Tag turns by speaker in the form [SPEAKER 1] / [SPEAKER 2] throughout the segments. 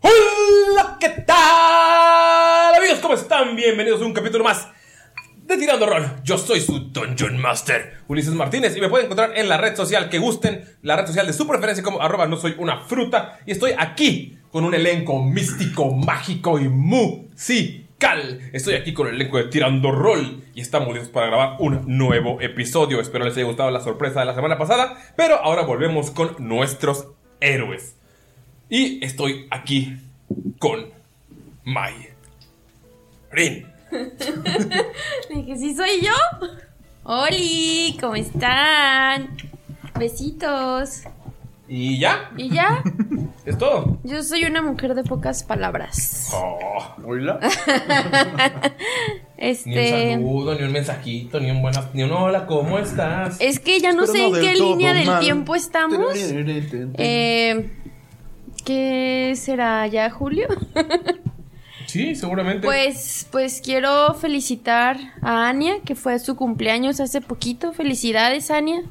[SPEAKER 1] ¡Hola! ¿Qué tal? Amigos, ¿cómo están? Bienvenidos a un capítulo más de Tirando Rol. Yo soy su Dungeon Master, Ulises Martínez, y me pueden encontrar en la red social que gusten, la red social de su preferencia como arroba no soy una fruta, y estoy aquí con un elenco místico, mágico y musical. Estoy aquí con el elenco de Tirando Rol y estamos listos para grabar un nuevo episodio. Espero les haya gustado la sorpresa de la semana pasada, pero ahora volvemos con nuestros héroes. Y estoy aquí con May Rin.
[SPEAKER 2] Le dije, ¿sí soy yo? ¡Holi! ¿Cómo están? Besitos.
[SPEAKER 1] Y ya,
[SPEAKER 2] ¿Y ya?
[SPEAKER 1] es todo.
[SPEAKER 2] Yo soy una mujer de pocas palabras.
[SPEAKER 1] Oh, ni un
[SPEAKER 2] Este.
[SPEAKER 1] saludo, ni un mensajito, ni un buenas, ni un hola, ¿cómo estás?
[SPEAKER 2] Es que ya no
[SPEAKER 3] Pero
[SPEAKER 2] sé
[SPEAKER 3] no
[SPEAKER 2] en
[SPEAKER 3] del
[SPEAKER 2] qué
[SPEAKER 3] todo
[SPEAKER 2] línea del
[SPEAKER 3] mal.
[SPEAKER 2] tiempo estamos.
[SPEAKER 3] Eh,
[SPEAKER 2] Eh, ¿Qué será ya, Julio?
[SPEAKER 1] Sí, seguramente.
[SPEAKER 2] Pues, pues quiero felicitar a Ania, que fue su cumpleaños hace poquito. Felicidades, Ania.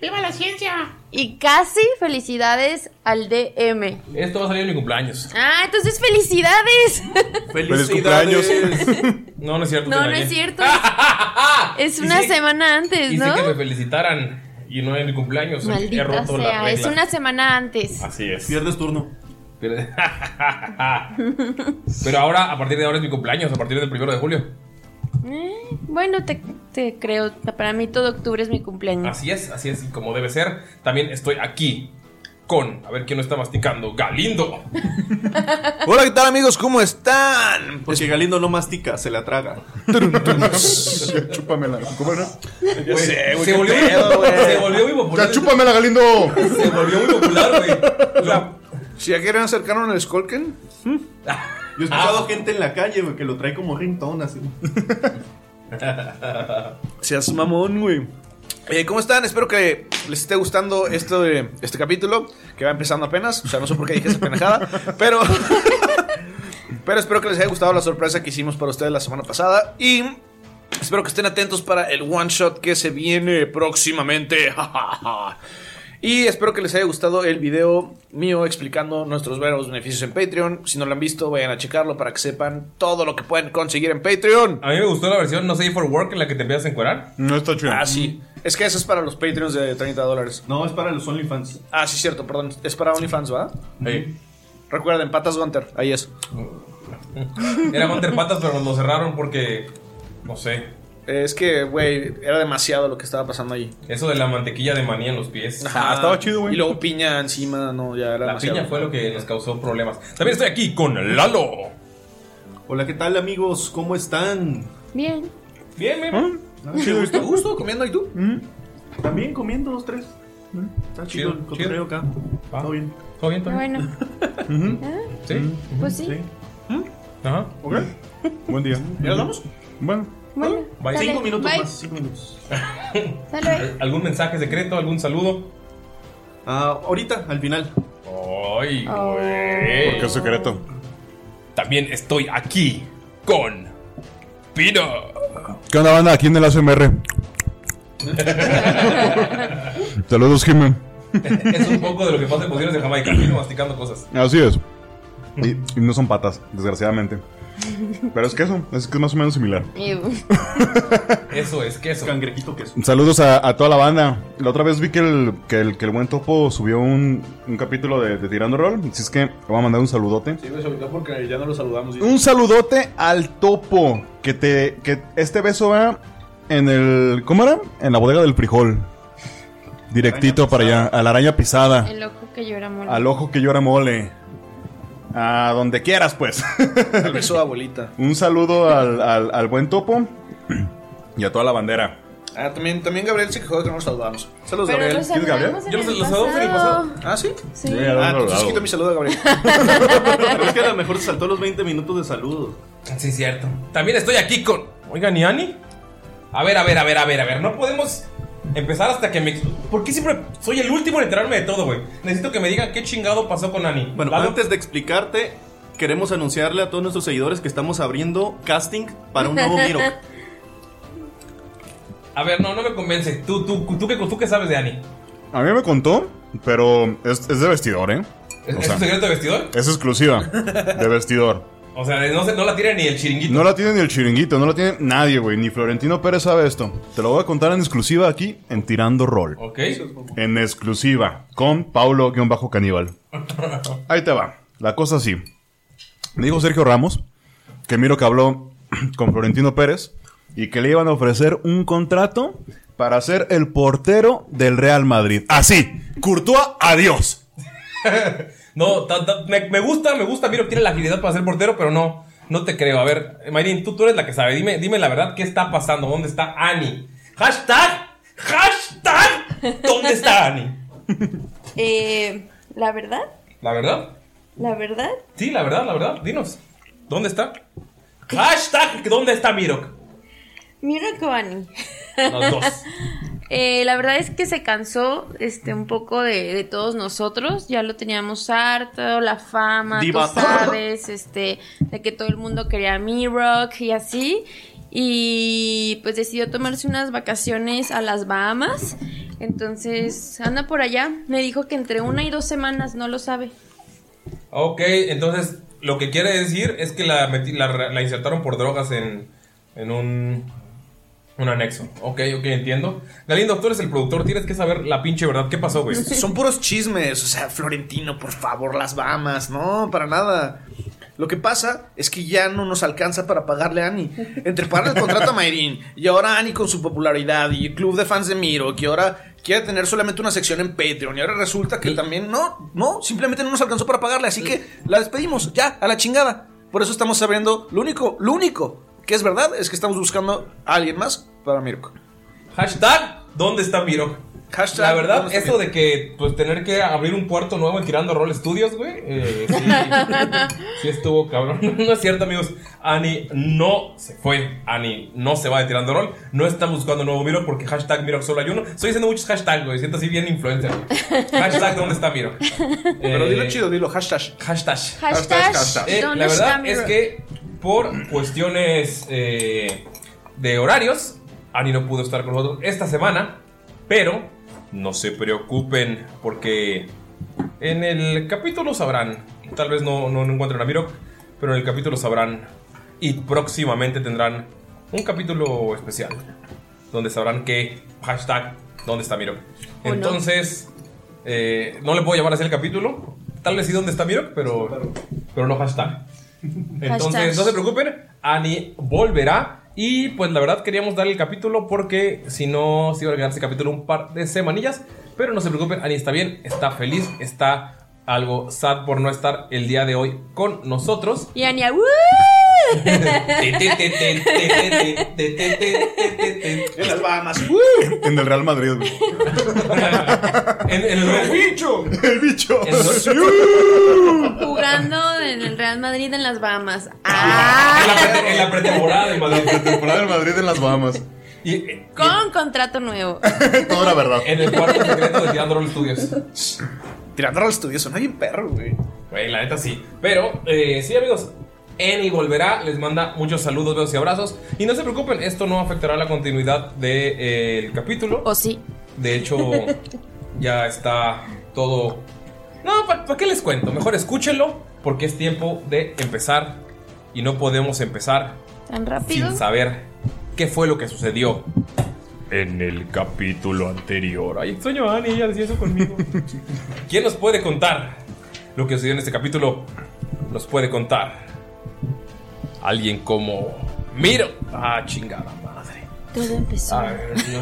[SPEAKER 4] ¡Viva la ciencia!
[SPEAKER 2] Y casi felicidades al DM.
[SPEAKER 1] Esto va a salir en mi cumpleaños.
[SPEAKER 2] Ah, entonces felicidades.
[SPEAKER 3] Feliz cumpleaños.
[SPEAKER 1] No, no es cierto.
[SPEAKER 2] No,
[SPEAKER 1] te
[SPEAKER 2] no
[SPEAKER 1] engañé.
[SPEAKER 2] es cierto.
[SPEAKER 1] Ah,
[SPEAKER 2] Es
[SPEAKER 1] hice-
[SPEAKER 2] una semana antes,
[SPEAKER 1] Hice
[SPEAKER 2] ¿no?
[SPEAKER 1] que me felicitaran y no en mi cumpleaños. He
[SPEAKER 2] Maldita
[SPEAKER 1] roto la
[SPEAKER 2] sea, es
[SPEAKER 1] regla.
[SPEAKER 2] una semana antes.
[SPEAKER 1] Así es.
[SPEAKER 3] Pierdes turno.
[SPEAKER 1] Pero- Pero ahora, a partir de ahora es mi cumpleaños, a partir del primero de julio.
[SPEAKER 2] Eh, bueno, te, te creo. Para mí todo octubre es mi cumpleaños.
[SPEAKER 1] Así es, así es, y como debe ser, también estoy aquí con, a ver quién no está masticando, Galindo.
[SPEAKER 3] Hola, ¿qué tal, amigos? ¿Cómo están? Porque Galindo no mastica, se la traga.
[SPEAKER 5] Chúpamela. ¿Cómo era?
[SPEAKER 1] Güey, se,
[SPEAKER 3] qué
[SPEAKER 1] volvió,
[SPEAKER 3] pedo, güey.
[SPEAKER 1] se volvió muy popular.
[SPEAKER 5] Ya, chúpamela, Galindo.
[SPEAKER 1] Se volvió muy popular, güey. Lo-
[SPEAKER 6] Si ya quieren acercaron al Skolken,
[SPEAKER 3] ¿Mm? Yo he escuchado gente en la calle, güey, que lo trae como ringtone así.
[SPEAKER 6] seas mamón, güey. Eh, ¿Cómo están? Espero que les esté gustando esto de- este capítulo, que va empezando apenas. O sea, no sé por qué dije esa pendejada, pero. pero espero que les haya gustado la sorpresa que hicimos para ustedes la semana pasada. Y espero que estén atentos para el one shot que se viene próximamente. Y espero que les haya gustado el video mío explicando nuestros verdaderos beneficios en Patreon. Si no lo han visto, vayan a checarlo para que sepan todo lo que pueden conseguir en Patreon.
[SPEAKER 1] A mí me gustó la versión No Say for Work en la que te empiezas a encuerar.
[SPEAKER 5] No está chido.
[SPEAKER 6] Ah, sí. Es que eso es para los Patreons de 30 dólares.
[SPEAKER 3] No, es para los OnlyFans.
[SPEAKER 6] Ah, sí, cierto, perdón. Es para OnlyFans, ¿verdad?
[SPEAKER 1] Sí.
[SPEAKER 6] Recuerden, patas Gunter. Ahí es.
[SPEAKER 3] Oh.
[SPEAKER 1] Era Gunter Patas, pero nos lo cerraron porque, no sé,
[SPEAKER 6] Eh, Es que, güey, era demasiado lo que estaba pasando ahí.
[SPEAKER 1] Eso de la mantequilla de maní en los pies.
[SPEAKER 3] Ah,
[SPEAKER 6] Ajá, Y luego piña encima, no, ya era
[SPEAKER 1] La
[SPEAKER 6] demasiado.
[SPEAKER 1] piña fue lo que nos causó problemas. También estoy aquí con Lalo.
[SPEAKER 3] Hola, ¿qué tal amigos? ¿Cómo están?
[SPEAKER 2] Bien.
[SPEAKER 1] Bien, bien.
[SPEAKER 6] ¿Ah?
[SPEAKER 3] Ah,
[SPEAKER 6] ¿Te gusta? gusto comiendo y tú?
[SPEAKER 3] También comiendo dos, tres. Mm, Está
[SPEAKER 1] Chido,
[SPEAKER 3] chido, el cotorreo acá.
[SPEAKER 1] Va.
[SPEAKER 3] Todo bien.
[SPEAKER 1] ¿Todo bien,
[SPEAKER 2] Pero
[SPEAKER 1] todo bien?
[SPEAKER 2] Bueno,
[SPEAKER 1] Sí.
[SPEAKER 2] pues sí.
[SPEAKER 1] Ajá.
[SPEAKER 3] Ok. Buen día.
[SPEAKER 6] ¿Ya nos vamos?
[SPEAKER 3] Bueno.
[SPEAKER 2] Bueno,
[SPEAKER 1] Vaya.
[SPEAKER 2] dale,
[SPEAKER 3] Cinco minutos
[SPEAKER 2] bye.
[SPEAKER 3] más. Cinco minutos.
[SPEAKER 2] Dale, bye.
[SPEAKER 1] ¿Algún mensaje secreto? ¿Algún saludo?
[SPEAKER 3] Ah, ahorita, al final.
[SPEAKER 1] Ay,
[SPEAKER 2] Oh.
[SPEAKER 1] güey.
[SPEAKER 4] Porque es secreto.
[SPEAKER 1] También estoy aquí con Pino.
[SPEAKER 4] ¿Qué onda, banda? Aquí en el ASMR. Saludos, Jimen.
[SPEAKER 1] es un poco de lo que pasa en Pociones de Jamaica. Pino masticando
[SPEAKER 3] Ah,
[SPEAKER 1] cosas.
[SPEAKER 4] Así es. Y, y no son patas, desgraciadamente. Pero es que eso, es que es más o menos similar.
[SPEAKER 2] Ew.
[SPEAKER 1] Eso es queso.
[SPEAKER 3] Cangrejito queso.
[SPEAKER 4] Saludos a, a toda la banda. La otra vez vi que el, que el, que el buen topo subió un, un capítulo de, de Tirando Roll. Así es que le voy a mandar un saludote.
[SPEAKER 6] Sí, güey, sobre todo porque ya no lo saludamos.
[SPEAKER 4] Un saludote al topo. Que te. que este beso va en el. ¿Cómo era? En la bodega del frijol. Directito para allá. A la araña pisada.
[SPEAKER 2] El loco que llora mole.
[SPEAKER 4] Al ojo que llora mole. A donde quieras, pues.
[SPEAKER 6] Al beso, abuelita.
[SPEAKER 4] un saludo al, al- al buen topo. Y a toda la bandera.
[SPEAKER 6] Ah, también, también Gabriel se quejó de que no lo saludamos. Saludos,
[SPEAKER 2] Pero
[SPEAKER 6] Gabriel.
[SPEAKER 2] los
[SPEAKER 4] ¿Quieres Gabriel?
[SPEAKER 2] hablamos en
[SPEAKER 1] Yo
[SPEAKER 2] el
[SPEAKER 1] los- los hablamos en el pasado.
[SPEAKER 6] Ah, sí.
[SPEAKER 2] Sí.
[SPEAKER 4] Yo ya lo he
[SPEAKER 6] Ah, entonces
[SPEAKER 4] saludado.
[SPEAKER 6] quito mi saludo a Gabriel.
[SPEAKER 3] Pero es que a lo mejor se saltó los 20 minutos de saludos.
[SPEAKER 1] Sí, cierto. También estoy aquí con. Oiga, ¿y Ani? A ver, a ver, a ver, a ver, a ver. No podemos empezar hasta que me. ¿Por qué siempre soy el último en enterarme de todo, güey? Necesito que me digan qué chingado pasó con Ani.
[SPEAKER 3] Bueno,
[SPEAKER 1] Lalo,
[SPEAKER 3] antes de explicarte, queremos anunciarle a todos nuestros seguidores que estamos abriendo casting para un nuevo Miro.
[SPEAKER 1] A ver, no, no me convence. Tú, tú, tú, tú, ¿qué, tú qué sabes de Ani?
[SPEAKER 4] A mí me contó, pero es, es de vestidor, ¿eh?
[SPEAKER 1] ¿Es,
[SPEAKER 4] O
[SPEAKER 1] es
[SPEAKER 4] sea,
[SPEAKER 1] un secreto de vestidor?
[SPEAKER 4] es exclusiva de vestidor.
[SPEAKER 1] O sea, no, se- no la tira ni el chiringuito.
[SPEAKER 4] No la tiene ni el chiringuito, no la tiene nadie, güey. Ni Florentino Pérez sabe esto. Te lo voy a contar en exclusiva aquí en Tirando Roll.
[SPEAKER 1] Ok.
[SPEAKER 4] En exclusiva con Paulo-Caníbal. Ahí te va. La cosa así. Me dijo Sergio Ramos que miro que habló con Florentino Pérez y que le iban a ofrecer un contrato para ser el portero del Real Madrid. Así. Courtois, adiós.
[SPEAKER 1] No, ta- ta- me, me gusta, me gusta. Miro, tiene la agilidad para ser portero, pero no, no te creo. A ver, Mayrin, tú, tú eres la que sabe. Dime, dime la verdad, ¿qué está pasando? ¿Dónde está Ani? Hashtag, hashtag, ¿dónde está Ani?
[SPEAKER 5] Eh, la verdad,
[SPEAKER 1] ¿La verdad?
[SPEAKER 5] la verdad,
[SPEAKER 1] Sí, la verdad, la verdad. Dinos, ¿dónde está? Hashtag, ¿dónde está Mirok?
[SPEAKER 5] mira Giovanni.
[SPEAKER 1] Los dos.
[SPEAKER 2] Eh, la verdad es que se cansó este, un poco de, de todos nosotros. Ya lo teníamos harto, la fama,
[SPEAKER 3] Diva.
[SPEAKER 2] tú sabes, este, de que todo el mundo quería a Mi Rock y así. Y pues decidió tomarse unas vacaciones a las Bahamas. Entonces anda por allá. Me dijo que entre una y dos semanas, no lo sabe.
[SPEAKER 1] Ok, entonces lo que quiere decir es que la, meti- la, la insertaron por drogas en, en un, un anexo. Ok, ok, entiendo. Galindo, tú eres el productor, tienes que saber la pinche verdad. ¿Qué pasó, güey?
[SPEAKER 6] Son puros chismes, o sea, Florentino, por favor, las Bahamas, no, para nada. Lo que pasa es que ya no nos alcanza para pagarle a Ani. Entre pagarle el contrato a Mayrin y ahora Ani con su popularidad y el club de fans de Miro, que ahora quiere tener solamente una sección en Patreon y ahora resulta que también no, no, simplemente no nos alcanzó para pagarle, así que la despedimos, ya, a la chingada. Por eso estamos abriendo, lo único, lo único que es verdad es que estamos buscando a alguien más para Miro.
[SPEAKER 1] Hashtag, ¿dónde está Mirok?
[SPEAKER 6] Hashtag,
[SPEAKER 1] La verdad,
[SPEAKER 6] ¿dónde está
[SPEAKER 1] eso
[SPEAKER 6] Mirok?
[SPEAKER 1] de que pues tener que abrir un puerto nuevo en Tirando Roll Studios, güey. eh, sí, sí estuvo cabrón. No es cierto, amigos. Ani no se fue. Ani no se va de Tirando Roll. No estamos buscando nuevo Mirok porque hashtag Mirok solo hay uno. Estoy diciendo muchos hashtags, güey. Siento así bien influencer. güey. Hashtag, ¿dónde está Mirok?
[SPEAKER 6] Pero
[SPEAKER 1] Eh,
[SPEAKER 6] dilo chido, dilo, hashtag.
[SPEAKER 1] Hashtag.
[SPEAKER 2] Hashtag,
[SPEAKER 6] hashtag.
[SPEAKER 1] Eh,
[SPEAKER 2] ¿dónde
[SPEAKER 1] la
[SPEAKER 2] está
[SPEAKER 1] verdad
[SPEAKER 2] mi
[SPEAKER 1] es
[SPEAKER 2] rock?
[SPEAKER 1] que por cuestiones eh, de horarios, Ani no pudo estar con nosotros esta semana, pero no se preocupen porque en el capítulo sabrán, tal vez no, no, no encuentren a Mirok, pero en el capítulo sabrán y próximamente tendrán un capítulo especial donde sabrán que hashtag dónde está Mirok.
[SPEAKER 2] O no.
[SPEAKER 1] Entonces, eh, no le puedo llamar así el capítulo. Tal vez sí dónde está Mirok, pero, pero no hashtag. Entonces,
[SPEAKER 2] Hashtags.
[SPEAKER 1] no se preocupen, Ani volverá Y pues la verdad queríamos darle el capítulo porque si no, se iba a quedar ese capítulo un par de semanillas. Pero no se preocupen, Ani está bien, está feliz, está algo sad por no estar el día de hoy con nosotros.
[SPEAKER 2] Y Ania, ¡uh!
[SPEAKER 1] En las Bahamas.
[SPEAKER 4] En el Real Madrid. güey.
[SPEAKER 1] En, el
[SPEAKER 6] bicho.
[SPEAKER 4] El bicho.
[SPEAKER 2] Jugando en el Real Madrid en las Bahamas.
[SPEAKER 1] En la pretemporada de Madrid. eh,
[SPEAKER 4] pretemporada de Madrid en las Bahamas.
[SPEAKER 2] Con contrato nuevo.
[SPEAKER 4] Toda la verdad.
[SPEAKER 1] En el cuarto secreto de Tirando Roll Studios.
[SPEAKER 6] Tirando Roll Studios, son bien perro, güey.
[SPEAKER 1] Güey, la neta sí. Pero, eh, sí, amigos. Eni volverá, les manda muchos saludos, besos y abrazos. Y no se preocupen, esto no afectará la continuidad del capítulo.
[SPEAKER 2] ¿O Oh, sí?
[SPEAKER 1] De hecho, ya está todo. No, ¿para qué les cuento? Mejor escúchenlo, porque es tiempo de empezar. Y no podemos empezar
[SPEAKER 2] Tan rápido.
[SPEAKER 1] sin saber qué fue lo que sucedió en el capítulo anterior. Ay, extraño a Ani, ella decía eso conmigo. ¿Quién nos puede contar lo que sucedió en este capítulo? Nos puede contar alguien como Miro. Ah, chingada madre.
[SPEAKER 2] Todo empezó.
[SPEAKER 1] A ver, no.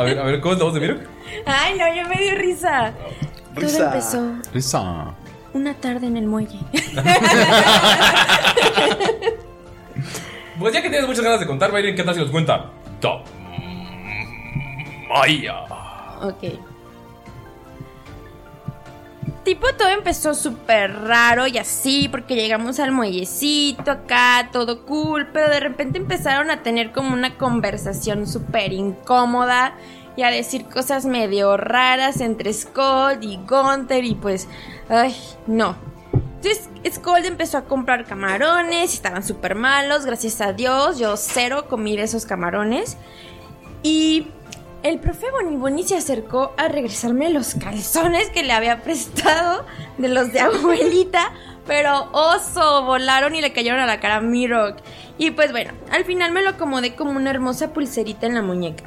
[SPEAKER 1] a ver, a ver, ¿cómo es la voz de Miro?
[SPEAKER 2] Ay, no, yo me dio risa. Todo
[SPEAKER 1] Risa.
[SPEAKER 2] empezó
[SPEAKER 4] Risa.
[SPEAKER 2] una tarde en el muelle.
[SPEAKER 1] Pues ya que tienes muchas ganas de contar, Byron, ¿qué tal si nos cuenta? Top. Maya.
[SPEAKER 2] Ok. Tipo, todo empezó súper raro y así, porque llegamos al muellecito acá, todo cool, pero de repente empezaron a tener como una conversación súper incómoda y a decir cosas medio raras entre Scott y Gunther y pues, ay, no. Entonces, Scott empezó a comprar camarones, y estaban súper malos, gracias a Dios, yo cero comí de esos camarones. Y el profe Boniboni se acercó a regresarme los calzones que le había prestado de los de abuelita, pero oso, volaron y le cayeron a la cara a Mirok. Y pues bueno, al final me lo acomodé como una hermosa pulserita en la muñeca.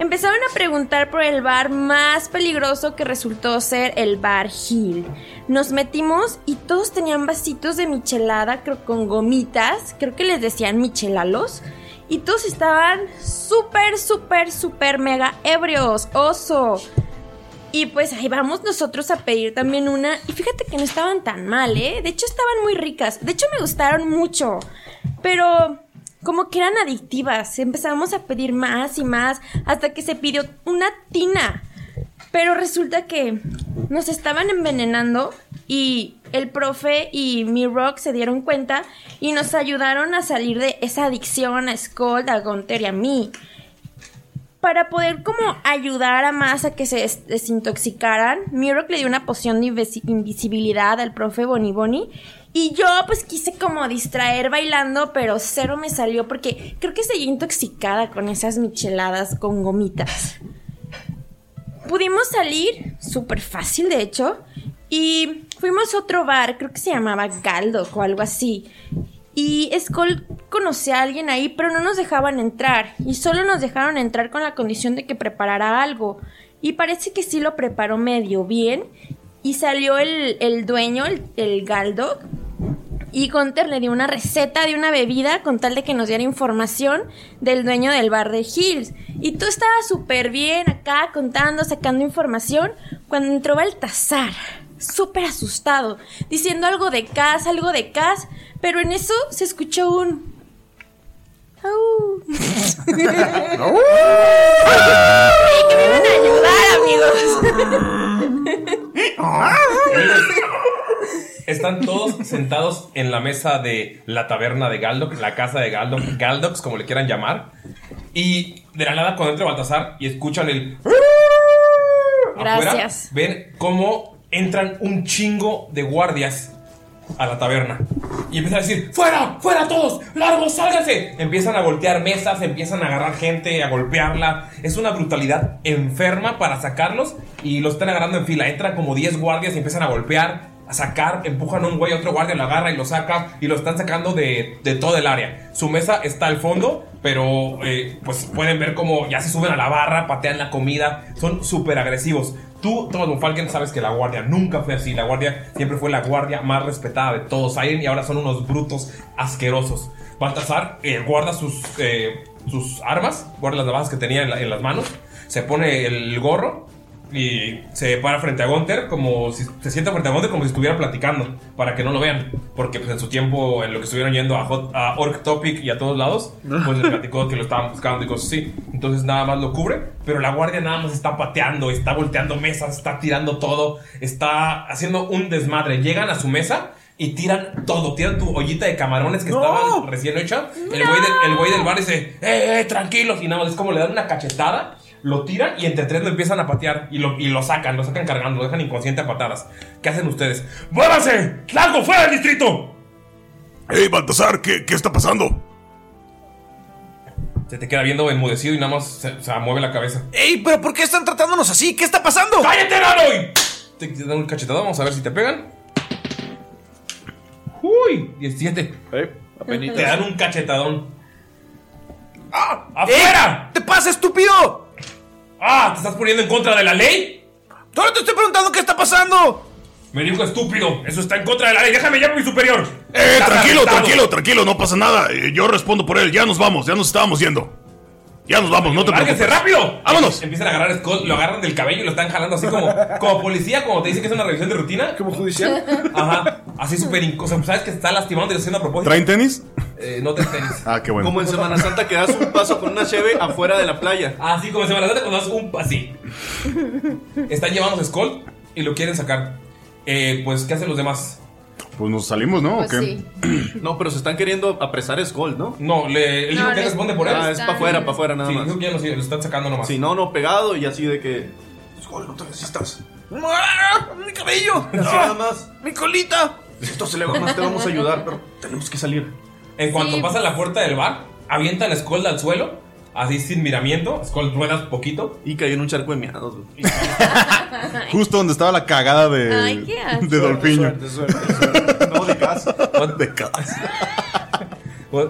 [SPEAKER 2] Empezaron a preguntar por el bar más peligroso que resultó ser el bar Hill. Nos metimos y todos tenían vasitos de michelada, creo con gomitas, creo que les decían michelalos. Y todos estaban súper, súper, súper mega ebrios, oso. Y pues ahí vamos nosotros a pedir también una. Y fíjate que no estaban tan mal, ¿eh? De hecho estaban muy ricas. De hecho me gustaron mucho. Pero como que eran adictivas. Empezamos a pedir más y más hasta que se pidió una tina. Pero resulta que nos estaban envenenando y el profe y mi rock se dieron cuenta y nos ayudaron a salir de esa adicción a Skull, a Gunther y a mí para poder como ayudar a más a que se des- desintoxicaran, Mirok le dio una poción de invisi- invisibilidad al profe Bonnie Bonnie. Y yo pues quise como distraer bailando, pero cero me salió porque creo que seguí intoxicada con esas micheladas con gomitas. Pudimos salir, súper fácil de hecho, y fuimos a otro bar, creo que se llamaba Galdo o algo así. Y Skull conocía a alguien ahí, pero no nos dejaban entrar. Y solo nos dejaron entrar con la condición de que preparara algo. Y parece que sí lo preparó medio bien. Y salió el, el dueño, el, el Galdog. Y Gunter le dio una receta de una bebida con tal de que nos diera información del dueño del bar de Hills. Y tú estaba súper bien acá contando, sacando información, cuando entró Baltasar, súper asustado, diciendo algo de Cas, algo de Cas, pero en eso se escuchó un... ¡Au! Ay, que me iban a ayudar, amigos!
[SPEAKER 1] Están todos sentados en la mesa de la taberna de Galdoc, la casa de Galdoc, Galdox, como le quieran llamar. Y de la nada, cuando entra Baltasar y escuchan el. afuera,
[SPEAKER 2] Gracias.
[SPEAKER 1] ven cómo entran un chingo de guardias a la taberna. Y empiezan a decir: ¡Fuera! ¡Fuera todos! ¡Largos! ¡Sálganse! Empiezan a voltear mesas, empiezan a agarrar gente, a golpearla. Es una brutalidad enferma para sacarlos y los están agarrando en fila. Entran como 10 guardias y empiezan a golpear. A sacar, empujan a un güey, a otro guardia lo agarra y lo saca y lo están sacando de, de todo el área. Su mesa está al fondo Pero eh, pues pueden ver cómo ya se suben a la barra, patean la comida, son súper agresivos. Tú, Thomas von Falken, sabes que la guardia nunca fue así. La guardia siempre fue la guardia más respetada de todos Siren y ahora son unos brutos asquerosos. Baltasar eh, guarda sus, eh, sus armas, guarda las navajas que tenía en, la- en las manos, se pone el gorro y se para frente a Gunther como si se sienta frente a Gunther como si estuviera platicando para que no lo vean porque pues, en su tiempo en lo que estuvieron yendo a, Hot- a Orc Topic y a todos lados pues le platicó que lo estaban buscando y cosas así entonces nada más lo cubre pero la guardia nada más está pateando está volteando mesas está tirando todo está haciendo un desmadre llegan a su mesa y tiran todo, tiran tu ollita de camarones que estaba recién hecha. El güey del, el güey del bar dice, ¡eh, eh, tranquilos! Y nada más es como le dan una cachetada, lo tiran y entre tres lo empiezan a patear y lo, y lo sacan, lo sacan cargando, lo dejan inconsciente a patadas. ¿Qué hacen ustedes? ¡Muévanse! ¡Largo, fuera del distrito!
[SPEAKER 7] ¡Ey, Baltasar! ¿qué, ¿Qué está pasando?
[SPEAKER 1] Se te queda viendo enmudecido y nada más se, se mueve la cabeza.
[SPEAKER 6] ¡Ey, pero por qué están tratándonos así? ¿Qué está pasando?
[SPEAKER 1] ¡Cállate, Nanoy! Te te dan un cachetado, vamos a ver si te pegan. ¡Uy! 17.
[SPEAKER 6] apenitas.
[SPEAKER 1] Te dan un cachetadón. ¡Ah!
[SPEAKER 6] ¡Afuera! ¡Eh! ¡Te pasa, estúpido!
[SPEAKER 1] ¡Ah! ¿Te estás poniendo en contra de la ley?
[SPEAKER 6] ¡Solo te estoy preguntando qué está pasando!
[SPEAKER 1] Me dijo estúpido. Eso está en contra de la ley. Déjame llamar a mi superior.
[SPEAKER 7] Eh,
[SPEAKER 1] Estás
[SPEAKER 7] tranquilo,
[SPEAKER 1] arrestado.
[SPEAKER 7] tranquilo, tranquilo, no pasa nada. Eh, Yo respondo por él. Ya nos vamos, ya nos estábamos yendo. Ya nos vamos, no te
[SPEAKER 1] ¡Lárguense
[SPEAKER 7] preocupes.
[SPEAKER 1] rápido! Em,
[SPEAKER 7] ¡Vámonos!
[SPEAKER 1] Empiezan a agarrar a Scott, lo agarran del cabello y lo están jalando así como, como policía, como te dice que es una revisión de rutina. Como judicial. Ajá. Así súper inco- o sea, sabes que está lastimando y lo está haciendo a propósito.
[SPEAKER 4] ¿Traen tenis?
[SPEAKER 1] Eh, no te tenis.
[SPEAKER 4] Ah, qué bueno.
[SPEAKER 1] Como en Semana Santa que das un paso con una cheve afuera de la playa. Así Ah, como en Semana Santa cuando das un pasí. Están llevando a Skull y lo quieren sacar. Eh, pues, ¿qué hacen los demás?
[SPEAKER 4] Pues nos salimos, ¿no? ¿O qué?
[SPEAKER 3] No, pero se están queriendo apresar a Skull, ¿no?
[SPEAKER 1] No, le, él dijo que responde por él.
[SPEAKER 3] Ah, es para afuera, para afuera nada
[SPEAKER 1] Sí,
[SPEAKER 3] más.
[SPEAKER 1] dijo que ya no, sí, lo están sacando nomás.
[SPEAKER 3] Sí, no, no, pegado y así de que. Skull, no te resistas. ¡Ah! ¡Mi cabello! ¡Nada más! ¡Mi colita! Si esto se le va más, te vamos a ayudar, pero tenemos que salir.
[SPEAKER 1] En cuanto
[SPEAKER 3] Sí.
[SPEAKER 1] pasa la puerta del bar, avienta la escolda al suelo, así sin miramiento. Skull ruedas poquito. Y cayó en un charco de miados,
[SPEAKER 4] Justo donde estaba la cagada de,
[SPEAKER 1] Ay, qué asco.
[SPEAKER 4] de Dolpiño.
[SPEAKER 1] Suerte, No, de casa. De casa.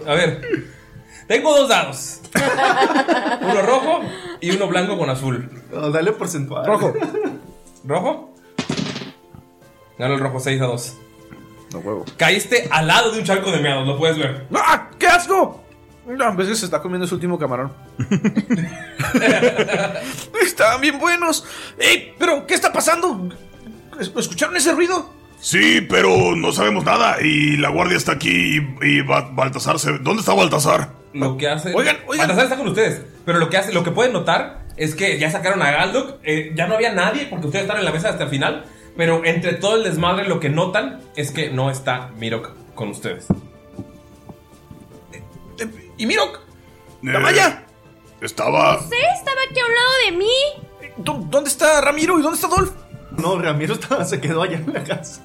[SPEAKER 1] A ver. Tengo dos dados. Uno rojo y uno blanco con azul.
[SPEAKER 6] Oh,
[SPEAKER 1] dale porcentual. Rojo. ¿Rojo? Gano el rojo 6 a 2.
[SPEAKER 6] No huevo.
[SPEAKER 1] Caíste al lado de un charco de meados, lo puedes ver.
[SPEAKER 6] ¡Ah! ¡Qué asco! No, ves que se está comiendo su último camarón. Estaban bien buenos. ¡Ey! ¿Pero qué está pasando? ¿Es- ¿Escucharon ese ruido?
[SPEAKER 7] Sí, pero no sabemos nada. Y la guardia está aquí y, y Ba- Baltasar se. ¿Dónde está Baltasar?
[SPEAKER 1] Lo que hace. Oigan, oigan. está con ustedes. Pero lo que hace, lo que pueden notar es que ya sacaron a Galdok. eh, ya no había nadie porque ustedes están en la mesa hasta el final. Pero entre todo el desmadre, lo que notan es que no está Mirok con ustedes. Eh,
[SPEAKER 6] ¿Y Mirok?
[SPEAKER 7] ¡La malla! Estaba.
[SPEAKER 2] Sí, estaba aquí a un lado de mí.
[SPEAKER 6] ¿Dónde está Ramiro y dónde está Dolph? No, Ramiro está- se quedó allá en la casa.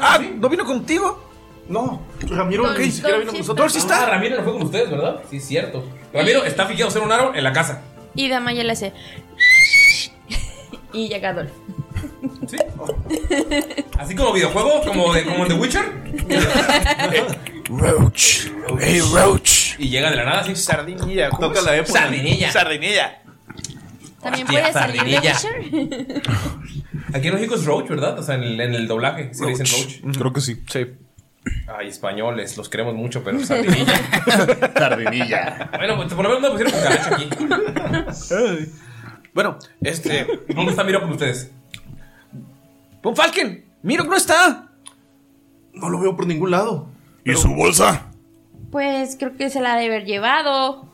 [SPEAKER 6] ah, ¿no vino contigo? No, Ramiro
[SPEAKER 1] Don-
[SPEAKER 6] ¿qué? ni siquiera
[SPEAKER 1] Don
[SPEAKER 6] vino
[SPEAKER 1] sí
[SPEAKER 6] con nosotros.
[SPEAKER 1] Ah,
[SPEAKER 6] ¿Sí está?
[SPEAKER 1] Ramiro no fue con ustedes, ¿verdad? Sí, es cierto. Ramiro está fijado en un árbol en la casa.
[SPEAKER 2] Y Damaya le hace. y llega Adolf.
[SPEAKER 1] Así como videojuego, como, de, como en The Witcher.
[SPEAKER 6] Roach.
[SPEAKER 1] Hey, Roach. Y llega de la nada así.
[SPEAKER 6] Sardinilla. Toca
[SPEAKER 1] es?
[SPEAKER 6] la época.
[SPEAKER 1] Sardinilla.
[SPEAKER 6] Sardinilla.
[SPEAKER 2] También
[SPEAKER 1] Hostia,
[SPEAKER 2] puede salir de
[SPEAKER 1] sardinilla.
[SPEAKER 2] Witcher.
[SPEAKER 1] Aquí en México es Roach, ¿verdad? O sea, en el, en el doblaje se le dicen Roach.
[SPEAKER 4] Creo que sí.
[SPEAKER 6] Sí.
[SPEAKER 1] Ay, españoles, los queremos mucho, pero sardinilla.
[SPEAKER 4] sardinilla.
[SPEAKER 1] Bueno, pues, por lo menos no pusieron cucaracha aquí.
[SPEAKER 6] Bueno, este.
[SPEAKER 1] ¿Dónde está Miro con ustedes?
[SPEAKER 6] ¡Von Falken! ¡Mirok no está! No lo veo por ningún lado.
[SPEAKER 7] ¿Y su bolsa?
[SPEAKER 2] Pues creo que se la ha de haber llevado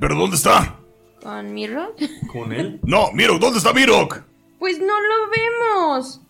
[SPEAKER 7] ¿Pero dónde está?
[SPEAKER 2] con mi rock.
[SPEAKER 7] ¿Con él? No, Mirok, ¿dónde está Mirok?
[SPEAKER 2] Pues no lo vemos.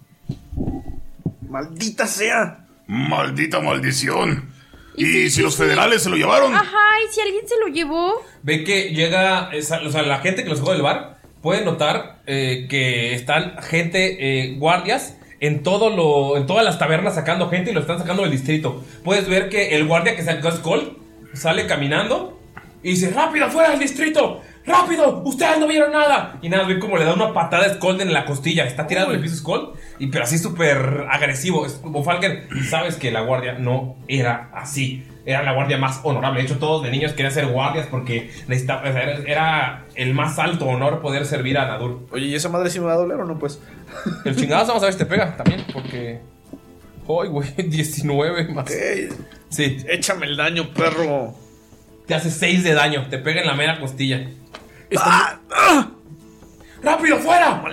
[SPEAKER 6] ¡Maldita sea!
[SPEAKER 7] Maldita maldición. ¿Y, si los federales se lo llevaron?
[SPEAKER 2] Ajá, y si alguien se lo llevó.
[SPEAKER 1] Ve que llega, esa- o sea, la gente que los juega del bar puede notar eh, que están gente, eh, guardias, en, todo lo, en todas las tabernas sacando gente y lo están sacando del distrito. Puedes ver que el guardia que sacó a Skull sale caminando y dice, rápido, fuera del distrito, rápido, ustedes no vieron nada. Y nada, ve como le da una patada a Skull en la costilla, está tirado en el piso Skull, y, pero así súper agresivo. Es como Falken, sabes que la guardia no era así. era la guardia más honorable. De hecho, todos de niños querían ser guardias porque necesitaba- o sea, era- era el más alto honor poder servir a Nadur.
[SPEAKER 6] Oye, ¿y esa madre sí me va a doler o no? Pues.
[SPEAKER 1] El chingadazo, vamos a ver si te pega también, porque. ¡Ay, güey! 19 más. Sí.
[SPEAKER 6] Échame el daño, perro.
[SPEAKER 1] Te hace 6 de daño, te pega en la mera costilla.
[SPEAKER 3] ¡Ah! ¡Rápido, fuera!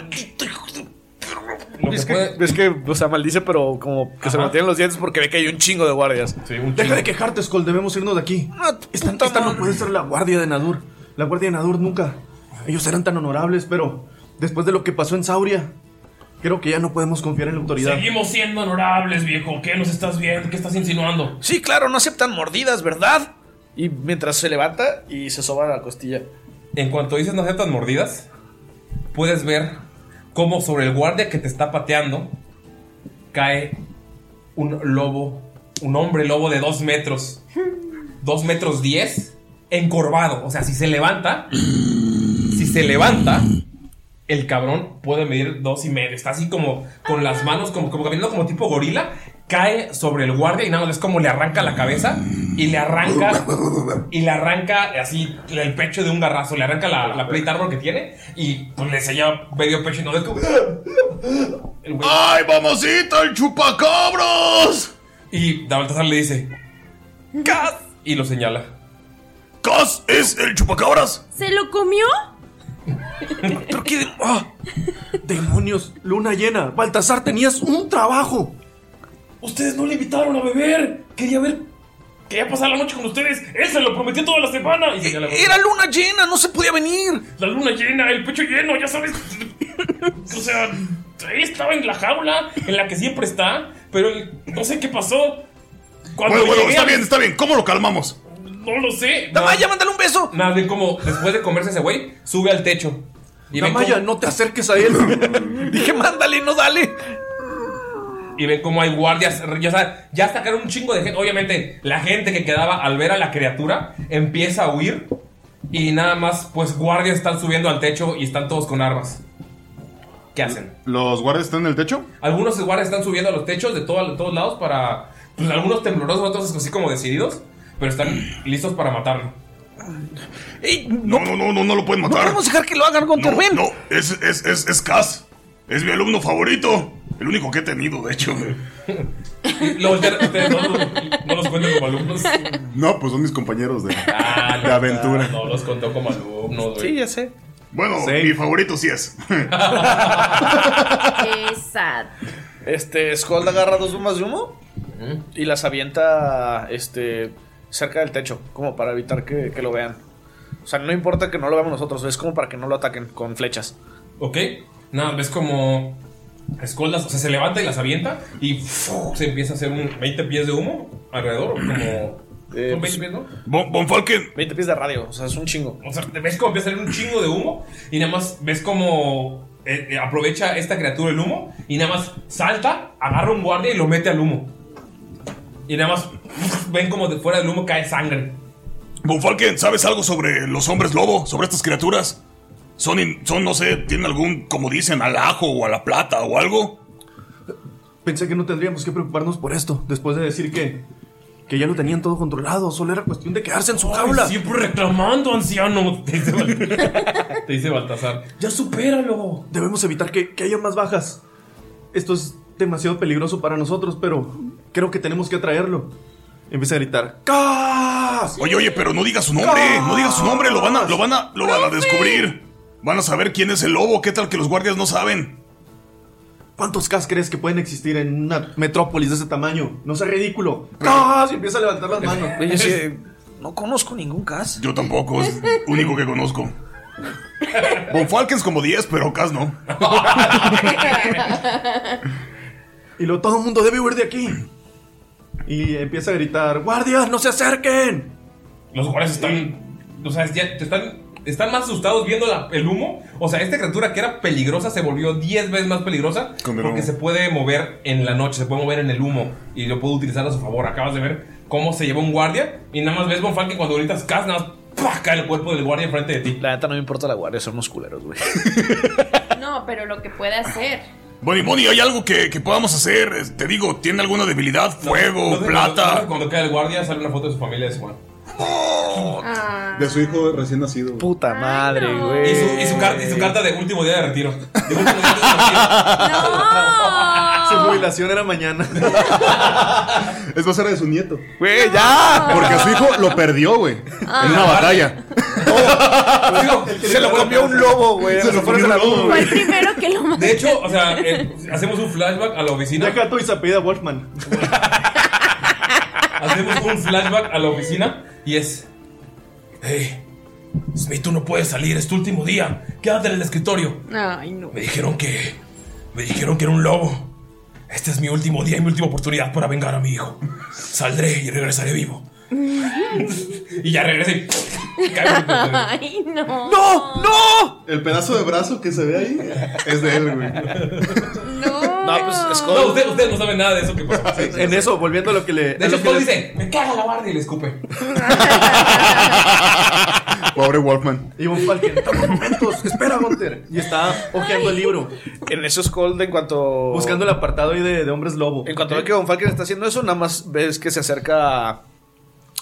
[SPEAKER 6] Es que, es que, o sea, maldice, pero como que se
[SPEAKER 3] Ajá.
[SPEAKER 6] lo tienen los dientes porque ve que hay un chingo de guardias.
[SPEAKER 3] Deja de quejarte, Skull, debemos irnos de aquí.
[SPEAKER 1] Ah,
[SPEAKER 3] Esta, esta no puede ser la guardia de Nadur. La guardia de Nadur nunca. Ellos eran tan honorables, pero después de lo que pasó en Sauria, creo que ya no podemos confiar en la autoridad.
[SPEAKER 1] Seguimos siendo honorables, viejo. ¿Qué nos estás viendo? ¿Qué estás insinuando?
[SPEAKER 6] Sí, claro, no aceptan mordidas, ¿verdad? Y mientras se levanta y se soba la costilla.
[SPEAKER 1] En cuanto dices no aceptas mordidas, puedes ver cómo sobre el guardia que te está pateando cae un lobo, un hombre lobo de dos metros, dos metros diez, encorvado. O sea, si se levanta, si se levanta, el cabrón puede medir dos y medio. Está así como con las manos, como, como caminando como tipo gorila. Cae sobre el guardia y nada más es como le arranca la cabeza y le arranca y le arranca así el pecho de un garrazo, le arranca la, la plate armor que tiene y pues le sella medio pecho y no es como.
[SPEAKER 7] ¡Ay, mamacita, el chupacabras!
[SPEAKER 1] Y Baltasar le dice: ¡Cas! Y lo señala.
[SPEAKER 7] ¿Cas es el chupacabras?
[SPEAKER 2] ¿Se lo comió?
[SPEAKER 3] ¿Pero qué de- ah! ¡Demonios! ¡Luna llena! ¡Baltasar, tenías un trabajo!
[SPEAKER 1] ¡Ustedes no le invitaron a beber! Quería ver. Quería pasar la noche con ustedes. Él se lo prometió toda la semana.
[SPEAKER 7] E-,
[SPEAKER 1] Y
[SPEAKER 6] Era luna llena, no se podía venir.
[SPEAKER 1] La luna llena, el pecho lleno, ya sabes. O sea, él estaba en la jaula en la que siempre está, pero él- no sé qué pasó.
[SPEAKER 7] Bueno, bueno,
[SPEAKER 1] llegué
[SPEAKER 7] está
[SPEAKER 1] al-
[SPEAKER 7] bien, está bien. ¿Cómo lo calmamos?
[SPEAKER 1] No lo sé. Damaya,
[SPEAKER 6] mándale un beso.
[SPEAKER 1] Nada, ven como después de comerse ese güey, sube al techo. Y ven
[SPEAKER 6] Damaya,
[SPEAKER 1] cómo-
[SPEAKER 6] no te acerques a él. Dije, mándale, no dale.
[SPEAKER 1] Y ven cómo hay guardias. Ya, sabes, ya sacaron un chingo de gente. Obviamente, la gente que quedaba al ver a la criatura empieza a huir. Y nada más, pues guardias están subiendo al techo y están todos con armas. ¿Qué hacen?
[SPEAKER 4] ¿Los guardias están en el techo?
[SPEAKER 1] Algunos guardias están subiendo a los techos de, todo- de todos lados para. Pues algunos temblorosos, otros así como decididos. Pero están listos para matarlo.
[SPEAKER 7] No, no, no, no, no lo pueden matar. No podemos
[SPEAKER 6] dejar que lo hagan, Gunter,
[SPEAKER 7] Ah. no, No, es, es, es, es Cas. Es mi alumno favorito. El único que he tenido, de hecho.
[SPEAKER 1] Luego ustedes no, no los cuentan como alumnos.
[SPEAKER 4] No, pues son mis compañeros de,
[SPEAKER 1] Ah,
[SPEAKER 4] de aventura.
[SPEAKER 1] No los contó como alumnos, güey.
[SPEAKER 6] ya sé.
[SPEAKER 7] Bueno, mi favorito sí es.
[SPEAKER 2] Qué sad.
[SPEAKER 6] Este, Skull agarra dos bombas de humo y las avienta este, cerca del techo, como para evitar que, que lo vean. O sea, no importa que no lo veamos nosotros, es como para que no lo ataquen con flechas.
[SPEAKER 1] Ok, nada, ves como escoldas, o sea, se levanta y las avienta y ¡fu! se empieza a hacer un 20 pies de humo alrededor, como... ¿Son 20 pies, no?
[SPEAKER 7] Von,
[SPEAKER 6] 20 Eh, pues, pies de radio, o sea, es un chingo.
[SPEAKER 1] O sea, ves como empieza a salir un chingo de humo y nada más ves como eh, eh, aprovecha esta criatura el humo y nada más salta, agarra un guardia y lo mete al humo. Y nada más ven como de fuera del humo cae sangre.
[SPEAKER 7] Von Falken, ¿sabes algo sobre los hombres lobo? ¿Sobre estas criaturas? ¿Son, in- son no sé, tienen algún, como dicen, al ajo o a la plata o algo?
[SPEAKER 3] Pensé que no tendríamos que preocuparnos por esto, después de decir que, que ya lo tenían todo controlado, solo era cuestión de quedarse en su jaula.
[SPEAKER 1] Siempre reclamando, anciano. Te dice, Bal- te dice Baltasar. Ya supéralo.
[SPEAKER 3] Debemos evitar que, que haya más bajas. Esto es demasiado peligroso para nosotros, pero creo que tenemos que atraerlo. Empieza a gritar. ¡Cas!
[SPEAKER 7] Oye, oye, pero no digas su nombre, no digas su nombre, lo van a, lo van a, lo van a descubrir. Van a saber quién es el lobo, qué tal que los guardias no saben.
[SPEAKER 3] ¿Cuántos cas crees que pueden existir en una metrópolis de ese tamaño? No sea ridículo. ¡Cas! Y empieza a levantar las manos.
[SPEAKER 6] Oye, sí, no conozco ningún cas.
[SPEAKER 7] Yo tampoco, es único que conozco. Von Falken es como 10, pero Cas no.
[SPEAKER 3] Y lo todo el mundo debe huir de aquí. Y empieza a gritar, ¡guardias, no se acerquen!
[SPEAKER 1] Los guardias están. O sea, ya te están, están más asustados viendo la- el humo. O sea, esta criatura que era peligrosa se volvió 10 veces más peligrosa.
[SPEAKER 4] Con el
[SPEAKER 1] porque
[SPEAKER 4] humo.
[SPEAKER 1] se puede mover en la noche, se puede mover en el humo. Y lo puede utilizar a su favor. Acabas de ver cómo se llevó un guardia. Y nada más ves, Bonfal, que cuando gritas cas, nada más ¡pah! cae el cuerpo del guardia enfrente de ti.
[SPEAKER 6] La neta no me importa la guardia, somos culeros, güey.
[SPEAKER 2] No, pero lo que puede hacer.
[SPEAKER 7] Bonnie, Bonnie, ¿hay algo que, que podamos hacer? Eh, Te digo, ¿tiene alguna debilidad? Fuego,
[SPEAKER 1] ¿No te- no
[SPEAKER 7] plata.
[SPEAKER 1] te- Cuando cae el guardia sale una foto de su familia de su mano. Ah.
[SPEAKER 4] De su hijo recién nacido.
[SPEAKER 6] Puta madre, güey.
[SPEAKER 1] Y su, y su car- y su carta de último día de retiro.
[SPEAKER 3] Su
[SPEAKER 1] Ah.
[SPEAKER 3] jubilación era mañana.
[SPEAKER 4] Es más, era de su nieto.
[SPEAKER 6] Güey,
[SPEAKER 1] Ah.
[SPEAKER 6] ya.
[SPEAKER 4] Porque su hijo lo perdió, güey.
[SPEAKER 2] Ah.
[SPEAKER 4] En una batalla. Oh.
[SPEAKER 6] Se lo comió un lobo, güey.
[SPEAKER 1] Se lo comió un lobo,
[SPEAKER 2] Fue el primero que lo mató.
[SPEAKER 1] De hecho, o sea, eh, hacemos un flashback a la oficina. Deja
[SPEAKER 3] tu y se apellida Wolfman.
[SPEAKER 1] Hacemos un flashback a la oficina y es. Hey, Smith, tú no puedes salir, es tu último día. Quédate en el escritorio.
[SPEAKER 2] Ay, no.
[SPEAKER 1] Me dijeron que. Me dijeron que era un lobo. Este es mi último día y mi última oportunidad para vengar a mi hijo. Saldré y regresaré vivo. Y ya regresé.
[SPEAKER 2] Ay, no.
[SPEAKER 6] ¡No! ¡No!
[SPEAKER 4] El pedazo de brazo que se ve ahí es de él, güey.
[SPEAKER 6] No, pues Skull.
[SPEAKER 1] No, usted- ustedes no saben nada de eso que pasó.
[SPEAKER 6] En eso, volviendo a lo que le.
[SPEAKER 1] De hecho, Scott dice: Me caga la guardia y le escupe.
[SPEAKER 4] Pobre Wolfman.
[SPEAKER 3] Y un Falken. Toma momentos. Espera, Gunter.
[SPEAKER 6] Y está
[SPEAKER 3] hojeando el libro.
[SPEAKER 6] En eso Skull, en cuanto.
[SPEAKER 3] Buscando el apartado ahí de, de hombres lobo.
[SPEAKER 6] En cuanto ve que Von Falken está haciendo eso, nada más ves que se acerca a,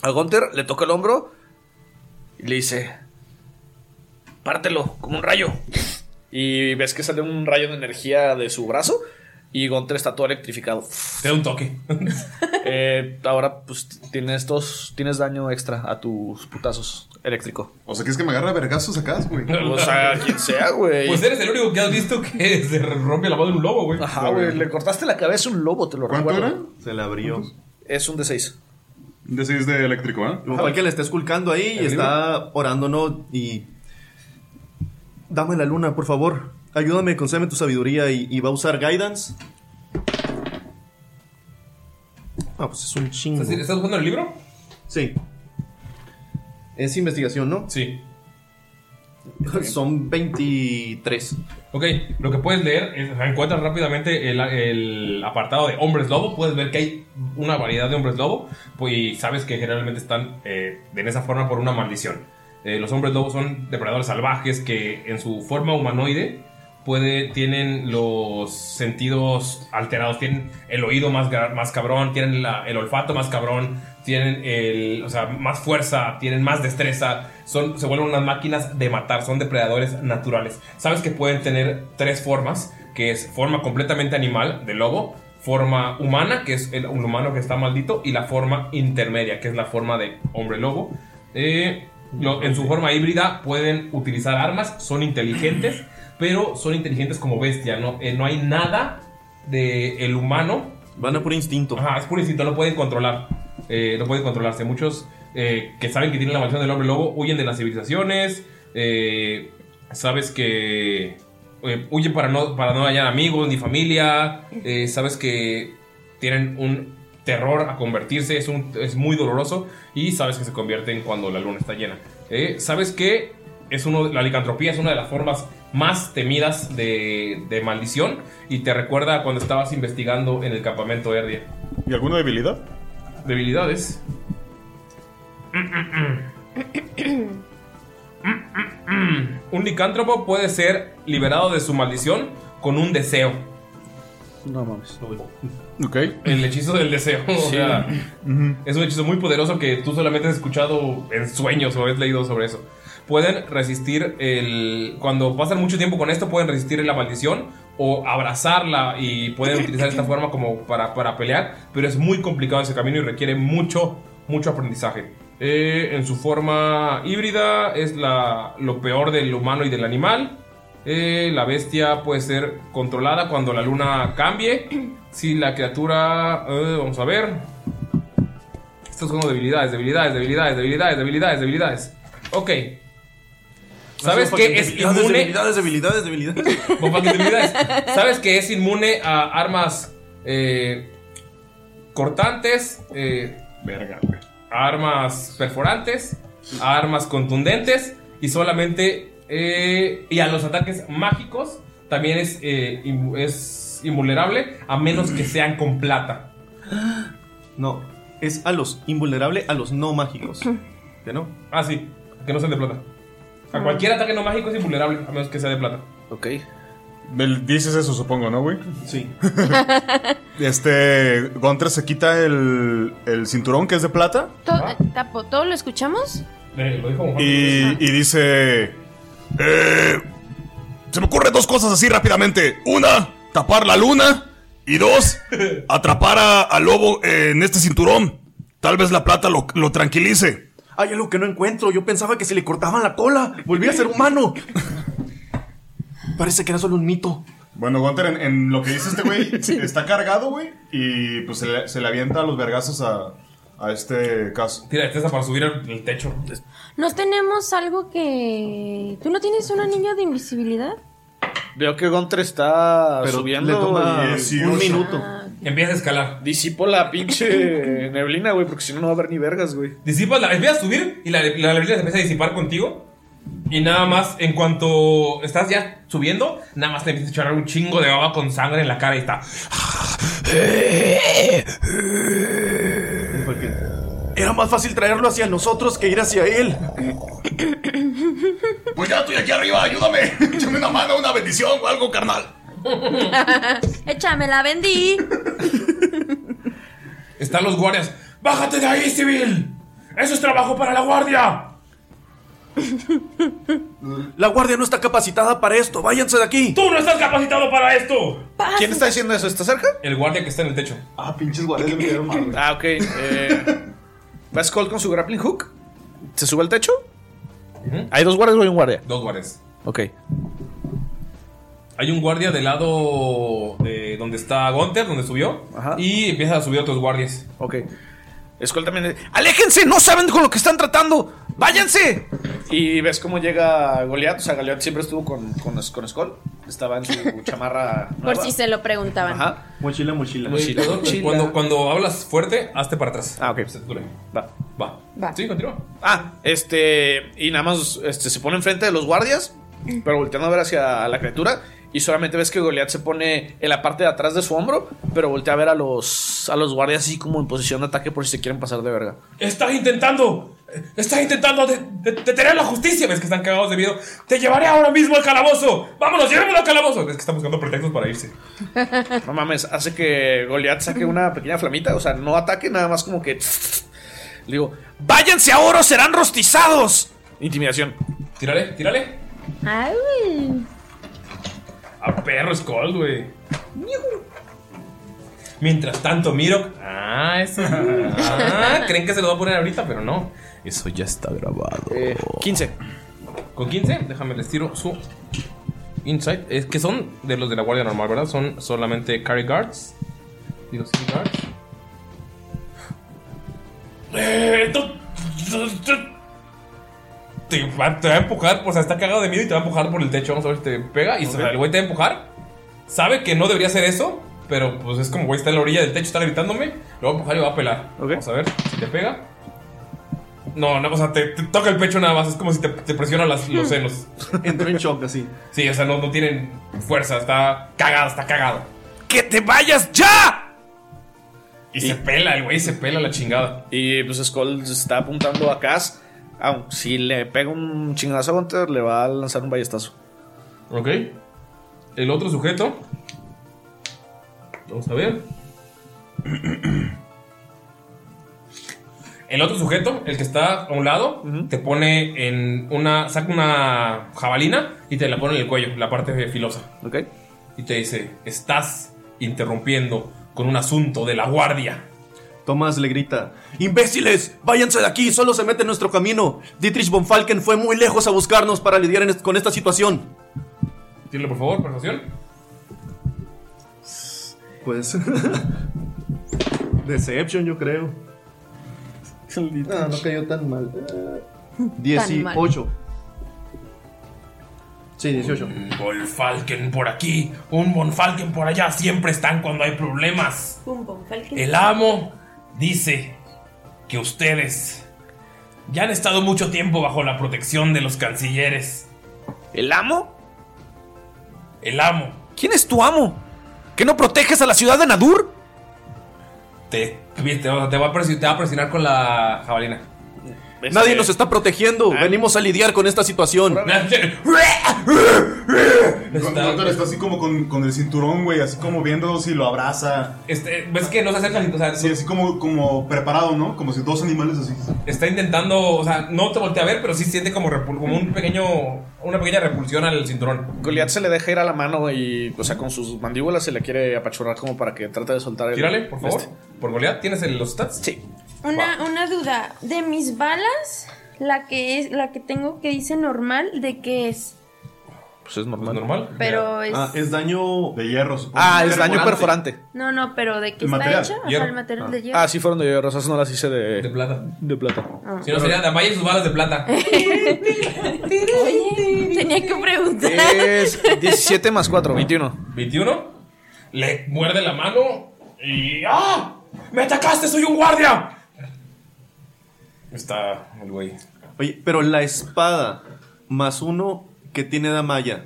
[SPEAKER 6] a Gunther, le toca el hombro y le dice: Pártelo, como un rayo. Y ves que sale un rayo de energía de su brazo y Gunther está todo electrificado.
[SPEAKER 1] Te da un toque.
[SPEAKER 6] Eh, ahora, pues tienes, dos, tienes daño extra a tus putazos eléctrico.
[SPEAKER 4] O sea, ¿quieres que me agarre a vergazos acá, güey?
[SPEAKER 6] O sea, quien sea, güey.
[SPEAKER 1] Pues eres el único que has visto que se rompe la voz de un lobo, güey.
[SPEAKER 6] Ajá, güey. Le cortaste la cabeza a un lobo, te lo
[SPEAKER 4] ¿Cuánto
[SPEAKER 6] recuerdo.
[SPEAKER 4] era?
[SPEAKER 3] Se la abrió.
[SPEAKER 6] Es un D6.
[SPEAKER 4] De 6 de eléctrico, ¿eh?
[SPEAKER 3] Von Falken le está esculcando ahí y está orando, ¿no? Y. Dame la luna, por favor. Ayúdame, concédeme tu sabiduría y, y va a usar Guidance. Ah, pues es un chingo.
[SPEAKER 1] Es decir, ¿Estás buscando el libro?
[SPEAKER 3] Sí. Es investigación, ¿no?
[SPEAKER 1] Sí.
[SPEAKER 3] Son 23.
[SPEAKER 1] Ok, lo que puedes leer es, o sea, encuentras rápidamente el, el apartado de hombres lobo, puedes ver que hay una variedad de hombres lobo pues, y sabes que generalmente están eh, en esa forma por una maldición. Eh, los hombres lobo son depredadores salvajes que en su forma humanoide puede, tienen los sentidos alterados, tienen el oído más, gra- más cabrón, tienen la- el olfato más cabrón, tienen el, o sea, más fuerza, tienen más destreza, son, se vuelven unas máquinas de matar, son depredadores naturales. Sabes que pueden tener tres formas, que es forma completamente animal de lobo, forma humana, que es el, un humano que está maldito, y la forma intermedia, que es la forma de hombre lobo. Eh, lo- en su forma híbrida pueden utilizar armas, son inteligentes, pero son inteligentes como bestia, no, Eh, no hay nada de el humano.
[SPEAKER 3] Van a por instinto.
[SPEAKER 1] Ajá, es por instinto, no pueden controlar. Eh, no pueden controlarse. Muchos eh, que saben que tienen la maldición del hombre lobo huyen de las civilizaciones. eh, sabes que eh, huyen para no, para no hallar amigos ni familia. eh, sabes que tienen un terror a convertirse, es, un- es muy doloroso y sabes que se convierten cuando la luna está llena. Eh, sabes que es uno, la licantropía es una de las formas más temidas de, de maldición y te recuerda a cuando estabas investigando en el campamento Erdia.
[SPEAKER 4] ¿Y alguna debilidad?
[SPEAKER 1] Debilidades. Mm, Un licántropo puede ser liberado de su maldición con un deseo.
[SPEAKER 6] No mames.
[SPEAKER 4] Ok.
[SPEAKER 1] El hechizo del deseo. o
[SPEAKER 6] Sí.
[SPEAKER 1] sea, es un hechizo muy poderoso que tú solamente has escuchado en sueños o has leído sobre eso. Pueden resistir el. Cuando pasan mucho tiempo con esto, pueden resistir la maldición o abrazarla y pueden utilizar esta forma como para, para pelear. Pero es muy complicado ese camino y requiere mucho, mucho aprendizaje. Eh, en su forma híbrida es la, lo peor del humano y del animal. Eh, la bestia puede ser controlada cuando la luna cambie. Si la criatura. eh, vamos a ver. Estas son debilidades, debilidades, debilidades, debilidades, debilidades, debilidades. Ok. ¿Sabes que es
[SPEAKER 3] Debilidades,
[SPEAKER 1] inmune?
[SPEAKER 3] Debilidades, debilidades, debilidades.
[SPEAKER 1] Con falta de debilidades. ¿Sabes que es inmune a armas eh, cortantes? eh,
[SPEAKER 4] Verga, güey.
[SPEAKER 1] a armas perforantes, a armas contundentes y solamente eh, y a los ataques mágicos también es, eh, invu- es invulnerable a menos que sean con plata.
[SPEAKER 3] No, es a los invulnerable, a los no mágicos. ¿Ya no?
[SPEAKER 1] Ah, sí, que no sean de plata. A cualquier ataque no mágico es invulnerable a menos que sea de plata.
[SPEAKER 6] Ok.
[SPEAKER 4] Me- Dices eso, supongo, ¿no, güey?
[SPEAKER 3] Sí.
[SPEAKER 4] Este. Gontra se quita el, el cinturón que es de plata
[SPEAKER 2] To-
[SPEAKER 1] ¿Ah?
[SPEAKER 2] eh, Tapo, ¿todo lo escuchamos?
[SPEAKER 4] y, y dice.
[SPEAKER 7] Eh, se me ocurren dos cosas así rápidamente. Una, tapar la luna. Y dos, atrapar a- al lobo eh, en este cinturón. Tal vez la plata lo, lo tranquilice.
[SPEAKER 3] Hay algo que no encuentro. Yo pensaba que si le cortaban la cola, volvía a ser humano. Parece que era solo un mito.
[SPEAKER 4] Bueno, Gonter, en, en lo que dice este güey, está cargado, güey. Y pues se le, se le avienta a los vergazos a, a este caso.
[SPEAKER 1] Tira destreza para subir al el techo.
[SPEAKER 2] ¿Nos tenemos algo que... ¿Tú no tienes un anillo de invisibilidad?
[SPEAKER 6] Veo que Gontre está
[SPEAKER 1] Pero
[SPEAKER 6] subiendo
[SPEAKER 1] le toma
[SPEAKER 6] a un
[SPEAKER 1] 18.
[SPEAKER 6] minuto.
[SPEAKER 1] Empieza a escalar.
[SPEAKER 6] Disipo la pinche neblina, güey, porque si no, no va a haber ni vergas, güey.
[SPEAKER 1] Disipas la. Empiezas a subir y la, la neblina se empieza a disipar contigo. Y nada más, en cuanto estás ya subiendo, nada más te empieza a chorrar un chingo de baba con sangre en la cara y está.
[SPEAKER 3] Era más fácil traerlo hacia nosotros que ir hacia él.
[SPEAKER 7] Pues ya estoy aquí arriba, ayúdame. Échame una mano, una bendición o algo, carnal.
[SPEAKER 2] Échame la vendí.
[SPEAKER 1] Están los guardias. ¡Bájate de ahí, civil! ¡Eso es trabajo para la guardia!
[SPEAKER 3] La guardia no está capacitada para esto. Váyanse de aquí.
[SPEAKER 1] ¡Tú no estás capacitado para esto!
[SPEAKER 5] Ah,
[SPEAKER 6] ¿Quién está diciendo eso? ¿Está cerca?
[SPEAKER 1] El guardia que está en el techo.
[SPEAKER 6] Ah, pinches guardias me dieron mal. Ah, ok. Eh, ¿Va Skull con su grappling hook? ¿Se sube al techo? ¿Hay dos guardias o hay un guardia?
[SPEAKER 1] Dos guardias.
[SPEAKER 6] Ok.
[SPEAKER 1] Hay un guardia del lado de donde está Gunter, donde subió. Y empieza a subir otros guardias.
[SPEAKER 6] Ok. Skull también. le- ¡Aléjense! ¡No saben con lo que están tratando! ¡Váyanse! Y ves cómo llega Goliath. O sea, Goliath siempre estuvo con, con, con Skull. Estaba en su chamarra.
[SPEAKER 2] Por
[SPEAKER 6] nueva.
[SPEAKER 2] si se lo preguntaban.
[SPEAKER 6] Mochila, mochila.
[SPEAKER 1] Güey,
[SPEAKER 6] Mochila.
[SPEAKER 1] perdón, Cuando, cuando hablas fuerte, hazte para atrás. Ah, ok.
[SPEAKER 6] Va.
[SPEAKER 1] Va.
[SPEAKER 2] Va.
[SPEAKER 1] Sí, continúa.
[SPEAKER 6] Ah, este. Y nada más este, se pone enfrente de los guardias. Pero volteando a ver hacia la criatura. Y solamente ves que Goliath se pone en la parte de atrás de su hombro. Pero voltea a ver a los, a los guardias así como en posición de ataque por si se quieren pasar de verga.
[SPEAKER 1] Estás intentando. Estás intentando de- de- detener la justicia. Ves que están cagados de miedo. Te llevaré ahora mismo al calabozo. Vámonos, llévamelo al calabozo. Ves que están buscando pretextos para irse.
[SPEAKER 6] No mames, hace que Goliath saque una pequeña flamita. O sea, no ataque, nada más como que. Le digo, ¡váyanse ahora o serán rostizados! Intimidación.
[SPEAKER 1] Tírale, tírale.
[SPEAKER 2] Ay, güey.
[SPEAKER 1] A perro Skull, güey. Mientras tanto, Miro. Ah, eso. Ah, creen que se lo va a poner ahorita, pero no. Eso ya está grabado.
[SPEAKER 6] 15.
[SPEAKER 1] Con 15, déjame les tiro su insight. Es que son de los de la guardia normal, ¿verdad? Son solamente carry guards. Digo, sí, guards. Eh, tú- tú- tú- Te va, te va a empujar, o sea, está cagado de miedo y te va a empujar por el techo. Vamos a ver si te pega. Y o sea, el güey te va a empujar. Sabe que no debería hacer eso, pero pues es como, güey, está en la orilla del techo, está gritándome. Lo va a empujar y va a pelar. Vamos a ver si te pega. No, no, o sea, te, te toca el pecho nada más. Es como si te, te presiona las- los senos.
[SPEAKER 3] Entró Hmm. en shock así.
[SPEAKER 1] Sí, o sea, no, no tienen fuerza. Está cagado, está cagado.
[SPEAKER 6] ¡Que te vayas ya!
[SPEAKER 1] Y, se pela, el güey se pela la chingada.
[SPEAKER 6] Y pues Skull se está apuntando a Cass. Aun si le pega un chingazo a Gunter, le va a lanzar un ballestazo.
[SPEAKER 1] Ok. El otro sujeto. Vamos a ver. El otro sujeto, el que está a un lado, te pone en una. saca una jabalina y te la pone en el cuello, la parte filosa.
[SPEAKER 6] Ok.
[SPEAKER 1] Y te dice: Estás interrumpiendo con un asunto de la guardia.
[SPEAKER 3] Tomás le grita: ¡Imbéciles! ¡Váyanse de aquí! ¡Solo se mete en nuestro camino! Dietrich von Falken fue muy lejos a buscarnos para lidiar en est- con esta situación.
[SPEAKER 1] Tírale, por favor, persuasión.
[SPEAKER 3] Pues. Deception, yo creo. No, no cayó tan mal. 18. Sí, 18.
[SPEAKER 1] Un Volfalken por aquí, un Bonfalken por allá, siempre están cuando hay problemas.
[SPEAKER 5] Pum, pum, Falken.
[SPEAKER 1] El amo dice que ustedes ya han estado mucho tiempo bajo la protección de los cancilleres.
[SPEAKER 6] ¿El amo?
[SPEAKER 1] El amo.
[SPEAKER 6] ¿Quién es tu amo? ¿Que no proteges a la ciudad de Nadur?
[SPEAKER 1] Te, te va, te va a presi- te va a presionar con la jabalina.
[SPEAKER 6] Nadie nos está protegiendo. Venimos a lidiar con esta situación.
[SPEAKER 4] Cuando Walter está así como con, con el cinturón, güey, así como viendo si lo abraza.
[SPEAKER 1] Este, ¿Ves que no se acerca? O sea,
[SPEAKER 4] sí, así como, como preparado, ¿no? Como si dos animales así.
[SPEAKER 1] Está intentando, o sea, no te voltea a ver, pero sí siente como, repul- como un pequeño, una pequeña repulsión al cinturón.
[SPEAKER 6] Goliath se le deja ir a la mano y, o sea, con sus mandíbulas se le quiere apachurar como para que trate de soltar el. este.
[SPEAKER 1] Tírale, por favor. Por Goliath, ¿tienes el- los stats?
[SPEAKER 6] Sí.
[SPEAKER 5] Una, una duda. De mis balas, la que es, la que tengo que dice normal, ¿de qué es?
[SPEAKER 6] Pues es normal.
[SPEAKER 1] normal.
[SPEAKER 5] Pero es-
[SPEAKER 4] Ah, es daño de hierro. supongo.
[SPEAKER 6] Ah, es daño perforante.
[SPEAKER 5] No, no, pero ¿de qué
[SPEAKER 6] El
[SPEAKER 5] está
[SPEAKER 6] material,
[SPEAKER 5] hecha? Ajá,
[SPEAKER 6] hierro.
[SPEAKER 5] el material de hierro.
[SPEAKER 6] Ah, sí fueron de hierro, esas no las hice de. De
[SPEAKER 1] plata.
[SPEAKER 6] De plata.
[SPEAKER 5] Ah.
[SPEAKER 1] Si no, sería Damaya y sus balas de plata.
[SPEAKER 5] Oye, tenía que preguntar.
[SPEAKER 6] Es 17 más 4, 21.
[SPEAKER 1] 21. Le muerde la mano y. ¡Ah! ¡Me atacaste! ¡Soy un guardia! Está el güey.
[SPEAKER 3] Oye, pero la espada más uno que tiene Damaya,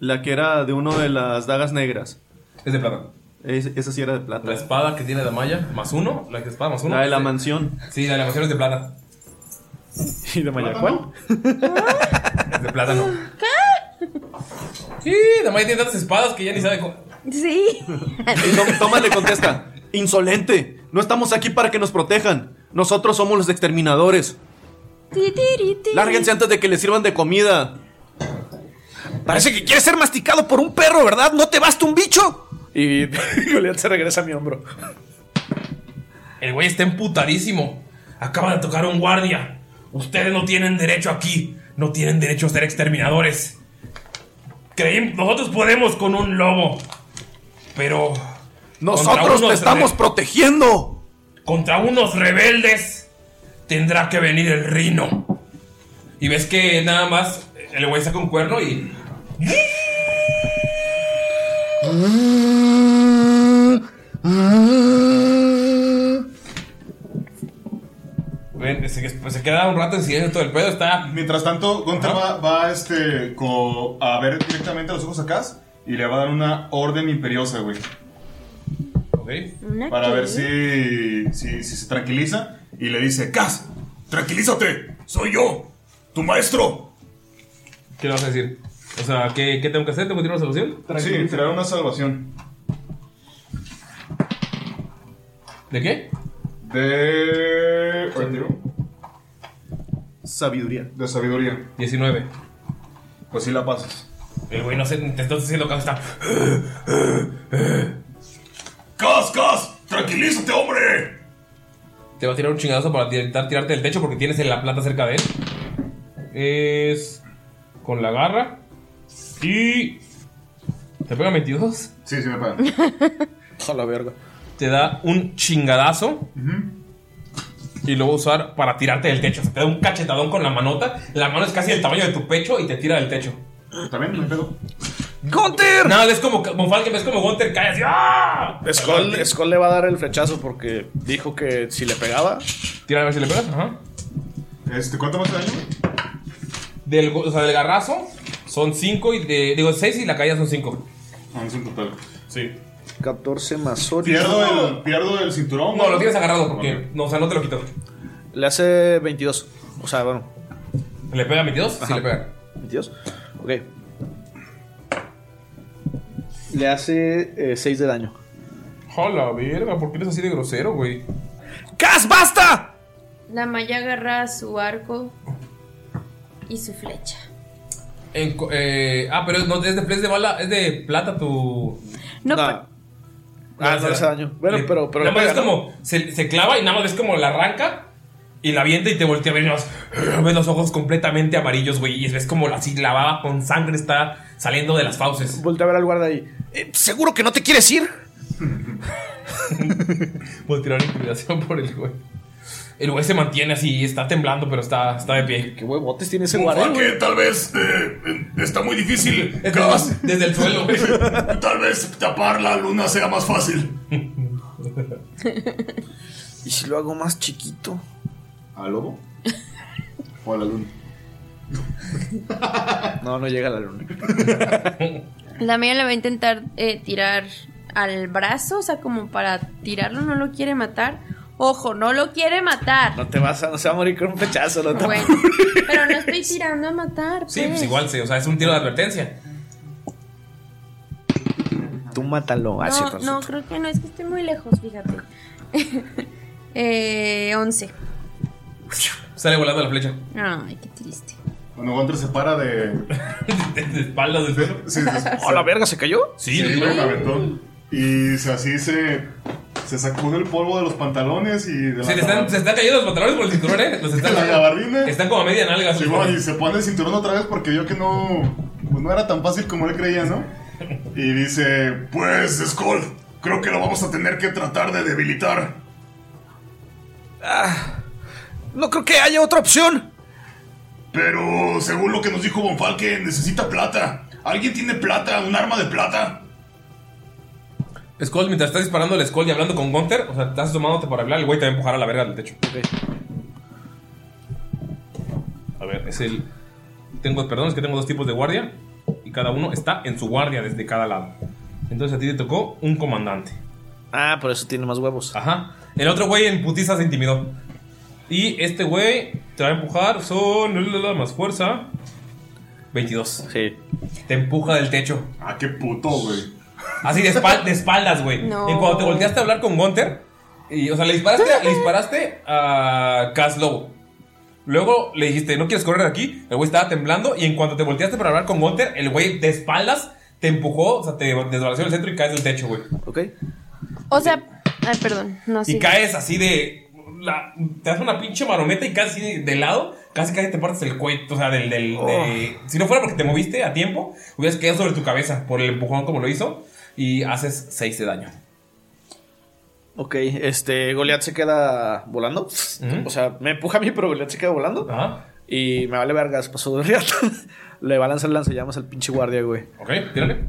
[SPEAKER 3] la que era de uno de las dagas negras.
[SPEAKER 1] Es de plata.
[SPEAKER 3] esa sí era de plata.
[SPEAKER 1] La espada que tiene Damaya, más uno. La espada más uno.
[SPEAKER 3] La de la
[SPEAKER 1] Sí.
[SPEAKER 3] mansión.
[SPEAKER 1] Sí, la de la mansión es de plata.
[SPEAKER 6] ¿Y Damaya cuál?
[SPEAKER 1] Es de plata, no. Sí, Damaya tiene tantas espadas que ya ni sabe cómo.
[SPEAKER 5] Sí.
[SPEAKER 3] Tomás le contesta. Insolente. No estamos aquí para que nos protejan. Nosotros somos los exterminadores.
[SPEAKER 5] Ti, tiri, ti.
[SPEAKER 3] Lárguense antes de que les sirvan de comida.
[SPEAKER 6] Parece que quieres ser masticado por un perro, ¿verdad? ¿No te basta un bicho? Y Goliath se regresa a mi hombro.
[SPEAKER 1] El güey está emputadísimo. Acaba de tocar a un guardia. Ustedes no tienen derecho aquí. No tienen derecho a ser exterminadores. Creí- nosotros podemos con un lobo. Pero.
[SPEAKER 6] Nosotros te estamos protegiendo.
[SPEAKER 1] Contra unos rebeldes tendrá que venir el rino. Y ves que nada más el güey saca un cuerno y. Ven, se, se queda un rato en silencio todo el pedo. Está.
[SPEAKER 4] Mientras tanto, Gunter va, va, este, co- a ver directamente a los ojos acá y le va a dar una orden imperiosa, güey.
[SPEAKER 5] ¿Una
[SPEAKER 4] Para
[SPEAKER 5] qué?
[SPEAKER 4] ver si, si, si se tranquiliza y le dice, Cas, tranquilízate, soy yo, tu maestro.
[SPEAKER 1] ¿Qué le vas a decir? O sea, ¿qué, qué tengo que hacer? ¿Tengo que tirar una salvación?
[SPEAKER 4] Sí, tirar una salvación.
[SPEAKER 1] ¿De qué?
[SPEAKER 4] De... ¿cuál tiro?
[SPEAKER 3] Sabiduría.
[SPEAKER 4] De sabiduría.
[SPEAKER 1] 19.
[SPEAKER 4] Pues sí la pasas.
[SPEAKER 1] El güey no se. Entonces haciendo caso está.
[SPEAKER 7] ¡Cas, Cas! ¡Tranquilízate, hombre!
[SPEAKER 1] Te va a tirar un chingadazo para intentar tirarte del techo porque tienes la planta cerca de él. Es. con la garra. Y. ¿Te pega 22?
[SPEAKER 4] Sí, sí me pega.
[SPEAKER 6] A la verga.
[SPEAKER 1] Te da un chingadazo. Y lo va a usar para tirarte del techo. O sea, te da un cachetadón con la manota. La mano es casi del tamaño de tu pecho y te tira del techo.
[SPEAKER 4] También me pego.
[SPEAKER 6] ¡Gunter!
[SPEAKER 1] No, es como, como Falken, ves como Gunter cae así. ¡Ah!
[SPEAKER 6] Skull, Skull le va a dar el flechazo porque dijo que si le pegaba.
[SPEAKER 1] Tira a ver si le pegas. Ajá.
[SPEAKER 4] Este, ¿Cuánto más te daño?
[SPEAKER 1] Del, go- o sea, del garrazo son 5 y de, digo 6 y la caída son 5.
[SPEAKER 4] Ah, es un total.
[SPEAKER 1] Sí.
[SPEAKER 6] 14 más 8.
[SPEAKER 4] Pierdo el, pierdo el cinturón.
[SPEAKER 1] No, lo tienes agarrado porque no, o sea, no te lo quito.
[SPEAKER 6] Le hace 22. O sea, bueno.
[SPEAKER 1] ¿Le pega 22? Sí,
[SPEAKER 6] Ajá.
[SPEAKER 1] le pega.
[SPEAKER 6] 22. Ok. Le hace 6 de daño.
[SPEAKER 1] Hola, verga, ¿por qué eres así de grosero, güey?
[SPEAKER 6] ¡Cas, basta!
[SPEAKER 2] La Maya agarra su arco y su flecha.
[SPEAKER 1] En co- eh, ah, pero no, es de, es de bala, es de plata tu.
[SPEAKER 2] No,
[SPEAKER 6] Ah, no le hace daño. Bueno, pero, pero le
[SPEAKER 1] nada más es
[SPEAKER 6] pega, ¿no?
[SPEAKER 1] como, se, se clava y nada más es como la arranca y la avienta y te voltea a ver y nada más, ves los ojos completamente amarillos, güey, y ves como así la baba con sangre está saliendo de las fauces.
[SPEAKER 6] Voltea a ver al guarda ahí. Eh, ¿Seguro que no te quieres ir?
[SPEAKER 1] Voy a tirar intimidación por el güey. El güey se mantiene así, está temblando, pero está, está de pie. Oh,
[SPEAKER 6] ¿Qué huevotes tiene ese
[SPEAKER 7] Como
[SPEAKER 6] guarda?
[SPEAKER 7] que
[SPEAKER 6] güey?
[SPEAKER 7] tal vez eh, eh, está muy difícil.
[SPEAKER 1] Desde,
[SPEAKER 7] Cas,
[SPEAKER 1] desde el suelo.
[SPEAKER 7] tal vez tapar la luna sea más fácil.
[SPEAKER 6] ¿Y si lo hago más chiquito?
[SPEAKER 4] ¿Al lobo? ¿O a la luna?
[SPEAKER 6] No, no llega a la luna.
[SPEAKER 2] La Maya le va a intentar eh, tirar al brazo, o sea, como para tirarlo, no lo quiere matar. Ojo, no lo quiere matar.
[SPEAKER 6] No te vas a, no se va a morir con un pechazo, no te
[SPEAKER 2] Bueno, pero no estoy tirando a matar.
[SPEAKER 1] Sí,
[SPEAKER 2] pues.
[SPEAKER 1] pues igual, sí, o sea, es un tiro de advertencia.
[SPEAKER 6] Tú mátalo, ah, así
[SPEAKER 2] No, no, creo que no, es que estoy muy lejos, fíjate. eh, 11.
[SPEAKER 1] Sale volando la flecha.
[SPEAKER 2] Ay, qué triste.
[SPEAKER 4] Cuando Gunter se para de.
[SPEAKER 1] de espalda del pelo.
[SPEAKER 4] Sí, sí, sí.
[SPEAKER 6] ¿A la verga se cayó?
[SPEAKER 4] Sí, me aventó. Y se- así se. Se sacude el polvo de los pantalones y de la,
[SPEAKER 1] Se, le están, se están cayendo los pantalones por el cinturón, ¿eh? Los
[SPEAKER 4] de
[SPEAKER 1] están,
[SPEAKER 4] la gabardina.
[SPEAKER 1] están como a media nalga.
[SPEAKER 4] Sí,
[SPEAKER 1] sus
[SPEAKER 4] bueno, y
[SPEAKER 1] jóvenes.
[SPEAKER 4] se pone el cinturón otra vez porque vio que no. Pues no era tan fácil como él creía, ¿no? Y dice: Pues, Skull, creo que lo vamos a tener que tratar de debilitar.
[SPEAKER 1] Ah.
[SPEAKER 6] No creo que haya otra opción.
[SPEAKER 7] Pero según lo que nos dijo Bonfalque, necesita plata. ¿Alguien tiene plata? ¿Un arma de plata?
[SPEAKER 1] Skull, mientras estás disparando al Skull y hablando con Gunter, o sea, estás asomándote para hablar, el güey te va a empujar a la verga del techo. A ver, es el. Tengo, perdón, es que tengo dos tipos de guardia y cada uno está en su guardia desde cada lado. Entonces a ti te tocó un comandante.
[SPEAKER 6] Ah, por eso tiene más huevos.
[SPEAKER 1] Ajá. El otro güey en putiza se intimidó. Y este güey te va a empujar, son. la, la, la, más fuerza. 22.
[SPEAKER 6] Sí.
[SPEAKER 1] Te empuja del techo.
[SPEAKER 4] Ah, qué puto, güey.
[SPEAKER 1] Así de, espal- de espaldas, güey.
[SPEAKER 2] No.
[SPEAKER 1] En cuando te volteaste a hablar con Gunter, y, o sea, le disparaste, le disparaste a Cass Lobo. Luego le dijiste, no quieres correr de aquí. El güey estaba temblando. Y en cuanto te volteaste para hablar con Gunter, el güey de espaldas te empujó, o sea, te desbalanceó el centro y caes del techo, güey.
[SPEAKER 6] Ok.
[SPEAKER 2] O sea, ay, perdón, no
[SPEAKER 1] Y
[SPEAKER 2] sé.
[SPEAKER 1] caes así de. la- te das una pinche marometa y casi de, de lado, casi casi te partes el cuello. O sea, del. del de-
[SPEAKER 6] Oh.
[SPEAKER 1] si no fuera porque te moviste a tiempo, hubieras quedado sobre tu cabeza por el empujón como lo hizo. Y haces 6 de daño.
[SPEAKER 6] Ok, este, Goliath se queda volando. O sea, me empuja a mí, pero Goliath se queda volando. Y me vale vergas, pasó de riata. Le va a lanzar lanzallamas al pinche guardia, güey.
[SPEAKER 1] Ok, tírale.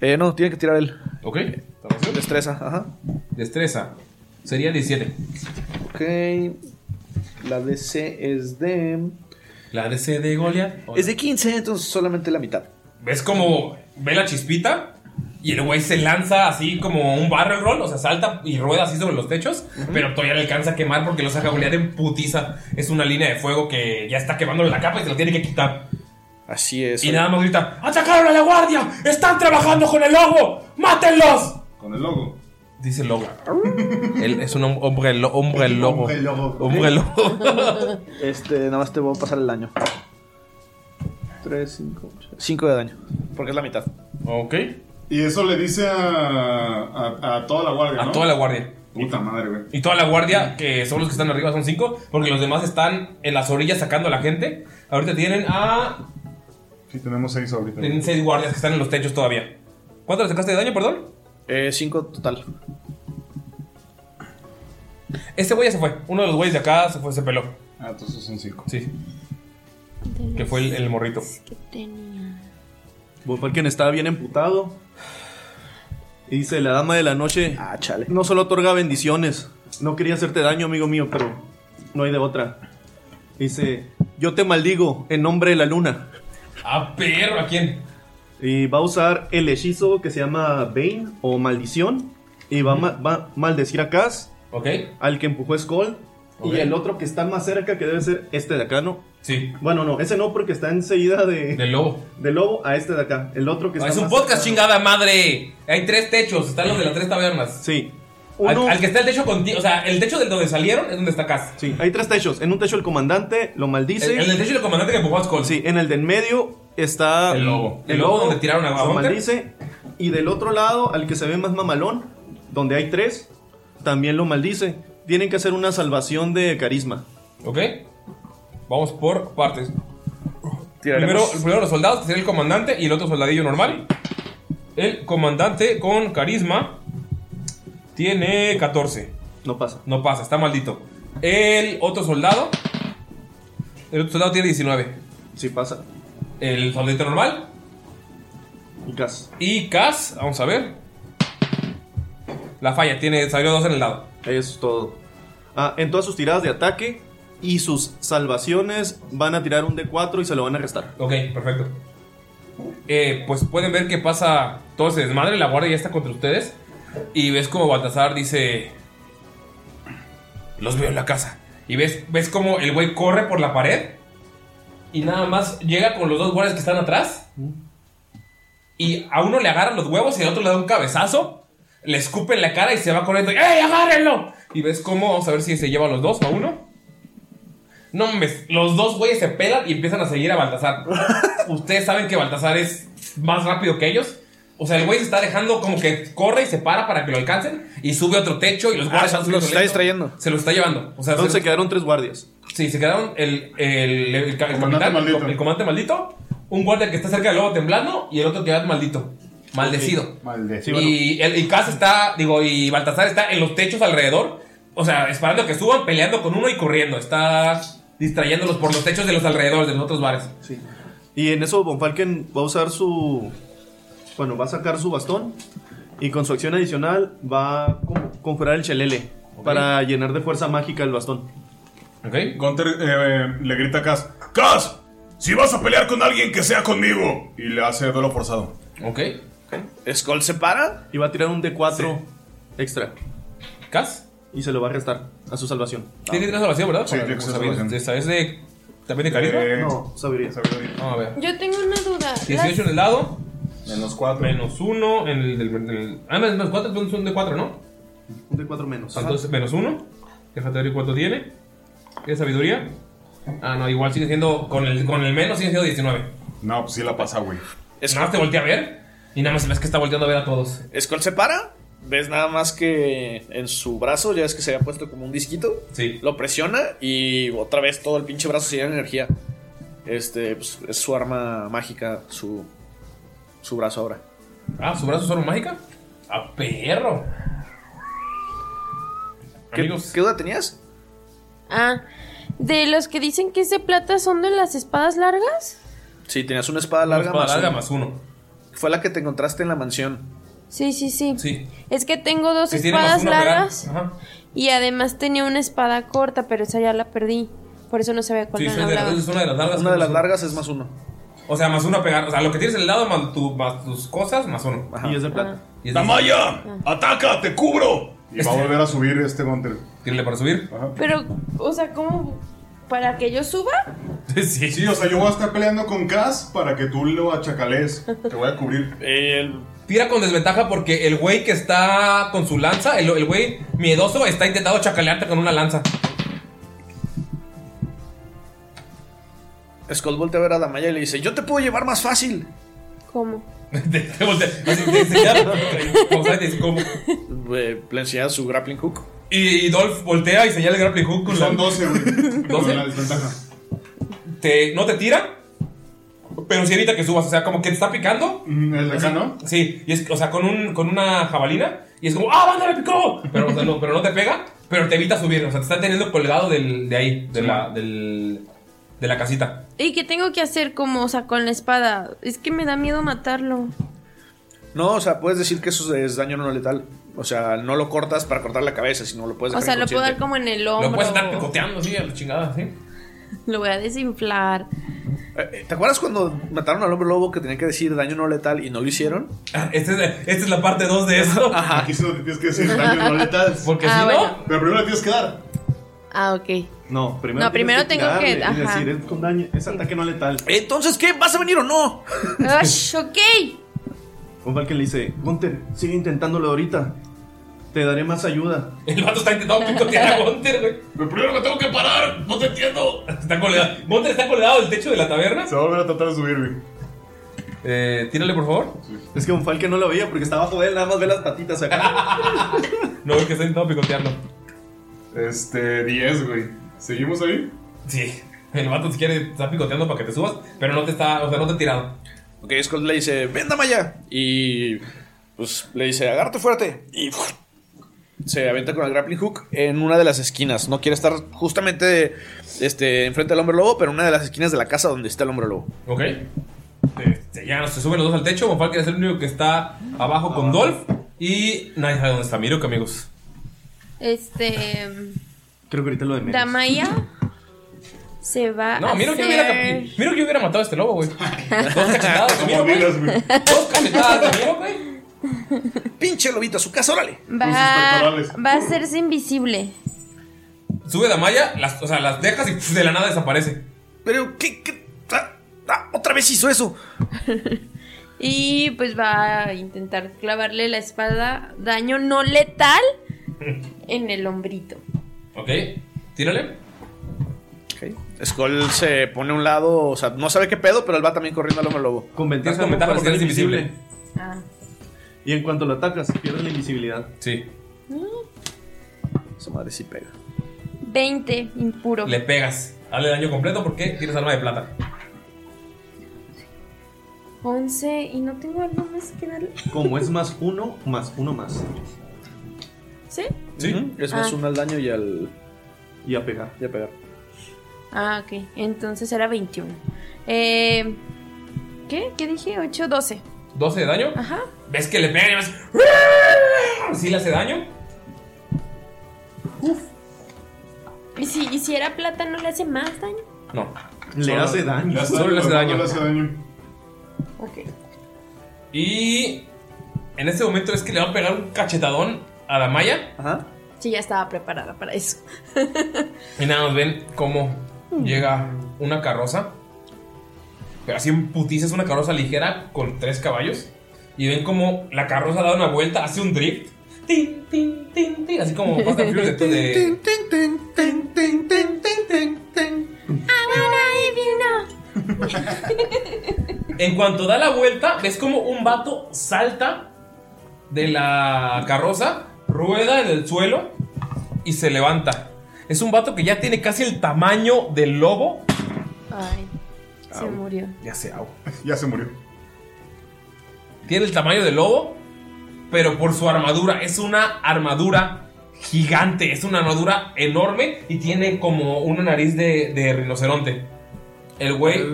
[SPEAKER 6] Eh, no, tiene que tirar él.
[SPEAKER 1] Ok.
[SPEAKER 6] Destreza, ajá.
[SPEAKER 1] Destreza. Sería 17.
[SPEAKER 6] Ok. La DC es de.
[SPEAKER 1] La DC de Goliath.
[SPEAKER 6] Es de 15, entonces solamente la mitad.
[SPEAKER 1] ¿Ves como ve la chispita? Y el güey se lanza así como un barrel roll, o sea, salta y rueda así sobre los techos, pero todavía le alcanza a quemar porque lo saca Goliath en putiza. Es una línea de fuego que ya está quemándole la capa y se lo tiene que quitar.
[SPEAKER 6] Así es.
[SPEAKER 1] Y nada más grita, ¡Atacaron a la guardia! ¡Están trabajando con el lobo! ¡Mátenlos!
[SPEAKER 4] Con el logo.
[SPEAKER 1] Dice el lobo. Él es un hom- hombre, lo- hombre lobo.
[SPEAKER 6] Hombre lobo.
[SPEAKER 1] Hombre lobo.
[SPEAKER 6] Este, nada más te voy a pasar el daño. 3, 5, 5 de daño. Porque es la mitad.
[SPEAKER 1] Ok.
[SPEAKER 4] Y eso le dice a, a, a toda la guardia,
[SPEAKER 1] A
[SPEAKER 4] ¿no?
[SPEAKER 1] toda la guardia.
[SPEAKER 4] Puta madre, güey.
[SPEAKER 1] Y toda la guardia, que son los que están arriba, son cinco, porque los demás están en las orillas sacando a la gente. Ahorita tienen a.
[SPEAKER 4] Sí, tenemos seis ahorita.
[SPEAKER 1] Tienen seis guardias que están en los techos todavía. ¿Cuánto le sacaste de daño, perdón?
[SPEAKER 6] Eh, cinco total.
[SPEAKER 1] Este güey ya se fue. Uno de los güeyes de acá se fue, se peló.
[SPEAKER 4] Ah, entonces son cinco.
[SPEAKER 1] Sí. Que fue el, el morrito.
[SPEAKER 3] Pues quien estaba bien emputado. Y dice, la dama de la noche no solo otorga bendiciones. No quería hacerte daño, amigo mío, pero no hay de otra. Dice, yo te maldigo en nombre de la luna.
[SPEAKER 1] ¡Ah, perro! ¿A quién?
[SPEAKER 3] Y va a usar el hechizo que se llama Bane o Maldición. Y va a, ma- va a maldecir a Cass,
[SPEAKER 1] Ok.
[SPEAKER 3] al que empujó Skull.
[SPEAKER 1] Ok.
[SPEAKER 3] Y el otro que está más cerca, que debe ser este de acá, ¿no?
[SPEAKER 1] Sí.
[SPEAKER 3] Bueno, no, ese no, porque está enseguida de...
[SPEAKER 1] Del lobo.
[SPEAKER 3] Del lobo a este de acá. El otro que
[SPEAKER 1] No,
[SPEAKER 3] está
[SPEAKER 1] es un
[SPEAKER 3] más
[SPEAKER 1] podcast,
[SPEAKER 3] cerca.
[SPEAKER 1] chingada madre. Hay tres techos, están los de las tres tabernas.
[SPEAKER 3] Sí.
[SPEAKER 1] Al, al que está el techo contigo, o sea, el techo del donde salieron es donde está Cass.
[SPEAKER 3] Sí, hay tres techos. En un techo el comandante lo maldice.
[SPEAKER 1] El- el del techo y el comandante que empujó a Skull.
[SPEAKER 3] Sí, en el del medio está.
[SPEAKER 1] El lobo. El lobo donde tiraron a
[SPEAKER 3] Lo
[SPEAKER 1] Hunter.
[SPEAKER 3] maldice. Y del otro lado, al que se ve más mamalón, donde hay tres, también lo maldice. Tienen que hacer una salvación de carisma.
[SPEAKER 1] Ok. Vamos por partes.
[SPEAKER 3] Tiraremos.
[SPEAKER 1] Primero, primero los soldados, que sería el comandante y el otro soldadillo normal. El comandante con carisma tiene 14.
[SPEAKER 3] No pasa.
[SPEAKER 1] No pasa, está maldito. El otro soldado. El otro soldado tiene 19.
[SPEAKER 3] Sí pasa.
[SPEAKER 1] El soldadito normal.
[SPEAKER 3] Y Cas.
[SPEAKER 1] Y Cas, vamos a ver. La falla, tiene, salió 2 en el lado.
[SPEAKER 3] Eso es todo. Ah, en todas sus tiradas de ataque y sus salvaciones van a tirar un D4 y se lo van a restar.
[SPEAKER 1] Ok, perfecto. Eh, pues pueden ver que pasa todo ese desmadre, la guardia ya está contra ustedes. Y ves como Baltasar dice... Los veo en la casa. Y ves, ves como el güey corre por la pared. Y nada más llega con los dos guardias que están atrás. Y a uno le agarran los huevos y al otro le da un cabezazo. Le escupe en la cara y se va corriendo. ¡Ey, agárrenlo! Y ves cómo, vamos a ver si se lleva a los dos o a uno. No, mames, los dos güeyes se pelan y empiezan a seguir a Baltasar. Ustedes saben que Baltasar es más rápido que ellos. O sea, el güey se está dejando como que corre y se para para que lo alcancen. Y sube a otro techo y los guardias
[SPEAKER 6] Ah,
[SPEAKER 1] están
[SPEAKER 6] se los
[SPEAKER 1] subiendo
[SPEAKER 6] está
[SPEAKER 1] lento.
[SPEAKER 6] distrayendo.
[SPEAKER 1] Se lo está llevando. O sea,
[SPEAKER 6] Entonces
[SPEAKER 1] se-
[SPEAKER 6] se quedaron tres guardias.
[SPEAKER 1] Sí, se quedaron el, el, el, el capitán, el
[SPEAKER 6] maldito.
[SPEAKER 1] comandante maldito. un guardia que está cerca del lobo temblando y el otro que va maldito, maldecido.
[SPEAKER 4] Maldecido.
[SPEAKER 1] Y el y Cas está, digo, y Baltasar está en los techos alrededor, o sea, esperando que suban, peleando con uno y corriendo. Está distrayéndolos por los techos de los alrededores de los otros bares.
[SPEAKER 3] Sí. Y en eso Von Falken va a usar su. Bueno, va a sacar su bastón. Y con su acción adicional va a con- conjurar el chelele. Para llenar de fuerza mágica el bastón.
[SPEAKER 1] Ok.
[SPEAKER 4] Gunter eh, le grita a Cass: ¡Cass! Si vas a pelear con alguien que sea conmigo. Y le hace duelo forzado.
[SPEAKER 1] Ok.
[SPEAKER 6] Skull se para.
[SPEAKER 3] Y va a tirar un D4 extra.
[SPEAKER 1] ¿Cas?
[SPEAKER 3] Y se lo va a restar a su salvación.
[SPEAKER 1] Tiene tres salvación, ¿verdad?
[SPEAKER 3] Sí,
[SPEAKER 1] Para-
[SPEAKER 3] tiene que ser
[SPEAKER 1] saber-
[SPEAKER 3] salvación.
[SPEAKER 1] ¿Sabes de. ¿También de carisma?
[SPEAKER 3] Eh, no, sabiduría.
[SPEAKER 1] Vamos a ver.
[SPEAKER 5] Yo tengo una duda.
[SPEAKER 1] 18 en el lado.
[SPEAKER 4] Menos 4.
[SPEAKER 1] Menos 1 en el. del- del- ah, no, es menos 4, es un de 4, ¿no? Ah,
[SPEAKER 3] Un de 4 menos.
[SPEAKER 1] Entonces, menos 1. Déjate ver cuánto tiene. ¿Qué sabiduría? Ah, no, igual sigue siendo. Con el, con el menos sigue siendo 19.
[SPEAKER 4] No, pues sí la pasa, güey.
[SPEAKER 1] Es nada, más te volteé a ver. Y nada más ves que está volteando a ver a todos.
[SPEAKER 6] Skull se para. Ves nada más que en su brazo, ya ves que se había puesto como un disquito.
[SPEAKER 1] Sí.
[SPEAKER 6] Lo presiona y otra vez todo el pinche brazo se llena de energía. Este, pues, es su arma mágica, su, su brazo ahora.
[SPEAKER 1] Ah, su brazo es arma mágica. ¡A perro!
[SPEAKER 6] ¿Qué, ¿Qué duda tenías?
[SPEAKER 5] Ah, de los que dicen que es de plata son de las espadas largas.
[SPEAKER 6] Sí, tenías una espada larga,
[SPEAKER 1] espada larga
[SPEAKER 6] uno.
[SPEAKER 1] más uno.
[SPEAKER 6] Fue la que te encontraste en la mansión.
[SPEAKER 5] Sí, sí, sí.
[SPEAKER 1] Sí.
[SPEAKER 5] Es que tengo dos
[SPEAKER 6] Que tiene más
[SPEAKER 5] Pues espadas
[SPEAKER 6] uno a pegar.
[SPEAKER 5] largas y además tenía una espada corta, pero esa ya la perdí. Por eso no sabía cuál
[SPEAKER 1] Sí, es
[SPEAKER 5] me
[SPEAKER 1] una de las-
[SPEAKER 5] hablaba.
[SPEAKER 1] es una de las largas.
[SPEAKER 6] Una de las largas es más uno.
[SPEAKER 1] O sea, más uno a pegar. O sea, lo que tienes en el lado más, tu- más tus cosas, más uno.
[SPEAKER 3] Y es de plata.
[SPEAKER 1] Y es de-
[SPEAKER 4] ¡Damaya! ¡Ataca! ¡Te cubro! Y va a
[SPEAKER 1] Este-
[SPEAKER 4] volver a subir este Gunter.
[SPEAKER 1] Tírale para subir.
[SPEAKER 5] Pero, o sea, ¿cómo? ¿Para que yo suba?
[SPEAKER 1] Sí.
[SPEAKER 4] o sea, yo voy a estar peleando con Cass para que tú lo achacales. Te voy a cubrir.
[SPEAKER 1] Tira con desventaja porque el güey que está con su lanza, el, el güey miedoso, está intentando chacalearte con una lanza.
[SPEAKER 6] Skull voltea a ver a Damaya y le dice: Yo te puedo llevar más fácil.
[SPEAKER 5] ¿Cómo?
[SPEAKER 1] Te voltea- así te enseñaron. Como sabes, te dice, ¿cómo?
[SPEAKER 6] Eh, le enseña su grappling hook.
[SPEAKER 1] Y, y Dolph voltea y señala el grappling hook con Son
[SPEAKER 4] 12, güey.
[SPEAKER 1] 12. Te- no te tira, pero sí evita que subas. O sea, como que te está picando.
[SPEAKER 4] El de acá, ¿no?
[SPEAKER 1] Sí, y es, o sea, con, un, con una jabalina. Y es como, ¡ah, banda me picó! Pero, o sea, no, pero no te pega, pero te evita subir. O sea, te está teniendo colgado del, de ahí, de, la, del, de la casita.
[SPEAKER 5] ¿Y qué tengo que hacer como, o sea, con la espada? Es que me da miedo matarlo.
[SPEAKER 6] No, o sea, puedes decir que eso es daño no letal. O sea, no lo cortas para cortar la cabeza, sino lo puedes
[SPEAKER 5] O
[SPEAKER 6] dejar
[SPEAKER 5] sea, lo puedo dar
[SPEAKER 6] Pues
[SPEAKER 5] como
[SPEAKER 6] inconsciente.
[SPEAKER 5] en el hombro.
[SPEAKER 6] puedes
[SPEAKER 1] Está picoteando, sí, a la chingada, sí.
[SPEAKER 5] Lo voy a desinflar.
[SPEAKER 6] Eh, eh, ¿Te acuerdas cuando mataron al hombre lobo que tenía que decir daño no letal y no lo hicieron?
[SPEAKER 1] Ah, Esta es, esta es la parte 2 de eso.
[SPEAKER 6] Ajá.
[SPEAKER 4] Aquí solo tienes que decir daño no letal.
[SPEAKER 1] Porque
[SPEAKER 5] Ah, si no- bueno.
[SPEAKER 4] Pero primero le tienes que dar.
[SPEAKER 5] Ah, ok.
[SPEAKER 3] No, primero.
[SPEAKER 5] No, primero
[SPEAKER 3] tienes
[SPEAKER 5] tengo que-
[SPEAKER 3] tirarle y
[SPEAKER 5] ajá.
[SPEAKER 3] decir, es con daño, es ataque no letal.
[SPEAKER 1] Eh.
[SPEAKER 6] Entonces, ¿qué? ¿Vas a venir o no?
[SPEAKER 5] Ush, ok.
[SPEAKER 3] Von Falken le dice: Gunter, sigue intentándolo ahorita. Te daré más ayuda.
[SPEAKER 1] El vato está intentando picotear a Gunter, güey. Pero primero me tengo que parar, no te entiendo. Está colgado. Gunter está colgado del techo de la taberna.
[SPEAKER 4] Se va a volver a tratar de subir, güey.
[SPEAKER 1] Eh, tírale, por favor.
[SPEAKER 3] Es que Von Falken no lo veía porque está abajo de él, nada más ve las patitas acá.
[SPEAKER 1] No, es que está intentando picotearlo.
[SPEAKER 4] Este, 10, güey. ¿Seguimos ahí?
[SPEAKER 1] Sí. El vato si quiere está picoteando para que te subas, pero no te está, o sea, no te ha tirado.
[SPEAKER 6] Ok, Skull le dice, ven Damaya. Y pues le dice, agárrate fuerte. Y ¡fuf! se aventa con el grappling hook en una de las esquinas. No quiere estar justamente este, enfrente del hombre lobo, pero en una de las esquinas de la casa donde está el hombre lobo.
[SPEAKER 1] Ok. Este, ya se suben los dos al techo. Von Falken es el único que está abajo con Dolph. Y nadie sabe dónde está Miro, que amigos.
[SPEAKER 5] Este.
[SPEAKER 3] Creo que ahorita lo de
[SPEAKER 5] Damaya se va
[SPEAKER 1] No,
[SPEAKER 5] a.
[SPEAKER 1] Miro que hubiera,
[SPEAKER 5] hacer-
[SPEAKER 1] Miro que hubiera matado a este lobo, güey. Dos cachetadas de Miro, güey. Dos cachetadas de Miro, güey.
[SPEAKER 6] Pinche lobito a su casa, órale.
[SPEAKER 5] Va, va a hacerse invisible.
[SPEAKER 1] sube la malla, las, o sea, las dejas y pf, de la nada desaparece.
[SPEAKER 6] Pero, ¿qué? Ah, otra vez hizo eso.
[SPEAKER 2] Y pues va a intentar clavarle la espada, daño no letal, en el hombrito.
[SPEAKER 1] Ok, tírale.
[SPEAKER 6] Skull se pone a un lado, o sea, no sabe qué pedo, pero él va también corriendo al hombre lobo.
[SPEAKER 3] Con ventaja,
[SPEAKER 6] Estás con ventaja
[SPEAKER 3] porque
[SPEAKER 6] porque
[SPEAKER 3] eres
[SPEAKER 6] eres
[SPEAKER 3] invisible.
[SPEAKER 2] Ah.
[SPEAKER 3] Y en cuanto lo atacas, pierdes la invisibilidad.
[SPEAKER 1] Sí.
[SPEAKER 2] Mm,
[SPEAKER 6] Su madre sí pega.
[SPEAKER 2] 20, impuro.
[SPEAKER 1] Le pegas. Hazle daño completo porque tienes arma de plata.
[SPEAKER 5] 11 y no tengo algo más que darle.
[SPEAKER 3] Como es más uno, más uno más.
[SPEAKER 2] ¿Sí?
[SPEAKER 1] Sí.
[SPEAKER 6] Es más
[SPEAKER 2] Ah.
[SPEAKER 6] uno al daño y al.
[SPEAKER 3] Y a pegar.
[SPEAKER 6] Y a pegar.
[SPEAKER 2] Ah, ok. Entonces era 21. Eh, ¿Qué? ¿Qué dije? 8, 12.
[SPEAKER 1] 12 de daño.
[SPEAKER 2] Ajá.
[SPEAKER 1] ¿Ves que le pegan y ves? ¿Sí le hace daño?
[SPEAKER 2] ¿Y si, y si era plata, no le hace más daño?
[SPEAKER 1] No.
[SPEAKER 3] Le hace daño.
[SPEAKER 1] le hace Solo le hace daño.
[SPEAKER 2] Ok.
[SPEAKER 1] Y en este momento es que le van a pegar un cachetadón a la malla.
[SPEAKER 6] Ajá.
[SPEAKER 2] Sí, ya estaba preparada para eso.
[SPEAKER 1] Y nada, nos ven cómo llega una carroza. Pero así en putiza es una carroza ligera con tres caballos. Y ven cómo la carroza da una vuelta, hace un drift. Tin, tin, tin, tin. Así como Fast and Furious de, de- En cuanto da la vuelta, ves como un vato salta de la carroza, rueda en el suelo y se levanta. Es un vato que ya tiene casi el tamaño del lobo.
[SPEAKER 2] Ay, se
[SPEAKER 1] Au.
[SPEAKER 2] murió.
[SPEAKER 1] Ya se au.
[SPEAKER 4] Ya se murió.
[SPEAKER 1] Tiene el tamaño del lobo, pero por su armadura. Es una armadura gigante, es una armadura enorme y tiene como una nariz de, de rinoceronte. El güey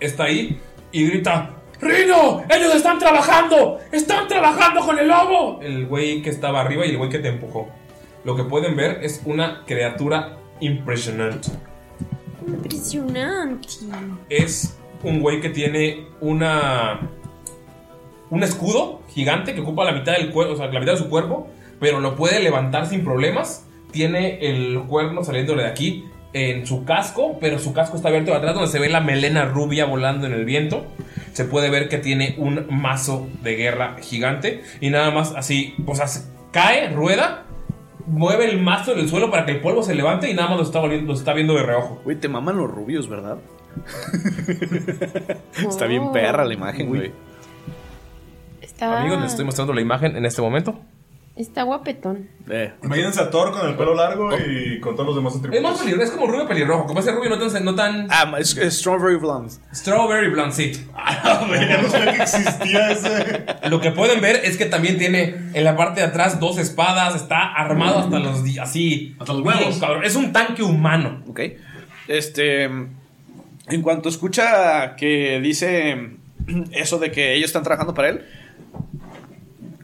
[SPEAKER 1] está ahí y grita, ¡Rino! ¡Ellos están trabajando! ¡Están trabajando con el lobo! el güey que estaba arriba y el güey que te empujó. Lo que pueden ver es una criatura impresionante.
[SPEAKER 2] Impresionante.
[SPEAKER 1] es un güey que tiene una un escudo gigante que ocupa la mitad del cuerpo, o sea, la mitad de su cuerpo, pero lo puede levantar sin problemas. Tiene el cuerno saliéndole de aquí en su casco, pero su casco está abierto de atrás donde se ve la melena rubia volando en el viento. Se puede ver que tiene un mazo de guerra gigante y nada más así, o sea, se cae, rueda, mueve el mazo en el suelo para que el polvo se levante y nada más lo está, volviendo- lo está viendo de reojo.
[SPEAKER 6] Güey, te maman los rubios, ¿verdad? Está bien perra la imagen, güey.
[SPEAKER 2] Está,
[SPEAKER 1] Amigos, les estoy mostrando la imagen en este momento.
[SPEAKER 2] está guapetón.
[SPEAKER 6] Eh.
[SPEAKER 4] Imagínense a Thor con el pelo largo y con todos los demás atributos.
[SPEAKER 1] Oh. Es más pelirrojo, es como rubio pelirrojo. Como ese rubio no tan. No tan...
[SPEAKER 6] Ah, es, Strawberry Blonde.
[SPEAKER 1] Strawberry Blonde, sí.
[SPEAKER 4] Ah,
[SPEAKER 1] Lo que pueden ver es que también tiene en la parte de atrás dos espadas, está armado hasta los. di- Así. Hasta los
[SPEAKER 6] huevos.
[SPEAKER 1] Es un tanque humano.
[SPEAKER 6] Ok. Este. En cuanto escucha que dice eso de que ellos están trabajando para él,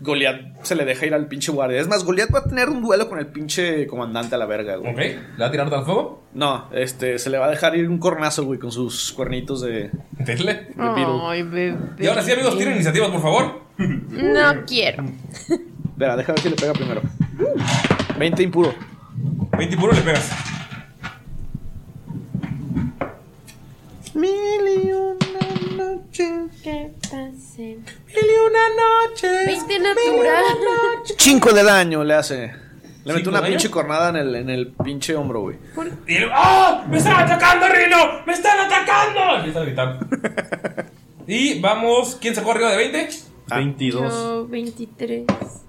[SPEAKER 6] Goliath se le deja ir al pinche guardia. Es más, Goliath va a tener un duelo con el pinche comandante a la verga, güey.
[SPEAKER 1] Ok. ¿Le va a tirar al fuego?
[SPEAKER 6] No, este, se le va a dejar ir un cornazo, güey, con sus cuernitos de.
[SPEAKER 1] Dele.
[SPEAKER 6] De
[SPEAKER 2] Oh,
[SPEAKER 6] Beetle.
[SPEAKER 1] Y ahora sí, amigos, tienen iniciativas, por favor.
[SPEAKER 2] No quiero.
[SPEAKER 6] Espera, déjame ver si le pega primero. 20 impuro.
[SPEAKER 1] 20 impuro le pegas.
[SPEAKER 6] Mil y una noche.
[SPEAKER 2] ¿Qué pasé?
[SPEAKER 6] Mil y una noche.
[SPEAKER 2] 20 natural.
[SPEAKER 6] 5 de daño le hace. Le metió una
[SPEAKER 1] daño?
[SPEAKER 6] pinche cornada en el, en el pinche hombro, güey.
[SPEAKER 1] Y el- ¡Ah! ¡Me están atacando, Rino! ¡Me están atacando! Empieza a gritar. y vamos. ¿Quién sacó arriba de 20?
[SPEAKER 3] 22.
[SPEAKER 2] Yo 23.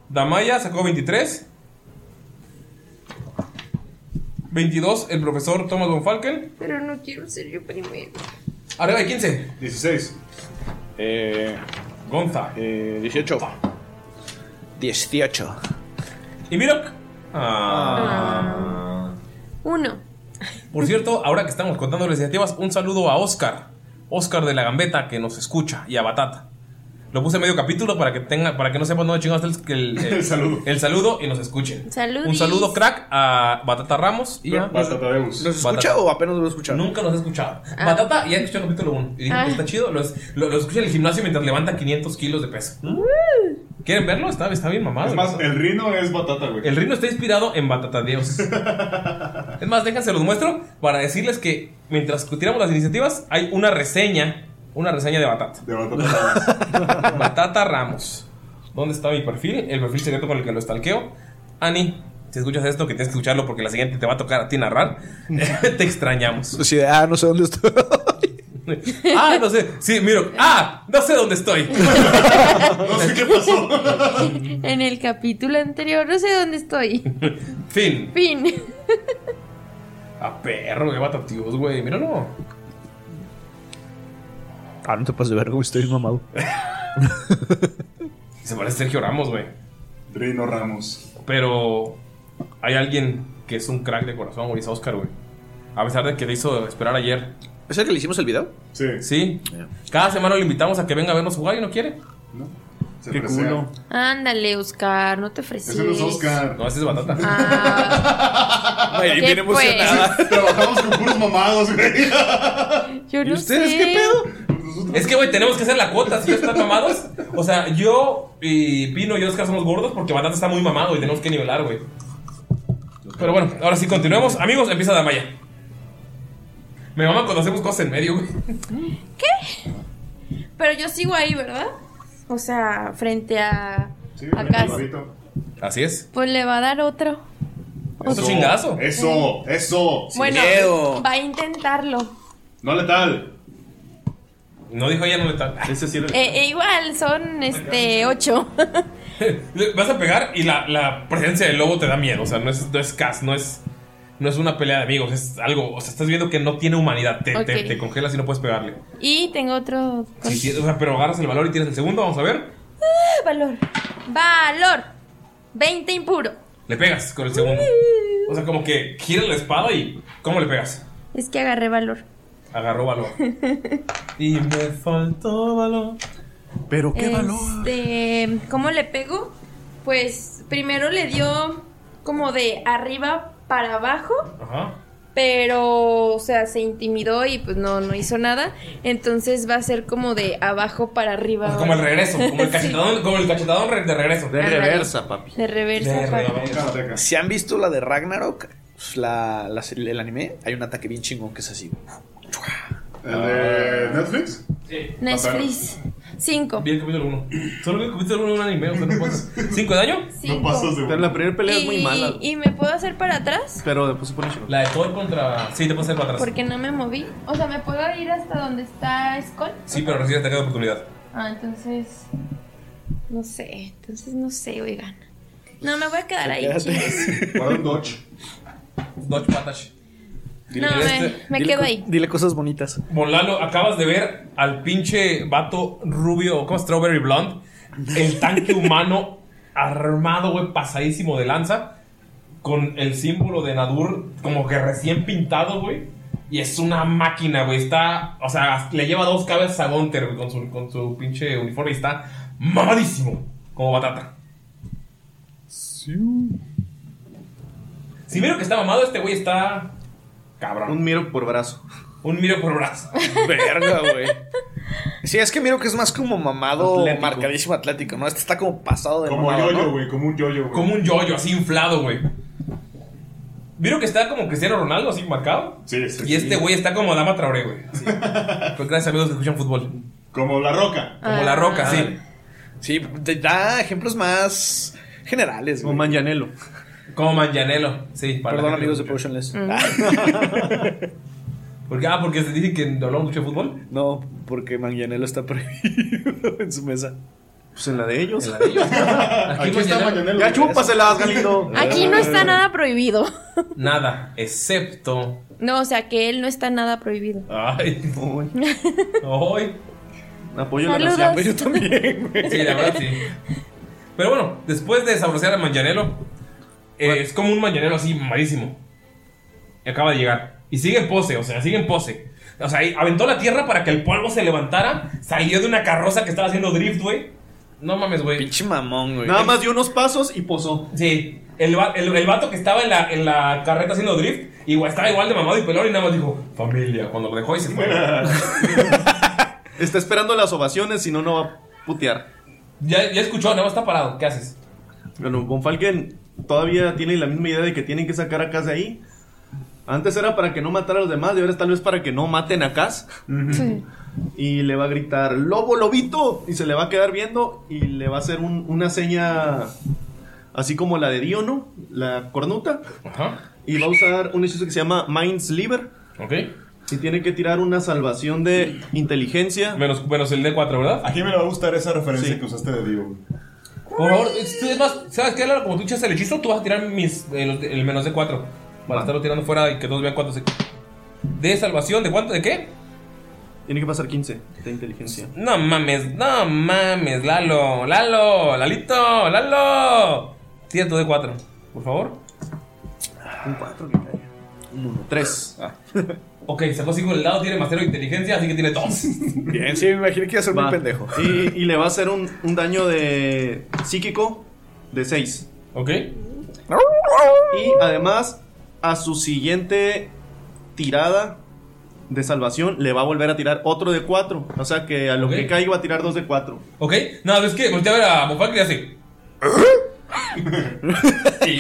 [SPEAKER 1] Damaya sacó 23. 22, el profesor Thomas von Falken.
[SPEAKER 2] Pero no quiero ser yo primero.
[SPEAKER 1] Arriba de 15.
[SPEAKER 4] 16.
[SPEAKER 6] Eh,
[SPEAKER 1] Gonza.
[SPEAKER 6] eh, 18. 18.
[SPEAKER 1] Y Mirok. Ah.
[SPEAKER 2] Uno.
[SPEAKER 1] Por cierto, ahora que estamos contando las iniciativas, un saludo a Oscar. Oscar de la Gambeta que nos escucha y a Batata. Lo puse en medio capítulo para que tenga, para que no sepan dónde chingados está el, que el,
[SPEAKER 4] El saludo.
[SPEAKER 1] el saludo y nos escuchen.
[SPEAKER 2] Saludis.
[SPEAKER 1] Un saludo crack a Batata Ramos y a
[SPEAKER 4] Basta, Tadeus.
[SPEAKER 6] ¿Los escucha
[SPEAKER 1] Batata.
[SPEAKER 6] o apenas lo escucha?
[SPEAKER 1] Nunca los he escuchado. Batata ya escuchó el capítulo 1 y dijo
[SPEAKER 2] Ah.
[SPEAKER 1] que está chido. Los, lo, lo escucha en el gimnasio mientras levanta 500 kilos de peso. ¿Quieren verlo? Está, está bien mamado.
[SPEAKER 4] Es más, el rino es batata, güey.
[SPEAKER 1] El rino está inspirado en Batata Dios. es más, déjense los muestro para decirles que mientras tiramos las iniciativas, hay una reseña. Una reseña de Batata. De Batata Ramos. ¿Dónde está mi perfil? El perfil secreto con el que lo stalkeo. Ani, si escuchas esto, que tienes que escucharlo porque la siguiente te va a tocar a ti narrar. te extrañamos.
[SPEAKER 6] Sí, ah, no sé dónde estoy.
[SPEAKER 1] Ah, no sé. Sí, miro. Ah, no sé dónde estoy.
[SPEAKER 4] No sé qué pasó.
[SPEAKER 2] En el capítulo anterior, no sé dónde estoy.
[SPEAKER 1] Fin.
[SPEAKER 2] Fin.
[SPEAKER 1] A perro, qué batatíos, güey. Míralo.
[SPEAKER 6] Ah, no te pases de ver cómo estoy mamado.
[SPEAKER 1] Se parece a Sergio Ramos, güey.
[SPEAKER 4] Rino Ramos.
[SPEAKER 1] Pero hay alguien que es un crack de corazón, güey. Es Oscar, güey. A pesar de que le hizo esperar ayer.
[SPEAKER 6] ¿Es el que le hicimos el video?
[SPEAKER 4] Sí.
[SPEAKER 1] Sí. Cada semana lo invitamos a que venga a vernos jugar y no quiere. No. Qué
[SPEAKER 4] fresea.
[SPEAKER 1] culo.
[SPEAKER 2] Ándale, Oscar, no te ofreces.
[SPEAKER 1] No, ese es batata.
[SPEAKER 2] Güey, ¿Qué, bien emocionada.
[SPEAKER 4] Trabajamos con puros mamados, güey.
[SPEAKER 2] Yo
[SPEAKER 1] no ustedes qué pedo? Es que, güey, tenemos que hacer la cuota, si ellos están mamados. O sea, yo y Pino y Oscar somos gordos porque Batata está muy mamado y tenemos que nivelar, güey. Pero bueno, ahora sí continuemos. Amigos, empieza Damaya. Me mama cuando hacemos cosas en medio, güey.
[SPEAKER 8] Pero yo sigo ahí, ¿verdad?
[SPEAKER 2] O sea, frente a.
[SPEAKER 4] Sí,
[SPEAKER 2] a Cas.
[SPEAKER 1] Así es.
[SPEAKER 2] Pues le va a dar otro.
[SPEAKER 1] Eso, chingazo.
[SPEAKER 4] Eso, eso.
[SPEAKER 2] bueno, va a intentarlo.
[SPEAKER 4] No letal.
[SPEAKER 1] No dijo ella no letal.
[SPEAKER 4] Ese sí
[SPEAKER 2] Eh, eh, igual son este ocho.
[SPEAKER 1] Le Vas a pegar y la, la presencia del lobo te da miedo. O sea, no es, no es cas, no es, no es una pelea de amigos. Es algo. O sea, estás viendo que no tiene humanidad. Te, te-
[SPEAKER 2] Ok.
[SPEAKER 1] te congelas y no puedes pegarle.
[SPEAKER 2] Y tengo otro. con-
[SPEAKER 1] Si tienes- o sea, pero agarras el valor y tienes el segundo. Vamos a ver.
[SPEAKER 2] ¡Ah, valor. Valor. 20 impuro.
[SPEAKER 1] Le pegas con el segundo. O sea, como que gira la espada y. ¿Cómo le pegas?
[SPEAKER 2] Es que agarré valor.
[SPEAKER 1] Agarró valor. y me faltó valor.
[SPEAKER 6] Pero
[SPEAKER 2] Este, ¿Cómo le pego? Pues primero le dio como de arriba para abajo,
[SPEAKER 1] Ajá.
[SPEAKER 2] pero o sea, se intimidó y pues no, no hizo nada. Entonces va a ser como de abajo para arriba.
[SPEAKER 1] Como el
[SPEAKER 2] ahora.
[SPEAKER 1] regreso. Como el
[SPEAKER 2] Sí,
[SPEAKER 1] cachetadón, como el cachetadón re- de regreso.
[SPEAKER 6] De reversa, papi.
[SPEAKER 2] de reversa.
[SPEAKER 1] De
[SPEAKER 2] pa-
[SPEAKER 1] reversa.
[SPEAKER 6] Si han visto la de Ragnarok, pues, la, la serie- el anime, hay un ataque bien chingón que es así.
[SPEAKER 4] ¿El
[SPEAKER 6] Eh,
[SPEAKER 4] de Netflix?
[SPEAKER 1] Sí.
[SPEAKER 2] Netflix. 5.
[SPEAKER 1] Vi el capítulo 1. Solo vi el capítulo 1 de un anime. O sea, no pasa. ¿Cinco de daño?
[SPEAKER 2] Cinco. pasas
[SPEAKER 6] Pero la primera pelea es muy mala.
[SPEAKER 2] ¿Y me puedo hacer para atrás?
[SPEAKER 6] Pero después se pone chingón.
[SPEAKER 1] La de Thor contra. Sí, te puedes hacer para atrás.
[SPEAKER 2] Porque no me moví. O sea, ¿me puedo ir hasta donde está Skull?
[SPEAKER 1] Sí, pero recibes ataque de oportunidad.
[SPEAKER 2] Ah, entonces. No sé. Entonces no sé, oigan. No, me voy a quedar ahí. chingues.
[SPEAKER 4] Para un dodge.
[SPEAKER 1] Dodge este, Patash.
[SPEAKER 2] No, me, me quedo ahí.
[SPEAKER 6] Dile cosas bonitas.
[SPEAKER 1] Molalo, acabas de ver al pinche vato rubio, como Strawberry Blonde, el tanque humano armado, güey, pasadísimo de lanza, con el símbolo de Nadur como que recién pintado, güey. Y es una máquina, güey. Está, o sea, le lleva dos cabezas a Gunter, güey, con su, con su pinche uniforme y está mamadísimo, como batata. Si miro que está mamado, este güey está cabrón.
[SPEAKER 6] Un miro por brazo.
[SPEAKER 1] Un miro por brazo.
[SPEAKER 6] Verga, güey. Sí, es que miro que es más como mamado, marcadísimo atlético, ¿no? Este está como pasado de
[SPEAKER 4] Como
[SPEAKER 6] mamado,
[SPEAKER 4] yoyo,
[SPEAKER 6] ¿no?
[SPEAKER 4] güey. Como un yoyo, güey.
[SPEAKER 1] Como un yoyo, así inflado, güey. ¿Vieron que está como Cristiano Ronaldo, así marcado?
[SPEAKER 4] Sí, sí.
[SPEAKER 1] Y este güey está como Dama Traoré, güey. así. Pues gracias amigos que escuchan fútbol.
[SPEAKER 4] Como la roca.
[SPEAKER 1] Como La Roca, sí.
[SPEAKER 6] Ah, Sí, te da ejemplos más generales, güey. Como Manjanelo.
[SPEAKER 1] Como Manjanelo, sí. para
[SPEAKER 6] Perdón,
[SPEAKER 1] la gente
[SPEAKER 6] amigos de
[SPEAKER 1] que-
[SPEAKER 6] Potionless. Ah,
[SPEAKER 1] ¿Por qué? Ah, porque se dije que no hablamos mucho de fútbol.
[SPEAKER 6] No, porque Mangianelo está prohibido en su mesa. Pues en la de ellos.
[SPEAKER 1] En la de ellos.
[SPEAKER 4] Aquí, está Mañanelo.
[SPEAKER 6] Ya chúpaselas, Galindo.
[SPEAKER 2] Aquí no está nada prohibido.
[SPEAKER 1] Nada, excepto.
[SPEAKER 2] No, o sea, que él no está nada prohibido.
[SPEAKER 1] Ay, ay.
[SPEAKER 6] Apoyo
[SPEAKER 2] la Saludos. nación, yo
[SPEAKER 6] también,
[SPEAKER 1] Sí, la verdad, sí. Pero bueno, después de saborear a Manjanelo, eh, es como un Manjanelo así malísimo. Y acaba de llegar. Y sigue en pose, o sea, sigue en pose. O sea, ahí aventó la tierra para que el polvo se levantara. Salió de una carroza que estaba haciendo drift, güey. No mames, güey.
[SPEAKER 6] Pinche mamón, güey.
[SPEAKER 3] Nada más dio unos pasos y posó.
[SPEAKER 1] Sí, el, va- el, el vato que estaba en la, en la carreta haciendo drift, igual, estaba igual de mamado y pelón y nada más dijo, familia, cuando lo dejó y se fue.
[SPEAKER 3] Está esperando las ovaciones, si no, no va a putear.
[SPEAKER 1] Ya, ya escuchó, nada más está parado. ¿Qué haces?
[SPEAKER 3] Bueno, Von Falken todavía tiene la misma idea de que tienen que sacar a Kaz de ahí. Antes era para que no matara a los demás, y ahora es tal vez para que no maten a Kaz. Y le va a gritar, ¡Lobo, lobito! Y se le va a quedar viendo y le va a hacer un- una seña así como la de Dio, ¿no? La cornuta. Y va a usar un hechizo que se llama Mindsliver.
[SPEAKER 1] Ok.
[SPEAKER 3] Y tiene que tirar una salvación de inteligencia.
[SPEAKER 1] Menos, el D4, ¿verdad?
[SPEAKER 3] Aquí me va a gustar esa referencia
[SPEAKER 1] que
[SPEAKER 3] usaste de Dio.
[SPEAKER 1] Por favor, es es más, ¿sabes qué? Lalo? Como tú echaste el hechizo, tú vas a tirar mis, eh, los de- el, menos de 4. Para estarlo tirando fuera y que todos vean cuánto se. ¿De salvación? ¿De cuánto? ¿De qué?
[SPEAKER 3] Tiene que pasar 15 de inteligencia.
[SPEAKER 1] No mames, no mames, Lalo, Lalo, Lalito, Lalo. Tira tu D4, por favor.
[SPEAKER 3] Un 4 que cae. Un Ah. 1. 3.
[SPEAKER 1] Ok, sacó 5 el lado, tiene más 0 inteligencia, así que tiene 2.
[SPEAKER 3] Bien, sí, me imaginé que iba a ser
[SPEAKER 1] muy
[SPEAKER 3] pendejo. Y, y le va a hacer un, un daño de psíquico de 6.
[SPEAKER 1] Ok.
[SPEAKER 3] Y además, a su siguiente tirada de salvación, le va a volver a tirar otro de 4. O sea que a lo que caiga va a tirar dos de 4.
[SPEAKER 1] Ok, nada, es que voltea a ver a Mofak y le hace. Y-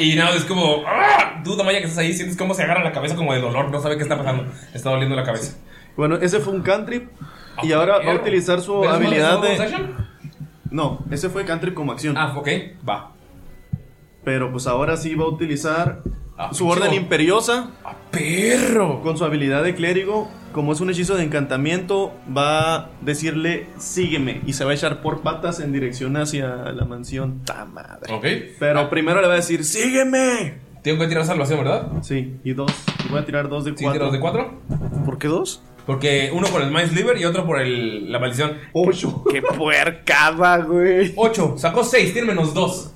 [SPEAKER 1] Y nada, es como. ¡ah! Tú, Damaya, que estás ahí, sientes cómo se agarra la cabeza como de dolor, no sabe qué está pasando. Está doliendo la cabeza. Ah,
[SPEAKER 3] Bueno, ese fue un cantrip. Y ahora va a
[SPEAKER 1] perro.
[SPEAKER 3] utilizar su
[SPEAKER 1] ¿Pero eso no
[SPEAKER 3] habilidad
[SPEAKER 1] es bonus
[SPEAKER 3] de.
[SPEAKER 1] action?
[SPEAKER 3] No, ese fue cantrip como acción.
[SPEAKER 1] Ah, ok, va.
[SPEAKER 3] Pero pues ahora sí va a utilizar su
[SPEAKER 1] Ah, pinche
[SPEAKER 3] orden
[SPEAKER 1] bo-
[SPEAKER 3] imperiosa.
[SPEAKER 1] perro!
[SPEAKER 3] Con su habilidad de clérigo, como es un hechizo de encantamiento, va a decirle sígueme y se va a echar por patas en dirección hacia la mansión. ¡Ta madre!
[SPEAKER 1] Ok. Ah.
[SPEAKER 3] Pero primero le va a decir sígueme.
[SPEAKER 1] Tengo que tirar salvación, ¿verdad?
[SPEAKER 3] Sí, y dos. Y voy a tirar dos de
[SPEAKER 1] ¿Sí
[SPEAKER 3] cuatro.
[SPEAKER 1] tiras de cuatro?
[SPEAKER 3] ¿Por qué dos?
[SPEAKER 1] Porque uno por el Mindsliver y otro por el, la maldición.
[SPEAKER 3] ¡Ocho!
[SPEAKER 1] ¡Qué puercada, güey! ¡Ocho! Sacó seis, tiene menos dos.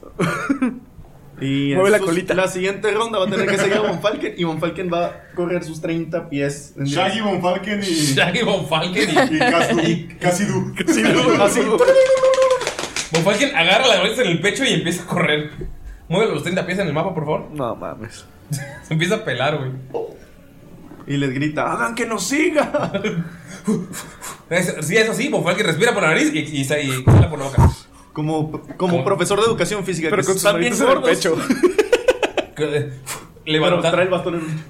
[SPEAKER 3] Y
[SPEAKER 1] Mueve
[SPEAKER 3] en
[SPEAKER 1] la
[SPEAKER 3] sus-
[SPEAKER 1] colita.
[SPEAKER 3] La siguiente ronda va a tener que seguir a Von Falken y Von Falken va a correr sus 30 pies. en dirección-
[SPEAKER 4] Shaggy Von Falken y.
[SPEAKER 1] Shaggy Von Falken y.
[SPEAKER 4] Y Castu- Casidu.
[SPEAKER 3] Así.
[SPEAKER 1] Von Falken agarra la bolsa en el pecho y empieza a correr. Mueve los 30 pies en el mapa, por favor.
[SPEAKER 3] No mames.
[SPEAKER 1] Se empieza a pelar, güey.
[SPEAKER 3] Y les grita, hagan que nos siga.
[SPEAKER 1] Es- sí, eso sí, Von Falken respira por la nariz y, y, se- y jala por la boca.
[SPEAKER 3] Como, como, profesor de educación física.
[SPEAKER 1] Pero
[SPEAKER 3] que
[SPEAKER 1] con sus
[SPEAKER 3] están bien
[SPEAKER 1] manitas en el
[SPEAKER 3] gordos.
[SPEAKER 1] pecho. eh,
[SPEAKER 3] Pero
[SPEAKER 1] Levanta.
[SPEAKER 3] trae el bastón en-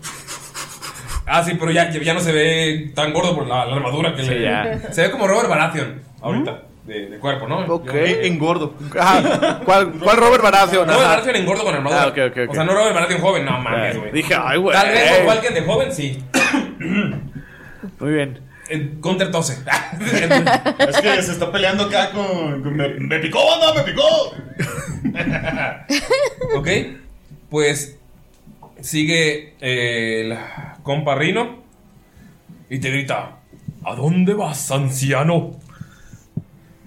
[SPEAKER 1] Ah, sí, pero ya, ya no se ve tan gordo por la, la armadura que
[SPEAKER 6] Sí,
[SPEAKER 1] le.
[SPEAKER 6] ya.
[SPEAKER 1] Se ve como Robert Baratheon ahorita, de, de cuerpo, ¿no? eh, Ok,
[SPEAKER 3] engordo.
[SPEAKER 6] Ah, ¿Cuál, cuál Robert Baratheon?
[SPEAKER 1] Robert
[SPEAKER 6] Ajá.
[SPEAKER 1] Baratheon engordo con armadura.
[SPEAKER 6] Ah, ok, ok, eh. ok.
[SPEAKER 1] O sea, no Robert Baratheon joven, no mames, güey.
[SPEAKER 6] Dije, ay, Ah, güey.
[SPEAKER 1] Tal vez igual que de joven, sí.
[SPEAKER 6] Muy bien.
[SPEAKER 1] Counter tose.
[SPEAKER 4] Es que se está Ah, peleando acá con. con- me, me picó, banda, me picó.
[SPEAKER 1] ok, pues sigue eh, el compa Rino y te grita: ¿A dónde vas, anciano?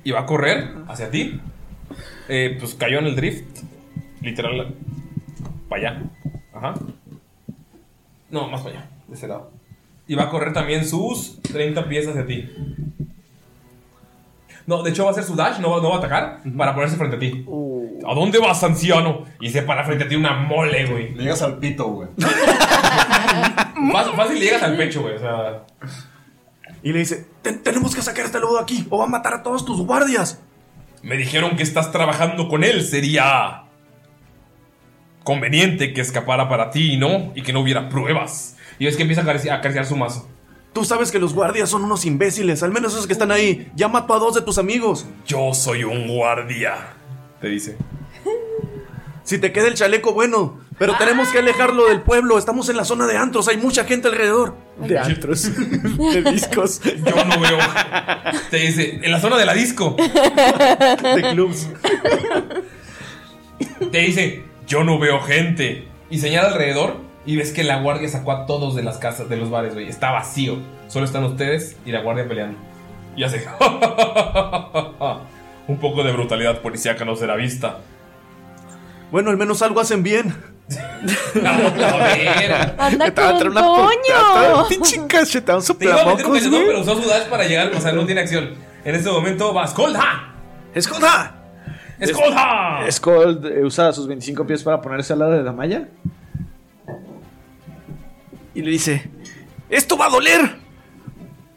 [SPEAKER 1] Y va a correr hacia ti. Eh, pues cayó en el drift, literal, para allá. Ajá. No, más para allá, de este lado. Y va a correr también sus 30 pies hacia ti. No, de hecho va a hacer su dash, no va, no va a atacar para ponerse frente a ti. ¿A dónde vas, anciano? Y se para frente a ti una mole, güey. Le llegas al pito, güey. fácil, fácil le llegas al pecho, güey. O sea.
[SPEAKER 3] Y le dice, "Ten- tenemos que sacar este lobo de aquí o va a matar a todos tus guardias.
[SPEAKER 1] Me dijeron que estás trabajando con él. Sería conveniente que escapara para ti, ¿no? Y que no hubiera pruebas. Y es que empieza a acarici- a acariciar su mazo.
[SPEAKER 3] Tú sabes que los guardias son unos imbéciles, al menos esos que están ahí. Ya mató a dos de tus amigos.
[SPEAKER 1] Yo soy un guardia, te dice.
[SPEAKER 3] Si te queda el chaleco, bueno. Pero tenemos que alejarlo del pueblo. Estamos en la zona de antros, hay mucha gente alrededor.
[SPEAKER 1] De antros.
[SPEAKER 3] de discos.
[SPEAKER 1] Yo no veo. Te dice, en la zona de la disco.
[SPEAKER 3] De clubs.
[SPEAKER 1] Te dice, yo no veo gente. Y señala alrededor y ves que la guardia sacó a todos de las casas, de los bares, güey. Está vacío. Solo están ustedes y la guardia peleando. Y hace... Un poco de brutalidad policíaca no será vista.
[SPEAKER 3] Bueno, al menos algo hacen bien.
[SPEAKER 1] Anda
[SPEAKER 6] Estaba
[SPEAKER 1] con
[SPEAKER 6] entre una
[SPEAKER 1] Toño.
[SPEAKER 6] putada, Pinche cachetón
[SPEAKER 1] Te iba a meter un
[SPEAKER 6] soplamocos,
[SPEAKER 1] cachetón, pero
[SPEAKER 6] güey.
[SPEAKER 1] usó su dash para llegar. O sea, no tiene acción. En este momento va... ¡Skolda!
[SPEAKER 6] ¡Escolda!
[SPEAKER 1] ¡Escolda!
[SPEAKER 9] Scold eh, usa sus 25 pies para ponerse al lado de la malla.
[SPEAKER 6] Y le dice: ¡Esto va a doler!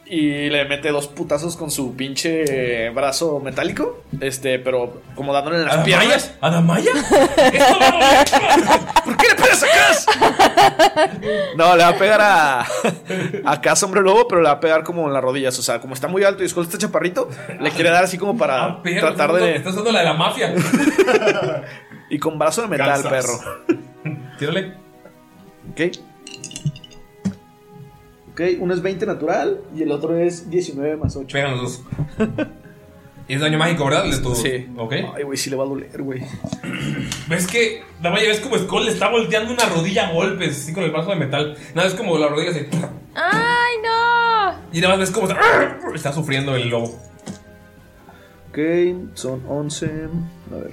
[SPEAKER 6] Y le mete dos putazos con su pinche eh, brazo metálico. Este, pero como dándole en las
[SPEAKER 1] ¿Adamaya?
[SPEAKER 6] piernas.
[SPEAKER 1] ¿Adamaya?
[SPEAKER 6] No, le va a pegar a. Acá, hombre lobo, pero le va a pegar como en las rodillas. O sea, como está muy alto y Skull está chaparrito, le quiere dar así como para tratar de.
[SPEAKER 1] Estás usando la de la mafia.
[SPEAKER 6] Y con brazo de metal,
[SPEAKER 1] Calzas.
[SPEAKER 6] perro.
[SPEAKER 1] Tírale.
[SPEAKER 6] Ok.
[SPEAKER 9] Ok, uno es 20 natural y el otro es 19 más 8.
[SPEAKER 1] Pegan los dos. Y es daño mágico, ¿verdad? Le estuvo-
[SPEAKER 6] Sí.
[SPEAKER 1] Ok.
[SPEAKER 6] Ay, güey, sí le va a doler, güey.
[SPEAKER 1] ¿Ves que la vaya ves como Skull le está volteando una rodilla a golpes, así con el brazo de metal? Nada, es como la rodilla se.
[SPEAKER 5] ¡Ay, no!
[SPEAKER 1] Y nada más ves como está, ¡ah! está sufriendo el lobo.
[SPEAKER 6] Ok, son 11. A ver.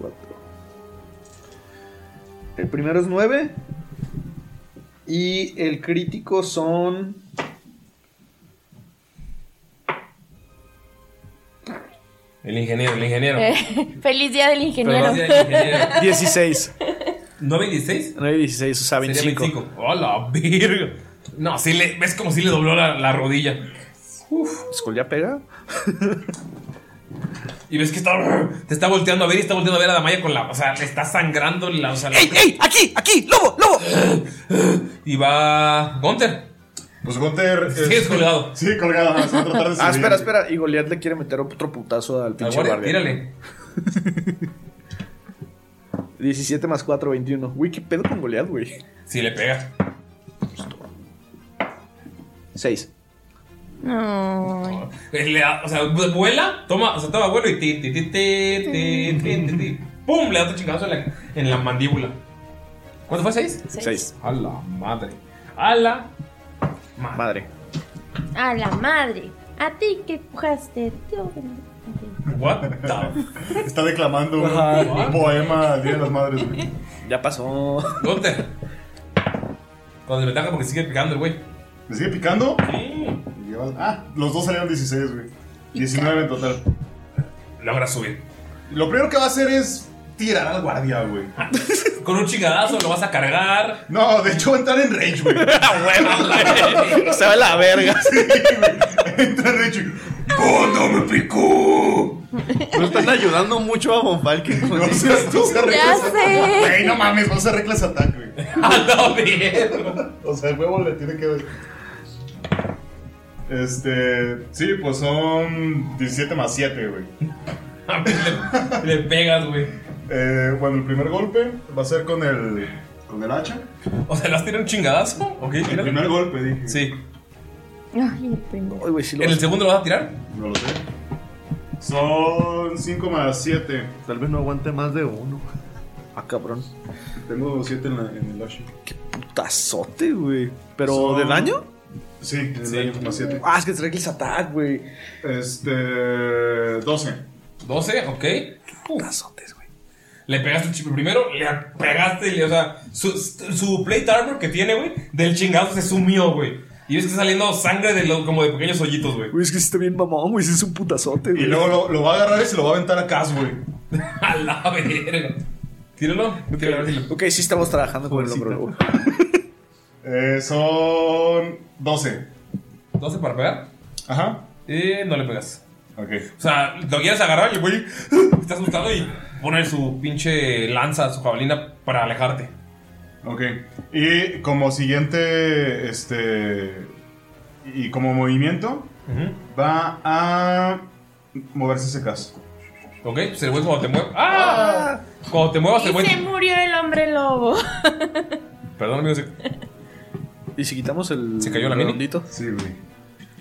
[SPEAKER 6] 4. El primero es 9. Y el crítico son.
[SPEAKER 1] El ingeniero, el ingeniero.
[SPEAKER 5] Eh, feliz día del ingeniero.
[SPEAKER 1] Feliz día del ingeniero.
[SPEAKER 6] 16.
[SPEAKER 1] ¿9 y 16?
[SPEAKER 6] 9 y 16, o sea, 25.
[SPEAKER 1] Sería 25. ¡Hola, virgo! No, sí le, ves como si le dobló la, la rodilla. Uf.
[SPEAKER 6] ¿Skull ya pega?
[SPEAKER 1] y ves que está, te está volteando a ver y está volteando a ver a Damaya con la. O sea, le está sangrando la. O sea, la-
[SPEAKER 7] ¡Aquí! ¡Aquí! ¡Lobo! ¡Lobo!
[SPEAKER 1] Y va. Gunter.
[SPEAKER 4] Pues Gunter.
[SPEAKER 1] Sigues este, colgado.
[SPEAKER 4] Sí, colgado.
[SPEAKER 1] se va a tratar de
[SPEAKER 6] ah,
[SPEAKER 1] subir.
[SPEAKER 6] espera, espera. Y Goliath le quiere meter otro putazo al pinche
[SPEAKER 1] guardia,
[SPEAKER 6] guardia.
[SPEAKER 1] tírale.
[SPEAKER 6] 17 más 4, 21. Güey, qué pedo con Goliath, güey.
[SPEAKER 1] Sí, le pega.
[SPEAKER 6] 6.
[SPEAKER 5] No.
[SPEAKER 1] Eh, le da- o sea, vu- vuela, toma, o sea, toma vuelo y ti, ti, ti, ti, ti, ti, ti, ti. ¡Pum! Le da otro chingazo en la, en la mandíbula. ¿Cuánto fue? ¿Seis?
[SPEAKER 5] Seis.
[SPEAKER 1] A la madre. A la madre.
[SPEAKER 5] A la madre. A ti que pujaste. tío.
[SPEAKER 1] What
[SPEAKER 4] Está declamando un,
[SPEAKER 6] Ajá.
[SPEAKER 4] un poema al Día de las Madres, güey.
[SPEAKER 6] Ya pasó.
[SPEAKER 1] Gunter. Con desventaja porque sigue picando el güey.
[SPEAKER 4] ¿Me sigue picando?
[SPEAKER 1] Sí.
[SPEAKER 4] Ah, los dos salieron 16, güey. 19 en total.
[SPEAKER 1] Logra subir.
[SPEAKER 4] Lo primero que va a hacer es tirar al guardia, güey.
[SPEAKER 1] Con un chingadazo lo vas a cargar.
[SPEAKER 4] No, de hecho va a entrar en range, güey.
[SPEAKER 6] bueno, Se va a la verga.
[SPEAKER 4] Sí, güey. Entra en range. ¡Bondo me picó!
[SPEAKER 6] No están ayudando mucho a Von Falken.
[SPEAKER 4] No seas tú, se arregla
[SPEAKER 5] Ya
[SPEAKER 4] ese-
[SPEAKER 5] sé.
[SPEAKER 4] Güey, no mames, no se arregla ese ataque, güey.
[SPEAKER 1] ¡Ah, bien!
[SPEAKER 4] O sea, el huevo le tiene que. Este. Sí, pues son 17 más 7, güey.
[SPEAKER 1] le, pegas, güey.
[SPEAKER 4] Eh, bueno, el primer golpe va a ser con el. con el hacha.
[SPEAKER 1] O sea, las tiene un chingadazo. Ok,
[SPEAKER 4] El primer golpe, dije.
[SPEAKER 1] Sí.
[SPEAKER 5] Ay, el primero.
[SPEAKER 1] ¿En el segundo lo vas a tirar?
[SPEAKER 4] No lo sé. Son 5 más 7.
[SPEAKER 6] Tal vez no aguante más de uno. Ah, cabrón.
[SPEAKER 4] Tengo 7 en, la- en el hacha.
[SPEAKER 6] Putazote, güey. ¿Pero
[SPEAKER 4] Son-
[SPEAKER 6] de daño?
[SPEAKER 4] Sí, en el daño más 7.
[SPEAKER 6] Ah, es que Reckless Attack, güey.
[SPEAKER 4] Este. 12.
[SPEAKER 1] 12, ok. Putazotes, güey. Le pegaste el chip primero, le pegaste, le- o sea, su, su plate armor que tiene, güey, del chingazo se sumió, güey. Y ves que está saliendo sangre de los, como de pequeños hoyitos, güey.
[SPEAKER 6] Güey, es que sí está bien mamón, güey. Sí es un putazote,
[SPEAKER 4] Y
[SPEAKER 6] güey.
[SPEAKER 4] luego lo, lo va a agarrar y se lo va a aventar a Cas, güey.
[SPEAKER 1] A la verga. Tíralo. Tíralo, a ver si lo-
[SPEAKER 6] Ok, sí estamos trabajando con el hombro lobo.
[SPEAKER 4] Eh, son 12.
[SPEAKER 1] 12 para pegar.
[SPEAKER 4] Ajá.
[SPEAKER 1] Eh, no le pegas.
[SPEAKER 4] Ok.
[SPEAKER 1] O sea, lo quieres agarrar y el güey está asustado y pone su pinche lanza, su jabalina para alejarte.
[SPEAKER 4] Ok. Y como siguiente. Este. Y como movimiento. Va a. Moverse ese Cas.
[SPEAKER 1] Ok, pues el güey cuando te muevas. ¡Ah! Cuando te muevas, el
[SPEAKER 5] Y
[SPEAKER 1] güey.
[SPEAKER 5] se murió el hombre lobo.
[SPEAKER 1] Perdón, amigo. se-
[SPEAKER 6] ¿Y si quitamos el.
[SPEAKER 1] ¿Se cayó la mini?
[SPEAKER 6] redondito?
[SPEAKER 4] Sí, güey.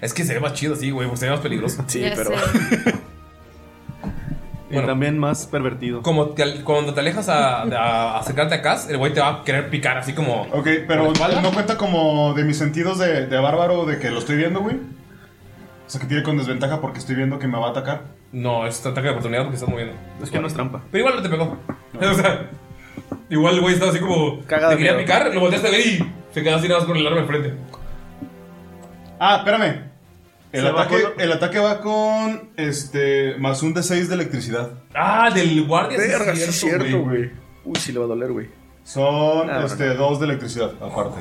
[SPEAKER 1] Es que se ve más chido así, güey, porque se ve más peligroso.
[SPEAKER 6] Sí,
[SPEAKER 5] Ya
[SPEAKER 6] pero.
[SPEAKER 5] sé.
[SPEAKER 1] Bueno.
[SPEAKER 3] Y también más pervertido.
[SPEAKER 1] Como te al- cuando te alejas a, a acercarte a Cass, el güey te va a querer picar así como.
[SPEAKER 4] Ok,
[SPEAKER 1] ¿Por la
[SPEAKER 4] pero
[SPEAKER 1] espalda?
[SPEAKER 4] no cuenta como de mis sentidos de, de bárbaro de que lo estoy viendo, güey. O sea, que tiene con desventaja porque estoy viendo que me va a atacar.
[SPEAKER 1] No, es un ataque de oportunidad porque estás moviendo.
[SPEAKER 3] Es que no es trampa.
[SPEAKER 1] Pero igual no te pegó. O sea, igual el güey estaba así como.
[SPEAKER 6] Cagado
[SPEAKER 1] te quería
[SPEAKER 6] miedo.
[SPEAKER 1] picar, lo volteaste a ver y se quedó así nada más con el arma enfrente.
[SPEAKER 4] Ah, espérame. El,
[SPEAKER 3] Se
[SPEAKER 4] ataque,
[SPEAKER 3] bajó
[SPEAKER 4] el ataque va con este más un D6 de electricidad.
[SPEAKER 1] Ah, del guardia. sí
[SPEAKER 6] Verga, sí es cierto,
[SPEAKER 1] güey.
[SPEAKER 6] güey. Uy, sí le va a doler, güey.
[SPEAKER 4] Son
[SPEAKER 6] Ah,
[SPEAKER 4] este, dos de electricidad, aparte.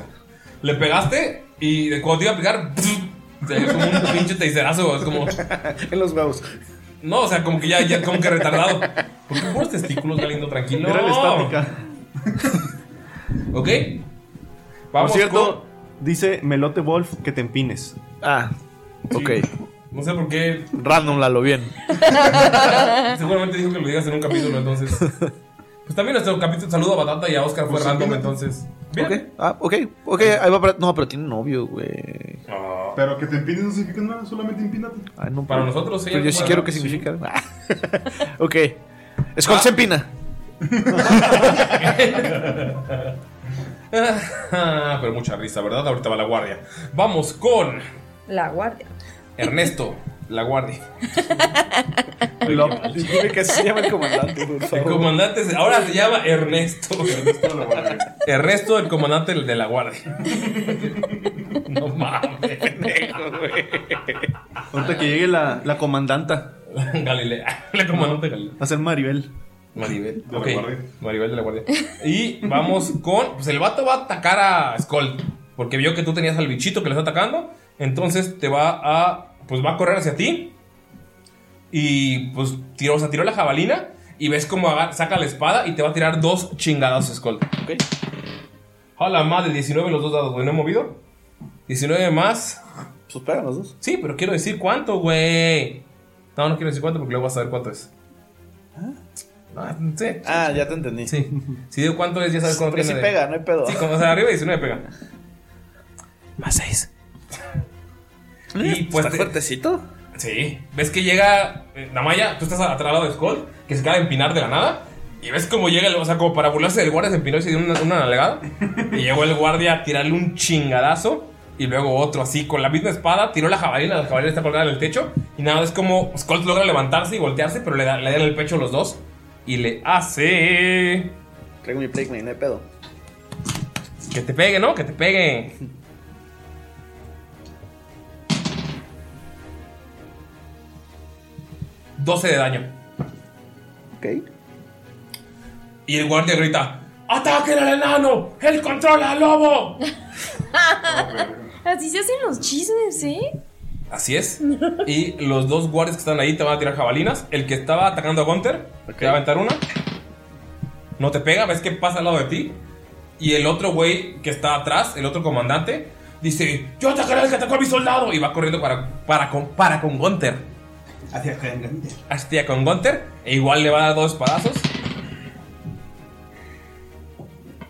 [SPEAKER 1] Le pegaste, Y de cuando te iba a pegar, te dio como un pinche teicerazo, es como.
[SPEAKER 6] En los huevos.
[SPEAKER 1] No, o sea, como que ya, ya como que retardado. ¿Por qué puros testículos, Galindo? Tranquilo.
[SPEAKER 3] Era la estática.
[SPEAKER 1] ok. Vamos
[SPEAKER 3] Por cierto, dice Melote Wolf que te empines.
[SPEAKER 6] Ah, ok.
[SPEAKER 1] No sé por qué.
[SPEAKER 6] Random la lo bien.
[SPEAKER 1] Seguramente dijo que lo digas en un capítulo, entonces. Pues también nuestro capítulo, saludo a Batata y a Oscar fue
[SPEAKER 6] Pues sí,
[SPEAKER 1] random,
[SPEAKER 6] mira.
[SPEAKER 1] entonces.
[SPEAKER 6] Ok, ah, ok, ok, ahí va para... No, pero tiene novio, güey.
[SPEAKER 4] Pero que te empines no significa nada, solamente empínate.
[SPEAKER 6] Ay, Ah, no,
[SPEAKER 4] Para
[SPEAKER 6] pero-
[SPEAKER 4] nosotros,
[SPEAKER 6] pero
[SPEAKER 4] ella
[SPEAKER 6] yo
[SPEAKER 4] no
[SPEAKER 6] sí
[SPEAKER 4] puede
[SPEAKER 6] quiero
[SPEAKER 4] hablar.
[SPEAKER 6] que
[SPEAKER 4] Sí.
[SPEAKER 6] signifique. Ah, ok. Skull se empina.
[SPEAKER 1] Ah, Pero mucha risa, ¿verdad? Ahorita va la guardia. Vamos con
[SPEAKER 5] La guardia.
[SPEAKER 1] Ernesto, la guardia.
[SPEAKER 6] Dime que se llama el comandante, por
[SPEAKER 1] El comandante se- ahora se llama Ernesto. Ernesto, el comandante de la guardia. No mames, pendejo, güey.
[SPEAKER 3] Ahorita que llegue la, la comandanta.
[SPEAKER 1] Galilea. La comandante Galilea.
[SPEAKER 3] Va a ser Maribel.
[SPEAKER 1] Maribel.
[SPEAKER 3] De la
[SPEAKER 1] Ok,
[SPEAKER 3] guardia.
[SPEAKER 1] Maribel de la guardia. Y vamos con. Pues el vato va a atacar a Skull. Porque vio que tú tenías al bichito que lo está atacando. Entonces te va a. Pues va a correr hacia ti. Y pues tiró, o sea, tiró la jabalina. Y ves cómo agar- saca la espada y te va a tirar dos chingados Skull. Ok. Hola, madre, 19 los dos dados, güey. No he movido. 19 más.
[SPEAKER 6] Pues pegan los dos.
[SPEAKER 1] Sí, pero quiero decir cuánto, güey. No, no quiero decir cuánto porque luego vas a saber cuánto es. Ah, sí.
[SPEAKER 6] Ah, ya te entendí.
[SPEAKER 1] Sí. Si digo cuánto es, ya sabes cuánto
[SPEAKER 6] Que
[SPEAKER 1] tiene.
[SPEAKER 6] sí
[SPEAKER 1] de-
[SPEAKER 6] pega, no hay pedo.
[SPEAKER 1] Sí, como o sea, arriba 19 pega. Más 6. Y pues
[SPEAKER 6] Eh, ¿Está fuertecito?
[SPEAKER 1] Sí. Ves que llega eh, Namaya, tú estás atrás al lado de Skull, que se acaba de empinar de la nada. Y ves como llega, el- o sea, como para burlarse del guardia, se empinó y se dio una, una nalgada. Y llegó el guardia a tirarle un chingadazo. Y luego otro así, con la misma espada, tiró la jabalina, la jabalina está colgada en el techo. Y nada, es como Skull logra levantarse y voltearse, pero le, da, le dan el pecho los dos. Y le hace...
[SPEAKER 6] Traigo mi Plague no hay pedo.
[SPEAKER 1] Que te pegue, ¿no? Que te pegue. ...12 de daño.
[SPEAKER 6] Ok.
[SPEAKER 1] Y el guardia grita: ¡Ataquen al enano! ¡Él controla al lobo! Ah,
[SPEAKER 5] Así se hacen los chismes, ¿eh?
[SPEAKER 1] Así es. Y los dos guardias que están ahí te van a tirar jabalinas. El que estaba atacando a Gunter te va a aventar una. No te pega, ves que pasa al lado de ti. Y el otro güey que está atrás, el otro comandante, dice: Yo atacaré al que atacó a mi soldado. Y va corriendo para, para, con, para con Gunter. Hacia con Gunter. Hacia con Gunter. E igual le va a dar dos espadazos.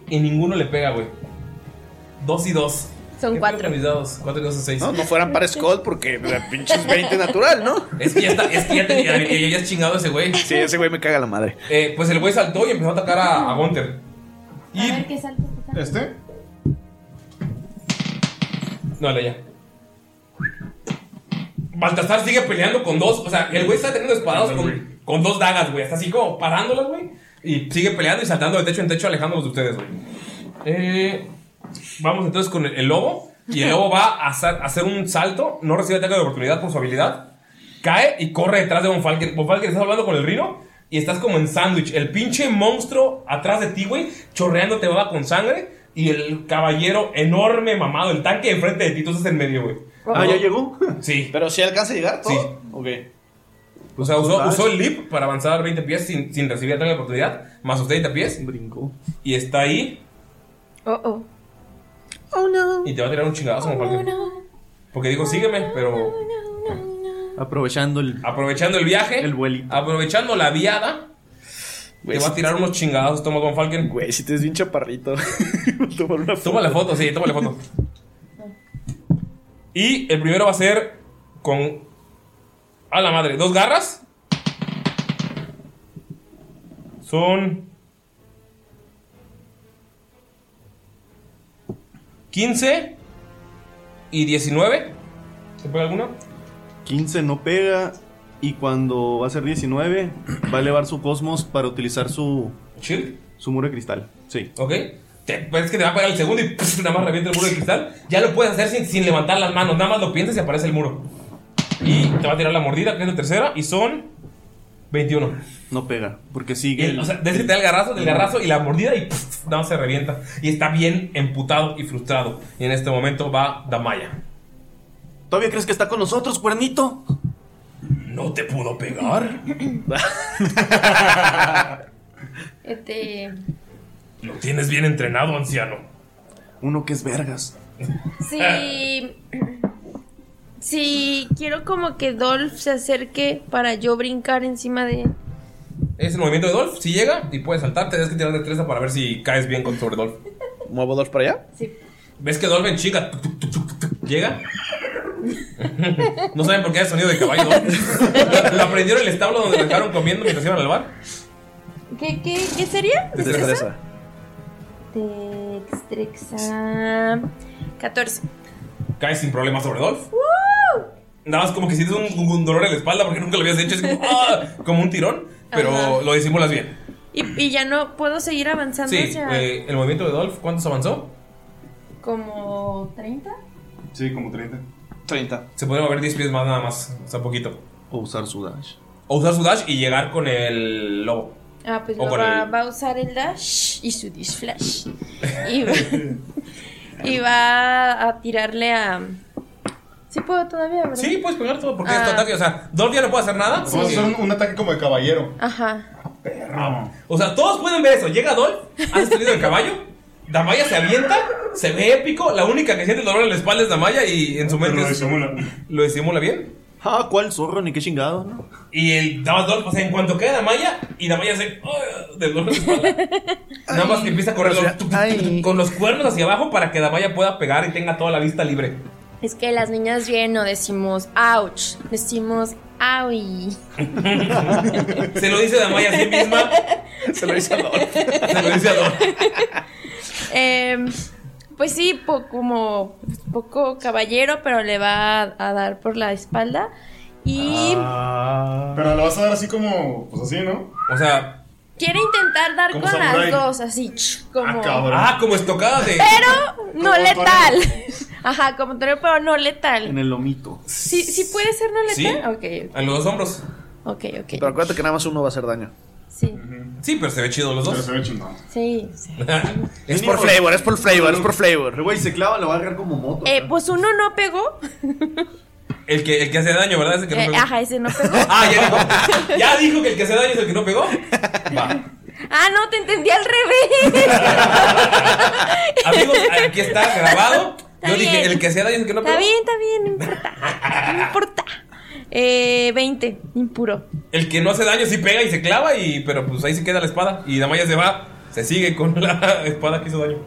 [SPEAKER 1] Y ninguno le pega, güey. Dos y dos.
[SPEAKER 2] Son cuatro.
[SPEAKER 1] Mis dados, cuatro y dos son seis.
[SPEAKER 6] No, no fueran para Skull porque la pinche es 20 natural, ¿no?
[SPEAKER 1] Es que ya está, es que ya te- ya- ya- ya has chingado a ese güey.
[SPEAKER 6] Sí, ese güey me caga la madre.
[SPEAKER 1] Eh, pues el güey saltó y empezó a atacar a, a Gunter.
[SPEAKER 5] A ver qué salto.
[SPEAKER 4] ¿Este?
[SPEAKER 1] No, el de allá. Baltasar sigue peleando con dos. O sea, el güey está teniendo espadados con, con dos dagas, güey. Está así como parándolas, güey. Y sigue peleando y saltando de techo en techo, alejándolos de ustedes, güey. Eh, vamos entonces con el, el lobo. Y el lobo va a hacer, a hacer un salto. No recibe ataque de oportunidad por su habilidad. Cae y corre detrás de Von Falken. Von Falken, estás hablando con el rino. Y estás como en sándwich. El pinche monstruo atrás de ti, güey. Chorreando te va con sangre. Y el caballero enorme, mamado. El tanque enfrente de ti. Tú estás en medio, güey.
[SPEAKER 6] Ah, ¿ya
[SPEAKER 1] llegó? Sí.
[SPEAKER 6] Pero si alcanza a llegar todo. Sí. Ok.
[SPEAKER 1] O sea, usó, usó el leap para avanzar 20 pies sin, sin recibir ataque de oportunidad. Más sus 30 pies. Brincó. Y está ahí.
[SPEAKER 5] Oh, oh. Oh, no.
[SPEAKER 1] Y te va a tirar un chingadazo, Von Falken. Porque digo, sígueme, pero.
[SPEAKER 3] Aprovechando el.
[SPEAKER 1] Aprovechando el viaje. El vuelito. Aprovechando la viada. te va a tirar unos chingadazos, toma Von Falken.
[SPEAKER 6] Güey, si te ves bien chaparrito.
[SPEAKER 1] Toma la foto, sí, toma la foto. Y el primero va a ser con. A la madre, dos garras. Son. 15 y 19. ¿Te pega alguna?
[SPEAKER 3] 15 no pega. Y cuando va a ser 19, va a elevar su cosmos para utilizar su.
[SPEAKER 1] ¿Shield?
[SPEAKER 3] Su muro de cristal. Sí.
[SPEAKER 1] Ok. Te, pues es que te va a pegar el segundo y pss, nada más revienta el muro de cristal. Ya lo puedes hacer sin, sin levantar las manos. Nada más lo piensas y aparece el muro. Y te va a tirar la mordida, que es la tercera. Y son 21.
[SPEAKER 3] No pega, porque sigue.
[SPEAKER 1] Y, o sea, desde te da el garrazo, del garrazo y la mordida y pff, no se revienta. Y está bien emputado y frustrado. Y en este momento va Damaya.
[SPEAKER 3] ¿Todavía crees que está con nosotros, cuernito?
[SPEAKER 1] No te pudo pegar.
[SPEAKER 2] Este.
[SPEAKER 1] Lo tienes bien entrenado, anciano.
[SPEAKER 3] Uno que es vergas.
[SPEAKER 2] Si. Si quiero como que Dolph se acerque para yo brincar encima de él.
[SPEAKER 1] Es el movimiento de Dolph. Si llega y puedes saltar, tienes que tirar destreza para ver si caes bien con sobre Dolph.
[SPEAKER 6] ¿Muevo Dolph para allá?
[SPEAKER 2] Sí.
[SPEAKER 1] ¿Ves que Dolph en chica tuc, tuc, tuc, tuc, tuc, llega? no saben por qué hay sonido de caballo. Dolph. lo aprendieron en el establo donde lo dejaron comiendo mientras iban al bar.
[SPEAKER 2] ¿Qué, qué, qué sería?
[SPEAKER 1] Destreza.
[SPEAKER 2] Dextrexa. 14.
[SPEAKER 1] Caes sin problemas sobre Dolph. Nada más como que sientes un, un dolor en la espalda porque nunca lo habías hecho. Es como, ¡ah! como un tirón, pero
[SPEAKER 2] Ajá.
[SPEAKER 1] lo disimulas bien.
[SPEAKER 2] Y, y ya no puedo seguir avanzando
[SPEAKER 1] Sí,
[SPEAKER 2] hacia.
[SPEAKER 1] eh, el movimiento de Dolph, ¿cuántos avanzó?
[SPEAKER 2] Como 30.
[SPEAKER 1] Sí, como 30.
[SPEAKER 6] 30.
[SPEAKER 1] Se podría mover 10 pies más nada más, o sea, poquito.
[SPEAKER 3] O usar su dash.
[SPEAKER 1] O usar su dash y llegar con el lobo.
[SPEAKER 2] Ah, pues
[SPEAKER 1] O
[SPEAKER 2] lo
[SPEAKER 1] con
[SPEAKER 2] va,
[SPEAKER 1] el-
[SPEAKER 2] va a usar el dash y su disflash. Y va, y va a tirarle a. Sí puedo todavía, ¿verdad?
[SPEAKER 1] Sí, puedes pegar todo porque
[SPEAKER 2] Ah.
[SPEAKER 1] es tu ataque. O sea, Dolph ya no puede hacer nada.
[SPEAKER 4] Puedo hacer un-
[SPEAKER 1] ataque como de caballero.
[SPEAKER 2] Ah, Ajá.
[SPEAKER 1] O sea, todos pueden ver eso. Llega Dolph, has salido el caballo. Damaya se avienta, se ve épico. La única que siente el dolor en la espalda es Damaya y en su mente. es- Lo disimula bien.
[SPEAKER 3] Ah, ¿cuál zorro? Ni qué chingado, ¿no?
[SPEAKER 1] Y el nada más Dolph, o sea, en cuanto queda Damaya, y Damaya se. ¡ay! del dolor en la espalda. Nada más que empieza a correr Dolph, tuc, tuc, tuc, con los cuernos hacia abajo para que Damaya pueda pegar y tenga toda la vista libre.
[SPEAKER 2] Es que las niñas bien no decimos ouch, decimos aui.
[SPEAKER 1] Se lo dice Damaya a sí misma. Se lo dice a Dolph. Se lo dice a Dolph.
[SPEAKER 2] Em, pues sí, po- como poco caballero, pero le va a, a dar por la espalda.
[SPEAKER 1] Ah.
[SPEAKER 2] Y
[SPEAKER 4] Pero lo vas a dar así como. Pues así, ¿no?
[SPEAKER 1] O sea.
[SPEAKER 2] quiere intentar dar con
[SPEAKER 4] Como samurái.
[SPEAKER 2] las dos, así, ch, como...
[SPEAKER 1] Ah, como estocada de.
[SPEAKER 2] pero no
[SPEAKER 1] Como
[SPEAKER 2] letal. Ajá, como torero, pero no letal.
[SPEAKER 3] el lomito.
[SPEAKER 2] Sí, sí puede ser no
[SPEAKER 6] Sí.
[SPEAKER 2] letal. Ok,
[SPEAKER 1] En los dos hombros.
[SPEAKER 2] ok, ok.
[SPEAKER 6] Pero acuérdate que nada más uno va a hacer daño.
[SPEAKER 2] Sí.
[SPEAKER 1] Sí, pero se ve chido los dos.
[SPEAKER 6] Pero se ve
[SPEAKER 2] Sí, sí.
[SPEAKER 6] es por flavor, es por flavor, es por flavor.
[SPEAKER 3] El güey se clava, lo va a agarrar como moto.
[SPEAKER 2] Eh, pues uno no pegó.
[SPEAKER 1] El que, el que hace daño, ¿verdad? Ese que no
[SPEAKER 2] Eh,
[SPEAKER 1] pegó.
[SPEAKER 2] ajá, ese no pegó.
[SPEAKER 1] Ah, ya dijo. Ya dijo que el que hace daño es el que no pegó.
[SPEAKER 2] Ah, no, te entendí al revés.
[SPEAKER 1] Amigos, aquí está grabado. Yo
[SPEAKER 2] Está
[SPEAKER 1] dije,
[SPEAKER 2] bien.
[SPEAKER 1] el que hace daño es el que no
[SPEAKER 2] Está
[SPEAKER 1] pegó.
[SPEAKER 2] bien, está bien, no importa. No importa. Eh, 20, impuro.
[SPEAKER 1] El que no hace daño sí pega y se clava, y, pero pues ahí se queda la espada. Y Damaya se va, se sigue con la espada que hizo daño.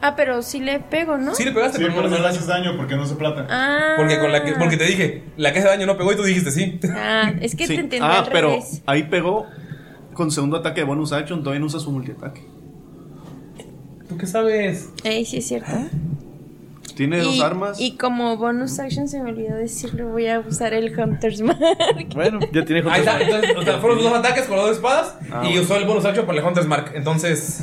[SPEAKER 2] Ah, pero sí le pego, ¿no?
[SPEAKER 1] Sí, le pegaste, pero no le haces daño. porque no se plata.
[SPEAKER 2] Ah.
[SPEAKER 1] Porque, con la que, porque te dije, la que hace daño no pegó y tú dijiste sí.
[SPEAKER 2] Ah, es que
[SPEAKER 3] Sí.
[SPEAKER 2] te entendí
[SPEAKER 3] Ah,
[SPEAKER 2] al
[SPEAKER 3] pero
[SPEAKER 2] revés.
[SPEAKER 3] ahí pegó con segundo ataque de bonus action, todavía no usa su multiataque.
[SPEAKER 1] ¿Tú qué sabes?
[SPEAKER 2] Ey, sí es cierto.
[SPEAKER 1] ¿Eh?
[SPEAKER 3] Tiene dos
[SPEAKER 2] Y-
[SPEAKER 3] armas.
[SPEAKER 2] Y como bonus action se me olvidó decirlo, voy a usar el Hunter's Mark.
[SPEAKER 6] Bueno, ya tiene
[SPEAKER 1] Ahí está, entonces, o sea, fueron los dos ataques con las dos espadas
[SPEAKER 6] Ah,
[SPEAKER 1] y
[SPEAKER 6] bueno.
[SPEAKER 1] usó el bonus action para el Hunter's Mark. Entonces,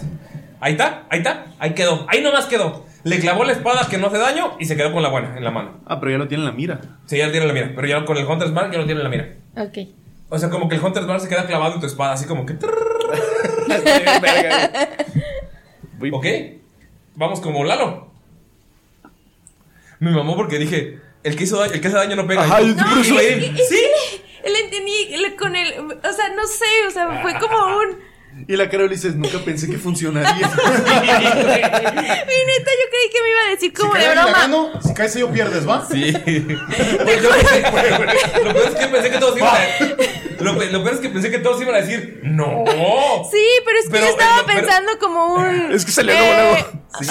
[SPEAKER 1] ahí está, ahí está, ahí quedó, ahí nomás quedó. Le clavó la espada que no hace daño y se quedó con la buena en la mano.
[SPEAKER 3] Ah, pero ya lo tiene en la mira.
[SPEAKER 1] Sí, ya lo tiene en la mira, pero ya con el Hunter's Mark ya lo tiene en la mira.
[SPEAKER 2] Ok.
[SPEAKER 1] O sea, como que el Hunter's Mark se queda clavado en tu espada, así como que. ok, vamos como Lalo. Me mamó porque dije: el que, hizo daño- el que hace daño no pega.
[SPEAKER 6] Ajá,
[SPEAKER 1] Y-
[SPEAKER 2] No,
[SPEAKER 1] y-
[SPEAKER 2] es
[SPEAKER 1] y-
[SPEAKER 2] que- es que le- le entendí le- con el. O sea, no sé, o sea, fue como un.
[SPEAKER 3] Y la Carol dices, nunca pensé que funcionaría.
[SPEAKER 2] Mi neta, yo creí que me iba a decir como de broma.
[SPEAKER 4] si caes yo pierdes, ¿va?
[SPEAKER 1] Sí. Güey, yo pensé- lo peor es que pensé que todos iban a lo, pe- lo peor es que pensé que todos iban a decir no.
[SPEAKER 2] Sí, pero es que
[SPEAKER 1] Pero,
[SPEAKER 2] yo estaba
[SPEAKER 1] eh, pero-
[SPEAKER 2] pensando como un. eh,
[SPEAKER 1] Es que salió luego, Es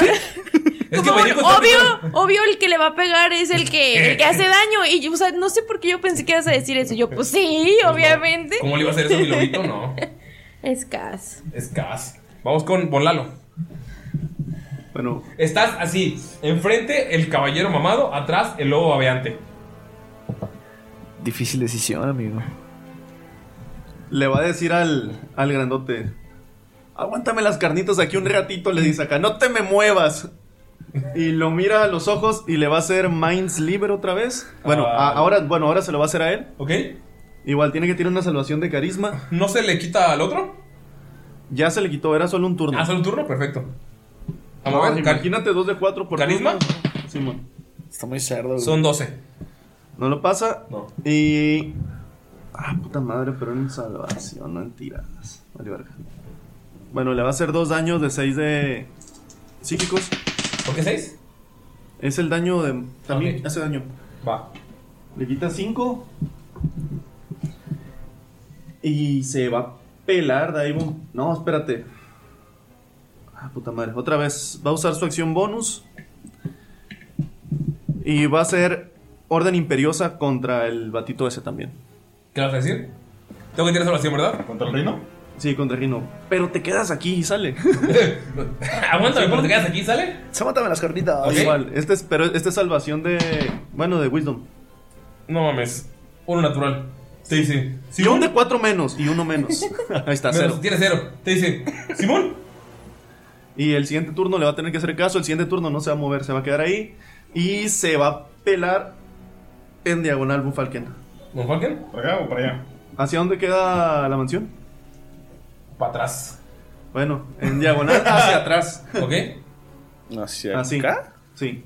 [SPEAKER 1] que venía con
[SPEAKER 2] Obvio, obvio el que le va a pegar es el que, el que hace daño. Y yo, o sea, no sé por qué yo pensé que ibas a decir eso. Yo, pues sí, obviamente.
[SPEAKER 1] ¿Cómo le iba a hacer eso a mi lobito? No.
[SPEAKER 2] Es Cas.
[SPEAKER 1] Es cas. Vamos con Bolalo.
[SPEAKER 3] Bueno.
[SPEAKER 1] Estás así. Enfrente el caballero mamado, atrás el lobo babeante.
[SPEAKER 6] Difícil decisión, amigo.
[SPEAKER 3] Le va a decir al, al grandote: Aguántame las carnitas aquí un ratito, le dice acá, no te me muevas. Y lo mira a los ojos y le va a hacer Minds Libre otra vez. Bueno, a- ahora, bueno, ahora se lo va a hacer a él.
[SPEAKER 1] Ah. Ok.
[SPEAKER 3] Igual tiene que tirar una salvación de carisma.
[SPEAKER 1] ¿No se le quita al otro?
[SPEAKER 3] Ya se le quitó, era solo un turno.
[SPEAKER 1] Ah, solo un turno, perfecto. A
[SPEAKER 3] No,
[SPEAKER 1] mover,
[SPEAKER 3] imagínate,
[SPEAKER 1] car-
[SPEAKER 3] dos de cuatro por
[SPEAKER 1] ¿Carisma?
[SPEAKER 3] turno. Simón. Está muy cerdo, güey.
[SPEAKER 1] Son 12.
[SPEAKER 3] No lo pasa. Y. Ah, puta madre, pero en salvación, no en tiradas. Vale, verga. Bueno, le va a hacer dos daños de seis de. psíquicos.
[SPEAKER 1] ¿Por qué seis?
[SPEAKER 3] Es el daño de. También hace daño.
[SPEAKER 1] Va.
[SPEAKER 3] Le quita cinco. Y se va a pelar de ahí. bom- No, espérate. Ah, puta madre. Otra vez. Va a usar su acción bonus. Y va a hacer orden imperiosa contra el batito ese también.
[SPEAKER 1] ¿Qué vas a decir? Tengo que tirar salvación, ¿verdad?
[SPEAKER 4] ¿Contra el reino?
[SPEAKER 3] Sí, contra el reino. Pero te quedas aquí y sale.
[SPEAKER 1] Aguántame, ¿por qué te quedas aquí? ¿Sale?
[SPEAKER 3] Se mátame las carnitas. Igual. Este es, pero este es salvación de. Bueno, de Wisdom.
[SPEAKER 1] No mames. Uno natural. Te dice.
[SPEAKER 3] Y un de cuatro menos y uno menos. Ahí está,
[SPEAKER 1] Menos,
[SPEAKER 3] cero.
[SPEAKER 1] Tiene cero. Te dice. Simón.
[SPEAKER 3] Y el siguiente turno le va a tener que hacer caso. El siguiente turno no se va a mover, se va a quedar ahí. Y se va a pelar en diagonal Bufalken.
[SPEAKER 1] ¿Bufalken?
[SPEAKER 4] ¿Para acá o para allá?
[SPEAKER 3] ¿Hacia dónde queda la mansión?
[SPEAKER 1] Para atrás.
[SPEAKER 3] Bueno, en diagonal hacia atrás.
[SPEAKER 1] ¿Ok?
[SPEAKER 6] ¿Hacia
[SPEAKER 3] Así.
[SPEAKER 6] acá?
[SPEAKER 3] Sí.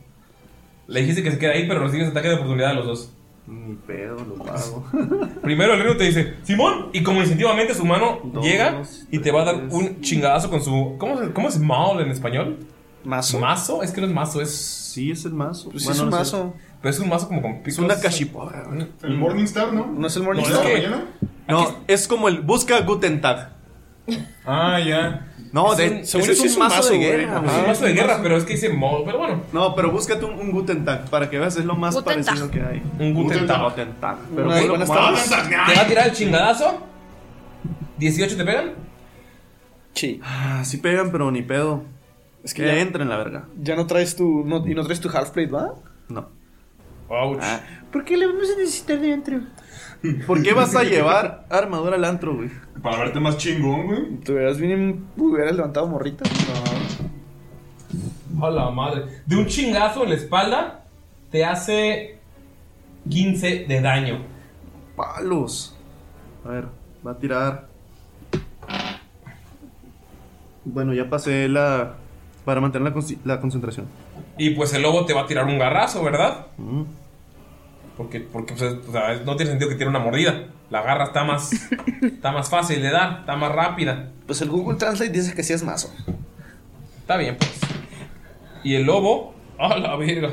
[SPEAKER 1] Le dijiste que se queda ahí, pero recibes ataque de oportunidad a los dos. Pues,
[SPEAKER 3] Ni pedo, lo pago.
[SPEAKER 1] Primero el reino te dice, Simón, y como instintivamente su mano llega y te va a dar un chingadazo con su... ¿Cómo, se- cómo es maul en español?
[SPEAKER 6] ¿Mazo?
[SPEAKER 1] ¿Mazo? Es que no es mazo, es... Sí,
[SPEAKER 3] es el mazo.
[SPEAKER 6] Pues sí es un mazo.
[SPEAKER 1] Pero es un mazo como con picos. Es una
[SPEAKER 3] cachiporra.
[SPEAKER 4] El Morningstar, ¿no?
[SPEAKER 6] No es el
[SPEAKER 4] Morningstar. mañana?
[SPEAKER 3] No, Mm. es como el busca Guten Tag.
[SPEAKER 4] Ah, ya.
[SPEAKER 3] No,
[SPEAKER 1] Es
[SPEAKER 3] de,
[SPEAKER 1] un-
[SPEAKER 3] ese
[SPEAKER 1] según yo
[SPEAKER 3] es
[SPEAKER 1] sí
[SPEAKER 3] un mazo, de
[SPEAKER 1] güey.
[SPEAKER 3] guerra.
[SPEAKER 1] Es un
[SPEAKER 3] güey.
[SPEAKER 1] Ah, mazo de guerra, pero es que dice maul, pero bueno.
[SPEAKER 3] No, pero búscate un, un Guten Tag para que veas, es lo más
[SPEAKER 1] Guten Tag.
[SPEAKER 3] parecido que hay.
[SPEAKER 1] Un Guten Tag.
[SPEAKER 3] Guten Tag. Pero
[SPEAKER 1] Una-
[SPEAKER 3] bueno,
[SPEAKER 1] buenas
[SPEAKER 3] más-
[SPEAKER 1] tardes. Te va a tirar el chingadazo. 18 te pegan.
[SPEAKER 3] Sí. Ah, sí pegan, pero ni pedo. Es que
[SPEAKER 6] ya-
[SPEAKER 3] entra en la verga.
[SPEAKER 6] Ya no traes tu. no- y no traes tu half plate, ¿va?
[SPEAKER 3] No. Ah,
[SPEAKER 6] ¿Por qué le vamos a necesitar de antro?
[SPEAKER 3] ¿Por qué vas a llevar armadura al antro, güey?
[SPEAKER 4] Para verte más chingón, güey.
[SPEAKER 6] Te hubieras bien. hubieras levantado morrita.
[SPEAKER 1] A la madre. De un chingazo en la espalda te hace 15 de daño.
[SPEAKER 3] Palos. A ver, va a tirar. Bueno, ya pasé la. Para mantener la, conci- la concentración. Mm.
[SPEAKER 1] Y pues el lobo te va a tirar un garrazo, ¿verdad? Porque, porque pues, o sea, no tiene sentido que tire una mordida. La garra está más, está más fácil de dar, está más rápida.
[SPEAKER 6] Pues el Google Translate dice que sí es mazo.
[SPEAKER 1] Está bien, pues. Y el lobo. ¡A la verga!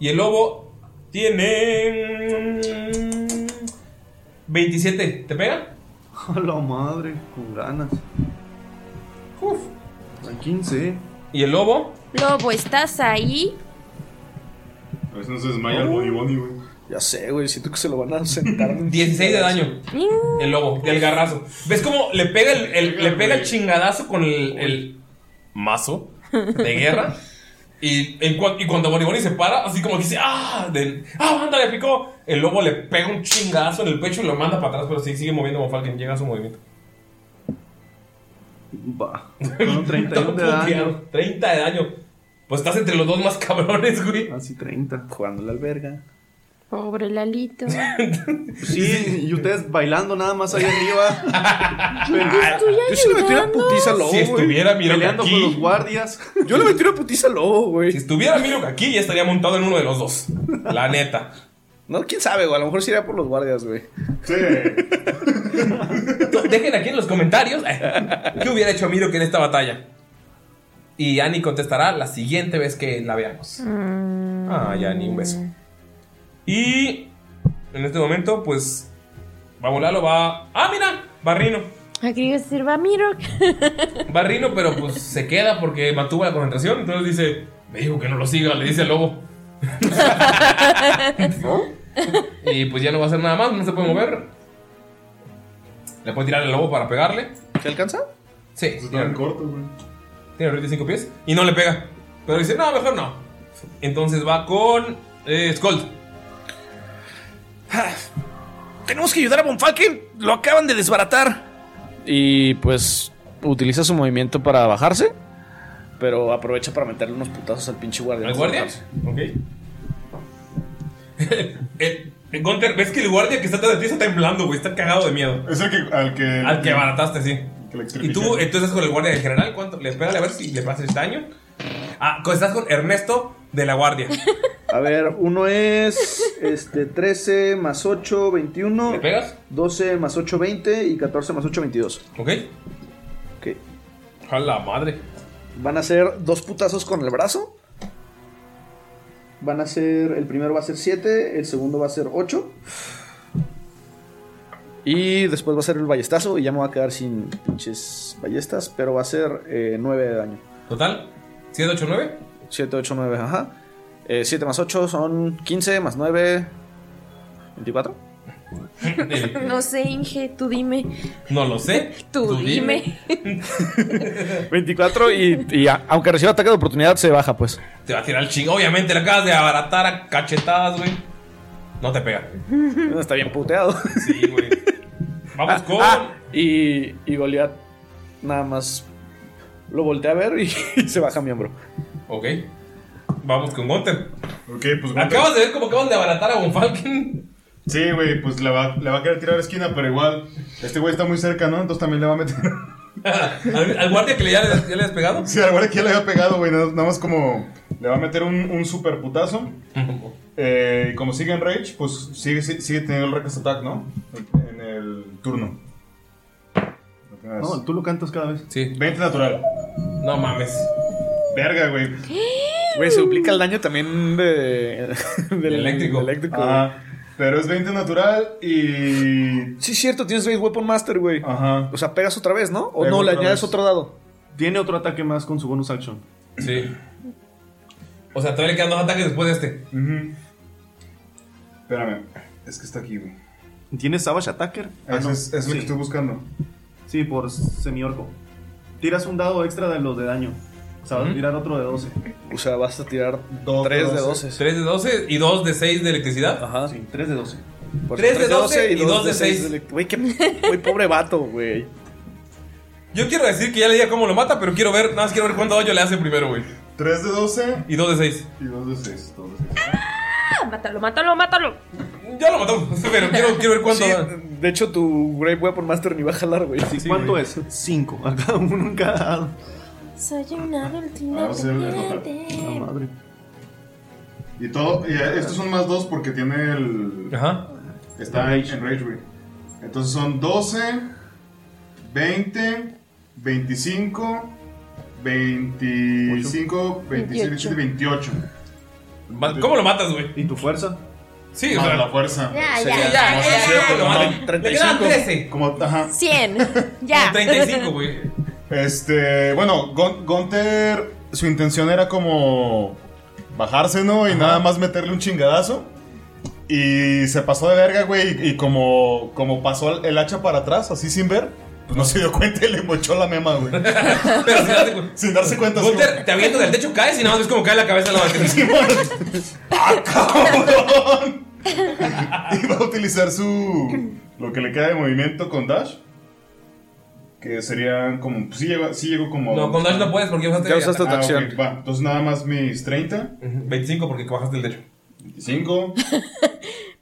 [SPEAKER 1] Y el lobo tiene. mm, 27. ¿Te pega?
[SPEAKER 3] A la madre, con ganas.
[SPEAKER 1] Uf.
[SPEAKER 3] A 15.
[SPEAKER 1] ¿Y el lobo?
[SPEAKER 2] Lobo, ¿estás ahí?
[SPEAKER 4] A veces no se desmaya el Bonnie Bonnie, güey.
[SPEAKER 6] Ya sé, güey. Siento que se lo van a sentar.
[SPEAKER 1] 16 de daño. El lobo, el garrazo. ¿Ves cómo le pega el, el- le pega el chingadazo con el, el mazo de guerra? Y, en cua- y cuando Boniboni se para, así como que dice, ¡ah! Del, ¡ah, anda, le picó! El lobo le pega un chingadazo en el pecho y lo manda para atrás, pero sí sigue moviendo como Falcon, llega a su movimiento.
[SPEAKER 3] Va. Fueron 31 de
[SPEAKER 1] Todo puteado.
[SPEAKER 3] daño.
[SPEAKER 1] 30 de daño. Pues estás entre los dos más cabrones, güey.
[SPEAKER 3] Así 30.
[SPEAKER 6] Jugando la alberga.
[SPEAKER 2] Pobre Lalito.
[SPEAKER 3] Sí, y ustedes bailando nada más ahí arriba.
[SPEAKER 6] Yo sí le metí una putiza al lobo.
[SPEAKER 1] Si estuviera Miro
[SPEAKER 6] Peleando
[SPEAKER 1] aquí.
[SPEAKER 6] con los
[SPEAKER 3] guardias.
[SPEAKER 6] Yo le metí una putiza al lobo, güey. Si
[SPEAKER 1] estuviera Miro aquí, ya estaría montado en uno de los dos. La neta.
[SPEAKER 6] No, quién sabe, güey. A lo mejor sí iría por los guardias, güey.
[SPEAKER 4] Sí.
[SPEAKER 1] Dejen aquí en los comentarios eh, qué hubiera hecho Miro que en esta batalla. Y Annie contestará la siguiente vez que la veamos.
[SPEAKER 2] Mm.
[SPEAKER 1] Ah, ya, ni un beso. Y en este momento, pues, vamos, Lalo va. ¡Ah, mira! Barrino.
[SPEAKER 2] Aquí que sirva Miro.
[SPEAKER 1] Barrino, pero pues se queda porque mantuvo la concentración. Entonces dice: Me dijo que no lo siga, le dice al lobo. Y pues ya no va a hacer nada más, no se puede mover. Le puede tirar al lobo para pegarle.
[SPEAKER 6] ¿Se alcanza?
[SPEAKER 1] Sí.
[SPEAKER 4] Pues Está en corto, güey.
[SPEAKER 1] Tiene 25 pies y no le pega. Pero dice, no, mejor no. Entonces va con eh, Skull.
[SPEAKER 6] Ah, Tenemos que ayudar a Bonfalken. Lo acaban de desbaratar. Y pues utiliza su movimiento para bajarse. Pero aprovecha para meterle unos putazos al pinche guardia.
[SPEAKER 1] ¿Al guardia?
[SPEAKER 6] Bajarse.
[SPEAKER 1] Ok. Eh, Gunter, ves que el guardia que está atrás de ti está temblando, güey. Está cagado de miedo.
[SPEAKER 4] Es el que. Al que.
[SPEAKER 1] Al que abarataste, sí. Y tú, entonces estás con el guardia del general. ¿Cuánto? Le pégale a ver si le pases daño. Ah, con- estás con Ernesto de la guardia.
[SPEAKER 6] A ver, uno es este 13 más 8, 21.
[SPEAKER 1] ¿Le pegas?
[SPEAKER 6] 12 más 8, 20 y 14 más 8, 22.
[SPEAKER 1] ¿Ok?
[SPEAKER 6] Ok.
[SPEAKER 1] A la madre.
[SPEAKER 6] Van a ser dos putazos con el brazo. Van a ser. El primero va a ser 7, el segundo va a ser 8. Y después va a ser el ballestazo y ya me va a quedar sin pinches ballestas, pero va a ser 9 de daño.
[SPEAKER 1] ¿Total? ¿7, 8, 9?
[SPEAKER 6] 7, 8, 9, ajá. 7 más 8 son 15, más 9, 24.
[SPEAKER 2] No sé, Inge, tú dime.
[SPEAKER 1] No lo sé.
[SPEAKER 2] Tú, dime.
[SPEAKER 6] 24 y, y a- aunque reciba ataque de oportunidad se baja, pues.
[SPEAKER 1] Te va a tirar el chingo. Obviamente le acabas de abaratar a cachetadas, güey. No te pega.
[SPEAKER 6] Está bien puteado. Ah,
[SPEAKER 1] Sí, güey. Vamos con.
[SPEAKER 6] y, y Goliat nada más lo volteé a ver y, se baja mi hombro.
[SPEAKER 1] Ok. Vamos con Gunter.
[SPEAKER 4] Ok, pues
[SPEAKER 6] Gunter.
[SPEAKER 1] Acabas de ver cómo acaban de abaratar a Bonfalken.
[SPEAKER 4] Sí, güey, pues le va, le va a querer tirar a la esquina, pero igual. Este güey está muy cerca, ¿no? Entonces también le va a meter.
[SPEAKER 1] ¿Al, al guardia que le- ya, le, ya le has pegado?
[SPEAKER 4] Sí, al guardia que ya le había pegado, güey. Nada, nada más como. Le va a meter un, un super putazo. Eh, y como sigue en Rage, pues sigue, sigue, sigue teniendo el Reckless Attack, ¿no? En el turno.
[SPEAKER 3] No,
[SPEAKER 4] tú lo cantas cada vez.
[SPEAKER 1] Sí.
[SPEAKER 4] 20 natural.
[SPEAKER 1] No mames.
[SPEAKER 4] Verga, güey.
[SPEAKER 10] Güey, se duplica el daño también de.
[SPEAKER 4] Del Ah.
[SPEAKER 10] eléctrico.
[SPEAKER 4] Ajá. Pero es 20 natural y.
[SPEAKER 10] Sí, cierto, tienes Great Weapon Master, güey.
[SPEAKER 4] Ajá.
[SPEAKER 10] O sea, pegas otra vez, ¿no? O
[SPEAKER 3] Pego
[SPEAKER 10] no, le
[SPEAKER 3] otra
[SPEAKER 10] añades
[SPEAKER 3] vez.
[SPEAKER 10] otro dado.
[SPEAKER 3] Tiene otro ataque más con su bonus action.
[SPEAKER 1] Sí. O sea, todavía le quedan dos ataques después de este.
[SPEAKER 4] Espérame. Es que está aquí, güey.
[SPEAKER 3] ¿Tienes Savage Attacker? Ah,
[SPEAKER 4] Ese es- es lo que estoy buscando.
[SPEAKER 3] Sí, por semiorco. Tiras un dado extra de los de daño. O sea, vas a
[SPEAKER 1] Ujú.
[SPEAKER 3] tirar otro de 12.
[SPEAKER 10] O sea, vas a tirar
[SPEAKER 1] 3 3 de 12 y 2 de 6 de electricidad.
[SPEAKER 10] Ajá.
[SPEAKER 1] Sí, 3 de 12.
[SPEAKER 10] Por
[SPEAKER 1] 3 de
[SPEAKER 10] tres
[SPEAKER 1] 12 y 2 de
[SPEAKER 10] seis
[SPEAKER 1] 6.
[SPEAKER 10] de- Güey, qué güey, pobre vato, güey.
[SPEAKER 1] Yo quiero decir que ya le diga cómo lo mata, pero quiero ver, nada más quiero ver cuánto daño le hace primero, güey.
[SPEAKER 4] 3 de 12
[SPEAKER 1] y 2 de 6.
[SPEAKER 4] Y 2 de 6.
[SPEAKER 2] ¡Ah! Mátalo, mátalo, mátalo.
[SPEAKER 1] Ya lo mató, pero quiero, quiero ver cuánto.
[SPEAKER 10] Sí, de hecho, tu Great Weapon Master ni va a jalar, güey.
[SPEAKER 3] ¿Cuánto es? 5. A cada uno en cada dado.
[SPEAKER 2] Soy una adultina.
[SPEAKER 4] Vamos a hacer el
[SPEAKER 2] pendiente.
[SPEAKER 4] madre. Y todo. Y eh, estos son más 2 porque tiene el.
[SPEAKER 1] Ajá.
[SPEAKER 4] Está en Rage, güey. Entonces son 12, 20, 25, 25, 27, 28.
[SPEAKER 1] Ma- ¿Cómo lo matas, güey?
[SPEAKER 3] ¿Y tu fuerza?
[SPEAKER 1] Sí,
[SPEAKER 4] o sea, la
[SPEAKER 1] fuerza.
[SPEAKER 2] Ya,
[SPEAKER 1] Sí, ya,
[SPEAKER 2] ya, ya,
[SPEAKER 1] ya, sí,
[SPEAKER 2] ya.
[SPEAKER 1] lo mata. Le quedan 13.
[SPEAKER 4] Como, ajá.
[SPEAKER 2] 100. Ya.
[SPEAKER 1] güey.
[SPEAKER 4] Este, bueno, Gon- Gunter, su intención era como bajarse, ¿no? Y nada más meterle un chingadazo. Y se pasó de verga, güey. Y, y como, como pasó el- el hacha para atrás, así sin ver, pues no se dio cuenta y le mochó la mema, güey. sin darse cuenta. sí,
[SPEAKER 1] Gunter, te avientas del techo, caes y nada más ves cómo cae la cabeza de la batería. Ah,
[SPEAKER 4] ¡Cabrón! y va a utilizar su. Lo que le queda de movimiento con Dash. Que serían como. Pues sí, llego, sí llego como.
[SPEAKER 1] No, con Dash no puedes porque usaste- Ya usaste tu
[SPEAKER 4] Ah, ok,
[SPEAKER 1] acción.
[SPEAKER 4] va. Entonces nada más mis 30.
[SPEAKER 1] 25 porque bajaste el derecho.
[SPEAKER 4] 25.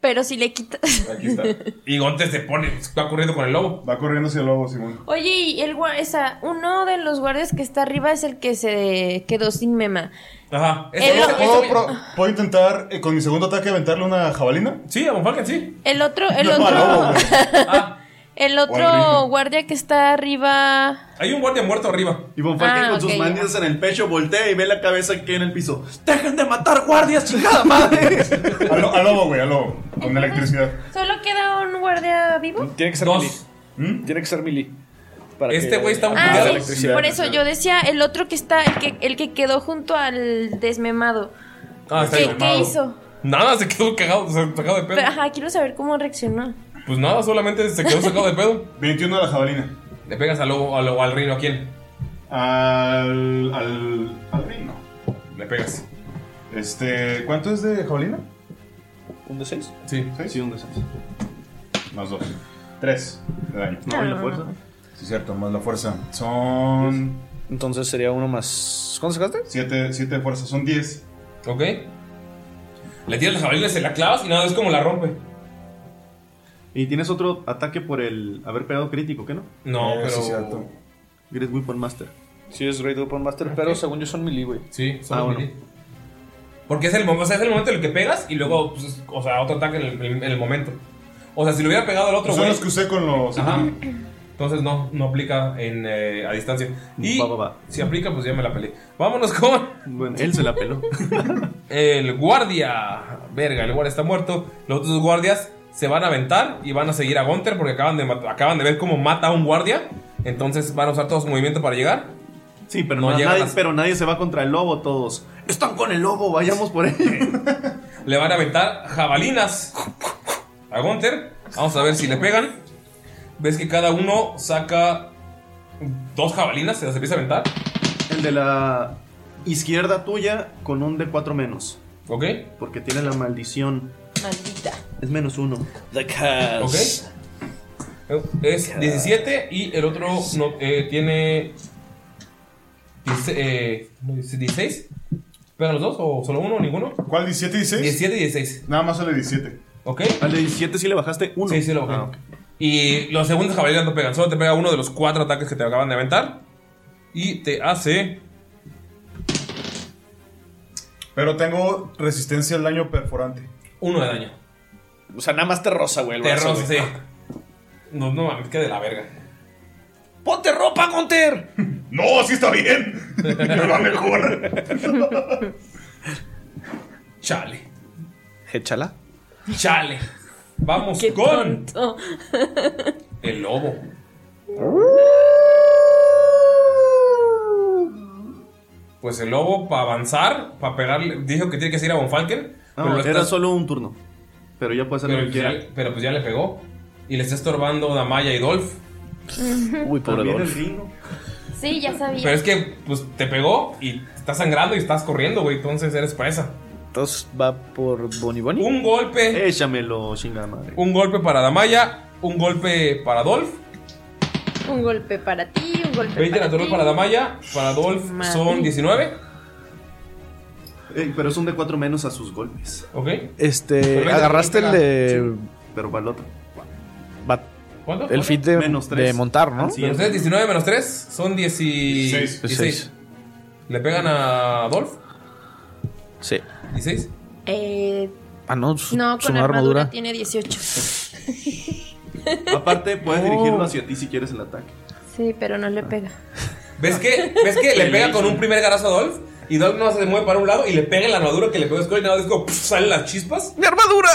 [SPEAKER 2] Pero si le quitas.
[SPEAKER 4] Aquí está.
[SPEAKER 1] y Gunter se pone. Va corriendo con el lobo.
[SPEAKER 4] Va corriendo hacia el lobo, Simón.
[SPEAKER 2] Oye, y el gua- esa, uno de los guardias que está arriba es el que se quedó sin mema.
[SPEAKER 1] Ajá.
[SPEAKER 2] Ese-
[SPEAKER 4] ¿Puedo,
[SPEAKER 2] ese-
[SPEAKER 4] puedo pro- puedo intentar eh, con mi segundo ataque aventarle una jabalina?
[SPEAKER 1] Sí, a Bonfalken sí.
[SPEAKER 2] El otro, el
[SPEAKER 4] No,
[SPEAKER 2] otro,
[SPEAKER 4] no, güey.
[SPEAKER 1] Ah.
[SPEAKER 2] el
[SPEAKER 1] Guardia.
[SPEAKER 2] otro guardia que está arriba.
[SPEAKER 1] Hay un guardia muerto arriba.
[SPEAKER 3] Y Bonfalken
[SPEAKER 2] Ah,
[SPEAKER 3] con
[SPEAKER 2] ok,
[SPEAKER 3] sus
[SPEAKER 2] ya.
[SPEAKER 3] manitas en el pecho voltea y ve la cabeza que queda en el piso. ¡Dejen de matar guardias, chingada madre!
[SPEAKER 4] Al, lo- al lobo, güey, al lobo. Con electricidad.
[SPEAKER 2] ¿Solo queda un guardia vivo?
[SPEAKER 10] Tiene que ser
[SPEAKER 1] Dos. ¿Mm?
[SPEAKER 10] melee. Tiene que ser melee. Para
[SPEAKER 1] Este
[SPEAKER 10] que-
[SPEAKER 1] güey está un
[SPEAKER 10] Ah,
[SPEAKER 2] Ah, sí,
[SPEAKER 10] electricidad.
[SPEAKER 2] por eso yo decía el otro que está, el que, el que quedó junto al desmemado.
[SPEAKER 1] Ah, está
[SPEAKER 2] ¿Qué,
[SPEAKER 1] desmemado.
[SPEAKER 2] qué hizo?
[SPEAKER 1] Nada, se quedó cagado, se sacado de pedo.
[SPEAKER 2] Pero, ajá, quiero saber cómo reaccionó.
[SPEAKER 1] Pues nada, solamente se quedó sacado de pedo.
[SPEAKER 4] 21 a la jabalina.
[SPEAKER 1] Le pegas al lobo, al, lobo- al reino, ¿a quién?
[SPEAKER 4] Al. al. al reino.
[SPEAKER 1] Le pegas.
[SPEAKER 4] Este. ¿Cuánto es de jabalina?
[SPEAKER 10] ¿Un de 6?
[SPEAKER 1] Sí.
[SPEAKER 4] Sí, un de 6. Más 2. 3 de daño.
[SPEAKER 3] No, ¿y la fuerza?
[SPEAKER 4] Sí, cierto, más la fuerza. Son.
[SPEAKER 10] Entonces sería uno más. ¿Cuánto sacaste?
[SPEAKER 4] 7 de fuerza, son 10.
[SPEAKER 1] Ok. Le tiras la jabalina, se la clavas y nada, es como la rompe.
[SPEAKER 3] Y tienes otro ataque por el haber pegado crítico, ¿qué no?
[SPEAKER 1] No, Eh, pero- sí, cierto.
[SPEAKER 3] Great Weapon Master.
[SPEAKER 6] Sí, es Great Weapon Master, pero según yo son melee, güey.
[SPEAKER 1] Sí, son
[SPEAKER 6] ah, bueno.
[SPEAKER 1] melee. Porque es el, mom- o sea, es el momento en el que pegas y luego, pues, es- o sea, otro ataque en el, en el momento. O sea, si lo hubiera pegado al otro,
[SPEAKER 4] Pues Son
[SPEAKER 1] güey.
[SPEAKER 4] los que usé con los.
[SPEAKER 1] Ajá. Entonces no, no aplica en, eh, a distancia. Y si aplica, pues ya me la pelé. Vámonos con.
[SPEAKER 3] Bueno, él se la peló.
[SPEAKER 1] el guardia. Verga, el guardia está muerto. Los otros dos guardias se van a aventar y van a seguir a Gunter porque acaban de, mat- acaban de ver cómo mata a un guardia. Entonces van a usar todo su movimiento para llegar.
[SPEAKER 3] Sí, pero,
[SPEAKER 1] No
[SPEAKER 3] na-
[SPEAKER 1] llegan
[SPEAKER 3] nadie,
[SPEAKER 1] las-
[SPEAKER 3] pero nadie se va contra el lobo, todos. Están con el lobo, vayamos por él.
[SPEAKER 1] Le van a aventar jabalinas a Gunter. Vamos a ver si le pegan. Ves que cada uno saca dos jabalinas, se las empieza a aventar.
[SPEAKER 3] El de la izquierda tuya con un D4 menos.
[SPEAKER 1] Ok.
[SPEAKER 3] Porque tiene la maldición.
[SPEAKER 5] Maldita.
[SPEAKER 3] Es menos uno.
[SPEAKER 6] The
[SPEAKER 1] Ok. Es 17 y el otro no, eh, tiene. dice- eh, ¿cómo dice? 16. ¿Pegan los dos o solo uno o ninguno?
[SPEAKER 4] ¿Cuál? ¿17 y 16?
[SPEAKER 1] 17 y 16.
[SPEAKER 4] Nada más sale 17.
[SPEAKER 1] Ok.
[SPEAKER 3] Al de 17 sí le bajaste uno. Ah,
[SPEAKER 1] Sí, sí, lo bajé. Y los segundos jabalinas no pegan, solo te pega uno de los cuatro ataques que te acaban de aventar. Y te hace.
[SPEAKER 4] Pero tengo resistencia al daño perforante.
[SPEAKER 1] Uno de daño.
[SPEAKER 6] O sea, nada más te rosa, güey. el
[SPEAKER 1] Te
[SPEAKER 6] brazo,
[SPEAKER 1] roza, sí.
[SPEAKER 6] güey.
[SPEAKER 1] No, no mames, que de la verga.
[SPEAKER 6] ¡Ponte ropa, Gunter!
[SPEAKER 4] ¡No, así está bien! Me va mejor.
[SPEAKER 1] Chale.
[SPEAKER 6] Échala.
[SPEAKER 1] Chale. Vamos con el lobo. Pues el lobo para avanzar, para pegarle, dijo que tiene que seguir a Von Falken.
[SPEAKER 3] No,
[SPEAKER 1] pero lo
[SPEAKER 3] era
[SPEAKER 1] está-
[SPEAKER 3] solo un turno. Pero ya puede hacer lo
[SPEAKER 1] pero
[SPEAKER 3] que
[SPEAKER 1] pues
[SPEAKER 3] quiera.
[SPEAKER 1] ya- pero pues ya le pegó. Y le está estorbando Damaya y Dolph.
[SPEAKER 3] Uy, pobre También Dolph.
[SPEAKER 5] Sí, ya sabía.
[SPEAKER 1] Pero es que pues te pegó y te estás sangrando y estás corriendo, güey. Entonces eres presa.
[SPEAKER 6] Entonces va por Bonnie Bonnie.
[SPEAKER 1] Un golpe.
[SPEAKER 3] Échamelo, chingada madre.
[SPEAKER 1] Un golpe para Damaya, un golpe para Dolph.
[SPEAKER 2] Un golpe para ti, un golpe
[SPEAKER 1] 20
[SPEAKER 2] para
[SPEAKER 1] natural
[SPEAKER 2] ti.
[SPEAKER 1] para Damaya, para Dolph
[SPEAKER 2] Madre.
[SPEAKER 1] son 19.
[SPEAKER 3] Ey, pero es un D4 menos a sus golpes.
[SPEAKER 1] Ok. Pues
[SPEAKER 6] Este, agarraste el de.
[SPEAKER 3] Pero para el otro.
[SPEAKER 6] va-
[SPEAKER 1] ¿Cuánto?
[SPEAKER 6] El fit de,
[SPEAKER 1] Menos tres.
[SPEAKER 6] de montar, ¿no?
[SPEAKER 1] Pero ustedes 19 menos 3 son 16. 16. ¿Le pegan a Dolph?
[SPEAKER 6] Sí.
[SPEAKER 1] 16.
[SPEAKER 2] Eh,
[SPEAKER 6] Ah, no, su,
[SPEAKER 2] no,
[SPEAKER 6] su
[SPEAKER 2] con
[SPEAKER 6] nueva
[SPEAKER 2] armadura,
[SPEAKER 6] armadura.
[SPEAKER 2] tiene 18.
[SPEAKER 3] Aparte, puedes
[SPEAKER 2] Oh.
[SPEAKER 3] dirigirlo hacia ti si quieres el ataque.
[SPEAKER 2] Sí, pero no le pega.
[SPEAKER 1] ¿Ves que, ¿ves que le pega con un primer garazo a Dolph? Y Dolph no se mueve para un lado y le pega en la armadura que le pegó Skull y nada más es como, pf, salen las chispas.
[SPEAKER 6] ¡Mi armadura!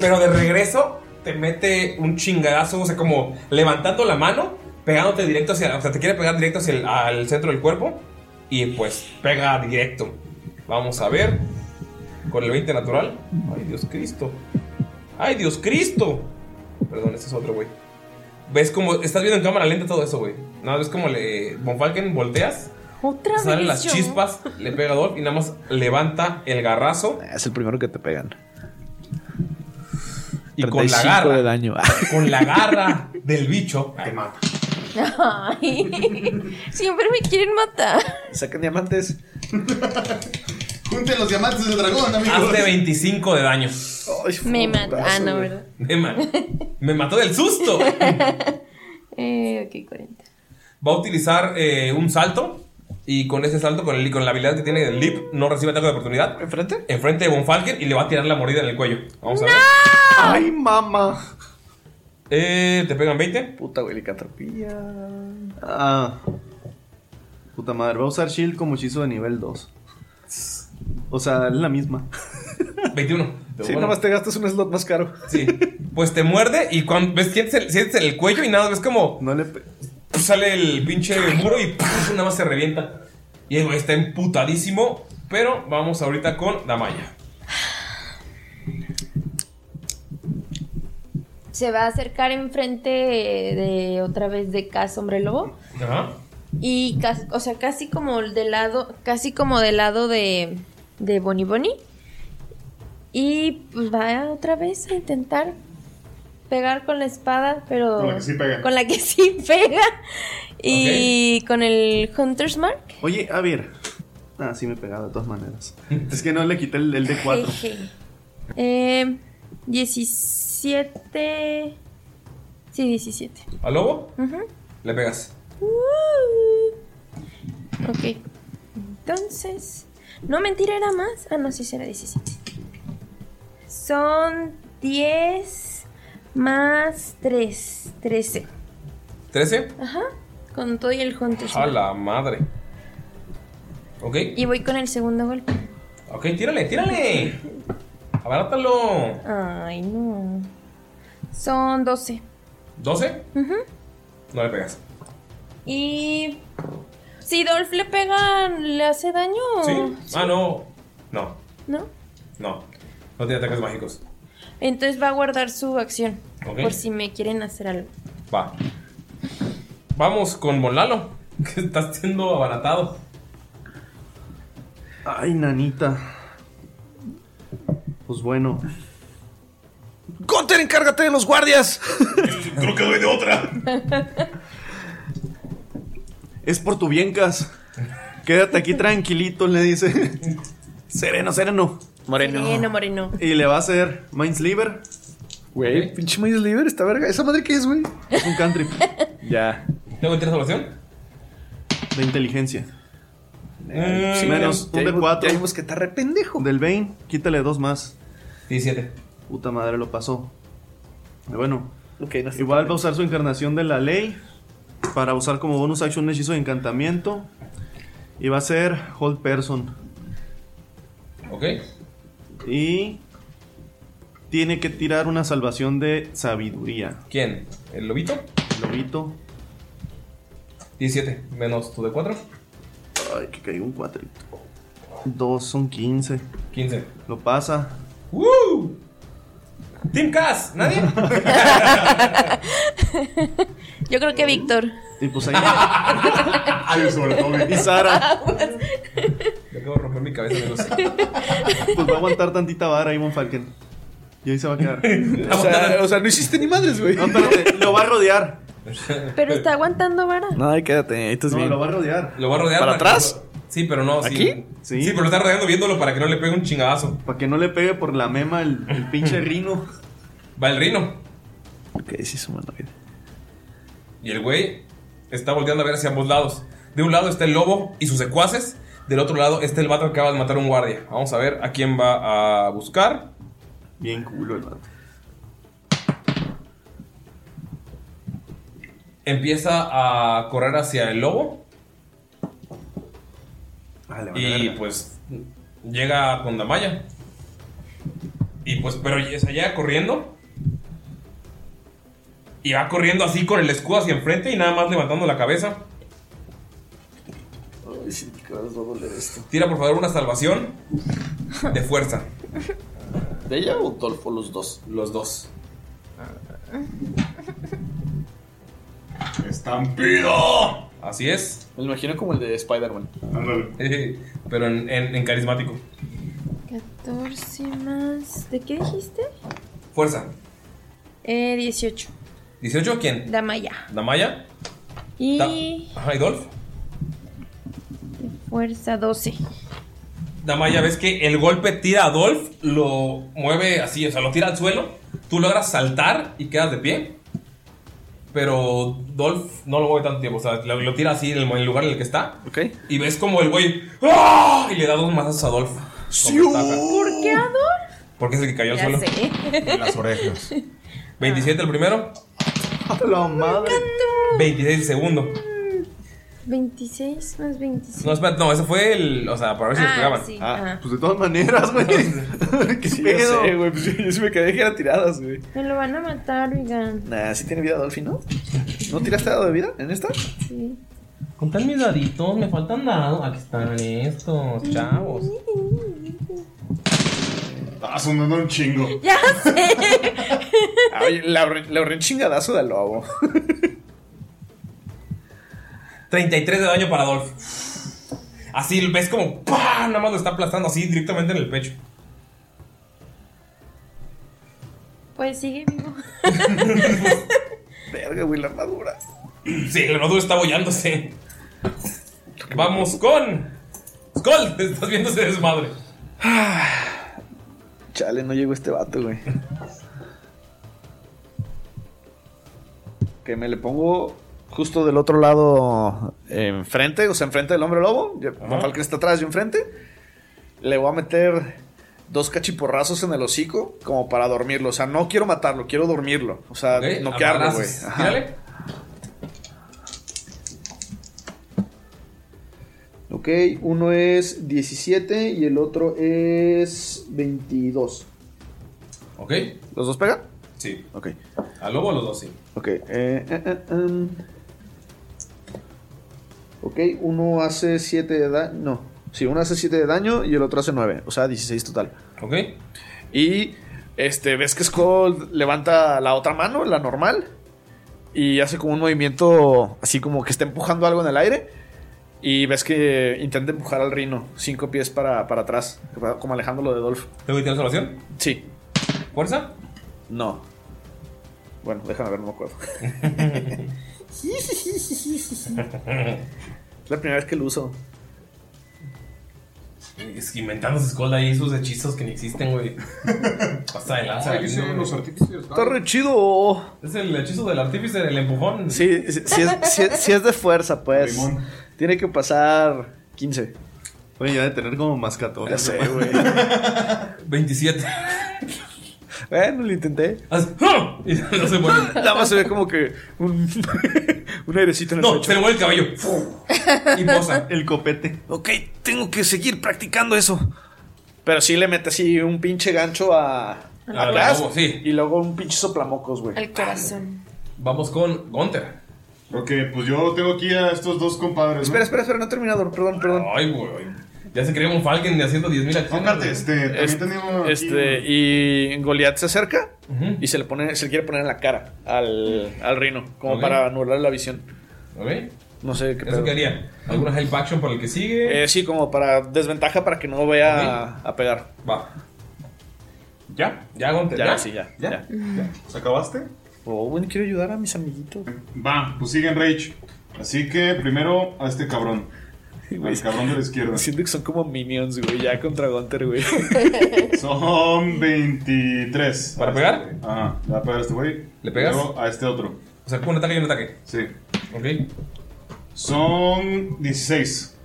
[SPEAKER 1] Pero de regreso te mete un chingadazo, o sea, como levantando la mano, pegándote directo hacia. O sea, te quiere pegar directo hacia el al centro del cuerpo. Y pues pega directo. Vamos a ver. Con el 20 natural. Ay, Dios Cristo. ¡Ay, Dios Cristo! Perdón, ese es otro, güey. ¿Ves como Estás viendo en cámara lenta todo eso, güey. Nada, ves como le. Bonfalken volteas.
[SPEAKER 2] Otra
[SPEAKER 1] Salen
[SPEAKER 2] vez
[SPEAKER 1] las
[SPEAKER 2] yo.
[SPEAKER 1] chispas, le pega a Dolph y nada más levanta el garrazo
[SPEAKER 6] Es el primero que te pegan.
[SPEAKER 1] Y con la
[SPEAKER 6] 35
[SPEAKER 1] garra.
[SPEAKER 6] de daño.
[SPEAKER 1] con la garra del bicho. Te mata.
[SPEAKER 5] Ay, siempre me quieren matar.
[SPEAKER 6] Sacan diamantes.
[SPEAKER 4] Junten los diamantes del dragón, amigos.
[SPEAKER 1] Hazte 25 de daño.
[SPEAKER 2] Me mata. Ah, no, ¿verdad?
[SPEAKER 1] Me, ma- me mató del susto.
[SPEAKER 2] Eh, ok, 40.
[SPEAKER 1] Va a utilizar eh, un salto. Y con ese salto, con, el, con la habilidad que tiene del leap, no recibe ataque de oportunidad.
[SPEAKER 6] ¿Enfrente?
[SPEAKER 1] Enfrente de Von Falken y le va a tirar la mordida en el cuello. Vamos a ver.
[SPEAKER 6] ¡Ay, mamá!
[SPEAKER 1] Eh, te pegan 20.
[SPEAKER 6] Puta, güey, licantropía.
[SPEAKER 3] Ah. Puta madre, va a usar Shield como hechizo de nivel 2. O sea, es la misma.
[SPEAKER 1] 21.
[SPEAKER 6] Sí, nada más te gastas un slot más caro.
[SPEAKER 1] Sí. Pues te muerde y cuando ves, sientes el, sientes el cuello y nada, ves como. pues, Sale el pinche muro y ¡puf! nada más se revienta. Y el güey está emputadísimo. Pero vamos ahorita con Damaya.
[SPEAKER 2] Se va a acercar enfrente de otra vez de Cas Hombre Lobo.
[SPEAKER 1] Ajá.
[SPEAKER 2] Y, cas- o sea, casi como del lado, casi como del lado de, de Bonnie Bonnie. Y pues va otra vez a intentar pegar con la espada, pero.
[SPEAKER 3] Con la que sí pega.
[SPEAKER 2] con la que sí pega. Y con el Hunter's Mark.
[SPEAKER 3] Oye, a ver. Ah, sí me pegaba de todas maneras. Es que no le quité el, el D4.
[SPEAKER 2] Jeje. Eh, 17.
[SPEAKER 11] Sí, 17.
[SPEAKER 1] ¿Al lobo?
[SPEAKER 11] Ujú.
[SPEAKER 1] Le pegas.
[SPEAKER 2] Uh. Ok. Entonces. No, mentira, era más. Ah, no, sí, sí era 17. Son 10 más 3. 13.
[SPEAKER 1] ¿13?
[SPEAKER 2] Ajá. Con todo y el Hunter.
[SPEAKER 1] A la madre. Ok,
[SPEAKER 2] Y voy con el segundo golpe.
[SPEAKER 1] ok, tírale, tírale. Abarátalo.
[SPEAKER 2] Ay, no. Son 12.
[SPEAKER 1] ¿12?
[SPEAKER 2] Ujú.
[SPEAKER 1] No le pegas.
[SPEAKER 2] Y. Si Dolph le pega, ¿le hace daño? o-
[SPEAKER 1] ¿Sí? Ah, no. No,
[SPEAKER 2] ¿No?
[SPEAKER 1] no. No tiene ataques mágicos.
[SPEAKER 2] Entonces va a guardar su acción.
[SPEAKER 1] Ok.
[SPEAKER 2] Por si me quieren hacer algo.
[SPEAKER 1] Va. Vamos con Molalo, que está siendo abaratado.
[SPEAKER 3] Ay, nanita. Pues bueno.
[SPEAKER 6] ¡Gunter, encárgate de los guardias!
[SPEAKER 3] Creo que doy de otra. Es por tu bien, Cas. Quédate aquí tranquilito, le dice. Sereno, sereno. Moreno.
[SPEAKER 2] Moreno, moreno.
[SPEAKER 3] Y le va a hacer Mindsliver. Güey, pinche Mindsliver, esta verga. ¿Esa madre qué es, güey? Es un country. ya.
[SPEAKER 1] ¿Tengo que tirar salvación?
[SPEAKER 3] De inteligencia.
[SPEAKER 1] Eh, sí,
[SPEAKER 3] menos
[SPEAKER 1] ya
[SPEAKER 3] un de
[SPEAKER 1] vimos-
[SPEAKER 3] cuatro.
[SPEAKER 1] ya
[SPEAKER 3] que estar re pendejo. Del Bane, quítale dos más.
[SPEAKER 1] 17.
[SPEAKER 3] Puta madre, lo pasó. Pero Bueno, igual va a usar su encarnación de la ley para usar como bonus action un hechizo de encantamiento. Y va a ser Hold Person.
[SPEAKER 1] Ok.
[SPEAKER 3] Y tiene que tirar una salvación de sabiduría.
[SPEAKER 1] ¿Quién? ¿El lobito?
[SPEAKER 3] El lobito.
[SPEAKER 1] 17, menos tu de 4.
[SPEAKER 3] Ay, que caigo un cuatrito. Dos son 15.
[SPEAKER 1] 15.
[SPEAKER 3] Lo pasa.
[SPEAKER 1] ¡Woo! ¡Team Cas! ¿Nadie?
[SPEAKER 11] Yo creo que Víctor.
[SPEAKER 3] Y pues ahí. Y Sara.
[SPEAKER 1] Me acabo de romper mi cabeza, amigos.
[SPEAKER 3] Pues va a aguantar tantita vara Ivon Falken. Y ahí se va a quedar.
[SPEAKER 6] O sea, o sea,
[SPEAKER 3] no hiciste ni madres, güey. No, espérate, lo va a rodear.
[SPEAKER 2] Pero está aguantando vara.
[SPEAKER 6] No, ahí quédate, ahí estás
[SPEAKER 3] No,
[SPEAKER 6] bien.
[SPEAKER 3] lo va a rodear.
[SPEAKER 1] Lo voy a rodear.
[SPEAKER 6] ¿Para
[SPEAKER 1] que
[SPEAKER 6] atrás?
[SPEAKER 1] no- Sí, pero no. sí.
[SPEAKER 6] ¿Aquí?
[SPEAKER 1] Sí. pero lo está rodeando viéndolo para que no le pegue un chingadazo.
[SPEAKER 3] Para que no le pegue por la mema el, el pinche rino.
[SPEAKER 1] Va el rino.
[SPEAKER 6] Ok, sí, es humanoide.
[SPEAKER 1] Y el güey está volteando a ver hacia ambos lados. De un lado está el lobo y sus secuaces. Del otro lado está el vato que acaba de matar a un guardia. Vamos a ver a quién va a buscar.
[SPEAKER 3] Bien culo el vato.
[SPEAKER 1] Empieza a correr hacia el lobo.
[SPEAKER 3] Ah,
[SPEAKER 1] y pues llega con Damaya. Y pues, pero o sea, llega corriendo. Y va corriendo así con el escudo hacia enfrente y nada más levantando la cabeza.
[SPEAKER 12] Ay, sí, que vas a doler esto.
[SPEAKER 1] Tira por favor una salvación de fuerza.
[SPEAKER 12] ¿De ella o Dolfo los dos?
[SPEAKER 1] Los dos.
[SPEAKER 5] ¡Estampido!
[SPEAKER 1] Así es.
[SPEAKER 6] Me lo imagino como el de Spider-Man.
[SPEAKER 1] Pero en, en- en carismático.
[SPEAKER 2] 14 más. ¿De qué dijiste?
[SPEAKER 1] Fuerza.
[SPEAKER 2] Eh, 18.
[SPEAKER 1] ¿18 quién?
[SPEAKER 2] Damaya.
[SPEAKER 1] ¿Damaya?
[SPEAKER 2] Y.
[SPEAKER 1] Da- Ajá, ¿y Dolph?
[SPEAKER 2] Fuerza 12.
[SPEAKER 1] Damaya, ves que el golpe tira a Dolph, lo mueve así, o sea, lo tira al suelo. Tú logras saltar y quedas de pie. Pero Dolph no lo mueve tanto tiempo, o sea, lo, lo tira así en el, en el lugar en el que está. Y ves como el güey. ¡ah! Y le da dos mazazos a Dolph. Como taca.
[SPEAKER 2] ¿Por qué Ador?
[SPEAKER 1] Porque es el que cayó al
[SPEAKER 2] Ya
[SPEAKER 1] suelo.
[SPEAKER 2] sé.
[SPEAKER 1] orejas. 27 el primero,
[SPEAKER 3] La madre.
[SPEAKER 1] 26 el segundo.
[SPEAKER 2] 26 más 25.
[SPEAKER 1] No, espera, no, ese fue el. O sea, para ver si
[SPEAKER 2] Ah,
[SPEAKER 1] lo pegaban.
[SPEAKER 2] sí, Ah, ajá.
[SPEAKER 3] pues de todas maneras, güey.
[SPEAKER 6] ¿Qué sí,
[SPEAKER 2] pedo?
[SPEAKER 6] Ya sé, güey. Pues yo, yo sí me quedé que eran tiradas, güey.
[SPEAKER 2] Me lo van a matar, oigan.
[SPEAKER 6] Nah, sí tiene vida Dolphin, ¿no? ¿No tiraste dado de vida en esta?
[SPEAKER 2] Sí.
[SPEAKER 1] Contar mis daditos, me faltan dados. Aquí están estos, chavos.
[SPEAKER 13] Ah, sonando un chingo.
[SPEAKER 2] Ya sé.
[SPEAKER 6] Ah, oye, le ahorré le ahorré un chingadazo de lobo.
[SPEAKER 1] 33 de daño para Dolph. Así ves como ¡pah! nada más lo está aplastando así directamente en el pecho.
[SPEAKER 2] Pues sigue vivo.
[SPEAKER 6] Verga, güey, la armadura.
[SPEAKER 1] Sí, el nodo está bollándose. Vamos con. Skull, te estás viendo ese desmadre.
[SPEAKER 6] Ah, Chale, no llegó este vato, güey. que me le pongo justo del otro lado eh, enfrente, o sea, enfrente del hombre lobo. Yo- Von Falken está atrás, yo enfrente. Le voy a meter dos cachiporrazos en el hocico como para dormirlo. O sea, no quiero matarlo, quiero dormirlo. O sea,
[SPEAKER 1] Ok,
[SPEAKER 6] no quedarlo, güey.
[SPEAKER 1] abrazos.
[SPEAKER 6] Ajá.
[SPEAKER 1] Tírale.
[SPEAKER 9] Ok, uno es 17 y el otro es 22.
[SPEAKER 1] ¿Ok?
[SPEAKER 6] ¿Los dos pegan?
[SPEAKER 1] Sí.
[SPEAKER 6] Ok.
[SPEAKER 1] Al lobo los dos, sí.
[SPEAKER 9] Ok, eh, eh, eh, em.
[SPEAKER 6] Ok, uno hace 7 de daño. No, sí, uno hace 7 de daño y el otro hace 9. O sea, 16 total.
[SPEAKER 1] Ok.
[SPEAKER 6] Y este, ves que Skull levanta la otra mano, la normal, y hace como un movimiento así como que está empujando algo en el aire. Y ves que intenta empujar al rino, cinco pies para, para atrás, como alejándolo de Dolph.
[SPEAKER 1] ¿Tengo que tirar salvación?
[SPEAKER 6] Sí.
[SPEAKER 1] ¿Fuerza?
[SPEAKER 6] No. Bueno, déjame ver, no me acuerdo. es la primera vez que lo uso.
[SPEAKER 1] Es que inventando su escuela ahí esos hechizos que ni existen, güey. Pasa de lanza.
[SPEAKER 6] Ay,
[SPEAKER 1] lindo,
[SPEAKER 6] dicen
[SPEAKER 1] güey.
[SPEAKER 6] los Está re chido.
[SPEAKER 1] Es el hechizo del artífice del empujón.
[SPEAKER 6] Sí, sí, sí es, sí es- sí es de fuerza, pues.
[SPEAKER 1] Limón.
[SPEAKER 6] Tiene que pasar 15.
[SPEAKER 3] Oye, ya de tener como más 14.
[SPEAKER 6] Ya sé, güey.
[SPEAKER 1] 27.
[SPEAKER 6] Bueno, lo intenté.
[SPEAKER 1] ¡ah! Y no se mueve.
[SPEAKER 6] Nada más se ve como que un, un airecito en el
[SPEAKER 1] No,
[SPEAKER 6] pecho.
[SPEAKER 1] se le mueve el cabello. Y posa.
[SPEAKER 6] El copete. Ok, tengo que seguir practicando eso. Pero sí le mete así un pinche gancho a.
[SPEAKER 1] Al
[SPEAKER 6] atrás.
[SPEAKER 1] lobo, sí.
[SPEAKER 6] Y luego un pinche soplamocos, güey.
[SPEAKER 2] Al corazón.
[SPEAKER 1] Vamos con Gunter.
[SPEAKER 4] Ok, pues yo tengo aquí a estos dos compadres. ¿no?
[SPEAKER 6] Espera, espera, espera, no he terminado. Perdón, perdón.
[SPEAKER 1] Ay, güey. Ya se creía un Falcon de haciendo 10.000 acciones.
[SPEAKER 4] Aparte, este, también
[SPEAKER 6] Este,
[SPEAKER 4] tenemos aquí-
[SPEAKER 6] este, y Goliath se acerca y se le pone, se le quiere poner en la cara al, al rino, como
[SPEAKER 1] Ok.
[SPEAKER 6] para anular la visión.
[SPEAKER 1] Ok.
[SPEAKER 6] No sé qué
[SPEAKER 1] ¿Eso
[SPEAKER 6] pedo.
[SPEAKER 1] qué haría? ¿Alguna help action para el que sigue?
[SPEAKER 6] Eh, sí, como para desventaja para que no vaya a, a pegar.
[SPEAKER 1] Va. ¿Ya? ¿Ya, Gunter?
[SPEAKER 6] Ya, sí, ya, ya.
[SPEAKER 4] ¿Acabaste?
[SPEAKER 6] Oh, bueno, quiero ayudar a mis amiguitos.
[SPEAKER 4] Va, pues sigue en Rage. Así que primero a este cabrón. Al cabrón de la izquierda.
[SPEAKER 6] Siento que son como minions, güey, ya contra Gunter, güey.
[SPEAKER 4] Son 23.
[SPEAKER 1] ¿Para pegar?
[SPEAKER 4] Ajá, le va a pegar a este güey.
[SPEAKER 1] ¿Le pegas?
[SPEAKER 4] Luego a este otro.
[SPEAKER 1] O sea, como un ataque y un ataque.
[SPEAKER 4] Sí.
[SPEAKER 1] Ok.
[SPEAKER 4] Son 16.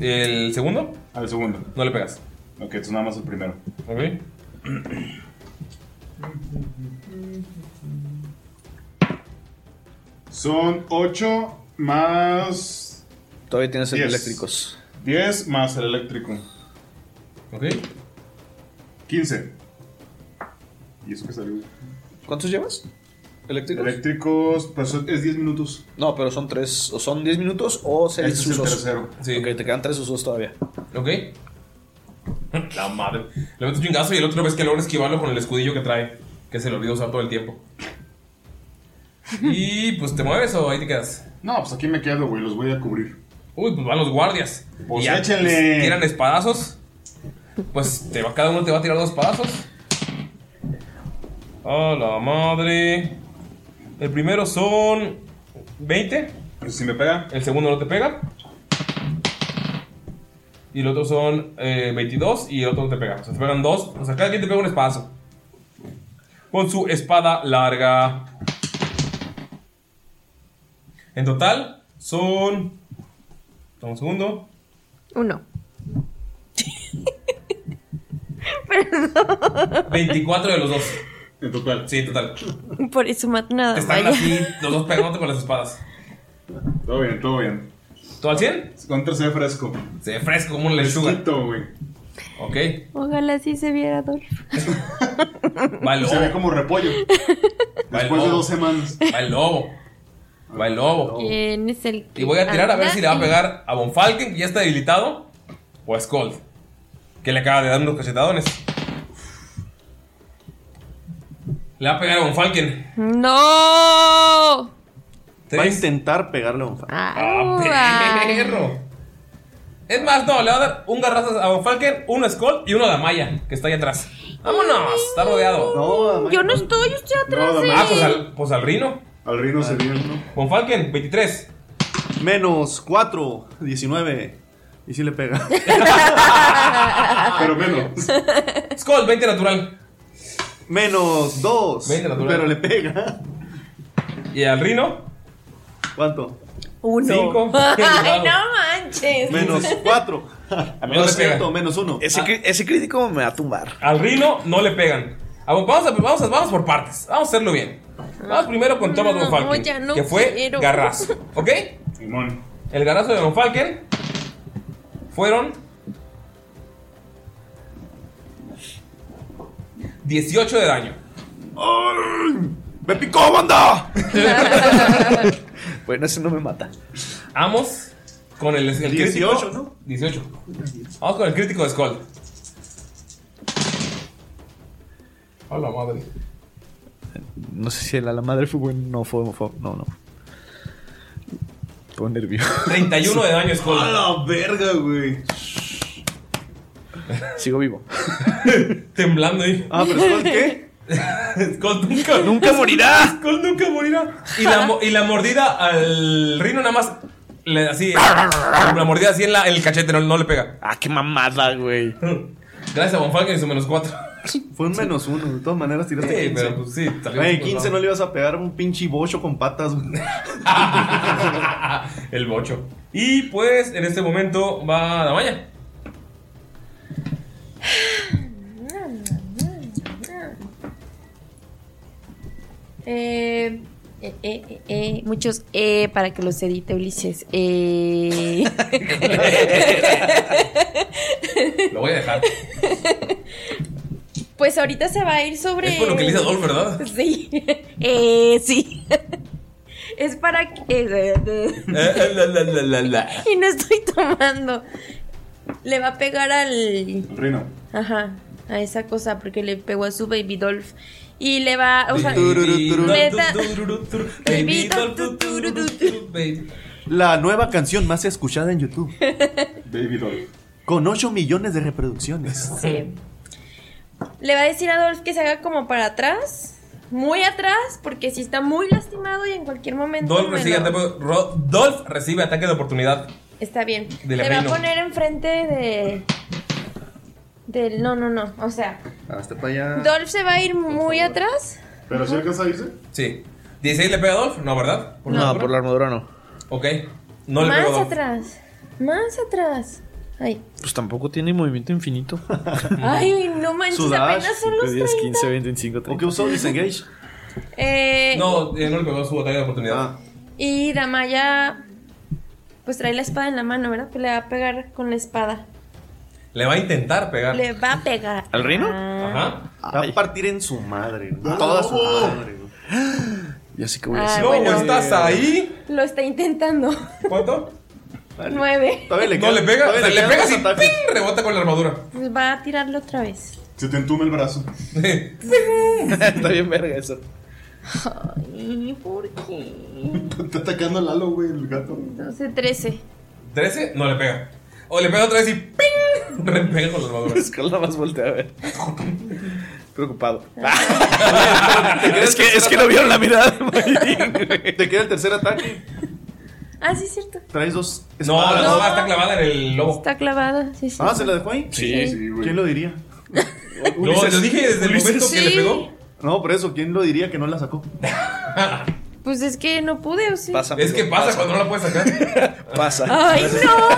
[SPEAKER 1] ¿El segundo?
[SPEAKER 4] Al segundo.
[SPEAKER 1] No le pegas.
[SPEAKER 4] Ok, entonces nada más el primero.
[SPEAKER 1] Ok.
[SPEAKER 4] Son 8 más.
[SPEAKER 6] Todavía tienes el
[SPEAKER 4] Diez.
[SPEAKER 6] eléctricos.
[SPEAKER 4] 10 más el eléctrico.
[SPEAKER 1] Ok.
[SPEAKER 4] 15. ¿Y eso que salió?
[SPEAKER 6] ¿Cuántos llevas? ¿Eléctricos?
[SPEAKER 4] Eléctricos, pues son- es 10 minutos.
[SPEAKER 6] No, pero son tres, o son 10 minutos o seis
[SPEAKER 4] Este es el
[SPEAKER 6] usos.
[SPEAKER 4] tercero.
[SPEAKER 6] Ok, te quedan tres usos todavía.
[SPEAKER 1] Ok. La madre. Le meto un chingazo y el otro vez que logra esquivarlo con el escudillo que trae. Que se le olvidó usar todo el tiempo. Y pues te mueves o ahí te quedas.
[SPEAKER 4] No, pues aquí me quedo, güey. Los voy a cubrir.
[SPEAKER 1] Uy, pues van los guardias.
[SPEAKER 4] Pues
[SPEAKER 1] Y ya,
[SPEAKER 4] échale.
[SPEAKER 1] pues, tiran espadazos. Pues te va- cada uno te va a tirar dos espadazos. A la madre. El primero son 20.
[SPEAKER 4] Si me pega.
[SPEAKER 1] El segundo no te pega. Y el otro son eh, 22 y el otro no te pega. O sea, te pegan dos. O sea, cada quien te pega un espadazo. Con su espada larga. En total son. Dame un segundo.
[SPEAKER 2] Uno.
[SPEAKER 1] 24 de los dos.
[SPEAKER 4] En total.
[SPEAKER 1] Sí, en total.
[SPEAKER 2] Por eso mato nada.
[SPEAKER 1] Están
[SPEAKER 2] Ah, vaya.
[SPEAKER 1] así, los dos pegándote con las espadas.
[SPEAKER 4] Todo bien, todo bien.
[SPEAKER 1] ¿Todo al 100?
[SPEAKER 4] Contra se ve fresco.
[SPEAKER 1] Se ve fresco como una lechuga.
[SPEAKER 4] Fresquito, güey.
[SPEAKER 1] Ok.
[SPEAKER 2] Ojalá sí se viera Adolfo.
[SPEAKER 1] Va el
[SPEAKER 4] Se ve
[SPEAKER 1] lobo.
[SPEAKER 4] como repollo.
[SPEAKER 1] Va el
[SPEAKER 4] Después de
[SPEAKER 1] lobo.
[SPEAKER 4] dos semanas.
[SPEAKER 1] Va el lobo. Va el lobo.
[SPEAKER 2] ¿Quién Eh, es el que
[SPEAKER 1] Y voy a tirar a ver
[SPEAKER 2] anda
[SPEAKER 1] si le va a
[SPEAKER 2] en-
[SPEAKER 1] pegar a Von Falken, que ya está debilitado, o a Skull, que le acaba de dar unos cachetadones. Le va a pegar a Von Falken.
[SPEAKER 2] ¡No!
[SPEAKER 3] Va a intentar pegarle a un fan.
[SPEAKER 1] ¡Ah, perro! Es más, no, le va a dar un garrazo a Von Falken, uno a Skull y uno a la Maya, que está ahí atrás. ¡Vámonos! Está rodeado.
[SPEAKER 2] Yo no estoy, yo estoy atrás de
[SPEAKER 1] Ah, pues
[SPEAKER 2] él.
[SPEAKER 1] al, pues al Rino.
[SPEAKER 4] Al rino se viene, ¿no?
[SPEAKER 1] Von Falken, 23.
[SPEAKER 3] Menos 4, 19. Y si le pega.
[SPEAKER 4] Pero menos.
[SPEAKER 1] Skull, 20 natural.
[SPEAKER 3] Menos 2.
[SPEAKER 1] Veinte natural.
[SPEAKER 3] Pero le pega.
[SPEAKER 1] ¿Y al Rino? ¿Cuánto?
[SPEAKER 5] Uno.
[SPEAKER 1] Cinco.
[SPEAKER 5] Ay, no manches.
[SPEAKER 6] Menos
[SPEAKER 3] cuatro.
[SPEAKER 6] Menos
[SPEAKER 1] cierto,
[SPEAKER 6] menos uno. Ese, cri- ese crítico me va a tumbar.
[SPEAKER 1] Al Rino no le pegan. Ah, bueno, Vamos, a- vamos, a- vamos por partes. Vamos a hacerlo bien. Vamos primero con Thomas
[SPEAKER 5] No,
[SPEAKER 1] Von Falken,
[SPEAKER 5] ya no
[SPEAKER 1] que fue
[SPEAKER 5] quiero.
[SPEAKER 1] garrazo. ¿Ok? El garrazo de Von Falken fueron 18 de daño.
[SPEAKER 6] ¡Me picó, banda! bueno, eso no me mata.
[SPEAKER 1] Vamos con el, el
[SPEAKER 6] 18,
[SPEAKER 1] crítico. ¿no? 18. Vamos con el crítico de Skull. Hola, madre.
[SPEAKER 6] No sé si el a la madre fue bueno. No, fue, fue- No, no. Todo nervioso.
[SPEAKER 1] 31 de daño, Skull.
[SPEAKER 6] A la verga, güey. Sigo vivo.
[SPEAKER 1] Temblando ahí.
[SPEAKER 6] Ah, pero Skull, ¿qué?
[SPEAKER 1] Skull nunca,
[SPEAKER 6] Nunca morirá.
[SPEAKER 1] Skull nunca morirá. Y la, mo- y la mordida al rino nada más. le- así. la mordida así en, la, en el cachete, no, no le pega.
[SPEAKER 6] Ah, qué mamada, güey.
[SPEAKER 1] Gracias a Von Falken y su menos 4.
[SPEAKER 3] Fue un menos uno, de todas maneras tiraste
[SPEAKER 1] Sí,
[SPEAKER 3] 15.
[SPEAKER 1] pero pues sí, salió
[SPEAKER 3] Güey,
[SPEAKER 1] un
[SPEAKER 3] 15
[SPEAKER 1] soldado.
[SPEAKER 3] no le ibas a pegar a un pinche bocho con patas, güey.
[SPEAKER 1] El bocho. Y pues en este momento va Damaya.
[SPEAKER 2] Eh, eh, eh, eh, eh, muchos eh para que los edite Ulises. Eh.
[SPEAKER 1] Lo voy a dejar.
[SPEAKER 2] pues ahorita se va a ir sobre.
[SPEAKER 1] Es por lo que le hice a Dolph, ¿verdad?
[SPEAKER 2] Sí. Eh, sí. es para que. eh,
[SPEAKER 1] Eh, la, la, la, la, la.
[SPEAKER 2] y no estoy tomando. Le va a pegar al.
[SPEAKER 4] Rino.
[SPEAKER 2] Ajá, a esa cosa, porque le pegó a su baby Dolph. Y le va. O sea, le da- Baby Dolph, tu, tu, ru, ru, tu.
[SPEAKER 3] La nueva canción más escuchada en YouTube.
[SPEAKER 4] Baby Doll.
[SPEAKER 3] Con 8 millones de reproducciones.
[SPEAKER 2] Sí. Le va a decir a Dolph que se haga como para atrás. Muy atrás, porque si está muy lastimado y en cualquier momento.
[SPEAKER 1] Dolph
[SPEAKER 2] me
[SPEAKER 1] recibe,
[SPEAKER 2] lo-
[SPEAKER 1] ataque, Ro- Dolph recibe ataque de oportunidad.
[SPEAKER 2] Está bien.
[SPEAKER 1] Del
[SPEAKER 2] le va a
[SPEAKER 1] reino.
[SPEAKER 2] poner enfrente de. Del. No, no, no. O sea,
[SPEAKER 3] Hasta para allá.
[SPEAKER 2] Dolph se va a ir muy atrás.
[SPEAKER 4] ¿Pero si alcanza a irse?
[SPEAKER 1] Sí. 16 le pega a Dolph, no, ¿verdad?
[SPEAKER 6] No, por la armadura no.
[SPEAKER 1] Ok. No le
[SPEAKER 2] más
[SPEAKER 1] pego a Dolph.
[SPEAKER 2] atrás. Más atrás. Ay.
[SPEAKER 6] Pues tampoco tiene movimiento infinito.
[SPEAKER 2] Ay, no manches,
[SPEAKER 6] Su dash,
[SPEAKER 2] apenas son los
[SPEAKER 6] 10,
[SPEAKER 2] 30.
[SPEAKER 6] 15, 20, 25, 30.
[SPEAKER 3] ¿O qué usó disengage?
[SPEAKER 2] Eh,
[SPEAKER 1] No, eh, no le pegó su ataque de oportunidad.
[SPEAKER 3] Ah.
[SPEAKER 2] Y Damaya. Pues trae la espada en la mano, ¿verdad? Pues le va a pegar con la espada.
[SPEAKER 1] Le va a intentar pegar.
[SPEAKER 2] Le va a pegar. Ah.
[SPEAKER 1] ¿Al rino? Ajá.
[SPEAKER 3] Va a partir en su madre. güey.
[SPEAKER 1] Ah,
[SPEAKER 3] Toda su
[SPEAKER 1] no.
[SPEAKER 3] madre. güey.
[SPEAKER 6] Ya sé que
[SPEAKER 2] voy a hacer. bueno.
[SPEAKER 1] ¿Estás ahí?
[SPEAKER 2] Lo está intentando.
[SPEAKER 1] ¿Cuánto?
[SPEAKER 2] Nueve.
[SPEAKER 1] no le pega. o sea,
[SPEAKER 4] todavía le
[SPEAKER 1] le
[SPEAKER 4] quedan
[SPEAKER 1] pega
[SPEAKER 4] dos
[SPEAKER 1] y ¡ping! rebota con la armadura.
[SPEAKER 2] Pues va a tirarlo otra vez.
[SPEAKER 4] Se te entume el brazo.
[SPEAKER 6] Está bien verga eso.
[SPEAKER 2] Ay, ¿por qué?
[SPEAKER 4] Te está atacando a Lalo, güey, el gato.
[SPEAKER 2] Hace 13.
[SPEAKER 1] 13, no le pega. O le pega otra vez y ¡ping! Re pega con la armadura.
[SPEAKER 6] Es que nada más voltea a ver. Preocupado.
[SPEAKER 2] Ah.
[SPEAKER 3] es que, es que no vieron la mirada Te queda el tercer ataque.
[SPEAKER 2] Ah, sí, es cierto.
[SPEAKER 3] Traes dos.
[SPEAKER 1] No, la
[SPEAKER 3] espadas.
[SPEAKER 1] espada está clavada en el lobo.
[SPEAKER 2] Está clavada. Sí, sí.
[SPEAKER 3] Ah, ¿se la dejó ahí?
[SPEAKER 2] Sí. Sí,
[SPEAKER 1] güey.
[SPEAKER 3] ¿Quién lo diría?
[SPEAKER 1] No, lo dije desde el momento que le pegó.
[SPEAKER 3] No, por eso, ¿quién lo diría que no la sacó?
[SPEAKER 2] Pues es que no pude, ¿o sí?
[SPEAKER 1] es que pasa, cuando no la puedes sacar.
[SPEAKER 6] Pasa.
[SPEAKER 2] ¡Ay, no!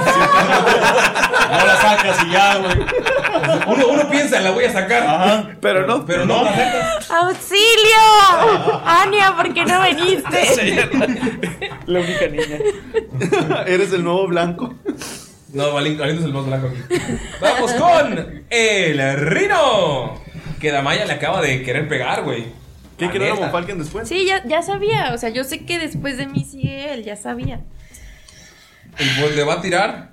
[SPEAKER 1] No la sacas y ya, güey. Uno, uno piensa, la voy a sacar.
[SPEAKER 6] Pero no.
[SPEAKER 1] Pero no.
[SPEAKER 2] ¡Auxilio! Ania, ¿por qué no viniste?
[SPEAKER 6] La única niña.
[SPEAKER 3] Eres el nuevo blanco.
[SPEAKER 1] No, Valín, Valín es el más blanco aquí. Vamos con el Rino. Que Damaya le acaba de querer pegar, güey. ¿Qué
[SPEAKER 3] que no era Von
[SPEAKER 1] Falken
[SPEAKER 3] después?
[SPEAKER 2] Sí, ya, ya sabía. O sea, yo sé que después de mí sigue él, ya sabía.
[SPEAKER 1] Y pues le va a tirar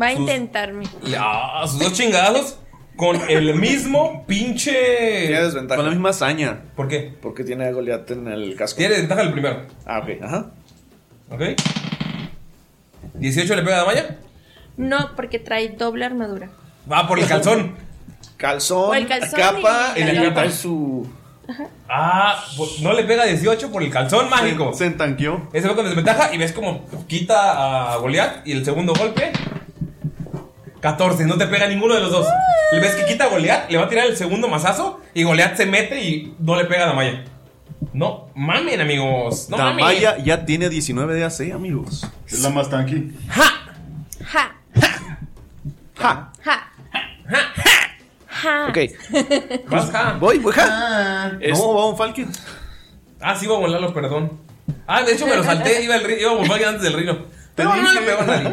[SPEAKER 2] Va a
[SPEAKER 1] Sus-
[SPEAKER 2] intentarme.
[SPEAKER 1] le- ah, sus dos chingados con el mismo pinche.
[SPEAKER 6] Con la
[SPEAKER 1] misma
[SPEAKER 6] hazaña.
[SPEAKER 1] ¿Por qué?
[SPEAKER 6] Porque tiene a Goliath en el casco.
[SPEAKER 1] Tiene ventaja el primero.
[SPEAKER 6] Ah, ok, ajá.
[SPEAKER 1] ¿Ok? 18 le pega a Damaya.
[SPEAKER 2] No, porque trae doble armadura.
[SPEAKER 1] Va por el calzón.
[SPEAKER 6] Calzón,
[SPEAKER 2] O el calzón capa, y- y la capa.
[SPEAKER 6] su.
[SPEAKER 1] Ah, pues, no le pega 18 por el calzón mágico. Se
[SPEAKER 3] entanqueó.
[SPEAKER 1] Ese fue con desventaja y ves como quita a Goliath y el segundo golpe. 14, no te pega ninguno de los dos. Le ves que quita a Goliath, le va a tirar el segundo mazazo y Goliath se mete y no le pega a Damaya. No mamen, amigos. No mamen.
[SPEAKER 3] Damaya ya tiene 19 de AC, amigos.
[SPEAKER 4] Es la más tanqui.
[SPEAKER 5] Ja.
[SPEAKER 3] Ja.
[SPEAKER 5] Ja. Ja.
[SPEAKER 3] Ok. Voy, voy,
[SPEAKER 1] Ah.
[SPEAKER 3] ja. Es-
[SPEAKER 1] No, va un Falken. Ah, sí, iba a volarlo, perdón. Ah, de hecho me lo salté, iba, el, iba a volar antes del rino. Pero no le pegó a nadie.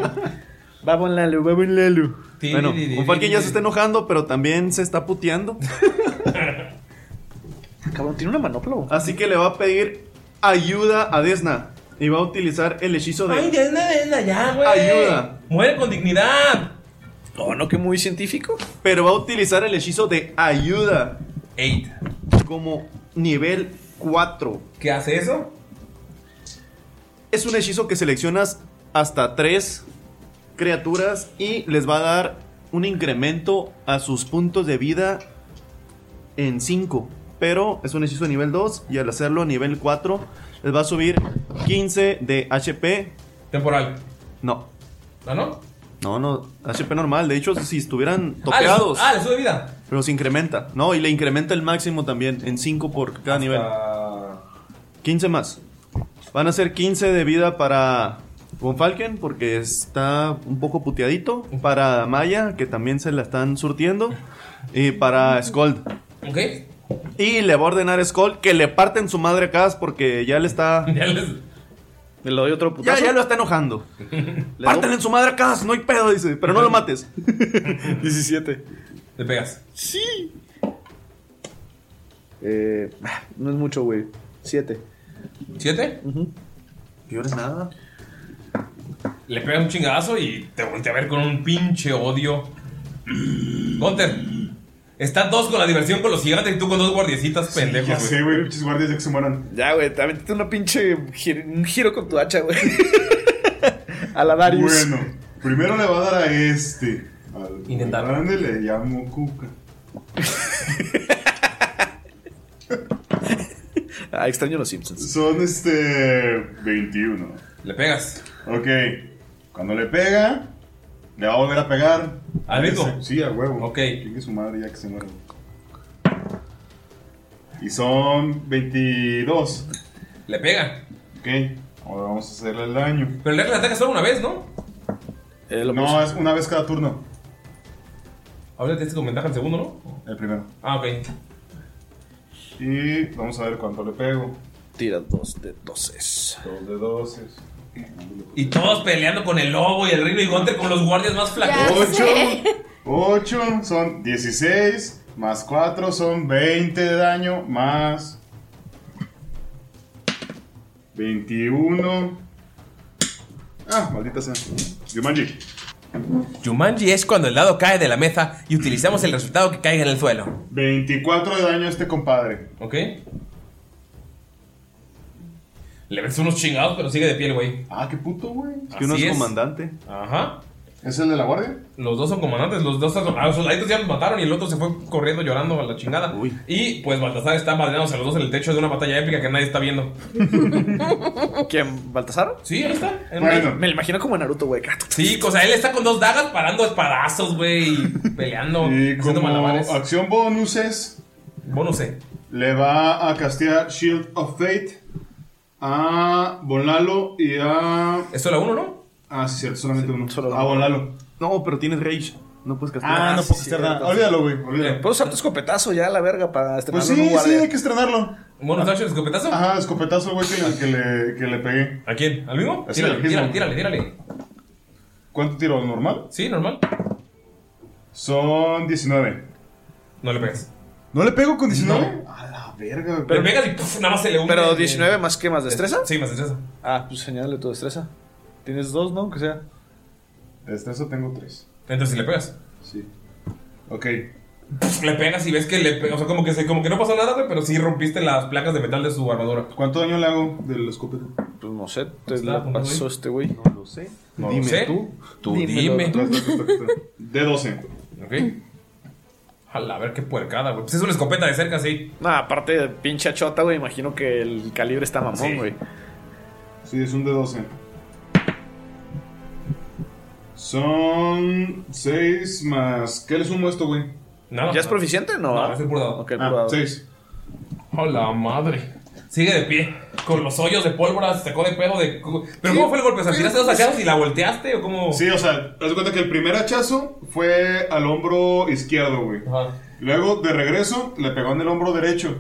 [SPEAKER 3] Va con Lalu, va con Lalu.
[SPEAKER 1] Ti,
[SPEAKER 3] Bueno,
[SPEAKER 1] ti, ti,
[SPEAKER 3] un
[SPEAKER 1] ti,
[SPEAKER 3] Falken ya
[SPEAKER 1] ti.
[SPEAKER 3] se está enojando, pero también se está puteando.
[SPEAKER 6] Cabrón, tiene una manopla. güey.
[SPEAKER 3] Así que le va a pedir ayuda a Desna. Y va a utilizar el hechizo de.
[SPEAKER 1] Ay, Desna, Desna, ya, güey.
[SPEAKER 3] Ah, Ayuda.
[SPEAKER 1] Muere con dignidad.
[SPEAKER 3] Oh, No, no, que muy científico. Pero va a utilizar el hechizo de ayuda.
[SPEAKER 1] Eight.
[SPEAKER 3] Como nivel 4.
[SPEAKER 1] ¿Qué hace eso?
[SPEAKER 3] Es un hechizo que seleccionas hasta 3 criaturas y les va a dar un incremento a sus puntos de vida en 5. Pero es un hechizo de nivel 2 y al hacerlo a nivel 4 les va a subir 15 de HP.
[SPEAKER 1] Temporal.
[SPEAKER 3] No.
[SPEAKER 1] ¿No, ¿Ah, no?
[SPEAKER 3] No, no, HP normal. De hecho, si estuvieran
[SPEAKER 1] Ah, le su-
[SPEAKER 3] topeados,
[SPEAKER 1] Ah, le sube vida.
[SPEAKER 3] los incrementa. No, y le incrementa el máximo también en 5 por cada nivel. 15 más. Van a ser 15 de vida para Von Falken, porque está un poco puteadito. Para Maya, que también se la están surtiendo. Y para Scold.
[SPEAKER 1] Ok.
[SPEAKER 3] Y le va a ordenar a Scold que le parten su madre a Kaz porque ya le está.
[SPEAKER 1] Ya les-
[SPEAKER 3] Le doy otro putazo. Ya, ya lo está enojando. Pártenle en su madre a Kaz, no hay pedo, dice. Pero no lo mates. 17.
[SPEAKER 1] Le pegas.
[SPEAKER 3] Sí.
[SPEAKER 6] Eh, no es mucho, güey. Siete.
[SPEAKER 1] ¿Siete?
[SPEAKER 3] Peores nada.
[SPEAKER 1] Le pegas un chingazo y te voltea a ver con un pinche odio. Gunter, estás dos con la diversión con los gigantes y tú con dos guardiecitas pendejos.
[SPEAKER 4] Ya sé, güey, pinches guardias ya que se mueran.
[SPEAKER 3] Ya, güey, te aventaste una pinche un giro con tu hacha, güey.
[SPEAKER 6] A la Darius.
[SPEAKER 4] Bueno, primero le va a dar a este. Al Intentar. grande le llamo Cuca.
[SPEAKER 3] ah, extraño los Simpsons.
[SPEAKER 4] Son este. 21.
[SPEAKER 1] Le pegas.
[SPEAKER 4] Ok. Cuando le pega, le va a volver a pegar.
[SPEAKER 1] ¿Al mismo?
[SPEAKER 4] Ese- Sí, a huevo.
[SPEAKER 1] Ok.
[SPEAKER 4] Chingue su madre ya que se muera. Y son 22.
[SPEAKER 1] Le pega.
[SPEAKER 4] Ok. Ahora vamos a hacerle el daño.
[SPEAKER 1] Pero el regla ataca solo una vez, ¿no?
[SPEAKER 4] no, es una vez cada turno.
[SPEAKER 1] Ahora tienes con ventaja el segundo, ¿no?
[SPEAKER 4] El primero.
[SPEAKER 1] Ah, ok.
[SPEAKER 4] Y vamos a ver cuánto le pego.
[SPEAKER 3] Tira dos de doces.
[SPEAKER 4] Dos de doces.
[SPEAKER 1] Y todos peleando con el lobo y el rino y Gunter con los guardias más flacos.
[SPEAKER 4] 8, 8 son 16, más 4 son 20 de daño, más 21. Ah, maldita sea. Jumanji.
[SPEAKER 1] Jumanji es cuando el dado cae de la mesa y utilizamos el resultado que caiga en el suelo.
[SPEAKER 4] 24 de daño a este compadre.
[SPEAKER 1] ¿Ok? Le ves unos chingados, pero sigue de pie el güey.
[SPEAKER 4] Ah, qué puto, güey.
[SPEAKER 1] Es
[SPEAKER 3] que uno es comandante.
[SPEAKER 1] Ajá.
[SPEAKER 4] ¿Es el de la guardia?
[SPEAKER 1] Los dos son comandantes, los dos ah, son- a los soldaditos ya los mataron y el otro se fue corriendo llorando a la chingada. Y pues Baltasar está madreándose a los dos en el techo de una batalla épica que nadie está viendo.
[SPEAKER 3] ¿Quién? ¿Baltasar?
[SPEAKER 1] Sí, ahí está. en
[SPEAKER 3] Bueno.
[SPEAKER 1] un-
[SPEAKER 3] Me lo imagino como Naruto, güey.
[SPEAKER 1] Sí, o sea, él está con dos dagas parando espadazos, güey, y peleando,
[SPEAKER 4] Y
[SPEAKER 1] haciendo
[SPEAKER 4] como
[SPEAKER 1] malabares. E.
[SPEAKER 4] acción bonuses.
[SPEAKER 1] Bonuse.
[SPEAKER 4] Le va a castear Shield of Fate a Bonlalo y a.
[SPEAKER 1] Es solo uno, ¿no?
[SPEAKER 4] Ah, sí, cierto, solamente uno. a Bonlalo.
[SPEAKER 3] No, pero tienes Rage. No puedes castear.
[SPEAKER 4] Ah, no puedo castear nada. Olvídalo, güey. olvídalo.
[SPEAKER 3] Puedo usar tu escopetazo ya a la verga para
[SPEAKER 4] Pues
[SPEAKER 3] estrenarlo en un
[SPEAKER 4] sí, sí,
[SPEAKER 3] guardia.
[SPEAKER 4] hay que estrenarlo.
[SPEAKER 1] ¿Bonus action, escopetazo?
[SPEAKER 4] Ajá, escopetazo, güey, que, le- que le, que le pegué.
[SPEAKER 1] ¿A quién? ¿Al mismo?
[SPEAKER 4] Sí,
[SPEAKER 1] Tírale,
[SPEAKER 4] al mismo.
[SPEAKER 1] tírale, tírale, tírale.
[SPEAKER 4] ¿Cuánto tiro? ¿Normal?
[SPEAKER 1] Sí, normal.
[SPEAKER 4] Son 19.
[SPEAKER 1] No le pegas.
[SPEAKER 4] ¿No le pego con 19? A la verga, güey.
[SPEAKER 1] Pero pegas y puf, nada más se le hunde.
[SPEAKER 3] Pero 19 más que más destreza.
[SPEAKER 1] Sí, más destreza.
[SPEAKER 3] Ah, pues señálale tu destreza. Tienes dos, ¿no? Que sea.
[SPEAKER 4] De destreza tengo 3.
[SPEAKER 1] Entonces sí le pegas.
[SPEAKER 4] Sí. Ok.
[SPEAKER 1] Puf, Le pegas y ves que le pegas. O sea, como que, se, como que no pasó nada, güey, pero sí rompiste las placas de metal de su armadura.
[SPEAKER 4] ¿Cuánto daño le hago del escopeta?
[SPEAKER 3] Pues no sé, te
[SPEAKER 1] Está,
[SPEAKER 3] lo
[SPEAKER 1] ¿cómo
[SPEAKER 3] pasó
[SPEAKER 1] voy?
[SPEAKER 3] este güey.
[SPEAKER 4] No lo sé. No
[SPEAKER 3] Dime
[SPEAKER 4] lo sé.
[SPEAKER 3] tú.
[SPEAKER 1] Tú
[SPEAKER 3] Dímelo
[SPEAKER 1] dime.
[SPEAKER 3] tú.
[SPEAKER 4] De 12.
[SPEAKER 1] Ok. Jala, a ver qué puercada, güey. Pues es una escopeta de cerca, sí.
[SPEAKER 3] Nah, aparte de pinche achota, güey, imagino que el calibre está mamón, güey.
[SPEAKER 4] Sí, es un de 12. Son 6 más. ¿Qué le sumo a esto, güey?
[SPEAKER 1] Nada.
[SPEAKER 3] ¿Ya es proficiente? No,
[SPEAKER 1] No,
[SPEAKER 3] ¿ah?
[SPEAKER 1] es el puro dado.
[SPEAKER 3] Ok, el
[SPEAKER 4] Ah,
[SPEAKER 3] puro dado.
[SPEAKER 4] 6.
[SPEAKER 1] ¡Hola madre! sigue de pie, con los hoyos de pólvora, se sacó de pedo de... ¿Pero cómo fue el golpe? O sea, ¿tiraste dos hachazos y la volteaste o cómo...?
[SPEAKER 4] Sí, o sea, haz de cuenta que el primer hachazo fue al hombro izquierdo, güey. Luego, de regreso, le pegó en el hombro derecho.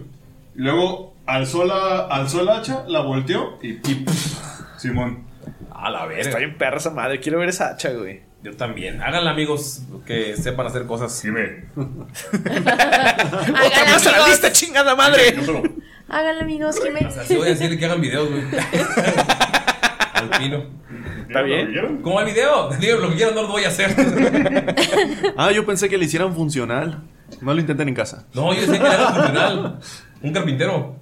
[SPEAKER 4] Luego, alzó la, alzó la hacha, la volteó y... y Simón.
[SPEAKER 1] A la verga.
[SPEAKER 6] Está bien perra esa madre. Quiero ver esa hacha, güey.
[SPEAKER 1] Yo también. Háganla, amigos, que sepan hacer cosas.
[SPEAKER 4] Dime.
[SPEAKER 6] ¡Otra vez a la lista, chingada madre!
[SPEAKER 5] Háganlo, amigos, que me.
[SPEAKER 1] O sea, sí voy a decirle que hagan videos, güey. Alpino.
[SPEAKER 6] ¿Está bien?
[SPEAKER 1] ¿Cómo va el video? Díganme lo que quieran, no lo voy a hacer.
[SPEAKER 6] Ah, yo pensé que le hicieran funcional. No lo intenten en casa.
[SPEAKER 1] No, yo sé que le hagan funcional. Un carpintero.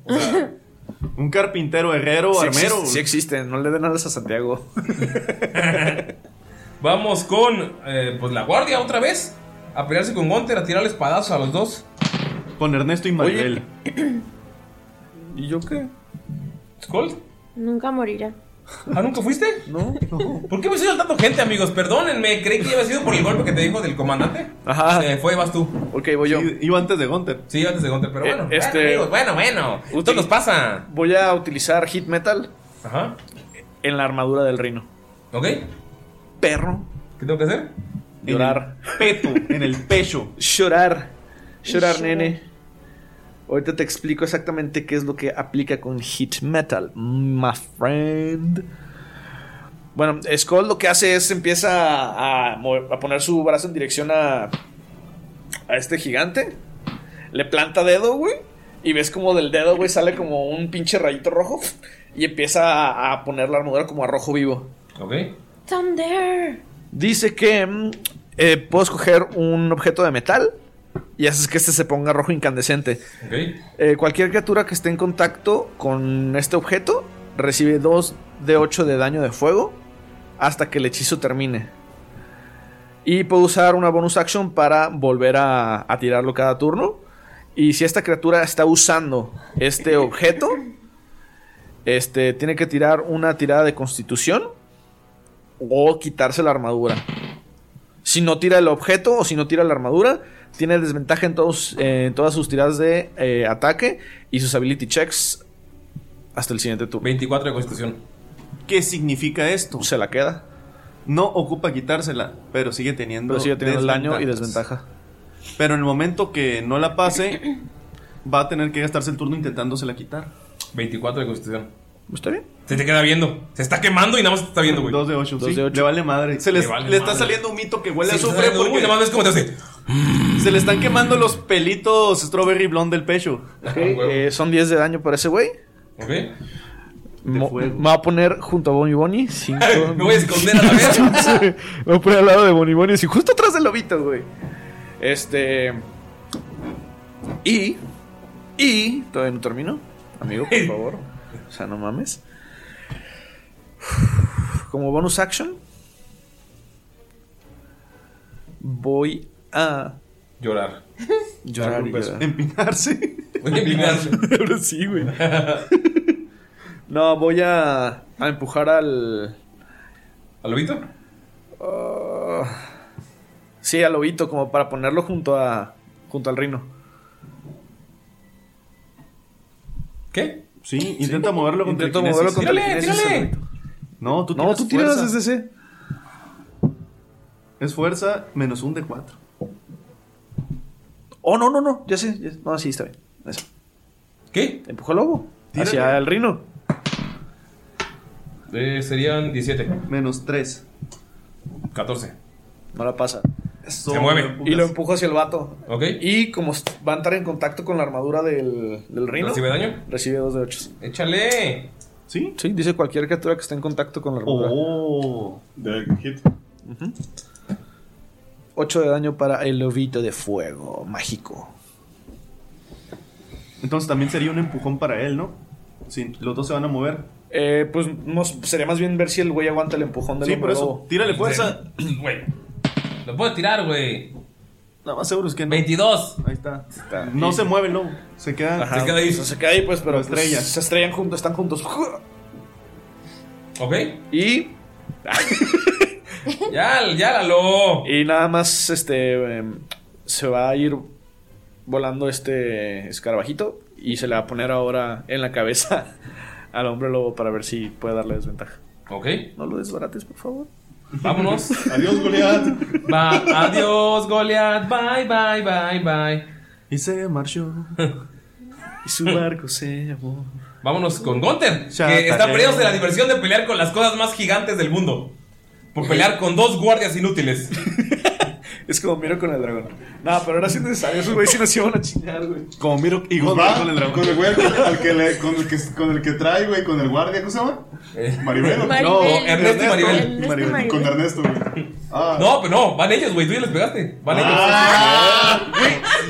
[SPEAKER 6] Un carpintero, herrero,
[SPEAKER 1] Sí
[SPEAKER 6] armero.
[SPEAKER 1] existe- sí
[SPEAKER 6] existen, no le den nada a Santiago.
[SPEAKER 1] Vamos con eh, pues la guardia otra vez. A pelearse con Gunter, a tirar el espadazo a los dos.
[SPEAKER 6] Con Ernesto y Maribel.
[SPEAKER 1] ¿Y yo qué? ¿Skull?
[SPEAKER 5] Nunca morirá.
[SPEAKER 1] ¿Ah, nunca fuiste? No, ¿Por qué me estoy saltando gente, amigos? Perdónenme, creí que había sido por el golpe que te dijo del comandante. Eh,
[SPEAKER 6] Ajá.
[SPEAKER 1] fue, vas tú.
[SPEAKER 6] Ok, voy yo. iba antes de Gunter.
[SPEAKER 1] Sí, antes de Gunter, pero
[SPEAKER 6] Eh,
[SPEAKER 1] bueno.
[SPEAKER 6] este-
[SPEAKER 1] Bueno, amigos, bueno, bueno. Esto nos pasa.
[SPEAKER 6] Voy a utilizar Hit Metal.
[SPEAKER 1] Ajá.
[SPEAKER 6] En la armadura del reino.
[SPEAKER 1] ¿Ok?
[SPEAKER 6] Perro.
[SPEAKER 1] ¿Qué tengo que hacer?
[SPEAKER 6] Llorar. Peto, en el pecho. Llorar. Llorar,
[SPEAKER 1] Llorar.
[SPEAKER 6] nene. Ahorita te explico exactamente qué es lo que aplica con Hit Metal, my friend. Bueno, Skull lo que hace es empieza a, mo- a poner su brazo en dirección a, a este gigante. Le planta dedo, güey. Y ves como del dedo, güey, sale como un pinche rayito rojo. Y empieza a, a poner la armadura como a rojo vivo.
[SPEAKER 1] Ok.
[SPEAKER 5] Thunder.
[SPEAKER 6] Dice que mm, eh, puedo escoger un objeto de metal y haces que este se ponga rojo incandescente.
[SPEAKER 1] Ok.
[SPEAKER 6] Eh, cualquier criatura que esté en contacto con este objeto recibe 2 de 8 de daño de fuego hasta que el hechizo termine. Y puedo usar una bonus action para volver a, a tirarlo cada turno. Y si esta criatura está usando este objeto, este tiene que tirar una tirada de constitución o quitarse la armadura. Si no tira el objeto o si no tira la armadura, tiene desventaja en, todos, eh, en todas sus tiradas de eh, ataque y sus ability checks hasta el siguiente turno.
[SPEAKER 1] 24 de constitución.
[SPEAKER 6] ¿Qué significa esto? Se la queda.
[SPEAKER 3] No ocupa quitársela, pero sigue teniendo,
[SPEAKER 6] Pero sigue teniendo el daño y
[SPEAKER 3] desventajas. Pero en el momento que no la pase, va a tener que gastarse el turno intentándosela quitar.
[SPEAKER 1] 24 de constitución.
[SPEAKER 6] Pues ¿Está bien?
[SPEAKER 1] Se te queda viendo. Se está quemando y nada más te está viendo, güey. 2
[SPEAKER 3] de 8. sí. Le vale madre. Se les- le está saliendo un mito que huele
[SPEAKER 1] Sí,
[SPEAKER 3] a
[SPEAKER 1] está
[SPEAKER 3] azufre
[SPEAKER 1] saliendo humo
[SPEAKER 3] porque
[SPEAKER 1] y nada más ves cómo te hace. mm.
[SPEAKER 3] se le están quemando los pelitos strawberry blonde del pecho.
[SPEAKER 6] Eh, son 10 de daño para ese güey.
[SPEAKER 1] Ah, Ok.
[SPEAKER 6] Mo- Me voy a poner junto a Bonnie Bonnie. cinco-
[SPEAKER 1] Me voy a esconder a la vez.
[SPEAKER 6] Sí, me voy a poner al lado de Bonnie Bonnie. así, justo atrás del lobito, güey. Este. Y. Y. Todavía no termino. Amigo, por favor. O sea, no mames. Como bonus action. Voy a.
[SPEAKER 1] Llorar.
[SPEAKER 6] Llorar y llorar.
[SPEAKER 3] Empinarse.
[SPEAKER 1] Empinarse.
[SPEAKER 6] Ahora sí, güey. No, voy a, a empujar al.
[SPEAKER 1] ¿Al lobito?
[SPEAKER 6] Ah, sí, al lobito, como para ponerlo junto a. junto al reino.
[SPEAKER 1] ¿Qué?
[SPEAKER 3] Sí, intenta moverlo con
[SPEAKER 6] Intento moverlo con
[SPEAKER 1] Tírale,
[SPEAKER 6] telequinesis al
[SPEAKER 1] tírale.
[SPEAKER 6] lobito.
[SPEAKER 3] No, tú
[SPEAKER 6] No,
[SPEAKER 3] tienes
[SPEAKER 6] tú tiras
[SPEAKER 3] fuerza.
[SPEAKER 6] desde ese.
[SPEAKER 3] Es fuerza menos un de 4.
[SPEAKER 6] Oh, no, no, no. Ya sé. ya- No, sí, está bien. Eso.
[SPEAKER 1] ¿Qué?
[SPEAKER 6] Empujó al lobo.
[SPEAKER 1] Tírale.
[SPEAKER 6] Hacia el reino.
[SPEAKER 1] Eh, serían 17.
[SPEAKER 3] Menos 3.
[SPEAKER 1] 14.
[SPEAKER 6] No la pasa.
[SPEAKER 1] Se mueve.
[SPEAKER 6] Y lo empujo hacia el vato.
[SPEAKER 1] Ok.
[SPEAKER 6] Y como est- va a entrar en contacto con la armadura del, del reino.
[SPEAKER 1] ¿Recibe daño?
[SPEAKER 6] Recibe 2 de 8.
[SPEAKER 1] Échale.
[SPEAKER 6] ¿Sí? Sí, dice cualquier criatura que esté en contacto con la armadura.
[SPEAKER 3] Oh.
[SPEAKER 4] De hit.
[SPEAKER 6] 8 de daño para el lobito de fuego mágico.
[SPEAKER 3] Entonces también sería un empujón para él, ¿no? Sí, los dos se van a mover.
[SPEAKER 6] Eh, pues no, sería más bien ver si el güey aguanta el empujón del
[SPEAKER 3] Sí,
[SPEAKER 6] hombre
[SPEAKER 3] por eso,
[SPEAKER 6] lobo.
[SPEAKER 3] tírale fuerza.
[SPEAKER 6] Pues,
[SPEAKER 1] Güey. Lo puedo tirar, güey.
[SPEAKER 3] Nada más seguro es que no.
[SPEAKER 1] 22.
[SPEAKER 3] Ahí está. No
[SPEAKER 6] Sí.
[SPEAKER 3] se mueve el lobo. Se queda.
[SPEAKER 6] Ajá, pues, Se queda ahí, pues, pero
[SPEAKER 3] Lo
[SPEAKER 6] pues,
[SPEAKER 3] estrella.
[SPEAKER 6] se estrellan juntos, están juntos.
[SPEAKER 1] Ok.
[SPEAKER 6] Y.
[SPEAKER 1] ya, ya la lo.
[SPEAKER 6] Y nada más, este. em, se va a ir volando este escarabajito Y se la va a poner ahora en la cabeza al hombre lobo para ver si puede darle desventaja.
[SPEAKER 1] Ok.
[SPEAKER 6] No lo desbarates, por favor.
[SPEAKER 1] Vámonos.
[SPEAKER 6] Adiós, Goliat.
[SPEAKER 1] Va, Ah, adiós, Goliath. Bye, bye, bye, bye.
[SPEAKER 6] Y se marchó. y su barco se llevó.
[SPEAKER 1] Vámonos con Gunther,
[SPEAKER 6] Chataré.
[SPEAKER 1] que está perdido de la diversión de pelear con las cosas más gigantes del mundo. Por pelear con dos guardias inútiles.
[SPEAKER 6] Es como miro con el dragón. No, pero era sin necesario. Esos güeyes sí nos iban a chingar, güey.
[SPEAKER 4] Como miro y
[SPEAKER 6] Con-
[SPEAKER 4] Pues va
[SPEAKER 6] con el dragón.
[SPEAKER 4] Con el güey al que, al que le- con el que con el que trae, güey, con el guardia, ¿cómo se llama?
[SPEAKER 1] Eh.
[SPEAKER 4] Maribel.
[SPEAKER 1] Maribel. No, Ernesto y Maribel. Ernesto y
[SPEAKER 4] Maribel.
[SPEAKER 1] Maribel.
[SPEAKER 4] Con Ernesto, güey.
[SPEAKER 3] Ah.
[SPEAKER 1] No, pero no, van ellos, güey. Tú ya les pegaste. Van
[SPEAKER 6] ellos.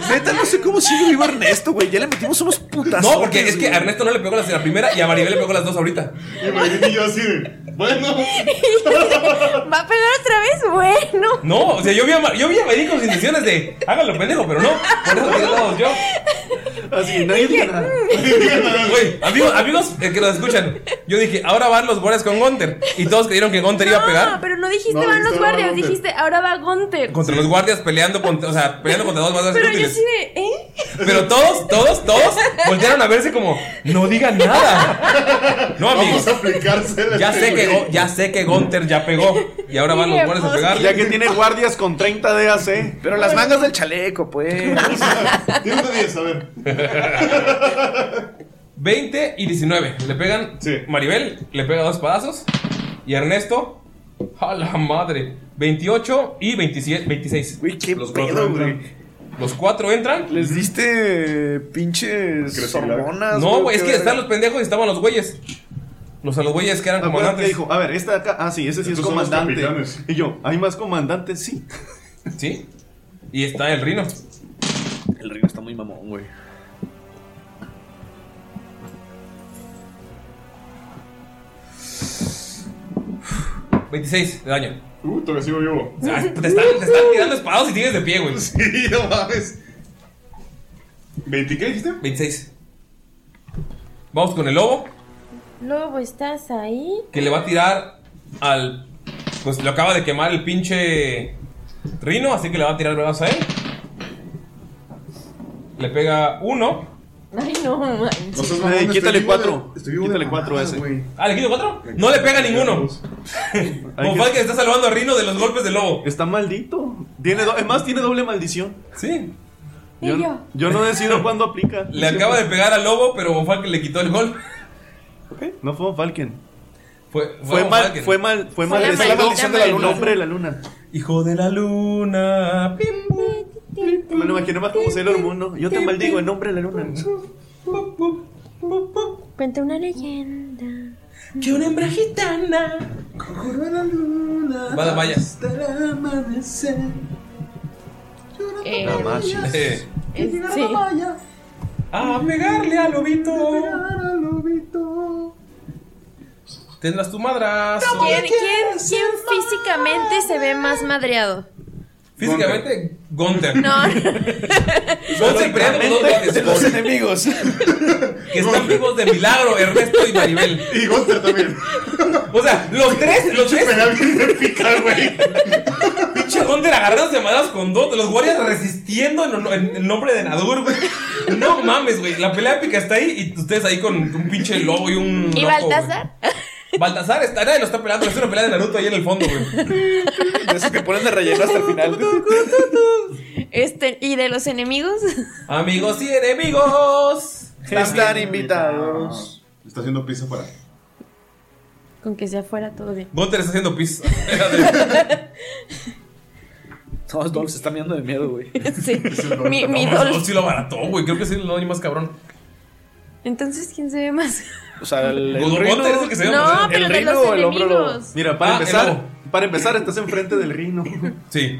[SPEAKER 6] Neta, no sé cómo sigue vivo Ernesto, güey. Ya le metimos unos putas.
[SPEAKER 1] No, porque es que a Ernesto no le pegó las de la primera y a Maribel le pegó las dos ahorita.
[SPEAKER 4] Y Maribel y yo así Bueno.
[SPEAKER 5] ¿Va a pegar otra vez? Bueno.
[SPEAKER 1] No, o sea, yo vi a, Mar- yo vi a Maribel con sus intenciones de háganlo pendejo, pero no. Por eso quedé todos yo.
[SPEAKER 6] Así, nadie diga nada.
[SPEAKER 1] Güey, amigos, amigos eh, que nos escuchan, yo dije, ahora van los guardias con Gunter. Y todos creyeron que Gunter iba a
[SPEAKER 5] No,
[SPEAKER 1] pegar.
[SPEAKER 5] Ah, pero no dijiste
[SPEAKER 1] No,
[SPEAKER 5] van
[SPEAKER 1] dijiste,
[SPEAKER 5] los
[SPEAKER 1] "Va
[SPEAKER 5] guardias,
[SPEAKER 1] Gunther".
[SPEAKER 5] dijiste ahora va Gunther.
[SPEAKER 1] Contra los guardias peleando contra, o sea, peleando contra dos guardias
[SPEAKER 5] Pero yo
[SPEAKER 1] inútiles.
[SPEAKER 5] sí de, ¿eh?
[SPEAKER 1] Pero todos, todos, todos voltearon a verse como, no digan nada. No, amigos. Ya sé que, Go- ya sé que Gunter ya pegó. Y ahora van los guardias a pegar.
[SPEAKER 6] Ya que tiene guardias con 30 de AC. Pero las mangas del chaleco, pues.
[SPEAKER 4] Tiene de 10, a ver.
[SPEAKER 1] 20 y 19. Le pegan. Maribel le pega dos espadazos. Y Ernesto. A la madre. 28 y 27, 26. los, cuatro entran. los cuatro entran.
[SPEAKER 6] Les diste pinches hormonas.
[SPEAKER 1] No, güey, es
[SPEAKER 6] qué verga.
[SPEAKER 1] que están los pendejos y estaban los güeyes. Los a los güeyes que eran
[SPEAKER 6] Acuérdate
[SPEAKER 1] comandantes.
[SPEAKER 6] que dijo, a ver, este de acá, ah, sí, ese sí
[SPEAKER 1] Estos
[SPEAKER 6] es
[SPEAKER 1] son los
[SPEAKER 6] comandante.
[SPEAKER 1] capitanes.
[SPEAKER 6] Y yo, ¿hay más comandantes? Sí.
[SPEAKER 1] Sí. Y está el rino.
[SPEAKER 6] El rino está muy mamón, güey.
[SPEAKER 1] Uf, 26 de daño.
[SPEAKER 4] Uh, todavía sigo vivo.
[SPEAKER 1] O sea, te, están, te están tirando espadados y tienes de pie, güey.
[SPEAKER 4] Sí, no mames. ¿20 qué dijiste?
[SPEAKER 1] 26. Vamos con el lobo,
[SPEAKER 5] Lobo, ¿estás ahí?
[SPEAKER 1] que le va a tirar al. Pues lo acaba de quemar el pinche Rino, así que le va a tirar brazos a él. Le pega uno.
[SPEAKER 5] Ay, no, manches.
[SPEAKER 1] Eh, quítale cuatro.
[SPEAKER 6] Quítale cuatro a ese.
[SPEAKER 1] Ah, ¿le quito cuatro? No le pega ninguno. Como fue el que está salvando a Rino de los golpes del lobo.
[SPEAKER 6] Está maldito. Tiene do- es más, tiene doble maldición.
[SPEAKER 1] Sí.
[SPEAKER 6] Yo, yo no decido cuándo aplica.
[SPEAKER 1] Le acaba de pegar al lobo, pero Bonfalque le quitó el gol.
[SPEAKER 6] No fue Falken.
[SPEAKER 1] Fue,
[SPEAKER 6] Fue
[SPEAKER 1] Von
[SPEAKER 6] mal,
[SPEAKER 1] Falken.
[SPEAKER 6] fue mal, fue mal. Es la maldición de la luna. Hombre de la luna.
[SPEAKER 1] Hijo de la luna.
[SPEAKER 6] Me lo imaginé más como Sailor Moon, ¿no? Yo te maldigo en nombre de la luna.
[SPEAKER 5] Cuenta una leyenda.
[SPEAKER 1] Que una hembra
[SPEAKER 5] gitana
[SPEAKER 14] Conjuró a la luna.
[SPEAKER 1] Vaya, vaya.
[SPEAKER 14] Hasta el amanecer.
[SPEAKER 5] Eh,
[SPEAKER 1] No más. Eh.
[SPEAKER 14] Y vino la
[SPEAKER 5] sí.
[SPEAKER 14] valla.
[SPEAKER 1] A pegarle al lobito.
[SPEAKER 14] A pegar al lobito.
[SPEAKER 1] Tendrás tu madrazo.
[SPEAKER 5] ¿Quién, quién, quién físicamente se ve más madreado?
[SPEAKER 1] Físicamente, Gunter.
[SPEAKER 5] No,
[SPEAKER 1] Gunter peleando con dos guardias.
[SPEAKER 6] Los enemigos.
[SPEAKER 1] Que están vivos de milagro, Ernesto y Maribel.
[SPEAKER 4] Y Gunter también.
[SPEAKER 1] O sea, los tres, los tres. Pinche Gunter agarrándose a madrazos con dos. Los guardias resistiendo en, en- en nombre de Nadur, güey. No mames, güey. La pelea épica está ahí y ustedes ahí con un pinche lobo y un.
[SPEAKER 5] ¿Y
[SPEAKER 1] loco,
[SPEAKER 5] Baltasar?
[SPEAKER 1] güey. Baltasar está, nadie lo está peleando. Es una pelea de Naruto ahí en el fondo, güey.
[SPEAKER 6] De esos que ponen de relleno hasta el final.
[SPEAKER 5] Este, ¿Y de los enemigos?
[SPEAKER 1] Amigos y enemigos.
[SPEAKER 6] Están invitados.
[SPEAKER 4] Está haciendo pizza para.
[SPEAKER 5] Con que sea fuera todo bien.
[SPEAKER 1] Gunter está haciendo pis.
[SPEAKER 6] Todos Dolph se están mirando de miedo, güey.
[SPEAKER 5] Sí. Mi, mi
[SPEAKER 1] No,
[SPEAKER 5] dol-
[SPEAKER 1] Dolph sí lo barató, güey. Creo que sí lo doy más cabrón.
[SPEAKER 5] Entonces, ¿quién se ve más?
[SPEAKER 6] O sea, el, el
[SPEAKER 1] Godobot
[SPEAKER 6] rino-
[SPEAKER 1] es el que se ve No, más grande. pero
[SPEAKER 6] el
[SPEAKER 1] de
[SPEAKER 6] rino
[SPEAKER 1] los
[SPEAKER 6] o el hombre lobo.
[SPEAKER 1] enemigos.
[SPEAKER 6] Mira, para
[SPEAKER 1] Ah, el
[SPEAKER 6] empezar,
[SPEAKER 1] lobo.
[SPEAKER 6] para empezar estás enfrente del rino.
[SPEAKER 1] Sí.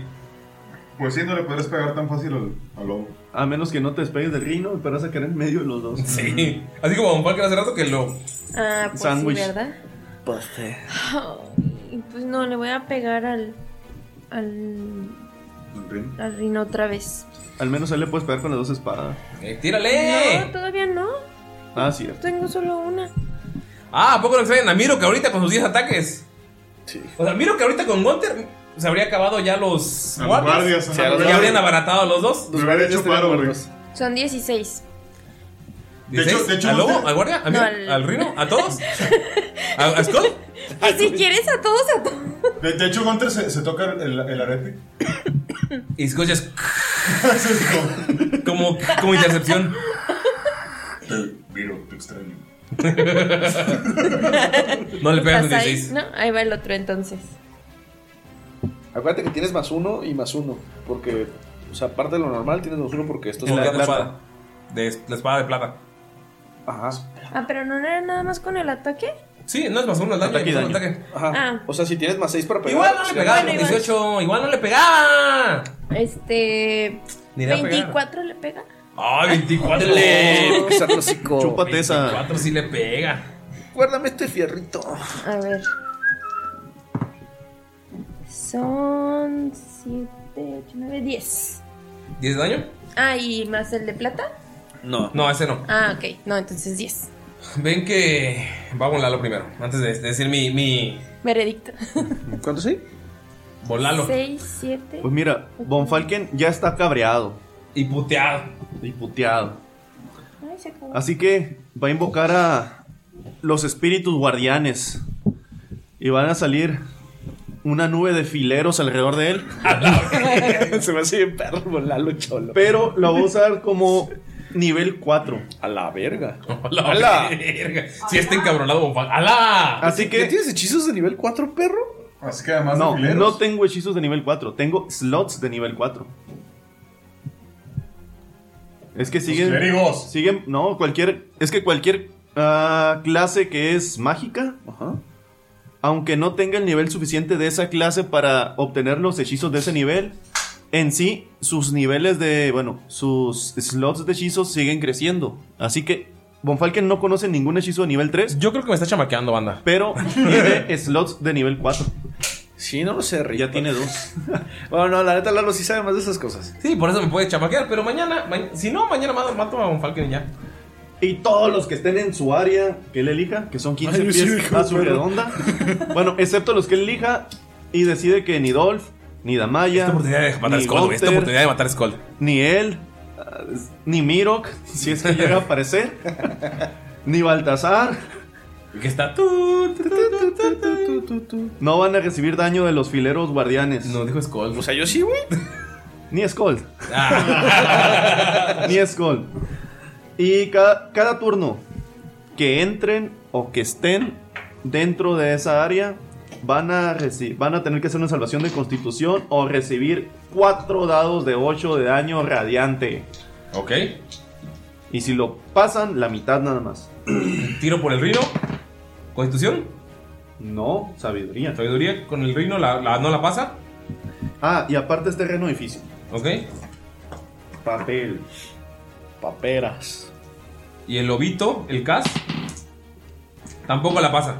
[SPEAKER 4] Pues sí, no le podrías pegar tan fácil al, al lobo.
[SPEAKER 6] A menos que no te despegues del rino, pero vas a quedar en medio de los dos.
[SPEAKER 1] Sí. Así como Don Parker hace rato que lo.
[SPEAKER 5] Ah, pues
[SPEAKER 6] Sándwich.
[SPEAKER 5] sí, ¿verdad? Ay, pues no, le voy a pegar al. al. al rino otra vez.
[SPEAKER 6] Al menos a él le puedes pegar con las dos espadas.
[SPEAKER 1] Eh,
[SPEAKER 5] No, todavía no.
[SPEAKER 6] Ah, cierto.
[SPEAKER 5] Tengo solo una.
[SPEAKER 1] Ah, ¿a poco no extrañan a Miro que ahorita con sus 10 ataques?
[SPEAKER 6] Sí.
[SPEAKER 1] O sea, Miro que ahorita con Gunter se habría acabado ya los
[SPEAKER 4] A los
[SPEAKER 1] guardias.
[SPEAKER 4] guardias,
[SPEAKER 1] Sí,
[SPEAKER 4] ajá.
[SPEAKER 1] Este ya habrían abaratado a los dos.
[SPEAKER 4] Me hubiera hecho paro, güey.
[SPEAKER 5] Son 16.
[SPEAKER 1] De hecho, de hecho, ¿Al lobo? ¿Al guardia? ¿A mí?
[SPEAKER 2] No,
[SPEAKER 1] al... rino? ¿A todos? ¿A, a Skull? Ah,
[SPEAKER 2] Y si quieres a todos, a todos.
[SPEAKER 4] De, de hecho, Gunter se, se toca el, el arete.
[SPEAKER 1] Y Skull ya es... como, como intercepción.
[SPEAKER 4] Te miro, te extraño.
[SPEAKER 1] No le pegas un
[SPEAKER 2] Hasta ahí,
[SPEAKER 1] 16.
[SPEAKER 2] ¿no? Ahí va el otro entonces.
[SPEAKER 5] Acuérdate que tienes más uno y más uno. Porque, o sea, aparte de lo normal, tienes más uno porque esto es
[SPEAKER 1] En la,
[SPEAKER 5] una
[SPEAKER 1] la espada. De, la espada de plata.
[SPEAKER 5] Ajá.
[SPEAKER 2] Ah, pero no era nada más con el ataque.
[SPEAKER 1] Sí, no es más uno el daño,
[SPEAKER 5] Ataque y
[SPEAKER 1] es un
[SPEAKER 5] daño.
[SPEAKER 1] ataque.
[SPEAKER 2] Ah.
[SPEAKER 5] O sea, si tienes más seis para pegar.
[SPEAKER 1] Igual no le
[SPEAKER 5] sí,
[SPEAKER 1] pegaba,
[SPEAKER 5] ganas.
[SPEAKER 1] 18. Igual no le pegaba.
[SPEAKER 2] Este.
[SPEAKER 1] Ni le va a pegar.
[SPEAKER 2] 24 le pega.
[SPEAKER 1] ¡Ay, 24!
[SPEAKER 3] Órale, qué sarcástico. Chúpate esa.
[SPEAKER 1] 24 sí le pega.
[SPEAKER 3] Guárdame este fierrito.
[SPEAKER 2] A ver. Son 7, 8, 9, 10.
[SPEAKER 1] ¿10 de daño?
[SPEAKER 2] Ah, y más el de plata.
[SPEAKER 1] No. No, ese no.
[SPEAKER 2] Ah, ok. No, entonces 10.
[SPEAKER 1] Ven que va a volarlo primero. Antes de, de decir mi. mi...
[SPEAKER 2] Veredicto.
[SPEAKER 3] ¿Cuánto sí?
[SPEAKER 1] Volalo.
[SPEAKER 2] 6, 7.
[SPEAKER 3] Pues mira, Von Falken ya está cabreado.
[SPEAKER 1] Y puteado.
[SPEAKER 3] Y puteado.
[SPEAKER 2] Ay, se acabó.
[SPEAKER 3] Así que va a invocar a los espíritus guardianes. Y van a salir una nube de fileros alrededor de él. Se me hace bien perro volarlo cholo. Pero lo va a usar como nivel 4. A la verga.
[SPEAKER 1] A la verga. Si está encabronado, Von Falken. ¡Alá!
[SPEAKER 3] Así que. ¿Tienes hechizos de nivel 4, perro?
[SPEAKER 4] Así que además
[SPEAKER 3] no,
[SPEAKER 4] de fileros.
[SPEAKER 3] no tengo hechizos de nivel 4, tengo slots de nivel 4. Es que siguen.
[SPEAKER 4] clérigos.
[SPEAKER 3] Siguen. No, cualquier. Es que cualquier ah, clase que es mágica. Aunque no tenga el nivel suficiente de esa clase para obtener los hechizos de ese nivel. En sí, sus niveles de. Bueno, sus slots de hechizos siguen creciendo. Así que. Bonfalken no conoce ningún hechizo de nivel 3.
[SPEAKER 1] Yo creo que me está chamaqueando, banda.
[SPEAKER 3] Pero tiene slots de nivel 4. Sí, no lo sé, Ya tiene dos.
[SPEAKER 1] Bueno, no, la neta Lalo sí sabe más de esas cosas. Sí, por eso me puede chamaquear, pero mañana, ma- si no, mañana ma- mato a Von Falken y ya.
[SPEAKER 3] Y todos los que estén en su área que él elija, que son 15
[SPEAKER 1] Ay, yo sí,
[SPEAKER 3] pies
[SPEAKER 1] hijo
[SPEAKER 3] a
[SPEAKER 1] de
[SPEAKER 3] su
[SPEAKER 1] perro.
[SPEAKER 3] redonda. Bueno, excepto los que él elija y decide que ni Dolph, ni Damaya,
[SPEAKER 1] Esta oportunidad de matar a
[SPEAKER 3] ni
[SPEAKER 1] Skull, güey. Esta
[SPEAKER 3] Gunther,
[SPEAKER 1] oportunidad de matar a Skull.
[SPEAKER 3] ni él, ah, ni Mirok, si es que llega a aparecer, ni Baltasar,
[SPEAKER 1] Que está tú, tú, tú, tú, tú, tú, tú, tú.
[SPEAKER 3] no van a recibir daño de los fileros guardianes. No,
[SPEAKER 1] dijo Skull.
[SPEAKER 3] O sea, yo sí, güey. Ni Skull. Ni Skull. Y cada, cada turno que entren o que estén dentro de esa área van a, reci- van a tener que hacer una salvación de constitución o recibir 4 dados de 8 de daño radiante.
[SPEAKER 1] Ok.
[SPEAKER 3] Y si lo pasan, la mitad nada más.
[SPEAKER 1] Tiro por el rino. ¿Constitución?
[SPEAKER 3] No, sabiduría.
[SPEAKER 1] Sabiduría con el rino la, la- no la pasa.
[SPEAKER 3] Ah, y aparte es terreno difícil.
[SPEAKER 1] Ok.
[SPEAKER 3] Papel. Paperas.
[SPEAKER 1] Y el lobito, el cas, tampoco la pasa.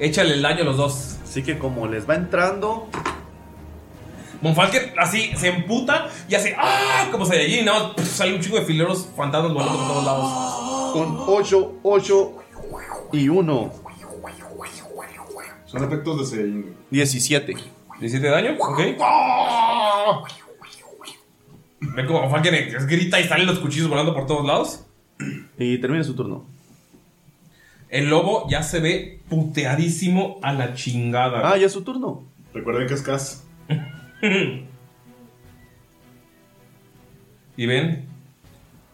[SPEAKER 1] Échale el daño a los dos.
[SPEAKER 3] Así que como les va entrando.
[SPEAKER 1] Monfalker así se emputa y hace ¡Ah! Como se allí, no, pff, sale un chico de fileros fantasmas volando por todos lados.
[SPEAKER 3] Con 8, 8 y 1.
[SPEAKER 4] Son efectos de Seiyajin.
[SPEAKER 3] 17.
[SPEAKER 1] 17 de daño, ok. Ve como Monfalker grita y salen los cuchillos volando por todos lados.
[SPEAKER 3] Y termina su turno.
[SPEAKER 1] El lobo ya se ve puteadísimo a la chingada.
[SPEAKER 3] Ah, ya es su turno.
[SPEAKER 4] Recuerden que es Cas.
[SPEAKER 1] y ven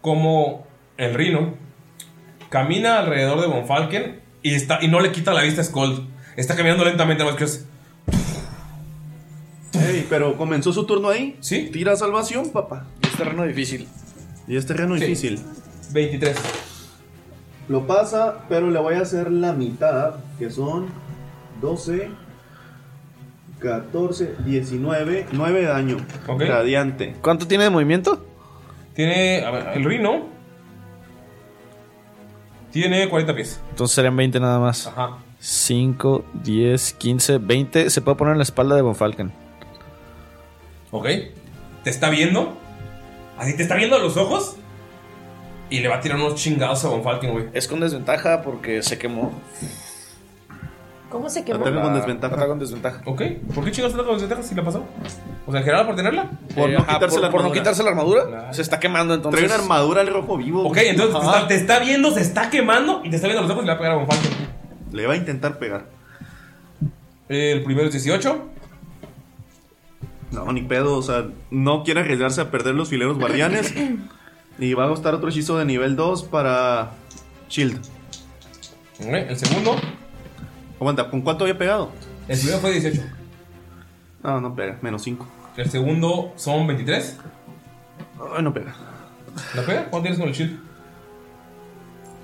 [SPEAKER 1] cómo el rino camina alrededor de Von Falken y, está, y no le quita la vista a Skull. Está caminando lentamente, más que es-
[SPEAKER 3] Ey, pero comenzó su turno ahí.
[SPEAKER 1] Sí.
[SPEAKER 3] Tira salvación, papá.
[SPEAKER 6] Este
[SPEAKER 3] Es terreno difícil. Y este es terreno difícil.
[SPEAKER 1] 23.
[SPEAKER 3] Lo pasa, pero le voy a hacer la mitad, que son 12, 14, 19, 9 de daño.
[SPEAKER 1] Ok.
[SPEAKER 3] Radiante. ¿Cuánto tiene de movimiento?
[SPEAKER 1] Tiene. a ver, el rino. Tiene 40 pies.
[SPEAKER 6] Entonces serían 20 nada más.
[SPEAKER 1] Ajá.
[SPEAKER 6] 5, 10, 15, 20. Se puede poner en la espalda de Von Falken.
[SPEAKER 1] ¿Ok? Te está viendo. Así te está viendo a los ojos. Y le va a tirar unos chingados a Von Falken, güey.
[SPEAKER 3] Es con desventaja porque se quemó.
[SPEAKER 5] ¿Cómo se quemó?
[SPEAKER 1] Ataque con desventaja. Ok. ¿Por qué chingados ataca con desventaja si la pasó? O sea, en general por tenerla. Eh,
[SPEAKER 6] Por no quitarse la armadura.
[SPEAKER 1] Se está quemando
[SPEAKER 6] entonces. Trae una armadura al rojo vivo.
[SPEAKER 1] Ok,
[SPEAKER 6] güey.
[SPEAKER 1] entonces te
[SPEAKER 6] Ajá.
[SPEAKER 1] está, te está viendo, se está quemando y te está viendo los ojos y le va a pegar a Von Falken.
[SPEAKER 6] Le va a intentar pegar.
[SPEAKER 1] El primero es 18.
[SPEAKER 6] No, ni pedo, o sea, no quiere arriesgarse a perder los fileros guardianes. y va a gastar otro hechizo de nivel 2 para Shield.
[SPEAKER 1] el segundo.
[SPEAKER 6] Aguanta, ¿con cuánto había pegado?
[SPEAKER 1] El primero fue 18.
[SPEAKER 6] No, Ah, no pega, menos 5.
[SPEAKER 1] El segundo son 23.
[SPEAKER 6] Ay, no pega.
[SPEAKER 1] ¿La pega? ¿Cuánto tienes con el shield?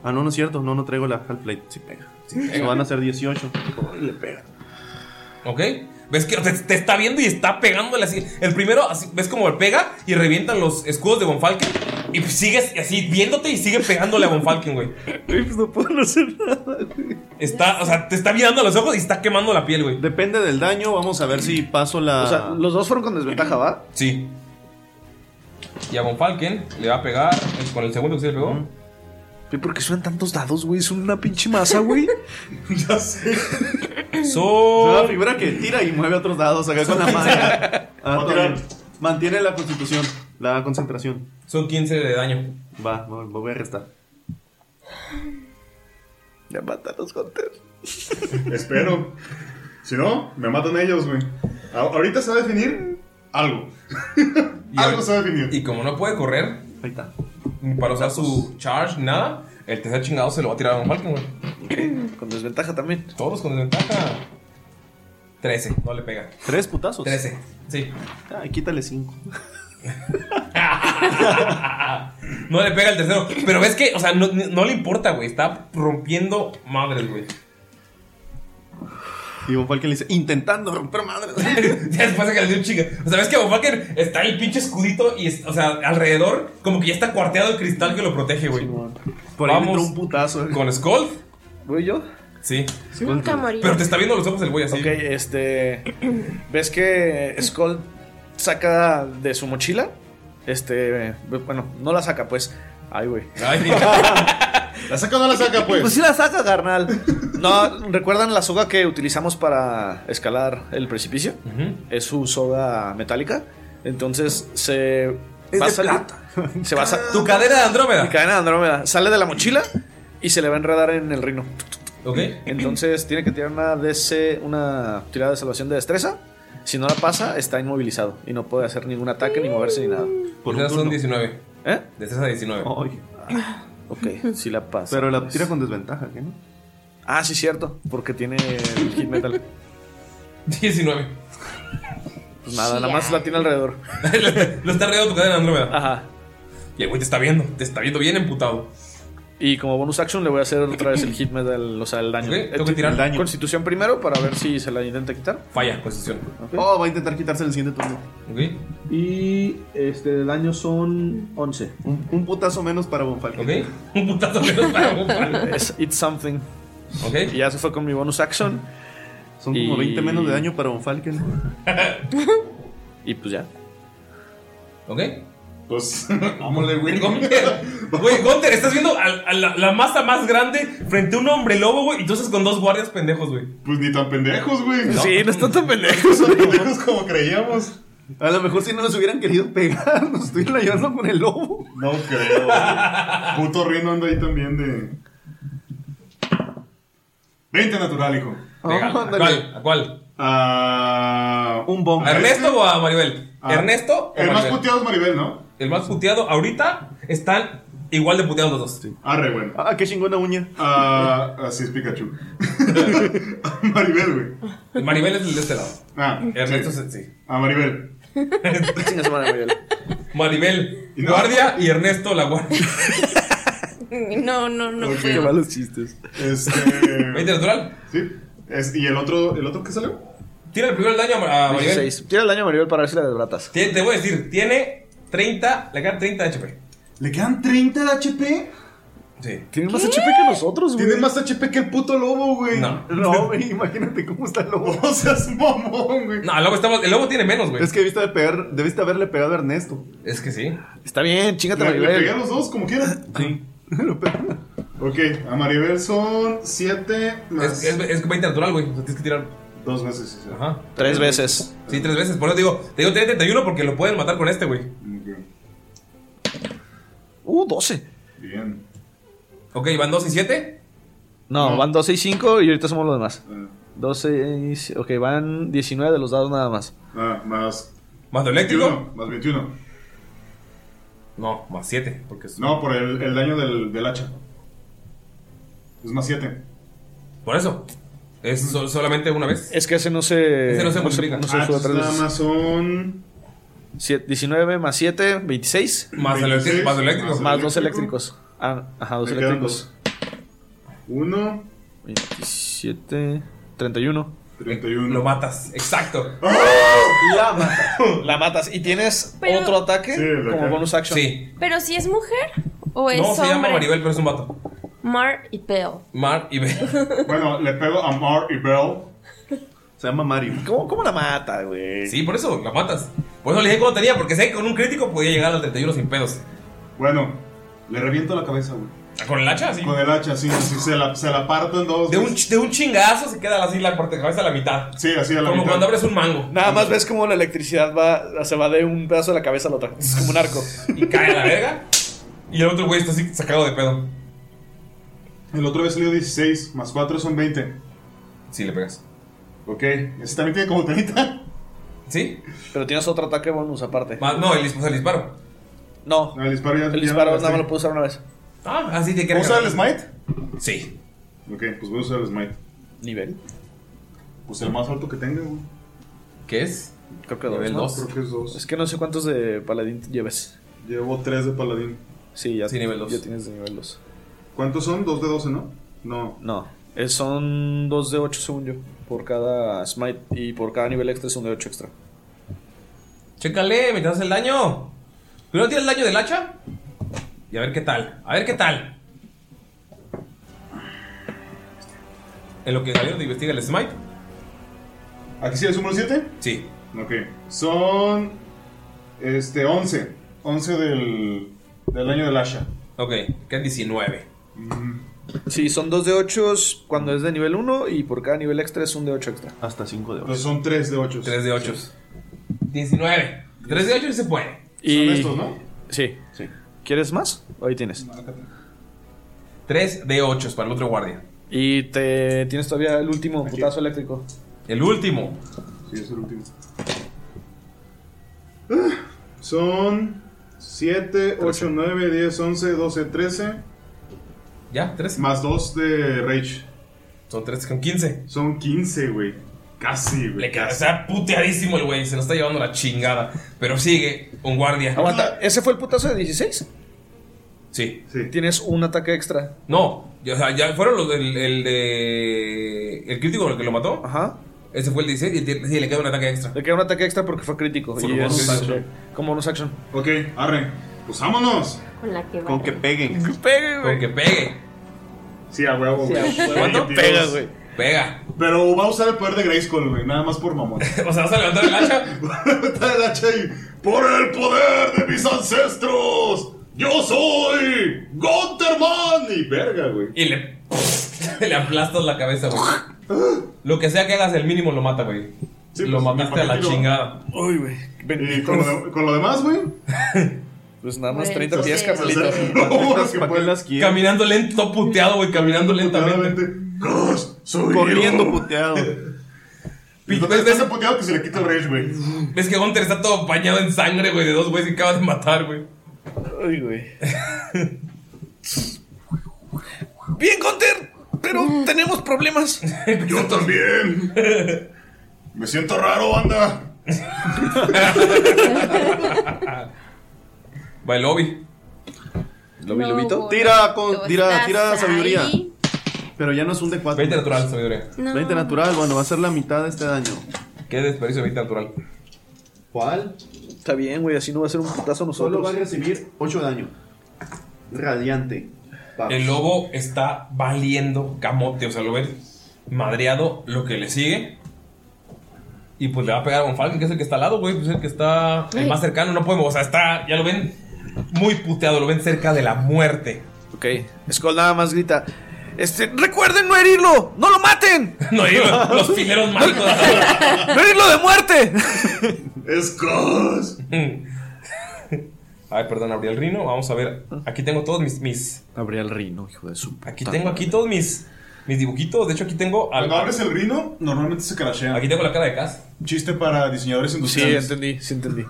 [SPEAKER 6] Ah, no, no es cierto, no, no traigo la Half-Plate. Sí pega.
[SPEAKER 1] Sí
[SPEAKER 6] Se
[SPEAKER 1] pega.
[SPEAKER 6] van a hacer 18. Ay, le pega.
[SPEAKER 1] ¿Ok? ¿Ves que te, te está viendo y está pegándole así? El primero, así, ¿ves cómo le pega y revientan los escudos de Von Falken? Y pues sigues así viéndote y sigue pegándole a Von Falken, güey.
[SPEAKER 6] Pues no puedo hacer nada,
[SPEAKER 1] Está, o sea, te está mirando a los ojos y está quemando la piel, güey.
[SPEAKER 6] Depende del daño, vamos a ver si paso la.
[SPEAKER 1] O sea,
[SPEAKER 6] los dos fueron con desventaja, ¿va?
[SPEAKER 1] Sí. Y a Von Falken le va a pegar el- con el segundo que se le pegó.
[SPEAKER 6] ¿Por qué suenan tantos dados, güey? Son una pinche masa, güey.
[SPEAKER 1] ya sé.
[SPEAKER 6] Es
[SPEAKER 1] Son.
[SPEAKER 6] una figura que tira y mueve otros dados acá con la mano. Ah, todo bien. Mantiene la constitución, la concentración.
[SPEAKER 1] Son 15 de daño.
[SPEAKER 6] Va, no, lo voy a restar. Ya los Hunter.
[SPEAKER 4] Espero. Si no, me matan ellos, güey. A- Ahorita se va a definir algo. algo se va a definir.
[SPEAKER 1] Y como no puede correr.
[SPEAKER 6] Ahí está.
[SPEAKER 1] Para usar su charge, nada. El tercer chingado se lo va a tirar a Von Falken, güey.
[SPEAKER 6] Con desventaja también.
[SPEAKER 1] Todos con desventaja. 13, no le pega.
[SPEAKER 6] ¿Tres putazos?
[SPEAKER 1] 13, sí.
[SPEAKER 6] Ay, quítale cinco.
[SPEAKER 1] Ah, No le pega el tercero. Pero ves que, o sea, no, no le importa, güey. Está rompiendo madres, güey.
[SPEAKER 6] Y Von Falken le dice, intentando romper madres.
[SPEAKER 1] Ya después de que le dio un chinga. O sea, ves que Von Falken está el pinche escudito y, es- o sea, alrededor, como que ya está cuarteado el cristal que lo protege, güey.
[SPEAKER 6] Por ahí le entró un eh.
[SPEAKER 1] putazo, Con Skull.
[SPEAKER 6] ¿Voy yo?
[SPEAKER 1] Sí.
[SPEAKER 6] nunca morí.
[SPEAKER 1] Pero te está viendo los ojos el güey así.
[SPEAKER 6] Ok,
[SPEAKER 1] este.
[SPEAKER 6] ¿Ves que Skull
[SPEAKER 1] saca
[SPEAKER 6] de su mochila? Este, bueno, no la saca, pues. Ay, güey.
[SPEAKER 4] ¿La saca o no la saca, pues?
[SPEAKER 6] Pues sí la saca, carnal. No, ¿recuerdan la soga que utilizamos para escalar el precipicio? Es su soga metálica. Entonces se.
[SPEAKER 1] Es
[SPEAKER 6] va
[SPEAKER 1] de
[SPEAKER 6] a salir-
[SPEAKER 1] plata.
[SPEAKER 6] Se va a sa-
[SPEAKER 1] Tu cadena de Andrómeda.
[SPEAKER 6] Mi cadena de Andrómeda. Sale de la mochila y se le va a enredar en el rino.
[SPEAKER 1] Ok.
[SPEAKER 6] Entonces tiene que tirar una DC, una tirada de salvación de destreza. Si no la pasa, está inmovilizado y no puede hacer ningún ataque, ni moverse, ni nada.
[SPEAKER 1] Por un son 19.
[SPEAKER 6] ¿Eh?
[SPEAKER 1] Destreza 19.
[SPEAKER 6] Ok, sí la pasa.
[SPEAKER 1] Pero la tira
[SPEAKER 6] con desventaja, ¿qué no? Ah, sí, cierto, porque tiene el hit metal.
[SPEAKER 1] 19.
[SPEAKER 6] Pues nada, nada más la tiene alrededor.
[SPEAKER 1] Lo está alrededor tu cadena de Andrómeda. Ajá. Y el güey te está viendo. Te está viendo bien emputado.
[SPEAKER 6] Y como bonus action le voy a hacer otra vez el hit metal, o sea, el daño.
[SPEAKER 1] Ok, tengo que tirar.
[SPEAKER 6] el daño. Constitución primero para ver si se la intenta quitar.
[SPEAKER 1] Falla, constitución.
[SPEAKER 6] Oh, va a intentar quitarse el siguiente turno.
[SPEAKER 9] Y este, de daño son 11.
[SPEAKER 6] Un, putazo menos para Bonfalque.
[SPEAKER 1] Ok. Un putazo menos para Bonfalque.
[SPEAKER 6] Es It's Something.
[SPEAKER 1] Ok.
[SPEAKER 6] Y ya se fue con mi bonus action. Son como 20 menos de daño para Bonfalken. y pues ya.
[SPEAKER 1] ¿Ok?
[SPEAKER 4] Pues, vámonos, güey.
[SPEAKER 1] Gunter, Güey, Gunter, estás viendo a, a la, la masa más grande frente a un hombre lobo, güey. Y entonces con dos guardias pendejos, güey.
[SPEAKER 4] Pues ni tan pendejos, güey.
[SPEAKER 6] Sí, no están tan pendejos. Son pendejos como creíamos. A lo mejor si no nos hubieran querido pegar, nos estuvieran ayudando con el lobo.
[SPEAKER 4] No creo. güey. Puto rino anda ahí también de. 20 natural, hijo.
[SPEAKER 6] Oh,
[SPEAKER 1] Venga, ¿A cuál? ¿A cuál?
[SPEAKER 4] A Ah, un bombo.
[SPEAKER 1] ¿A Ernesto o a Maribel?
[SPEAKER 4] Ah.
[SPEAKER 1] ¿Ernesto o
[SPEAKER 4] El más
[SPEAKER 1] Maribel?
[SPEAKER 4] puteado es Maribel, ¿no?
[SPEAKER 1] El más puteado ahorita están igual de puteados los dos.
[SPEAKER 4] Arre, bueno.
[SPEAKER 6] Ah, qué chingona uña.
[SPEAKER 4] Ah, así es Pikachu. Maribel, güey.
[SPEAKER 1] El Maribel es el de este lado.
[SPEAKER 4] Ah,
[SPEAKER 1] Ernesto
[SPEAKER 4] sí.
[SPEAKER 1] es el- sí.
[SPEAKER 4] A Maribel.
[SPEAKER 6] Maribel.
[SPEAKER 1] guardia y Ernesto la guardia.
[SPEAKER 2] No, no, no.
[SPEAKER 4] Ok.
[SPEAKER 2] puedo.
[SPEAKER 6] malos chistes.
[SPEAKER 4] Este.
[SPEAKER 1] ¿20 natural?
[SPEAKER 4] Sí. Es- ¿Y el otro, el otro qué salió?
[SPEAKER 1] Tira el primero el daño a Mar- a Maribel.
[SPEAKER 6] 16. Tira el daño a Maribel para ver si la desbratas.
[SPEAKER 1] Te, te voy a decir, tiene 30, le quedan 30 de HP.
[SPEAKER 4] ¿Le quedan 30 de HP?
[SPEAKER 1] Sí.
[SPEAKER 6] Tienen más HP que nosotros, güey.
[SPEAKER 4] Tienen más HP que el puto lobo, güey.
[SPEAKER 1] No.
[SPEAKER 4] No, güey, imagínate cómo está el lobo. O sea, es mamón, güey.
[SPEAKER 1] No, el lobo, está más- el lobo tiene menos, güey.
[SPEAKER 6] Es que debiste, de pegar- debiste haberle pegado a Ernesto.
[SPEAKER 1] Es que sí.
[SPEAKER 6] Está bien, chingate a
[SPEAKER 4] Le, le
[SPEAKER 6] Maribel.
[SPEAKER 4] pegué a los dos, como quieras.
[SPEAKER 1] Sí.
[SPEAKER 4] Ok, a Maribel son 7
[SPEAKER 1] Es, es, es 20 natural, güey. O sea, tienes que tirar.
[SPEAKER 4] Dos veces, sí, sí.
[SPEAKER 1] Ajá.
[SPEAKER 6] Tres veces.
[SPEAKER 1] Sí, tres veces. Por eso te digo, te digo, tiene 31 porque lo pueden matar con este, güey.
[SPEAKER 6] Uh, 12.
[SPEAKER 4] Bien.
[SPEAKER 1] Ok, van 2 y 7.
[SPEAKER 15] No, van 12 y 5 y ahorita somos los demás.
[SPEAKER 4] Ah.
[SPEAKER 15] 12 y... Ok, van 19 de los dados nada más.
[SPEAKER 4] Ah, más.
[SPEAKER 1] ¿Más lo eléctrico?
[SPEAKER 4] 21, más 21.
[SPEAKER 1] No, más 7. Porque es-
[SPEAKER 4] No, por el, el daño del, del hacha. Es más 7.
[SPEAKER 1] Por eso. Es sol- solamente una vez.
[SPEAKER 15] Es que ese no
[SPEAKER 6] Eh,
[SPEAKER 15] se...
[SPEAKER 1] Ese no se multiplica.
[SPEAKER 15] No se
[SPEAKER 1] Ah,
[SPEAKER 15] sube
[SPEAKER 1] entonces
[SPEAKER 15] tres
[SPEAKER 1] nada
[SPEAKER 15] veces.
[SPEAKER 1] más
[SPEAKER 4] son...
[SPEAKER 15] Siete- 19 más 7, 26.
[SPEAKER 1] Más el eléctrico, 26, más el eléctrico.
[SPEAKER 15] Más,
[SPEAKER 1] más
[SPEAKER 15] dos
[SPEAKER 1] eléctrico.
[SPEAKER 15] eléctricos. Ah, ajá, dos
[SPEAKER 4] Me quedan
[SPEAKER 15] eléctricos.
[SPEAKER 4] 1.
[SPEAKER 15] 27. 31.
[SPEAKER 4] 31.
[SPEAKER 1] Lo matas. Exacto.
[SPEAKER 4] ¡Oh!
[SPEAKER 6] La matas. La matas. ¿Y tienes
[SPEAKER 2] Pero-
[SPEAKER 6] otro ataque
[SPEAKER 2] Sí, el
[SPEAKER 6] como
[SPEAKER 1] ataque.
[SPEAKER 6] bonus action?
[SPEAKER 1] Sí.
[SPEAKER 2] Pero si es mujer o es
[SPEAKER 1] no, se llama
[SPEAKER 2] Pues, hombre.
[SPEAKER 1] Maribel, pero es un vato.
[SPEAKER 2] Mar y Pell.
[SPEAKER 1] Mar y Bell.
[SPEAKER 4] bueno, le pego a Mar y Bell.
[SPEAKER 6] Se llama Mari. ¿Cómo, cómo la mata, güey?
[SPEAKER 1] Sí, por eso, la matas. Por eso le dije cuando tenía, porque sé que con un crítico podía llegar al 31 sin pedos. ¿Ah,
[SPEAKER 4] Bueno, le reviento la cabeza, güey.
[SPEAKER 1] ¿Con el hacha? Sí.
[SPEAKER 4] Con el hacha, sí. sí, se, la, se la parto en dos.
[SPEAKER 1] De un, ch- de un chingazo se queda así la parte de cabeza a la mitad.
[SPEAKER 4] Sí, así a la
[SPEAKER 1] Como
[SPEAKER 4] mitad.
[SPEAKER 1] cuando abres un mango.
[SPEAKER 6] Nada más ves como la electricidad va, se va de un pedazo de la cabeza al otro. Es como un arco.
[SPEAKER 1] Y cae a la verga. Y el otro güey está así sacado de pedo.
[SPEAKER 4] El otro vez salió 16, más 4 son 20.
[SPEAKER 1] Sí, le pegas.
[SPEAKER 4] Ok, ese también tiene como 30.
[SPEAKER 1] ¿Sí?
[SPEAKER 6] Pero tienes otro ataque bonus aparte.
[SPEAKER 1] no, el, dis- o sea, el disparo.
[SPEAKER 6] No.
[SPEAKER 4] el disparo ya
[SPEAKER 6] El
[SPEAKER 4] ya
[SPEAKER 6] disparo
[SPEAKER 4] lo
[SPEAKER 6] nada más
[SPEAKER 4] gasté.
[SPEAKER 6] lo puedo usar una vez.
[SPEAKER 1] Ah, así te
[SPEAKER 4] ¿Puedo usar el smite?
[SPEAKER 1] Sí.
[SPEAKER 4] Ok, pues voy a usar el smite.
[SPEAKER 6] ¿Nivel?
[SPEAKER 4] Pues el más alto que tenga, güey.
[SPEAKER 1] ¿Qué es?
[SPEAKER 6] Creo que dos.
[SPEAKER 4] Nivel
[SPEAKER 6] ¿no?
[SPEAKER 4] dos. Creo que es dos.
[SPEAKER 6] Es que no sé cuántos de paladín lleves.
[SPEAKER 4] Llevo 3 de paladín.
[SPEAKER 6] Sí, ya,
[SPEAKER 4] Sí, nivel dos.
[SPEAKER 6] ya tienes de nivel 2.
[SPEAKER 4] ¿Cuántos son? 2 de 12, ¿no? No.
[SPEAKER 15] No. eh, son 2 de 8, según yo. Por cada smite y por cada nivel extra es un de 8 extra.
[SPEAKER 1] Chécale, me das el daño. Primero tira el daño del hacha. Y a ver qué tal. A ver qué tal. En lo que Galeón investiga el smite.
[SPEAKER 4] ¿Aquí sí le sumo el 7?
[SPEAKER 1] Sí.
[SPEAKER 4] Ok. Son. Este, 11. 11 del. Del daño del Asha.
[SPEAKER 1] Ok, quedan 19.
[SPEAKER 15] Sí, son 2 de 8 cuando es de nivel 1 y por cada nivel extra es un de 8 extra.
[SPEAKER 6] Hasta 5 de 8.
[SPEAKER 4] Entonces son 3 de 8.
[SPEAKER 1] 3 de 8. 19. 3 de 8 y se puede.
[SPEAKER 15] Y...
[SPEAKER 1] Son estos, ¿no?
[SPEAKER 15] Sí. ¿Quieres más? Ahí tienes.
[SPEAKER 1] 3 de 8 para el otro guardia.
[SPEAKER 15] Y te tienes todavía el último putazo eléctrico.
[SPEAKER 1] El último.
[SPEAKER 4] Sí, es el último.
[SPEAKER 1] Ah.
[SPEAKER 4] Son 7, 8, 9, 10, 11, 12, 13.
[SPEAKER 1] ¿Ya? 13.
[SPEAKER 4] Más 2 de Rage.
[SPEAKER 1] Son 13, son 15.
[SPEAKER 4] Son 15, güey. Casi, güey.
[SPEAKER 1] Le queda, está puteadísimo el güey. Se lo está llevando la chingada. Pero sigue un guardia.
[SPEAKER 15] Aguanta, ¿ese fue el putazo de 16?
[SPEAKER 1] Sí.
[SPEAKER 15] Tienes un ataque extra.
[SPEAKER 1] No, ya- o sea, ya fueron los del el de. El crítico con el que lo mató.
[SPEAKER 15] Ajá.
[SPEAKER 1] Ese fue el 16 y tiene- sí, le queda un ataque extra.
[SPEAKER 15] Le queda un ataque extra porque fue crítico.
[SPEAKER 1] Fue
[SPEAKER 15] y
[SPEAKER 1] bonus
[SPEAKER 15] es- este,
[SPEAKER 1] action.
[SPEAKER 15] Como bonus action.
[SPEAKER 4] Ok, arre. Pues vámonos.
[SPEAKER 2] Con la que
[SPEAKER 4] que peguen.
[SPEAKER 6] Que pegue,
[SPEAKER 1] güey. Con que pegue.
[SPEAKER 4] Sí, a huevo,
[SPEAKER 1] Sí, a
[SPEAKER 4] güey.
[SPEAKER 1] huevo.
[SPEAKER 4] ¿Cuánto
[SPEAKER 1] ¿Cuánto pega, güey? Pega.
[SPEAKER 4] Pero va a usar el poder de Grayskull, güey. Nada más por mamón.
[SPEAKER 1] o sea, vas a levantar el hacha.
[SPEAKER 4] levantar el hacha y. ¡Por el poder de mis ancestros! ¡Yo soy Gunterman! Y verga, güey.
[SPEAKER 1] Y le. le aplastas la cabeza, güey. Lo que sea que hagas, el mínimo lo mata, güey. lo mataste a la chingada.
[SPEAKER 6] Uy, güey.
[SPEAKER 4] pues, ¿Y con lo, de- con lo demás, güey?
[SPEAKER 6] Pues nada
[SPEAKER 1] más
[SPEAKER 6] más
[SPEAKER 1] Güey,
[SPEAKER 6] 30
[SPEAKER 1] 30 pues pies,
[SPEAKER 6] pies,
[SPEAKER 1] sí. carnalito.
[SPEAKER 6] Caminando
[SPEAKER 1] lento, todo puteado, güey. Caminando lentamente.
[SPEAKER 6] Corriendo puteado.
[SPEAKER 4] ¿Dónde está ese puteado que se le quita el rage, güey?
[SPEAKER 1] Ves que Gunter está todo bañado en sangre, güey, de dos güeyes que acabas de matar, güey.
[SPEAKER 6] Uy, güey. Bien, Gunter. Pero tenemos problemas.
[SPEAKER 4] Yo también. Me siento raro, banda.
[SPEAKER 1] Va el lobby.
[SPEAKER 6] ¿Lobby,
[SPEAKER 2] No,
[SPEAKER 6] lobito?
[SPEAKER 2] güey,
[SPEAKER 6] Tira con-
[SPEAKER 2] tú
[SPEAKER 6] tira-
[SPEAKER 2] estás
[SPEAKER 6] tira sabiduría.
[SPEAKER 2] ahí.
[SPEAKER 6] Pero ya no es un de 4. 20
[SPEAKER 1] natural, sabiduría.
[SPEAKER 2] No.
[SPEAKER 6] 20 natural, bueno, va a ser la mitad de este daño.
[SPEAKER 1] Qué desperdicio de 20 natural.
[SPEAKER 6] ¿Cuál? Está bien, güey, así no va a ser un putazo nosotros.
[SPEAKER 9] Solo va a recibir 8 daño. Radiante.
[SPEAKER 1] El lobo está valiendo camote, o sea, lo ven madreado lo que le sigue. Y pues le va a pegar a Von Falken, que es el que está al lado, güey, pues es el que está el más cercano, no podemos, o sea, está, ya lo ven muy puteado, lo ven cerca de la muerte.
[SPEAKER 6] Ok, Skull nada más grita. Este, recuerden no herirlo, no lo maten.
[SPEAKER 1] No herirlo, los fileros
[SPEAKER 6] mágicos. no herirlo de muerte.
[SPEAKER 1] ¡Escos! Ay, perdón, abrí el rino. Vamos a ver. Aquí tengo todos mis. mis...
[SPEAKER 15] Abrí el rino, hijo de su puta
[SPEAKER 1] Aquí tengo aquí todos mis. Mis dibujitos. De hecho, aquí tengo. al-
[SPEAKER 4] Cuando abres el rino, normalmente se crashea.
[SPEAKER 1] Aquí tengo la cara de Cas.
[SPEAKER 4] Chiste para diseñadores industriales.
[SPEAKER 6] Sí, entendí, sí entendí.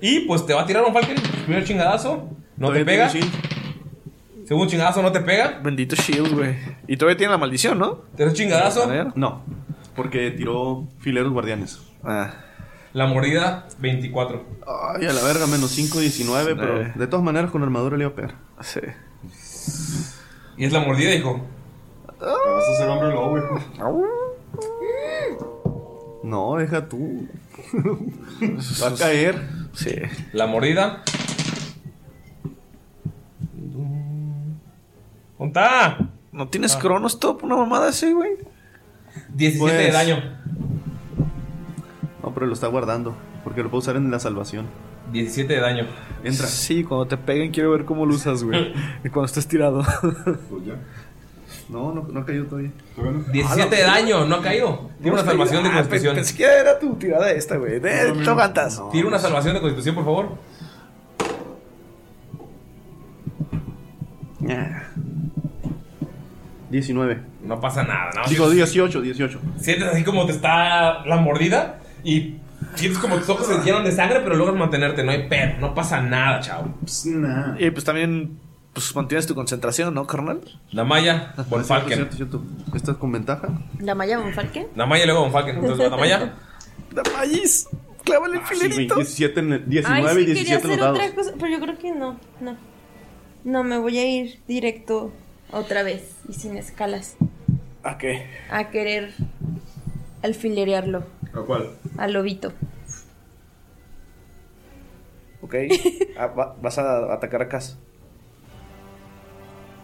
[SPEAKER 1] Y pues te va a tirar un Falcon. Primer chingadazo. No te pega. Segundo chingadazo, no te pega.
[SPEAKER 6] Bendito Shield, güey. Y todavía tiene la maldición, ¿no?
[SPEAKER 1] ¿Tercer chingadazo?
[SPEAKER 6] No, porque tiró fileros guardianes. Ah.
[SPEAKER 1] La mordida, 24.
[SPEAKER 3] Ay, a la verga, menos 5,
[SPEAKER 1] Eh.
[SPEAKER 3] 19, pero de todas maneras con armadura le iba a pegar.
[SPEAKER 6] Sí.
[SPEAKER 1] Y es la mordida, hijo.
[SPEAKER 4] Te
[SPEAKER 6] Ah.
[SPEAKER 4] vas a hacer hombre lobo, hijo.
[SPEAKER 3] No, deja tú. Va a caer.
[SPEAKER 6] Sí.
[SPEAKER 1] La mordida. ¡Ponta!
[SPEAKER 6] ¿No
[SPEAKER 1] Ah.
[SPEAKER 6] tienes cronos top? Una mamada así, güey.
[SPEAKER 1] 17 de daño.
[SPEAKER 3] Pues, No, pero lo está guardando. Porque lo puedo usar en la salvación.
[SPEAKER 1] 17 de daño.
[SPEAKER 3] Entra.
[SPEAKER 15] Sí, cuando te peguen quiero ver cómo lo usas, güey. Y cuando estés tirado. Pues
[SPEAKER 3] ya. No, no, no ha caído todavía.
[SPEAKER 1] 17 de daño, no ha caído. Tiene una salvación de constitución.
[SPEAKER 6] Ah, Pensé que era tu tirada esta, güey. De
[SPEAKER 1] No, no,
[SPEAKER 6] no,
[SPEAKER 1] no.
[SPEAKER 6] aguantas.
[SPEAKER 1] Tira una salvación de constitución, por favor.
[SPEAKER 3] Ah. 19.
[SPEAKER 1] No pasa nada, ¿no?
[SPEAKER 3] Digo 18, 18.
[SPEAKER 1] Sientes así como te está la mordida y sientes como tus ojos se llenan de sangre, pero logras mantenerte. No hay pedo, no pasa nada, chavo.
[SPEAKER 6] Y pues también pues, mantienes tu concentración, ¿no, carnal?
[SPEAKER 1] La Maya, Von Falken.
[SPEAKER 3] ¿Estás con ventaja?
[SPEAKER 2] ¿La Maya Bonfalque?
[SPEAKER 1] La Maya y luego Von Falken. Entonces, la Maya.
[SPEAKER 6] Mayis, clávale el
[SPEAKER 3] filerito. 17, en el- 19
[SPEAKER 2] Ay, sí,
[SPEAKER 3] y 17
[SPEAKER 2] quería
[SPEAKER 3] los
[SPEAKER 2] hacer
[SPEAKER 3] dados.
[SPEAKER 2] otra cosa, pero yo creo que no, no. No, me voy a ir directo otra vez y sin escalas
[SPEAKER 6] ¿A qué?
[SPEAKER 2] a querer alfilerearlo
[SPEAKER 4] ¿A cuál?
[SPEAKER 2] al lobito.
[SPEAKER 6] Ok. Ah, va- vas a atacar a casa.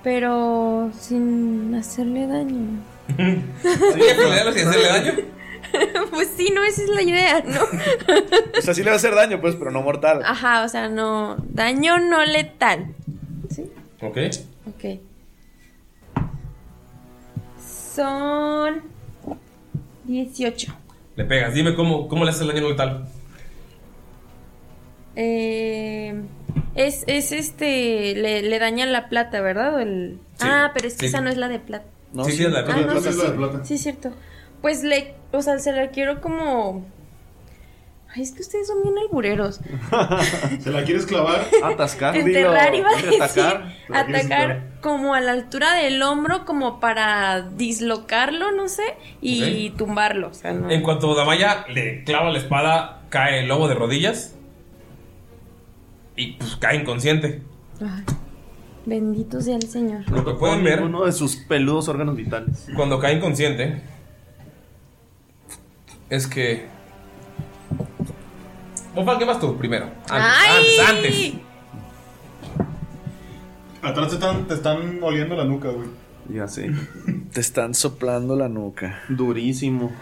[SPEAKER 2] Pero sin hacerle daño.
[SPEAKER 1] sin hacerle daño.
[SPEAKER 2] pues sí, no, esa es la idea, ¿no?
[SPEAKER 6] O sea, sí le va a hacer daño, pues, pero no mortal.
[SPEAKER 2] Ajá, o sea, no. Daño no letal.
[SPEAKER 1] Ok.
[SPEAKER 2] Ok. Son 18.
[SPEAKER 1] Le pegas. Dime cómo, cómo le haces el daño letal.
[SPEAKER 2] Eh, es, es este. Le, le dañan la plata, ¿verdad? O el-
[SPEAKER 1] Sí,
[SPEAKER 2] ah, pero es que
[SPEAKER 1] sí.
[SPEAKER 2] esa no es la de plata.
[SPEAKER 1] No, Sí, sí, sí, es la de plata.
[SPEAKER 2] Ah, no,
[SPEAKER 1] La de plata
[SPEAKER 2] sí,
[SPEAKER 1] es la
[SPEAKER 2] sí.
[SPEAKER 1] de plata.
[SPEAKER 2] Sí, es cierto. Pues le. O sea, se la quiero como. Ay, es que ustedes son bien albureros.
[SPEAKER 4] ¿Se la quieres clavar?
[SPEAKER 3] Atascar.
[SPEAKER 2] Enterrar, iba a decir.
[SPEAKER 3] Atacar.
[SPEAKER 4] la quieres
[SPEAKER 2] Atacar como a la altura del hombro, como para dislocarlo, no sé, y
[SPEAKER 1] Ok.
[SPEAKER 2] tumbarlo. O sea, no.
[SPEAKER 1] En cuanto Damaya le clava la espada, cae el lobo de rodillas. Y pues cae inconsciente.
[SPEAKER 2] Ay, bendito sea el Señor.
[SPEAKER 1] Lo que pueden ver.
[SPEAKER 3] Uno de sus peludos órganos vitales.
[SPEAKER 1] Cuando cae inconsciente. Es que. Bofal, ¿qué vas tú primero?
[SPEAKER 2] ¡Ay!
[SPEAKER 1] antes, antes.
[SPEAKER 4] Atrás te están, te están oliendo la nuca, güey.
[SPEAKER 3] Ya sé.
[SPEAKER 6] Te están soplando la nuca.
[SPEAKER 3] Durísimo.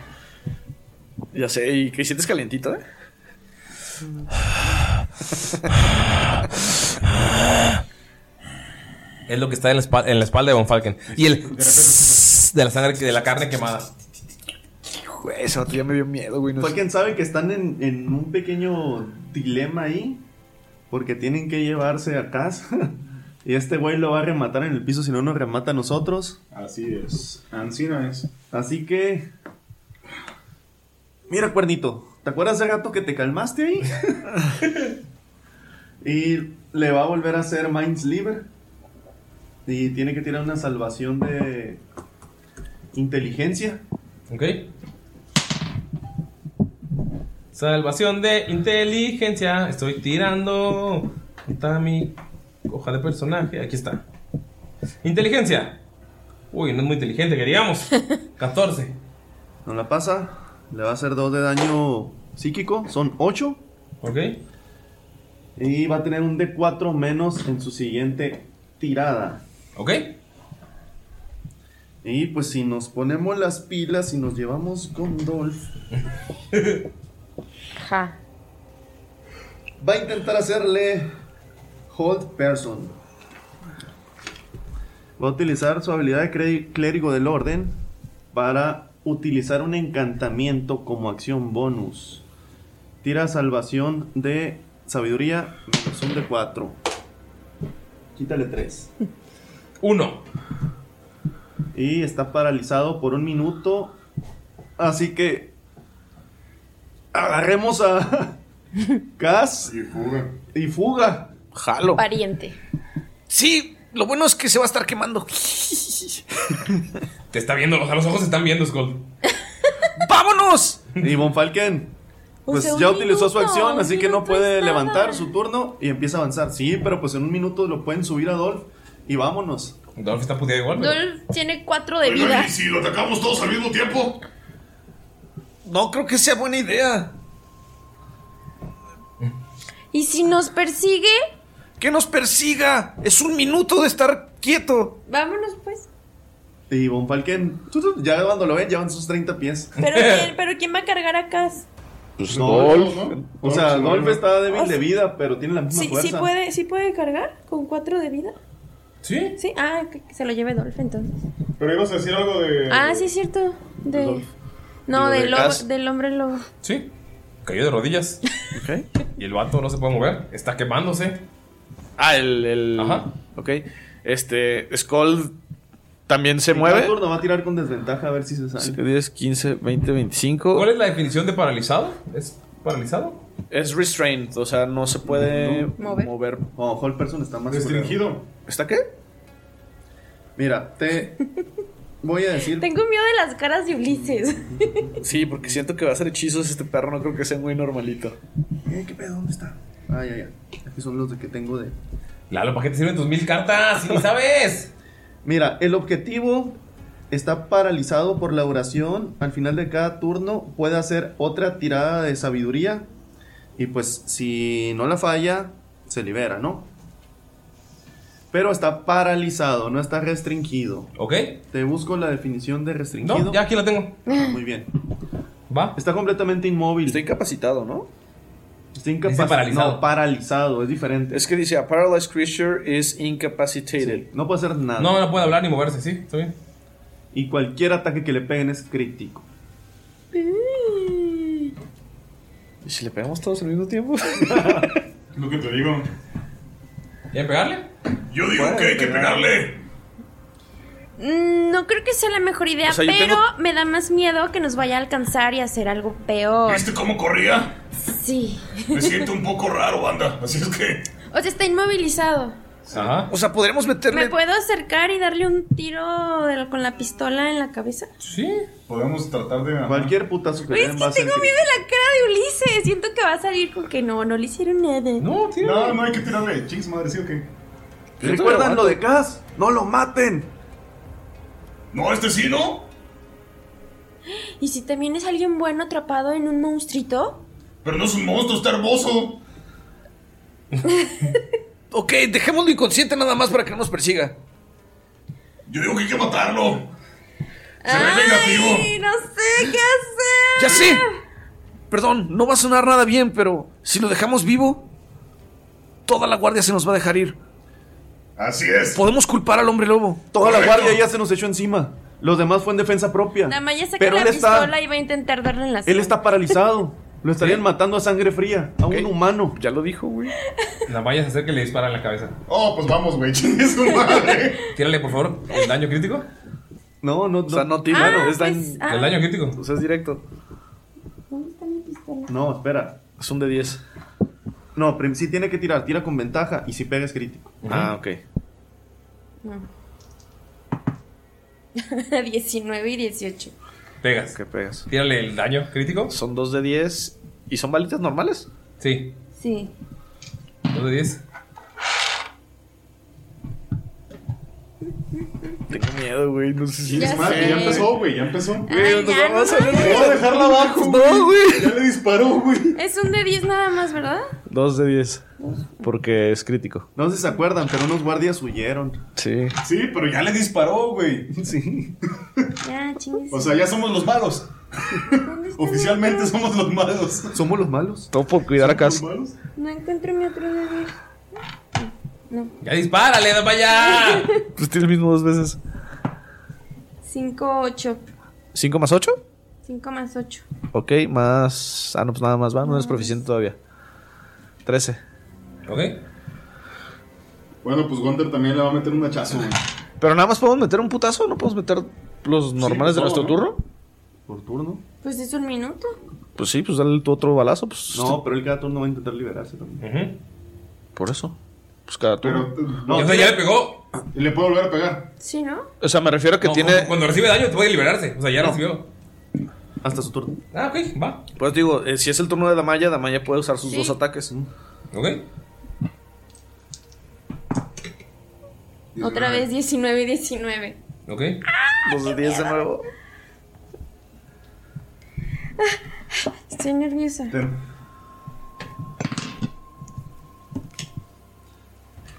[SPEAKER 6] Ya sé, y que sientes calientita, ¿eh?
[SPEAKER 1] Es lo que está en la, espa- en la espalda de Von Falken. Y el de la sangre que- de la carne quemada.
[SPEAKER 6] Güey, ese vato ya me dio miedo, güey. No sé.
[SPEAKER 3] Falken Pues sabe que están en, en un pequeño dilema ahí. Porque tienen que llevarse a casa. Y este güey lo va a rematar en el piso si no nos remata a nosotros. Así es. Ancina es. Así que. Mira, cuernito. ¿Te acuerdas del gato que te calmaste ahí? y le va a volver a hacer Mindsliver. Y tiene que tirar una salvación de. Inteligencia.
[SPEAKER 1] ¿Ok? Salvación de inteligencia. Estoy tirando. ¿Dónde Está mi hoja de personaje. Aquí está. Inteligencia. Uy, no es muy inteligente, que digamos. 14.
[SPEAKER 3] No la pasa. Le va a hacer 2 de daño psíquico. Son 8.
[SPEAKER 1] Ok.
[SPEAKER 3] Y va a tener un D4 menos en su siguiente tirada.
[SPEAKER 1] Ok.
[SPEAKER 3] Y pues si nos ponemos las pilas y nos llevamos con Dolph.
[SPEAKER 2] Ja.
[SPEAKER 3] Va a intentar hacerle Hold Person. Va a utilizar su habilidad de cre- clérigo del orden para utilizar un encantamiento como acción bonus. Tira salvación de sabiduría menos un de 4. Quítale 3.
[SPEAKER 1] 1.
[SPEAKER 3] Y está paralizado por un minuto. Así que agarremos a Cas y fuga. Y fuga.
[SPEAKER 6] Jalo.
[SPEAKER 2] Pariente.
[SPEAKER 6] Sí, lo bueno es que se va a estar quemando.
[SPEAKER 3] Pues
[SPEAKER 1] Te está viendo, o sea, los ojos te están viendo, Skull.
[SPEAKER 6] ¡Vámonos!
[SPEAKER 3] Y Von Falken. Pues
[SPEAKER 1] O sea, un
[SPEAKER 3] ya utilizó su
[SPEAKER 1] minuto,
[SPEAKER 3] acción,
[SPEAKER 1] un
[SPEAKER 3] así que no
[SPEAKER 1] minuto
[SPEAKER 3] puede
[SPEAKER 1] es nada.
[SPEAKER 3] levantar su turno y empieza a avanzar. Sí, pero pues en un minuto lo pueden subir a Dolph y vámonos.
[SPEAKER 1] Dolph está puteado igual,
[SPEAKER 2] Dolph tiene cuatro de vida.
[SPEAKER 3] ¿y si lo atacamos todos al mismo
[SPEAKER 7] tiempo?
[SPEAKER 6] No creo que sea buena idea.
[SPEAKER 2] ¿Y si nos persigue?
[SPEAKER 6] ¡Que nos persiga! Es un minuto de estar quieto.
[SPEAKER 2] Vámonos pues.
[SPEAKER 3] Y Von Falken, tu, tu, ya cuando lo ven, llevan sus 30 pies.
[SPEAKER 5] Pero ¿quién, pero ¿quién va a cargar a Cass?
[SPEAKER 3] Pues
[SPEAKER 4] Dolph,
[SPEAKER 3] O sea,
[SPEAKER 4] Dolph,
[SPEAKER 3] Dolph
[SPEAKER 4] ¿no?
[SPEAKER 3] está
[SPEAKER 5] O
[SPEAKER 3] débil
[SPEAKER 5] sea,
[SPEAKER 3] de vida, pero tiene la misma
[SPEAKER 5] ¿Sí, sí
[SPEAKER 3] fuerza.
[SPEAKER 5] puede, ¿Sí puede cargar con cuatro de vida?
[SPEAKER 1] ¿Sí?
[SPEAKER 5] Sí, ah, que que se lo lleve Dolph entonces.
[SPEAKER 4] Pero ibas a decir algo
[SPEAKER 3] Eh,
[SPEAKER 4] de.
[SPEAKER 5] Ah, sí, es cierto. De...
[SPEAKER 1] Digo,
[SPEAKER 5] No,
[SPEAKER 1] de
[SPEAKER 5] del, lobo-
[SPEAKER 1] Cass.
[SPEAKER 5] del hombre lobo.
[SPEAKER 1] Sí. Cayó de rodillas. Y el vato no se puede mover. Está quemándose.
[SPEAKER 6] Ah, el. el
[SPEAKER 1] Ajá.
[SPEAKER 6] Ok. Este. Skull también se
[SPEAKER 3] En
[SPEAKER 6] mueve.
[SPEAKER 3] cada turno va a tirar con desventaja a ver si se sale.
[SPEAKER 6] 10, 15, 20, 25.
[SPEAKER 1] ¿Cuál es la definición de paralizado? ¿Es paralizado?
[SPEAKER 6] Es restrained, o sea, no se puede
[SPEAKER 3] No.
[SPEAKER 6] mover.
[SPEAKER 3] No, Whole Oh, Person está más
[SPEAKER 6] Restringido.
[SPEAKER 3] curado. ¿Está qué? Mira, te voy a decir.
[SPEAKER 5] Tengo miedo de las caras de Ulises.
[SPEAKER 6] Sí, porque siento que va a hacer hechizos este perro, no creo que sea muy normalito.
[SPEAKER 3] Eh, ¿Qué pedo? ¿Dónde está? Ah, ya, ya. Aquí son los de que tengo de.
[SPEAKER 1] Lalo, ¿para qué te sirven tus mil cartas? Ah, ¡Sí, sabes!
[SPEAKER 3] Mira, el objetivo está paralizado por la oración. Al final de cada turno puede hacer otra tirada de sabiduría. Y pues si no la falla, se libera, ¿no? Pero está paralizado, no está restringido.
[SPEAKER 1] Ok.
[SPEAKER 3] Te busco la definición de restringido.
[SPEAKER 1] No, ya aquí la tengo.
[SPEAKER 3] Ah, muy bien.
[SPEAKER 1] Va.
[SPEAKER 3] Está completamente inmóvil. Está
[SPEAKER 6] incapacitado, ¿no?
[SPEAKER 3] Está incapacitado. No, paralizado, es diferente.
[SPEAKER 6] Es que dice, a paralyzed creature is incapacitated.
[SPEAKER 3] no puede hacer nada.
[SPEAKER 1] No, no puede hablar ni moverse, sí, está bien.
[SPEAKER 3] Y cualquier ataque que le peguen es crítico.
[SPEAKER 6] ¿Y si le pegamos todos al mismo tiempo?
[SPEAKER 4] Lo que te digo.
[SPEAKER 1] ¿Quieren pegarle?
[SPEAKER 7] Yo digo que hay que pegarle.
[SPEAKER 2] Mm, No creo que sea la mejor idea,
[SPEAKER 7] O sea, yo
[SPEAKER 2] pero
[SPEAKER 7] tengo-
[SPEAKER 2] me da más miedo que nos vaya a alcanzar y hacer algo peor.
[SPEAKER 7] ¿Viste cómo corría?
[SPEAKER 2] Sí.
[SPEAKER 7] Me siento un poco raro, banda. Así es que.
[SPEAKER 2] O sea, está inmovilizado.
[SPEAKER 1] Ajá.
[SPEAKER 6] O sea, podríamos
[SPEAKER 2] ¿Me
[SPEAKER 6] meterle.
[SPEAKER 2] puedo acercar y darle un tiro de la- con la pistola en la cabeza?
[SPEAKER 1] Sí.
[SPEAKER 4] Podemos tratar de.
[SPEAKER 3] Cualquier putazo que
[SPEAKER 2] Oye, es
[SPEAKER 3] le den
[SPEAKER 2] que
[SPEAKER 3] va a ser
[SPEAKER 2] tengo miedo de la cara de Ulises. Siento que va a salir con que no, no le hicieron nada.
[SPEAKER 1] No,
[SPEAKER 4] No, no hay que tirarle chis, madre, ¿sí o qué?
[SPEAKER 3] ¿Recuerdan lo de Cas? ¡No lo maten!
[SPEAKER 7] No, este sí, ¿no?
[SPEAKER 2] ¿Y si también es alguien bueno atrapado en un monstruito?
[SPEAKER 7] Pero no es un monstruo, está hermoso.
[SPEAKER 6] Ok, dejémoslo inconsciente nada más para que no nos persiga.
[SPEAKER 7] Yo digo que hay que matarlo. Se ve
[SPEAKER 2] Ay, no sé qué hacer.
[SPEAKER 6] ¡Ya sé! Perdón, no va a sonar nada bien, pero si lo dejamos vivo, toda la guardia se nos va a dejar ir.
[SPEAKER 7] Así es.
[SPEAKER 6] Podemos culpar al hombre lobo.
[SPEAKER 3] Toda la guardia ya se nos echó encima. Los demás fue en defensa propia.
[SPEAKER 2] Damaya saca
[SPEAKER 3] Pero
[SPEAKER 2] la
[SPEAKER 3] él
[SPEAKER 2] pistola
[SPEAKER 3] está,
[SPEAKER 2] y va a intentar darle en la
[SPEAKER 3] él
[SPEAKER 2] sien.
[SPEAKER 3] está paralizado. Lo estarían matando a sangre fría, a un humano. Ah,
[SPEAKER 6] Ya lo dijo, güey.
[SPEAKER 1] La vaya a hacer que le dispara en la cabeza.
[SPEAKER 4] Oh, pues vamos, güey. Chingue su madre.
[SPEAKER 1] Tírale, por favor, el daño crítico.
[SPEAKER 3] No, no, no. O sea,
[SPEAKER 6] no
[SPEAKER 3] tira, Ah, no, es
[SPEAKER 1] daño.
[SPEAKER 3] pues, ah.
[SPEAKER 1] El daño crítico.
[SPEAKER 6] O sea, es directo.
[SPEAKER 2] ¿Dónde está mi pistola?
[SPEAKER 3] No, espera.
[SPEAKER 6] Es un de 10.
[SPEAKER 3] No, prim- sí tiene que tirar. Tira con ventaja y si pega es crítico.
[SPEAKER 6] Ah, ok.
[SPEAKER 2] No. 19 y 18.
[SPEAKER 1] Pegas.
[SPEAKER 6] ¿Qué pegas?
[SPEAKER 1] Tírale el daño crítico.
[SPEAKER 6] Son 2 de 10. ¿Y son balitas normales?
[SPEAKER 1] Sí.
[SPEAKER 2] Sí.
[SPEAKER 1] 2 de 10.
[SPEAKER 6] Tengo miedo, güey. No sé si
[SPEAKER 4] Ya
[SPEAKER 6] mal.
[SPEAKER 4] sé. Ya empezó, güey, ya empezó.
[SPEAKER 6] Güey, nos vamos a
[SPEAKER 4] Voy a dejarla abajo,
[SPEAKER 6] No, güey.
[SPEAKER 4] Ya le disparó, güey.
[SPEAKER 2] Es un de 10 nada más, ¿verdad?
[SPEAKER 6] 2 de 10. Porque es crítico.
[SPEAKER 3] No sé si se acuerdan, pero unos guardias huyeron.
[SPEAKER 6] Sí.
[SPEAKER 4] Sí, pero ya le disparó, güey.
[SPEAKER 3] Sí.
[SPEAKER 2] Ya, chingues.
[SPEAKER 4] O sea, ya somos los malos. Oficialmente somos los malos.
[SPEAKER 3] ¿Somos los malos?
[SPEAKER 6] Todo por cuidar a casa.
[SPEAKER 2] No encuentro mi otro de 10. No.
[SPEAKER 1] Ya dispárale, da para allá.
[SPEAKER 6] Pues tiene el mismo dos veces.
[SPEAKER 2] 5, 8.
[SPEAKER 6] ¿Cinco más ocho?
[SPEAKER 2] 5 más 8.
[SPEAKER 6] Ok, más. Ah, no, pues nada más va. No es proficiente todavía. Trece.
[SPEAKER 1] Ok.
[SPEAKER 4] Bueno, pues Gunter también le va a meter un hachazo, güey.
[SPEAKER 6] Pero nada más podemos meter un putazo. ¿No podemos meter los normales de
[SPEAKER 3] pues,
[SPEAKER 6] nuestro
[SPEAKER 4] todo, ¿no?
[SPEAKER 6] turno?
[SPEAKER 3] Por turno.
[SPEAKER 2] Pues es un minuto.
[SPEAKER 6] Pues sí, pues dale tu otro balazo. Pues,
[SPEAKER 3] No, pero él cada turno va a intentar liberarse también.
[SPEAKER 6] Por eso. Pues cada turno.
[SPEAKER 3] No,
[SPEAKER 1] sea, ya le pegó.
[SPEAKER 4] Y le puedo volver a pegar.
[SPEAKER 2] Sí, ¿no?
[SPEAKER 6] O sea, me refiero a que
[SPEAKER 1] No,
[SPEAKER 6] tiene.
[SPEAKER 1] Cuando recibe daño, puede liberarse. O sea, ya recibió.
[SPEAKER 3] Hasta su turno.
[SPEAKER 1] Ah, ok, va.
[SPEAKER 6] Pues digo, eh, si es el turno de Damaya, Damaya puede usar sus
[SPEAKER 16] Sí.
[SPEAKER 6] dos ataques.
[SPEAKER 1] Ok.
[SPEAKER 2] Otra vez 19 y 19.
[SPEAKER 1] Ok.
[SPEAKER 6] Los de 10 de nuevo.
[SPEAKER 2] Estoy nerviosa.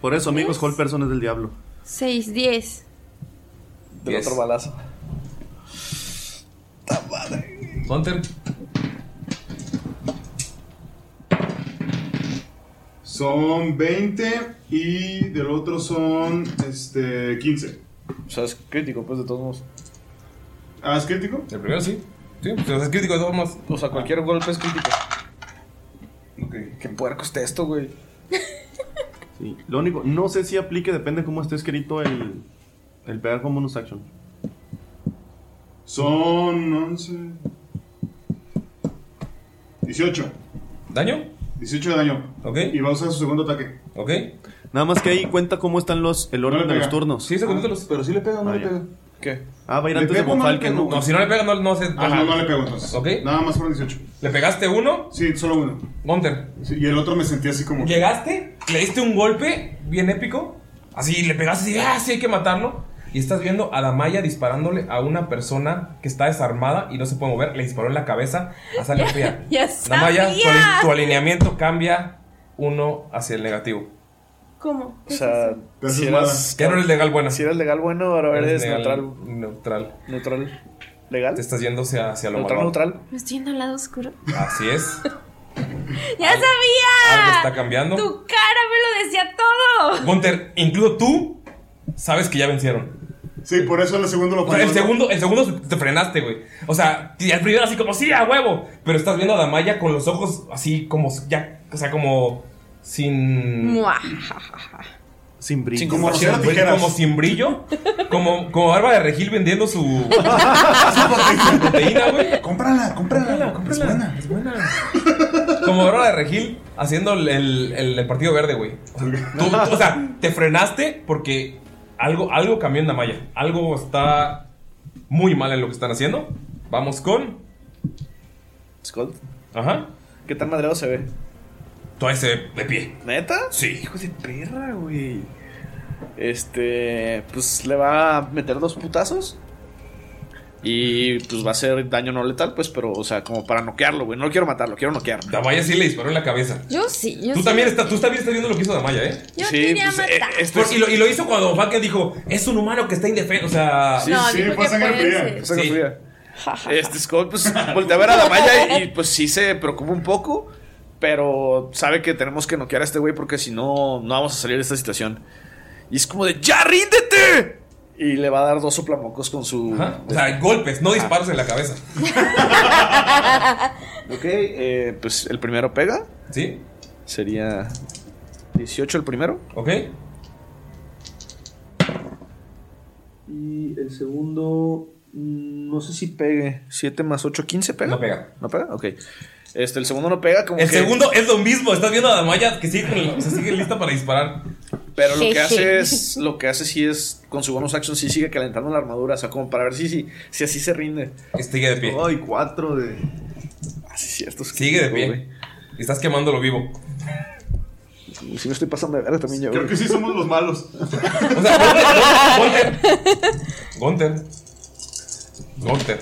[SPEAKER 3] Por eso, amigos, Hall Person es del diablo.
[SPEAKER 2] 6, 10.
[SPEAKER 3] Del
[SPEAKER 1] Yes.
[SPEAKER 3] otro balazo.
[SPEAKER 1] Hunter.
[SPEAKER 4] Son 20 y del otro son este 15.
[SPEAKER 6] O sea, es crítico, pues de todos modos.
[SPEAKER 4] ¿Ah, es crítico?
[SPEAKER 1] El primero sí. Sí, pues es crítico de todos modos.
[SPEAKER 6] O sea, cualquier golpe es crítico.
[SPEAKER 3] Ok.
[SPEAKER 6] Qué puerco está esto, güey.
[SPEAKER 3] Sí. Lo único, no sé si aplique, depende de cómo esté escrito el, el pegar con bonus action.
[SPEAKER 4] Son 11. 18.
[SPEAKER 1] ¿Daño?
[SPEAKER 4] 18 de daño.
[SPEAKER 1] Ok.
[SPEAKER 4] Y va a usar su segundo ataque.
[SPEAKER 1] Ok.
[SPEAKER 3] Nada más que ahí cuenta cómo están los, el orden
[SPEAKER 4] No le
[SPEAKER 3] de
[SPEAKER 4] pega.
[SPEAKER 3] los
[SPEAKER 4] Ah.
[SPEAKER 3] turnos.
[SPEAKER 1] Sí, los.
[SPEAKER 4] Pero si le pega o
[SPEAKER 3] no le pega.
[SPEAKER 6] ¿Qué?
[SPEAKER 3] Ah, va a ir antes
[SPEAKER 4] ¿Le
[SPEAKER 3] de
[SPEAKER 4] pego o no le
[SPEAKER 3] Monfalque,
[SPEAKER 4] pego?
[SPEAKER 3] ¿no?
[SPEAKER 1] No, si no le pega, no, no se.
[SPEAKER 4] Ah,
[SPEAKER 1] Ajá.
[SPEAKER 4] no, no le pego entonces.
[SPEAKER 1] Ok.
[SPEAKER 4] Nada más fueron 18.
[SPEAKER 1] ¿Le pegaste uno?
[SPEAKER 4] Sí, solo uno.
[SPEAKER 1] Hunter.
[SPEAKER 4] Sí, y el otro me sentí así como.
[SPEAKER 1] Llegaste, le diste un golpe bien épico. Así le pegaste así, ah, sí, hay que matarlo. Y estás viendo a Damaya disparándole a una persona que está desarmada y no se puede mover. Le disparó en la cabeza a sangre fría.
[SPEAKER 2] Ya
[SPEAKER 1] Damaya, tu, ali-
[SPEAKER 2] sabía.
[SPEAKER 1] tu alineamiento cambia uno hacia el negativo.
[SPEAKER 2] ¿Cómo?
[SPEAKER 6] O sea, si eras,
[SPEAKER 1] ya no eres legal buena.
[SPEAKER 6] si eras legal bueno, ahora eres, neutral.
[SPEAKER 1] Neutral.
[SPEAKER 6] Neutral. ¿Legal?
[SPEAKER 1] Te estás yendo hacia, hacia lo
[SPEAKER 6] Neutral,
[SPEAKER 1] malvado.
[SPEAKER 6] neutral.
[SPEAKER 2] Me estoy yendo al lado oscuro.
[SPEAKER 1] Así es.
[SPEAKER 2] ¡Ya
[SPEAKER 1] Algo
[SPEAKER 2] sabía!
[SPEAKER 1] está cambiando.
[SPEAKER 2] ¡Tu cara me lo decía todo!
[SPEAKER 1] Gunter, incluso tú sabes que ya vencieron.
[SPEAKER 4] Sí, por eso el segundo lo
[SPEAKER 1] O sea, el
[SPEAKER 4] frenó.
[SPEAKER 1] segundo, el segundo te frenaste, güey. O sea, y el primero así como, sí, a huevo. Pero estás viendo a Damaya con los ojos así como ya, o sea, como sin.
[SPEAKER 2] Mua.
[SPEAKER 3] Sin brillo.
[SPEAKER 1] Sin
[SPEAKER 3] Como
[SPEAKER 1] compasión,
[SPEAKER 3] rociar
[SPEAKER 1] güey,
[SPEAKER 3] tijeras.
[SPEAKER 1] como sin brillo. Como, como barba de regil vendiendo su. su proteína, güey.
[SPEAKER 4] Cómprala, cómprala,
[SPEAKER 1] Es buena, es buena. Como barba de regil haciendo el, el- el- el partido verde, güey. O sea, tú- tú- o sea, te frenaste porque algo, algo cambió en Damaya. Algo está muy mal en lo que están haciendo. Vamos con.
[SPEAKER 6] Skull.
[SPEAKER 1] Ajá.
[SPEAKER 6] ¿Qué tan madreado se ve?
[SPEAKER 1] Todavía se ve de pie.
[SPEAKER 6] ¿Neta?
[SPEAKER 1] Sí.
[SPEAKER 6] Hijo de perra, güey. Este, pues le va a meter dos putazos. Y pues va a ser daño no letal, pues, pero, o sea, como para noquearlo, güey. No lo quiero matar, lo quiero noquear.
[SPEAKER 1] Damaya sí le disparó en la cabeza.
[SPEAKER 2] Yo sí, yo
[SPEAKER 1] Tú
[SPEAKER 2] sí.
[SPEAKER 1] también, estás, tú también estás viendo lo que hizo Damaya, ¿eh?
[SPEAKER 2] Yo quería
[SPEAKER 6] pues,
[SPEAKER 2] matar.
[SPEAKER 1] Por- y, lo, y lo hizo cuando Vaca dijo, es un humano que está indefenso. O sea,
[SPEAKER 2] Sí, No, sí, dijo fue que sangre puede fría, ser.
[SPEAKER 6] sangre
[SPEAKER 1] Sí.
[SPEAKER 6] fría. Este Skull, pues, voltea a ver a la malla y, y, pues sí se preocupa un poco. Pero sabe que tenemos que noquear a este güey porque si no, no vamos a salir de esta situación. Y es como de ¡Ya ríndete! Y le va a dar dos soplamocos con su.
[SPEAKER 1] O sea, golpes, no disparos en la cabeza.
[SPEAKER 6] Ok, eh, pues el primero pega.
[SPEAKER 1] Sí.
[SPEAKER 6] Sería 18 el primero.
[SPEAKER 1] Ok.
[SPEAKER 6] Y el segundo, mm, no sé si pegue. 7 más 8, 15 pega. No
[SPEAKER 1] pega.
[SPEAKER 6] No pega, ok. Este, el segundo no pega como
[SPEAKER 1] El
[SPEAKER 6] que-
[SPEAKER 1] segundo es lo mismo. Estás viendo a Damaya que sigue, con- o sea, sigue lista para disparar.
[SPEAKER 6] Pero lo que
[SPEAKER 1] Jeje.
[SPEAKER 6] hace es, lo que hace sí es, con su bonus action sí sigue calentando la armadura, o sea, como para ver si, si, si así se rinde.
[SPEAKER 1] Sigue de pie.
[SPEAKER 3] Ay, cuatro de.
[SPEAKER 6] Así es Ah, cierto.
[SPEAKER 1] Sigue de pie. Estás quemándolo vivo.
[SPEAKER 6] Si me estoy pasando de verga también yo.
[SPEAKER 4] Creo que sí somos los malos.
[SPEAKER 1] Gunter. Gunter.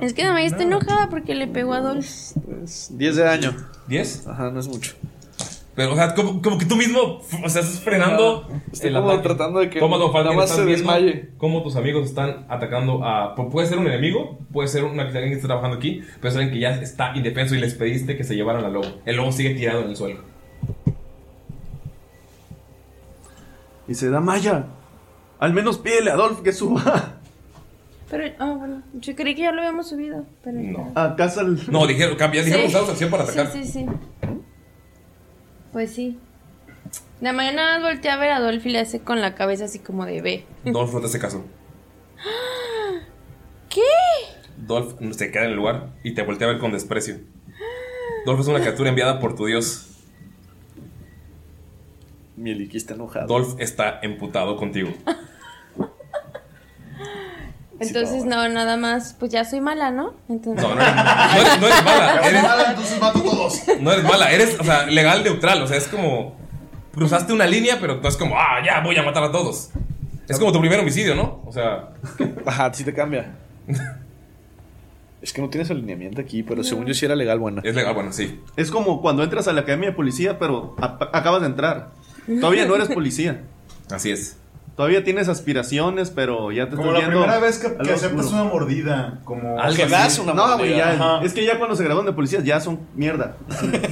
[SPEAKER 2] Es que Damaya está enojada porque le pegó a Dolph.
[SPEAKER 1] Pues,
[SPEAKER 6] 10 de daño.
[SPEAKER 1] ¿10?
[SPEAKER 6] Ajá, no es mucho.
[SPEAKER 1] Pero, o sea, como, como que tú mismo, o sea, estás frenando.
[SPEAKER 6] Estoy
[SPEAKER 1] el
[SPEAKER 6] como
[SPEAKER 1] ataque.
[SPEAKER 6] tratando de que
[SPEAKER 1] Thomas von Falken,
[SPEAKER 6] nada más
[SPEAKER 1] estás
[SPEAKER 6] se
[SPEAKER 1] viendo
[SPEAKER 6] desmaye.
[SPEAKER 1] Cómo tus amigos están atacando a. pu- Puede ser un enemigo, puede ser una, alguien que está trabajando aquí, pero saben que ya está indefenso y les pediste que se llevaran al lobo. El lobo sigue tirado en el suelo.
[SPEAKER 3] Y se da Maya. Al menos pídele a Adolf que suba
[SPEAKER 2] Pero, ah, bueno, yo creí que ya lo habíamos subido. Pero no.
[SPEAKER 3] a casa. al-
[SPEAKER 1] No, dijeron, cambiaron, dijeron usados al 100 para atacar.
[SPEAKER 2] Sí, sí, sí. Pues sí. La mañana volteé a ver a Adolf y le hace con la cabeza así como de B.
[SPEAKER 1] Dolph no te hace caso.
[SPEAKER 2] ¿Qué?
[SPEAKER 1] Dolph se queda en el lugar y te voltea a ver con desprecio. Dolph es una criatura enviada por tu dios.
[SPEAKER 6] Mieliki está enojado.
[SPEAKER 1] Dolph está emputado contigo.
[SPEAKER 2] Entonces, no, nada más. Pues ya soy mala, ¿no? Entonces.
[SPEAKER 1] No, no eres, no eres- no eres mala. Eres,
[SPEAKER 17] Entonces mato a todos.
[SPEAKER 1] no eres mala. Eres, o sea, legal neutral. O sea, es como. Cruzaste una línea, pero no es como, ah, ya voy a matar a todos. Es como tu primer homicidio, ¿no? O sea.
[SPEAKER 6] Ajá, Ah, sí te cambia. Es que no tienes alineamiento aquí, pero según yo sí era legal buena.
[SPEAKER 1] Es legal buena, sí.
[SPEAKER 3] Es como cuando entras a la academia de policía, pero a- acabas de entrar. Todavía no eres policía.
[SPEAKER 1] Así es.
[SPEAKER 3] Todavía tienes aspiraciones, pero ya te
[SPEAKER 4] Como
[SPEAKER 3] estás
[SPEAKER 4] la
[SPEAKER 3] viendo
[SPEAKER 4] primera vez que-
[SPEAKER 3] a lo
[SPEAKER 4] que aceptas
[SPEAKER 3] oscuro.
[SPEAKER 4] una mordida, como-
[SPEAKER 3] Algo
[SPEAKER 4] Que
[SPEAKER 3] así.
[SPEAKER 4] das una
[SPEAKER 3] No, güey,
[SPEAKER 4] mordida,
[SPEAKER 3] ya-
[SPEAKER 4] ajá.
[SPEAKER 3] Es que ya cuando se graduaron de policías ya son mierda.
[SPEAKER 2] No,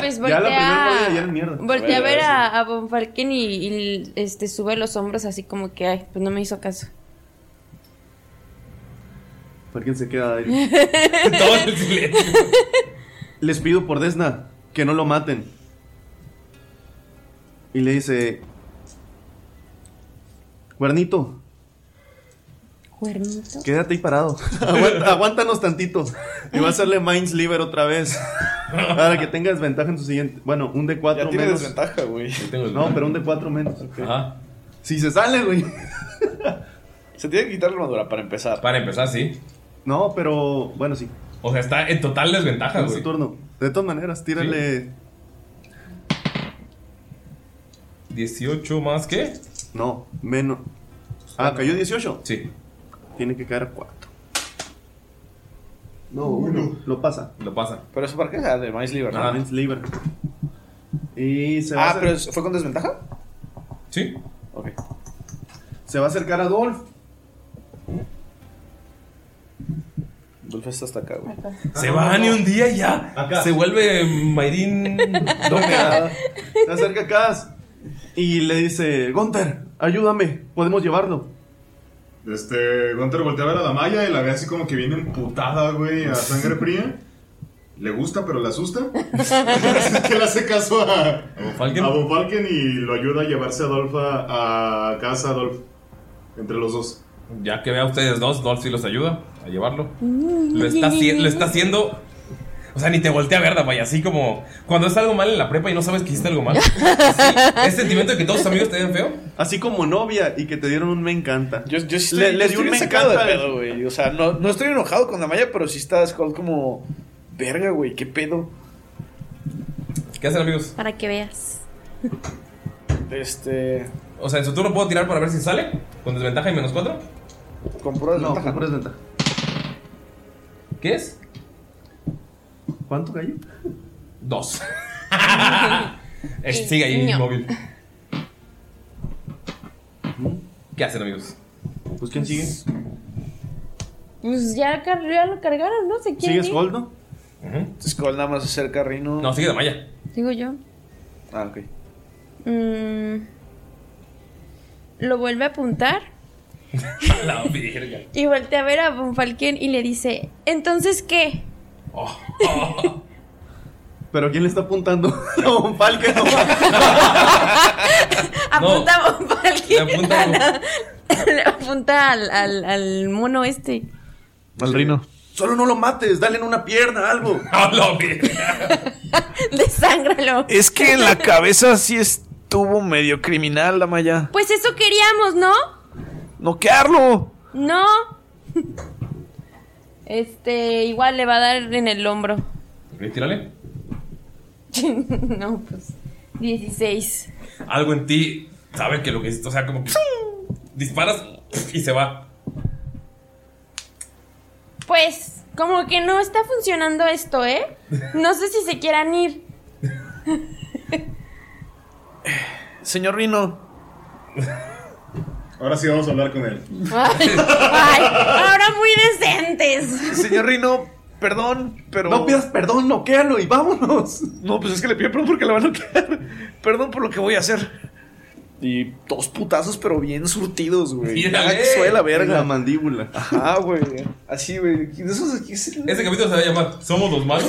[SPEAKER 2] pues
[SPEAKER 3] Ya la primera mordida ya
[SPEAKER 2] voltea.
[SPEAKER 3] eran mierda.
[SPEAKER 2] Voltea a ver a, a Von Falken y, y, este, sube los hombros así como que, ay, pues no me hizo caso.
[SPEAKER 3] ¿Por quién se queda ahí? Les pido por Desna que no lo maten. Y le dice: Guarnito,
[SPEAKER 2] Cuernito.
[SPEAKER 3] quédate ahí parado. Aguanta- aguántanos tantito. Y va a hacerle Mindsliver otra vez. Para que tenga desventaja en su siguiente. Bueno, un D4
[SPEAKER 6] Ya tiene
[SPEAKER 3] menos.
[SPEAKER 6] desventaja, güey.
[SPEAKER 3] No, pero un D4 menos. ok.
[SPEAKER 1] Ajá.
[SPEAKER 3] Si se sale, güey.
[SPEAKER 6] Se tiene que quitar la armadura para empezar.
[SPEAKER 1] Para empezar, sí.
[SPEAKER 3] No, pero bueno, sí.
[SPEAKER 1] O sea, está en total desventaja,
[SPEAKER 3] Es su
[SPEAKER 1] güey.
[SPEAKER 3] turno. De todas maneras, tírale.
[SPEAKER 1] 18 más qué?
[SPEAKER 3] No, menos. Ah, cayó 18.
[SPEAKER 1] Sí.
[SPEAKER 3] Tiene que caer a 4. No, uno. Lo pasa.
[SPEAKER 1] Lo pasa.
[SPEAKER 6] Pero eso para qué? Ah, de Mindsliver,
[SPEAKER 3] Ah,
[SPEAKER 6] ¿no?
[SPEAKER 3] Libre. Y se va a
[SPEAKER 6] Ah,
[SPEAKER 3] hacer-
[SPEAKER 6] pero ¿fue con desventaja?
[SPEAKER 1] Sí.
[SPEAKER 6] Ok.
[SPEAKER 3] Se va a acercar a Dolph.
[SPEAKER 6] Dolph está hasta acá, güey.
[SPEAKER 1] Se va ni un día y ya.
[SPEAKER 3] Acá.
[SPEAKER 1] Se vuelve Mayrin.
[SPEAKER 3] Se acerca a Kaz. Y le dice: Gunther, ayúdame. Podemos llevarlo.
[SPEAKER 4] Este, Gunter voltea a ver a la Maya y la ve así como que viene emputada, güey, a sangre fría. Le gusta, pero le asusta. Así que le hace caso a, a Von Falken y lo ayuda a llevarse a Adolf a, a casa, Adolf. Entre los dos.
[SPEAKER 1] Ya que vea a ustedes dos, Dolph sí los ayuda a llevarlo. Lo está, haci- lo está haciendo. O sea, ni te voltea a ver, vaya, así como cuando es algo mal en la prepa y no sabes que hiciste algo mal. ¿Es sentimiento de que todos tus amigos te ven feo?
[SPEAKER 3] Así como novia y que te dieron un me encanta.
[SPEAKER 6] Yo, yo sí estoy,
[SPEAKER 3] Le- le
[SPEAKER 6] yo
[SPEAKER 3] dio
[SPEAKER 6] estoy
[SPEAKER 3] un
[SPEAKER 6] bien
[SPEAKER 3] me
[SPEAKER 6] sacado de
[SPEAKER 3] encanta.
[SPEAKER 6] pedo, güey. O sea, no, no estoy enojado con la malla, pero sí está Skull como. Verga, güey, qué pedo.
[SPEAKER 1] ¿Qué hacen, amigos?
[SPEAKER 2] Para que veas.
[SPEAKER 6] Este.
[SPEAKER 1] O sea, en su turno puedo tirar para ver si sale. Con desventaja y menos 4.
[SPEAKER 6] Con pura
[SPEAKER 3] desventaja. No, con pura desventaja.
[SPEAKER 1] ¿Qué es?
[SPEAKER 3] ¿Cuánto cayó?
[SPEAKER 1] Dos. Eh, Sigue ahí
[SPEAKER 3] Niño.
[SPEAKER 1] inmóvil. ¿Qué hacen, amigos?
[SPEAKER 3] Pues quién sigue.
[SPEAKER 2] Pues ya, car- ya lo cargaron, ¿no? ¿Se quiere
[SPEAKER 6] ¿Sigues
[SPEAKER 2] ir?
[SPEAKER 6] no? Skull nada más acerca a Rino.
[SPEAKER 1] No, sigue la malla.
[SPEAKER 2] Digo yo.
[SPEAKER 6] Ah, ok.
[SPEAKER 2] Mm. lo vuelve a apuntar
[SPEAKER 1] La verga.
[SPEAKER 2] y voltea a ver a Von Falken y le dice, ¿entonces qué?
[SPEAKER 3] ¿Pero quién le está apuntando? A Von Falken. ¿no?
[SPEAKER 2] Apunta a Von Falken.
[SPEAKER 3] Le apunta a Von-
[SPEAKER 2] Le apunta al, al- al mono este.
[SPEAKER 3] Al Rino. Solo no lo mates, dale en una pierna, algo.
[SPEAKER 2] Desángralo.
[SPEAKER 6] Es que en la cabeza sí estuvo medio criminal la malla.
[SPEAKER 2] Pues eso queríamos, ¿no?
[SPEAKER 6] ¡Noquearlo!
[SPEAKER 2] No. Este, igual le va a dar en el hombro.
[SPEAKER 1] Ok, tírale.
[SPEAKER 2] no, pues. 16.
[SPEAKER 1] Algo en ti sabe que lo que hiciste, o sea, como que disparas y se va.
[SPEAKER 2] Pues, como que no está funcionando esto, ¿eh? No sé si se quieran ir.
[SPEAKER 6] Señor Rino.
[SPEAKER 4] Ahora sí vamos a hablar con él.
[SPEAKER 2] Ay, ay, ahora muy decentes.
[SPEAKER 6] Señor Rino, perdón, pero. No
[SPEAKER 3] pidas perdón, noquealo y vámonos.
[SPEAKER 6] No, pues es que le pido perdón porque la van a noquear. Perdón por lo que voy a hacer. Y dos putazos, pero bien surtidos, güey.
[SPEAKER 15] Mírale.
[SPEAKER 6] Ya que suele eh. la verga.
[SPEAKER 15] La
[SPEAKER 6] mandíbula. Ajá, güey. Así, güey. ¿Quién es esos- quién es-
[SPEAKER 1] Este capítulo se va a llamar ¿Somos los malos?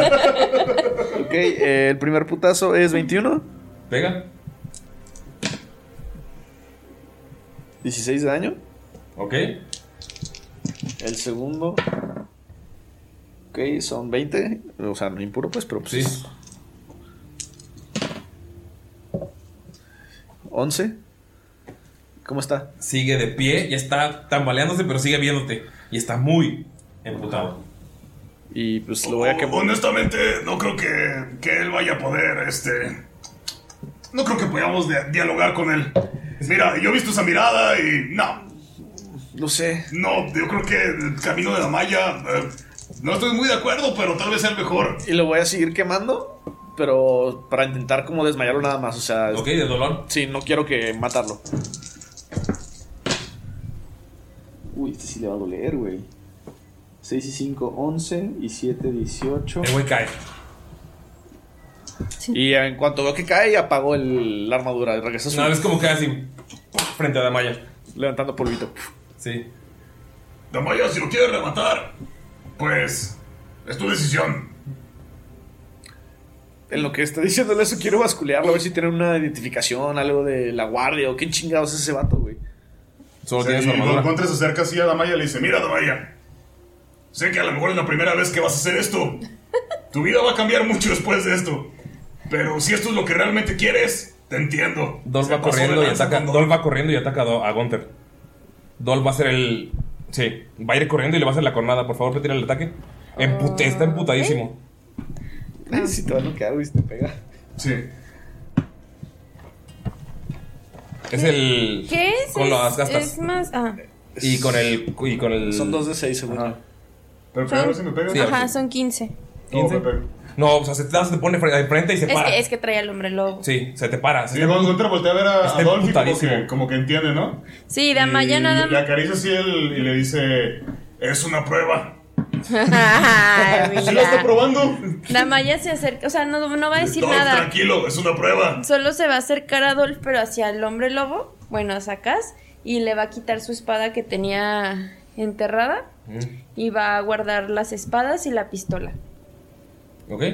[SPEAKER 6] Ok, eh, el primer putazo es 21.
[SPEAKER 1] Pega.
[SPEAKER 6] 16 de daño.
[SPEAKER 1] Ok.
[SPEAKER 6] El segundo. Ok, son 20. O sea, no impuro, pues, pero pues.
[SPEAKER 1] Sí.
[SPEAKER 6] 11. ¿Cómo está?
[SPEAKER 1] Sigue de pie, ya está tambaleándose, pero sigue viéndote. Y está muy emputado.
[SPEAKER 6] Y pues lo voy a quemar.
[SPEAKER 7] Honestamente, no creo que, que él vaya a poder, este... No creo que podamos dia- dialogar con él. Mira, yo he visto esa mirada y... No.
[SPEAKER 6] No sé.
[SPEAKER 7] No, yo creo que el camino de la malla... eh, no estoy muy de acuerdo, pero tal vez sea el mejor.
[SPEAKER 6] Y lo voy a seguir quemando, pero para intentar como desmayarlo nada más, o sea...
[SPEAKER 1] Ok, de dolor.
[SPEAKER 6] Sí, no quiero que matarlo. Uy, este sí le va a doler, güey. 6 y 5, 11 y 7, 18.
[SPEAKER 1] El güey cae.
[SPEAKER 6] Y en cuanto veo que cae, apagó el, la armadura. y Regresa a su-
[SPEAKER 1] Una vez como cae así, frente a Damaya.
[SPEAKER 6] Levantando polvito.
[SPEAKER 1] Sí.
[SPEAKER 7] Damaya, si lo quieres rematar, pues... Es tu decisión.
[SPEAKER 6] En lo que está diciéndole eso, quiero basculearlo, a ver si tiene una identificación, algo de la guardia o qué chingados es ese vato, güey.
[SPEAKER 1] Solo
[SPEAKER 7] Sí, y lo encuentra, se acerca así a Damaya y le dice, mira Damaya, sé que a lo mejor es la primera vez que vas a hacer esto. Tu vida va a cambiar mucho después de esto. Pero si esto es lo que realmente quieres, te entiendo.
[SPEAKER 1] Dol
[SPEAKER 7] Se
[SPEAKER 1] va
[SPEAKER 7] pasó de
[SPEAKER 1] corriendo y
[SPEAKER 7] lanza
[SPEAKER 1] ataca.
[SPEAKER 7] con-
[SPEAKER 1] Dol va corriendo y ataca a, Do- a Gunther. Dol va a ser el. Sí, va a ir corriendo y le va a hacer la cornada. Por favor, retira el ataque.
[SPEAKER 2] Ah,
[SPEAKER 1] Empute- está emputadísimo.
[SPEAKER 6] Si Ah, te va a noquear, güey, si te pega.
[SPEAKER 7] Sí.
[SPEAKER 1] Es el.
[SPEAKER 2] ¿Qué es?
[SPEAKER 1] Con las
[SPEAKER 2] Es-
[SPEAKER 1] gastas.
[SPEAKER 2] Es más. Ah,
[SPEAKER 1] Y con el. Y con el...
[SPEAKER 6] Son dos de seis, seguro.
[SPEAKER 7] Pero
[SPEAKER 2] son,
[SPEAKER 1] Sí, a ver
[SPEAKER 2] ajá,
[SPEAKER 1] si-
[SPEAKER 2] son 15.
[SPEAKER 1] 15. No, o sea, se te, se te pone fre- de frente y se
[SPEAKER 2] Es
[SPEAKER 1] para.
[SPEAKER 2] que, es que trae al hombre lobo.
[SPEAKER 1] Sí, se te para. Se
[SPEAKER 4] Sí,
[SPEAKER 1] te-
[SPEAKER 4] cuando Gunter voltea a ver a, a
[SPEAKER 1] Está
[SPEAKER 4] Dolphy como
[SPEAKER 1] emputadísimo.
[SPEAKER 4] que, como que entiende, ¿no?
[SPEAKER 2] Sí, Damaya
[SPEAKER 4] Y
[SPEAKER 2] nada
[SPEAKER 4] Le
[SPEAKER 2] más.
[SPEAKER 4] acaricia así el, y le dice...
[SPEAKER 7] Es una prueba.
[SPEAKER 2] Ay,
[SPEAKER 7] ¿Sí
[SPEAKER 2] mira.
[SPEAKER 7] probando?
[SPEAKER 2] Damaya se acerca, o sea, no, no va a decir
[SPEAKER 7] Dolph,
[SPEAKER 2] nada.
[SPEAKER 7] tranquilo, es una prueba.
[SPEAKER 2] Solo se va a acercar a Dolph, pero hacia el hombre lobo. Bueno, a Sacas. Y le va a quitar su espada que tenía enterrada.
[SPEAKER 1] Mm,
[SPEAKER 2] Y va a guardar las espadas y la pistola.
[SPEAKER 1] Ok.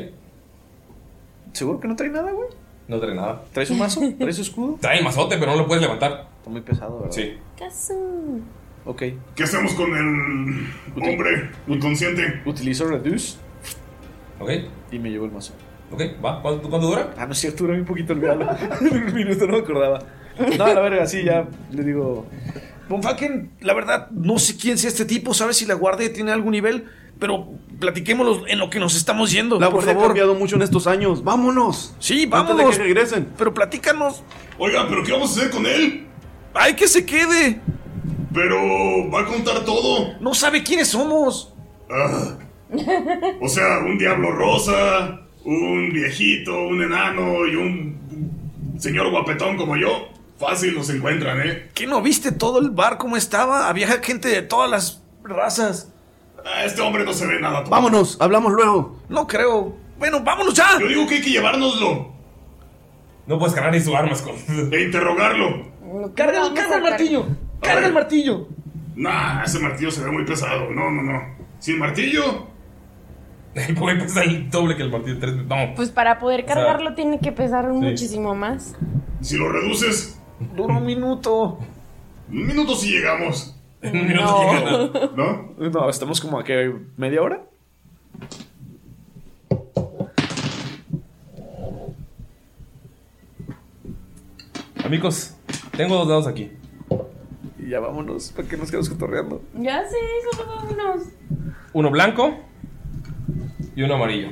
[SPEAKER 6] ¿Seguro que no trae nada, güey?
[SPEAKER 1] No trae nada.
[SPEAKER 6] ¿Trae su mazo? ¿Trae su escudo?
[SPEAKER 1] Trae el mazote, pero no lo puedes levantar.
[SPEAKER 6] Está muy pesado, ¿verdad?
[SPEAKER 1] Sí.
[SPEAKER 2] Casu.
[SPEAKER 6] Ok.
[SPEAKER 7] ¿Qué hacemos con el hombre inconsciente?
[SPEAKER 6] Utilizo Reduce.
[SPEAKER 1] Ok.
[SPEAKER 6] Y me llevo el mazo.
[SPEAKER 1] Ok, va. ¿Cuánto, cuánto dura?
[SPEAKER 6] Ah, no es cierto, dura un poquito el Un minuto, no me acordaba. No, a la verga, sí, ya le digo. Bonfaken, la verdad, no sé quién sea este tipo, ¿sabes si la guardia tiene algún nivel? Pero platiquémoslo en lo que nos estamos yendo.
[SPEAKER 15] La
[SPEAKER 6] por
[SPEAKER 15] guardia ha
[SPEAKER 6] favor.
[SPEAKER 15] cambiado mucho en estos años. ¡Vámonos!
[SPEAKER 6] Sí,
[SPEAKER 15] Antes de
[SPEAKER 6] vámonos.
[SPEAKER 15] que regresen.
[SPEAKER 6] Pero platícanos.
[SPEAKER 7] Oiga, ¿pero qué vamos a hacer con él?
[SPEAKER 6] ¡Ay, que se quede!
[SPEAKER 7] Pero va a contar todo. Ah,
[SPEAKER 6] No sabe quiénes somos.
[SPEAKER 7] O sea, un diablo rosa, un viejito, un enano y un señor guapetón como yo. Fácil los encuentran, ¿eh?
[SPEAKER 6] ¿Qué no viste todo el bar cómo estaba? Había gente de todas las razas.
[SPEAKER 7] Ah, Este hombre no se ve nada. tonto.
[SPEAKER 15] Vámonos, hablamos luego.
[SPEAKER 6] No creo. Bueno, vámonos ya.
[SPEAKER 7] Yo digo que hay que llevárnoslo.
[SPEAKER 1] No puedes cargar ni sus armas con.
[SPEAKER 7] E interrogarlo.
[SPEAKER 6] Carga, carga el martillo. Carga el martillo.
[SPEAKER 7] Nah, ese martillo se ve muy pesado. No, no, no. Sin martillo.
[SPEAKER 1] El güey pesa el doble que el martillo. Tres... No.
[SPEAKER 2] Pues para poder
[SPEAKER 1] sea,
[SPEAKER 2] cargarlo tiene que pesar
[SPEAKER 1] sí.
[SPEAKER 2] muchísimo más.
[SPEAKER 7] Si lo reduces.
[SPEAKER 6] Dura un minuto.
[SPEAKER 7] Un minuto si llegamos.
[SPEAKER 1] Un minuto
[SPEAKER 6] No.
[SPEAKER 1] llega.
[SPEAKER 7] ¿No?
[SPEAKER 6] No, estamos como a que media hora.
[SPEAKER 1] Amigos, tengo dos dados aquí.
[SPEAKER 6] Y ya vámonos, para que nos quedemos cotorreando.
[SPEAKER 2] Ya sé, solo vámonos.
[SPEAKER 1] Uno blanco y uno amarillo.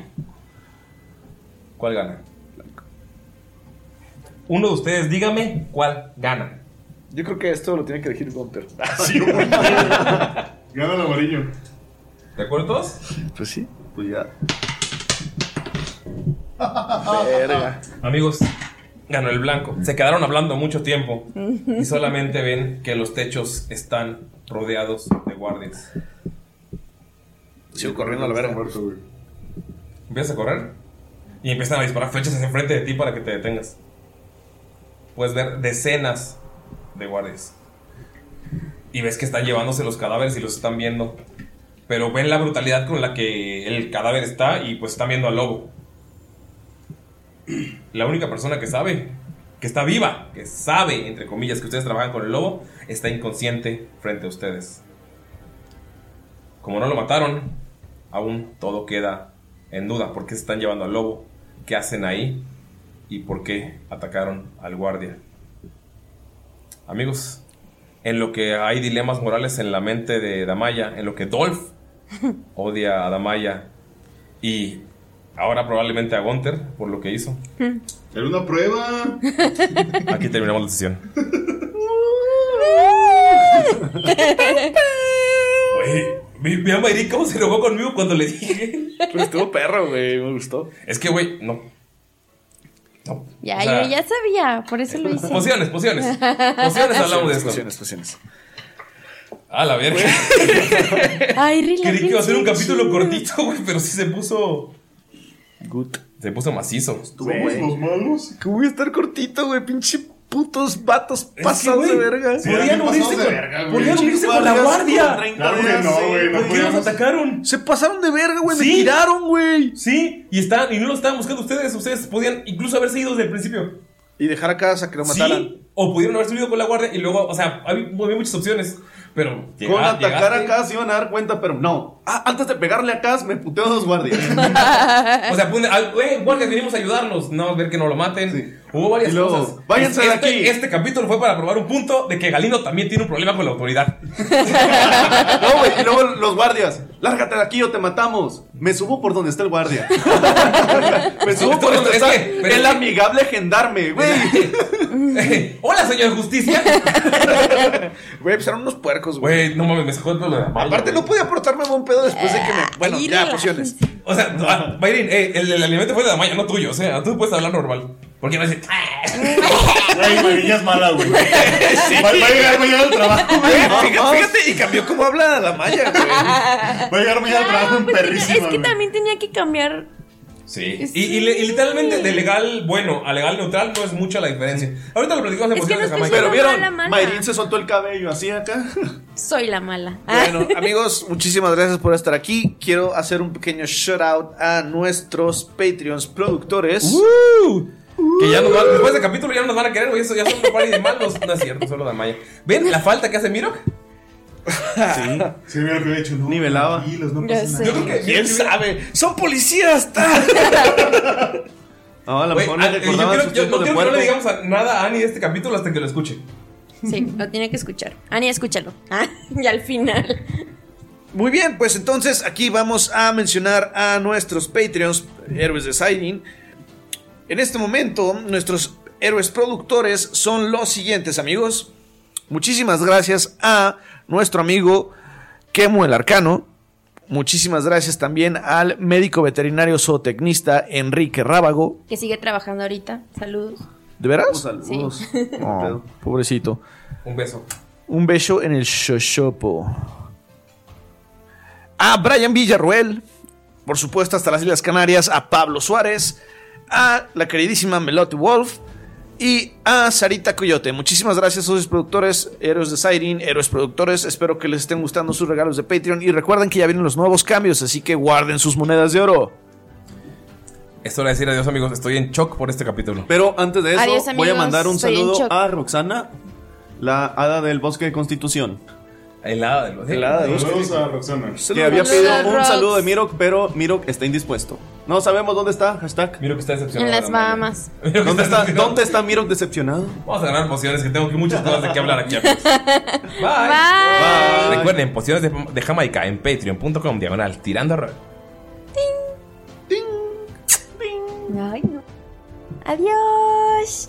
[SPEAKER 1] ¿Cuál gana? Uno de ustedes, dígame cuál gana.
[SPEAKER 6] Yo creo que esto lo tiene que elegir Gunter.
[SPEAKER 1] Ah,
[SPEAKER 7] Gana el amarillo.
[SPEAKER 1] ¿De acuerdo todos?
[SPEAKER 6] Pues sí.
[SPEAKER 15] Pues ya.
[SPEAKER 6] Verga.
[SPEAKER 1] Amigos, ganó el blanco. Se quedaron hablando mucho tiempo y solamente ven que los techos están rodeados de guardias.
[SPEAKER 6] Sigo corriendo a la verga.
[SPEAKER 1] Empiezas a correr y empiezan a disparar flechas hacia enfrente de ti para que te detengas. puedes ver decenas de guardias. Y ves que están llevándose los cadáveres y los están viendo. Pero ven la brutalidad con la que el cadáver está y pues están viendo al lobo. La única persona que sabe, que está viva, que sabe, entre comillas, que ustedes trabajan con el lobo, está inconsciente frente a ustedes. Como no lo mataron, aún todo queda en duda. ¿Por qué se están llevando al lobo? ¿Qué hacen ahí? ¿Y por qué atacaron al guardia? Amigos, en lo que hay dilemas morales en la mente de Damaya, en lo que Dolph odia a Damaya y ahora probablemente a Gunther por lo que hizo.
[SPEAKER 4] Era una prueba.
[SPEAKER 1] Aquí terminamos la sesión. Güey, vi, vi a Mayri cómo se enojó conmigo cuando le dije. Pero estuvo perro, güey, me gustó. Es que, güey, no.
[SPEAKER 2] Ya,
[SPEAKER 1] O sea-
[SPEAKER 2] yo ya sabía, por eso lo hice.
[SPEAKER 1] Pociones, pociones. Pociones hablamos de esto.
[SPEAKER 6] Pociones,
[SPEAKER 1] A la verga.
[SPEAKER 2] Ay, relax.
[SPEAKER 1] Creí que iba a ser um un capítulo cortito, güey, pero sí se puso. Good. Se puso macizo.
[SPEAKER 6] Güey. Que voy a estar cortito, güey. Pinche putos vatos pasados de
[SPEAKER 1] güey,
[SPEAKER 6] verga.
[SPEAKER 1] sí, Podían eran unirse pasados de con- verga, güey. podían unirse con la guardia. Claro que no, güey, no podíamos. atacaron?
[SPEAKER 6] Se pasaron de verga, güey.
[SPEAKER 1] Sí.
[SPEAKER 6] Me tiraron, güey.
[SPEAKER 1] Sí, y, está, y no lo estaban buscando ustedes. Ustedes podían incluso haberse ido desde el principio.
[SPEAKER 6] Y dejar a casa que lo
[SPEAKER 1] mataran. o pudieron haber subido con la guardia y luego, o sea, había, había muchas opciones. Pero
[SPEAKER 3] Con
[SPEAKER 1] llega-
[SPEAKER 3] atacar
[SPEAKER 1] llegaste.
[SPEAKER 3] a Kaz iban a dar cuenta, pero no. Ah, antes de pegarle a Kaz, me puteo a dos guardias.
[SPEAKER 1] O sea, pone, ah, eh, guardias, venimos a ayudarlos. No, ver que no lo maten. Hubo varias
[SPEAKER 3] Y luego,
[SPEAKER 1] cosas.
[SPEAKER 3] "Váyanse de
[SPEAKER 1] Este-
[SPEAKER 3] aquí".
[SPEAKER 1] Este capítulo fue para probar un punto de que Galindo también tiene un problema con la autoridad.
[SPEAKER 3] no, güey. Y luego los guardias. Lárgate de aquí o te matamos. Me subo por donde está el guardia. me subo por donde está el amigable gendarme, güey.
[SPEAKER 1] Hola, señor justicia.
[SPEAKER 6] Güey, pues eran unos puercos,
[SPEAKER 1] güey. no mames, me sacó el pelo de la malla,
[SPEAKER 6] Aparte,
[SPEAKER 1] güey.
[SPEAKER 6] no podía aportarme a un pedo después de que me. Bueno, ya, pociones.
[SPEAKER 1] O sea, no, ah, Mayrin, eh, el, el alimento fue de la malla, no tuyo. O sea, tú puedes hablar normal. Porque no "Ah". dice.
[SPEAKER 4] Güey, Mayrin es mala, güey.
[SPEAKER 6] Sí.
[SPEAKER 4] Va, va a llegar mañana al trabajo, güey.
[SPEAKER 6] Güey, fíjate, fíjate, y cambió cómo habla la malla, güey.
[SPEAKER 4] Va a llegar mañana al trabajo un
[SPEAKER 2] pues, Es
[SPEAKER 4] perrísimo,
[SPEAKER 2] que
[SPEAKER 4] güey.
[SPEAKER 2] también tenía que cambiar.
[SPEAKER 1] Sí. Y, y le- y literalmente de legal bueno a legal neutral no es mucha la diferencia. Ahorita lo platicamos en pociones de Jamaica.
[SPEAKER 3] Pero
[SPEAKER 2] mala,
[SPEAKER 3] vieron,
[SPEAKER 2] mala.
[SPEAKER 3] Mayrin se soltó el cabello así acá.
[SPEAKER 2] Soy la mala.
[SPEAKER 6] Bueno, amigos, muchísimas gracias por estar aquí. Quiero hacer un pequeño shout out a nuestros Patreons productores.
[SPEAKER 1] Que ya nos van, después del capítulo ya no nos van a querer, güey. Eso ya son un par de malos. No es cierto, solo Damaya. ¿Ven la falta que hace Miro?
[SPEAKER 3] Sí.
[SPEAKER 4] Sí, mira lo que he hecho, ¿no?
[SPEAKER 3] Nivelaba.
[SPEAKER 4] no pasa nada.
[SPEAKER 1] Yo creo que.
[SPEAKER 4] ¿Quién
[SPEAKER 6] sabe? ¡Son policías! ¡Está!
[SPEAKER 3] No, a lo
[SPEAKER 1] Güey,
[SPEAKER 3] mejor
[SPEAKER 1] ah,
[SPEAKER 3] no
[SPEAKER 1] eh, yo
[SPEAKER 3] recordaban
[SPEAKER 1] creo-
[SPEAKER 3] sus
[SPEAKER 1] yo no quiero
[SPEAKER 3] tiempos de
[SPEAKER 1] que no le
[SPEAKER 3] puerco.
[SPEAKER 1] digamos a- nada a Ani de este capítulo hasta que lo escuche.
[SPEAKER 2] Sí, lo tiene que escuchar. Ani, escúchalo. Ah, y al final.
[SPEAKER 6] Muy bien, pues entonces aquí vamos a mencionar a nuestros Patreons, héroes de Siding. En este momento, nuestros héroes productores son los siguientes, amigos. Muchísimas gracias a nuestro amigo Kemo el Arcano. Muchísimas gracias también al médico veterinario zootecnista Enrique Rábago.
[SPEAKER 2] Que sigue trabajando ahorita. Saludos.
[SPEAKER 6] ¿De veras?
[SPEAKER 2] Saludos.
[SPEAKER 6] Oh, pobrecito.
[SPEAKER 1] Un beso.
[SPEAKER 6] Un beso en el shoshopo. A Brian Villarruel. Por supuesto, hasta las Islas Canarias. A Pablo Suárez. A la queridísima Melote Wolf. Y a Sarita Coyote. Muchísimas gracias a sus productores, héroes de Siren, héroes productores. Espero que les estén gustando sus regalos de Patreon. Y recuerden que ya vienen los nuevos cambios, así que guarden sus monedas de oro.
[SPEAKER 1] Es hora de decir adiós, amigos. Estoy en shock por este capítulo.
[SPEAKER 3] Pero antes de eso,
[SPEAKER 1] Adiós,
[SPEAKER 3] voy a
[SPEAKER 1] amigos,
[SPEAKER 3] mandar un
[SPEAKER 1] estoy en
[SPEAKER 3] saludo
[SPEAKER 1] shock.
[SPEAKER 3] a Roxana, la hada del bosque de Constitución.
[SPEAKER 1] El hada del bosque.
[SPEAKER 3] El hada del bosque.
[SPEAKER 4] ¿eh? Saludos a Roxana.
[SPEAKER 3] Que había pedido un saludo de Mirok, pero Mirok está indispuesto. No sabemos dónde está, hashtag.
[SPEAKER 1] Mirok está
[SPEAKER 2] En las Bahamas.
[SPEAKER 3] ¿Dónde está, ¿Dónde está Mirok decepcionado?
[SPEAKER 1] Vamos a ganar pociones que tengo que muchas cosas de qué hablar aquí. amigos.
[SPEAKER 2] Bye.
[SPEAKER 1] Recuerden, pociones de, de Jamaica en patreon.com diagonal tirando a rol.
[SPEAKER 2] Ay, no. Adiós.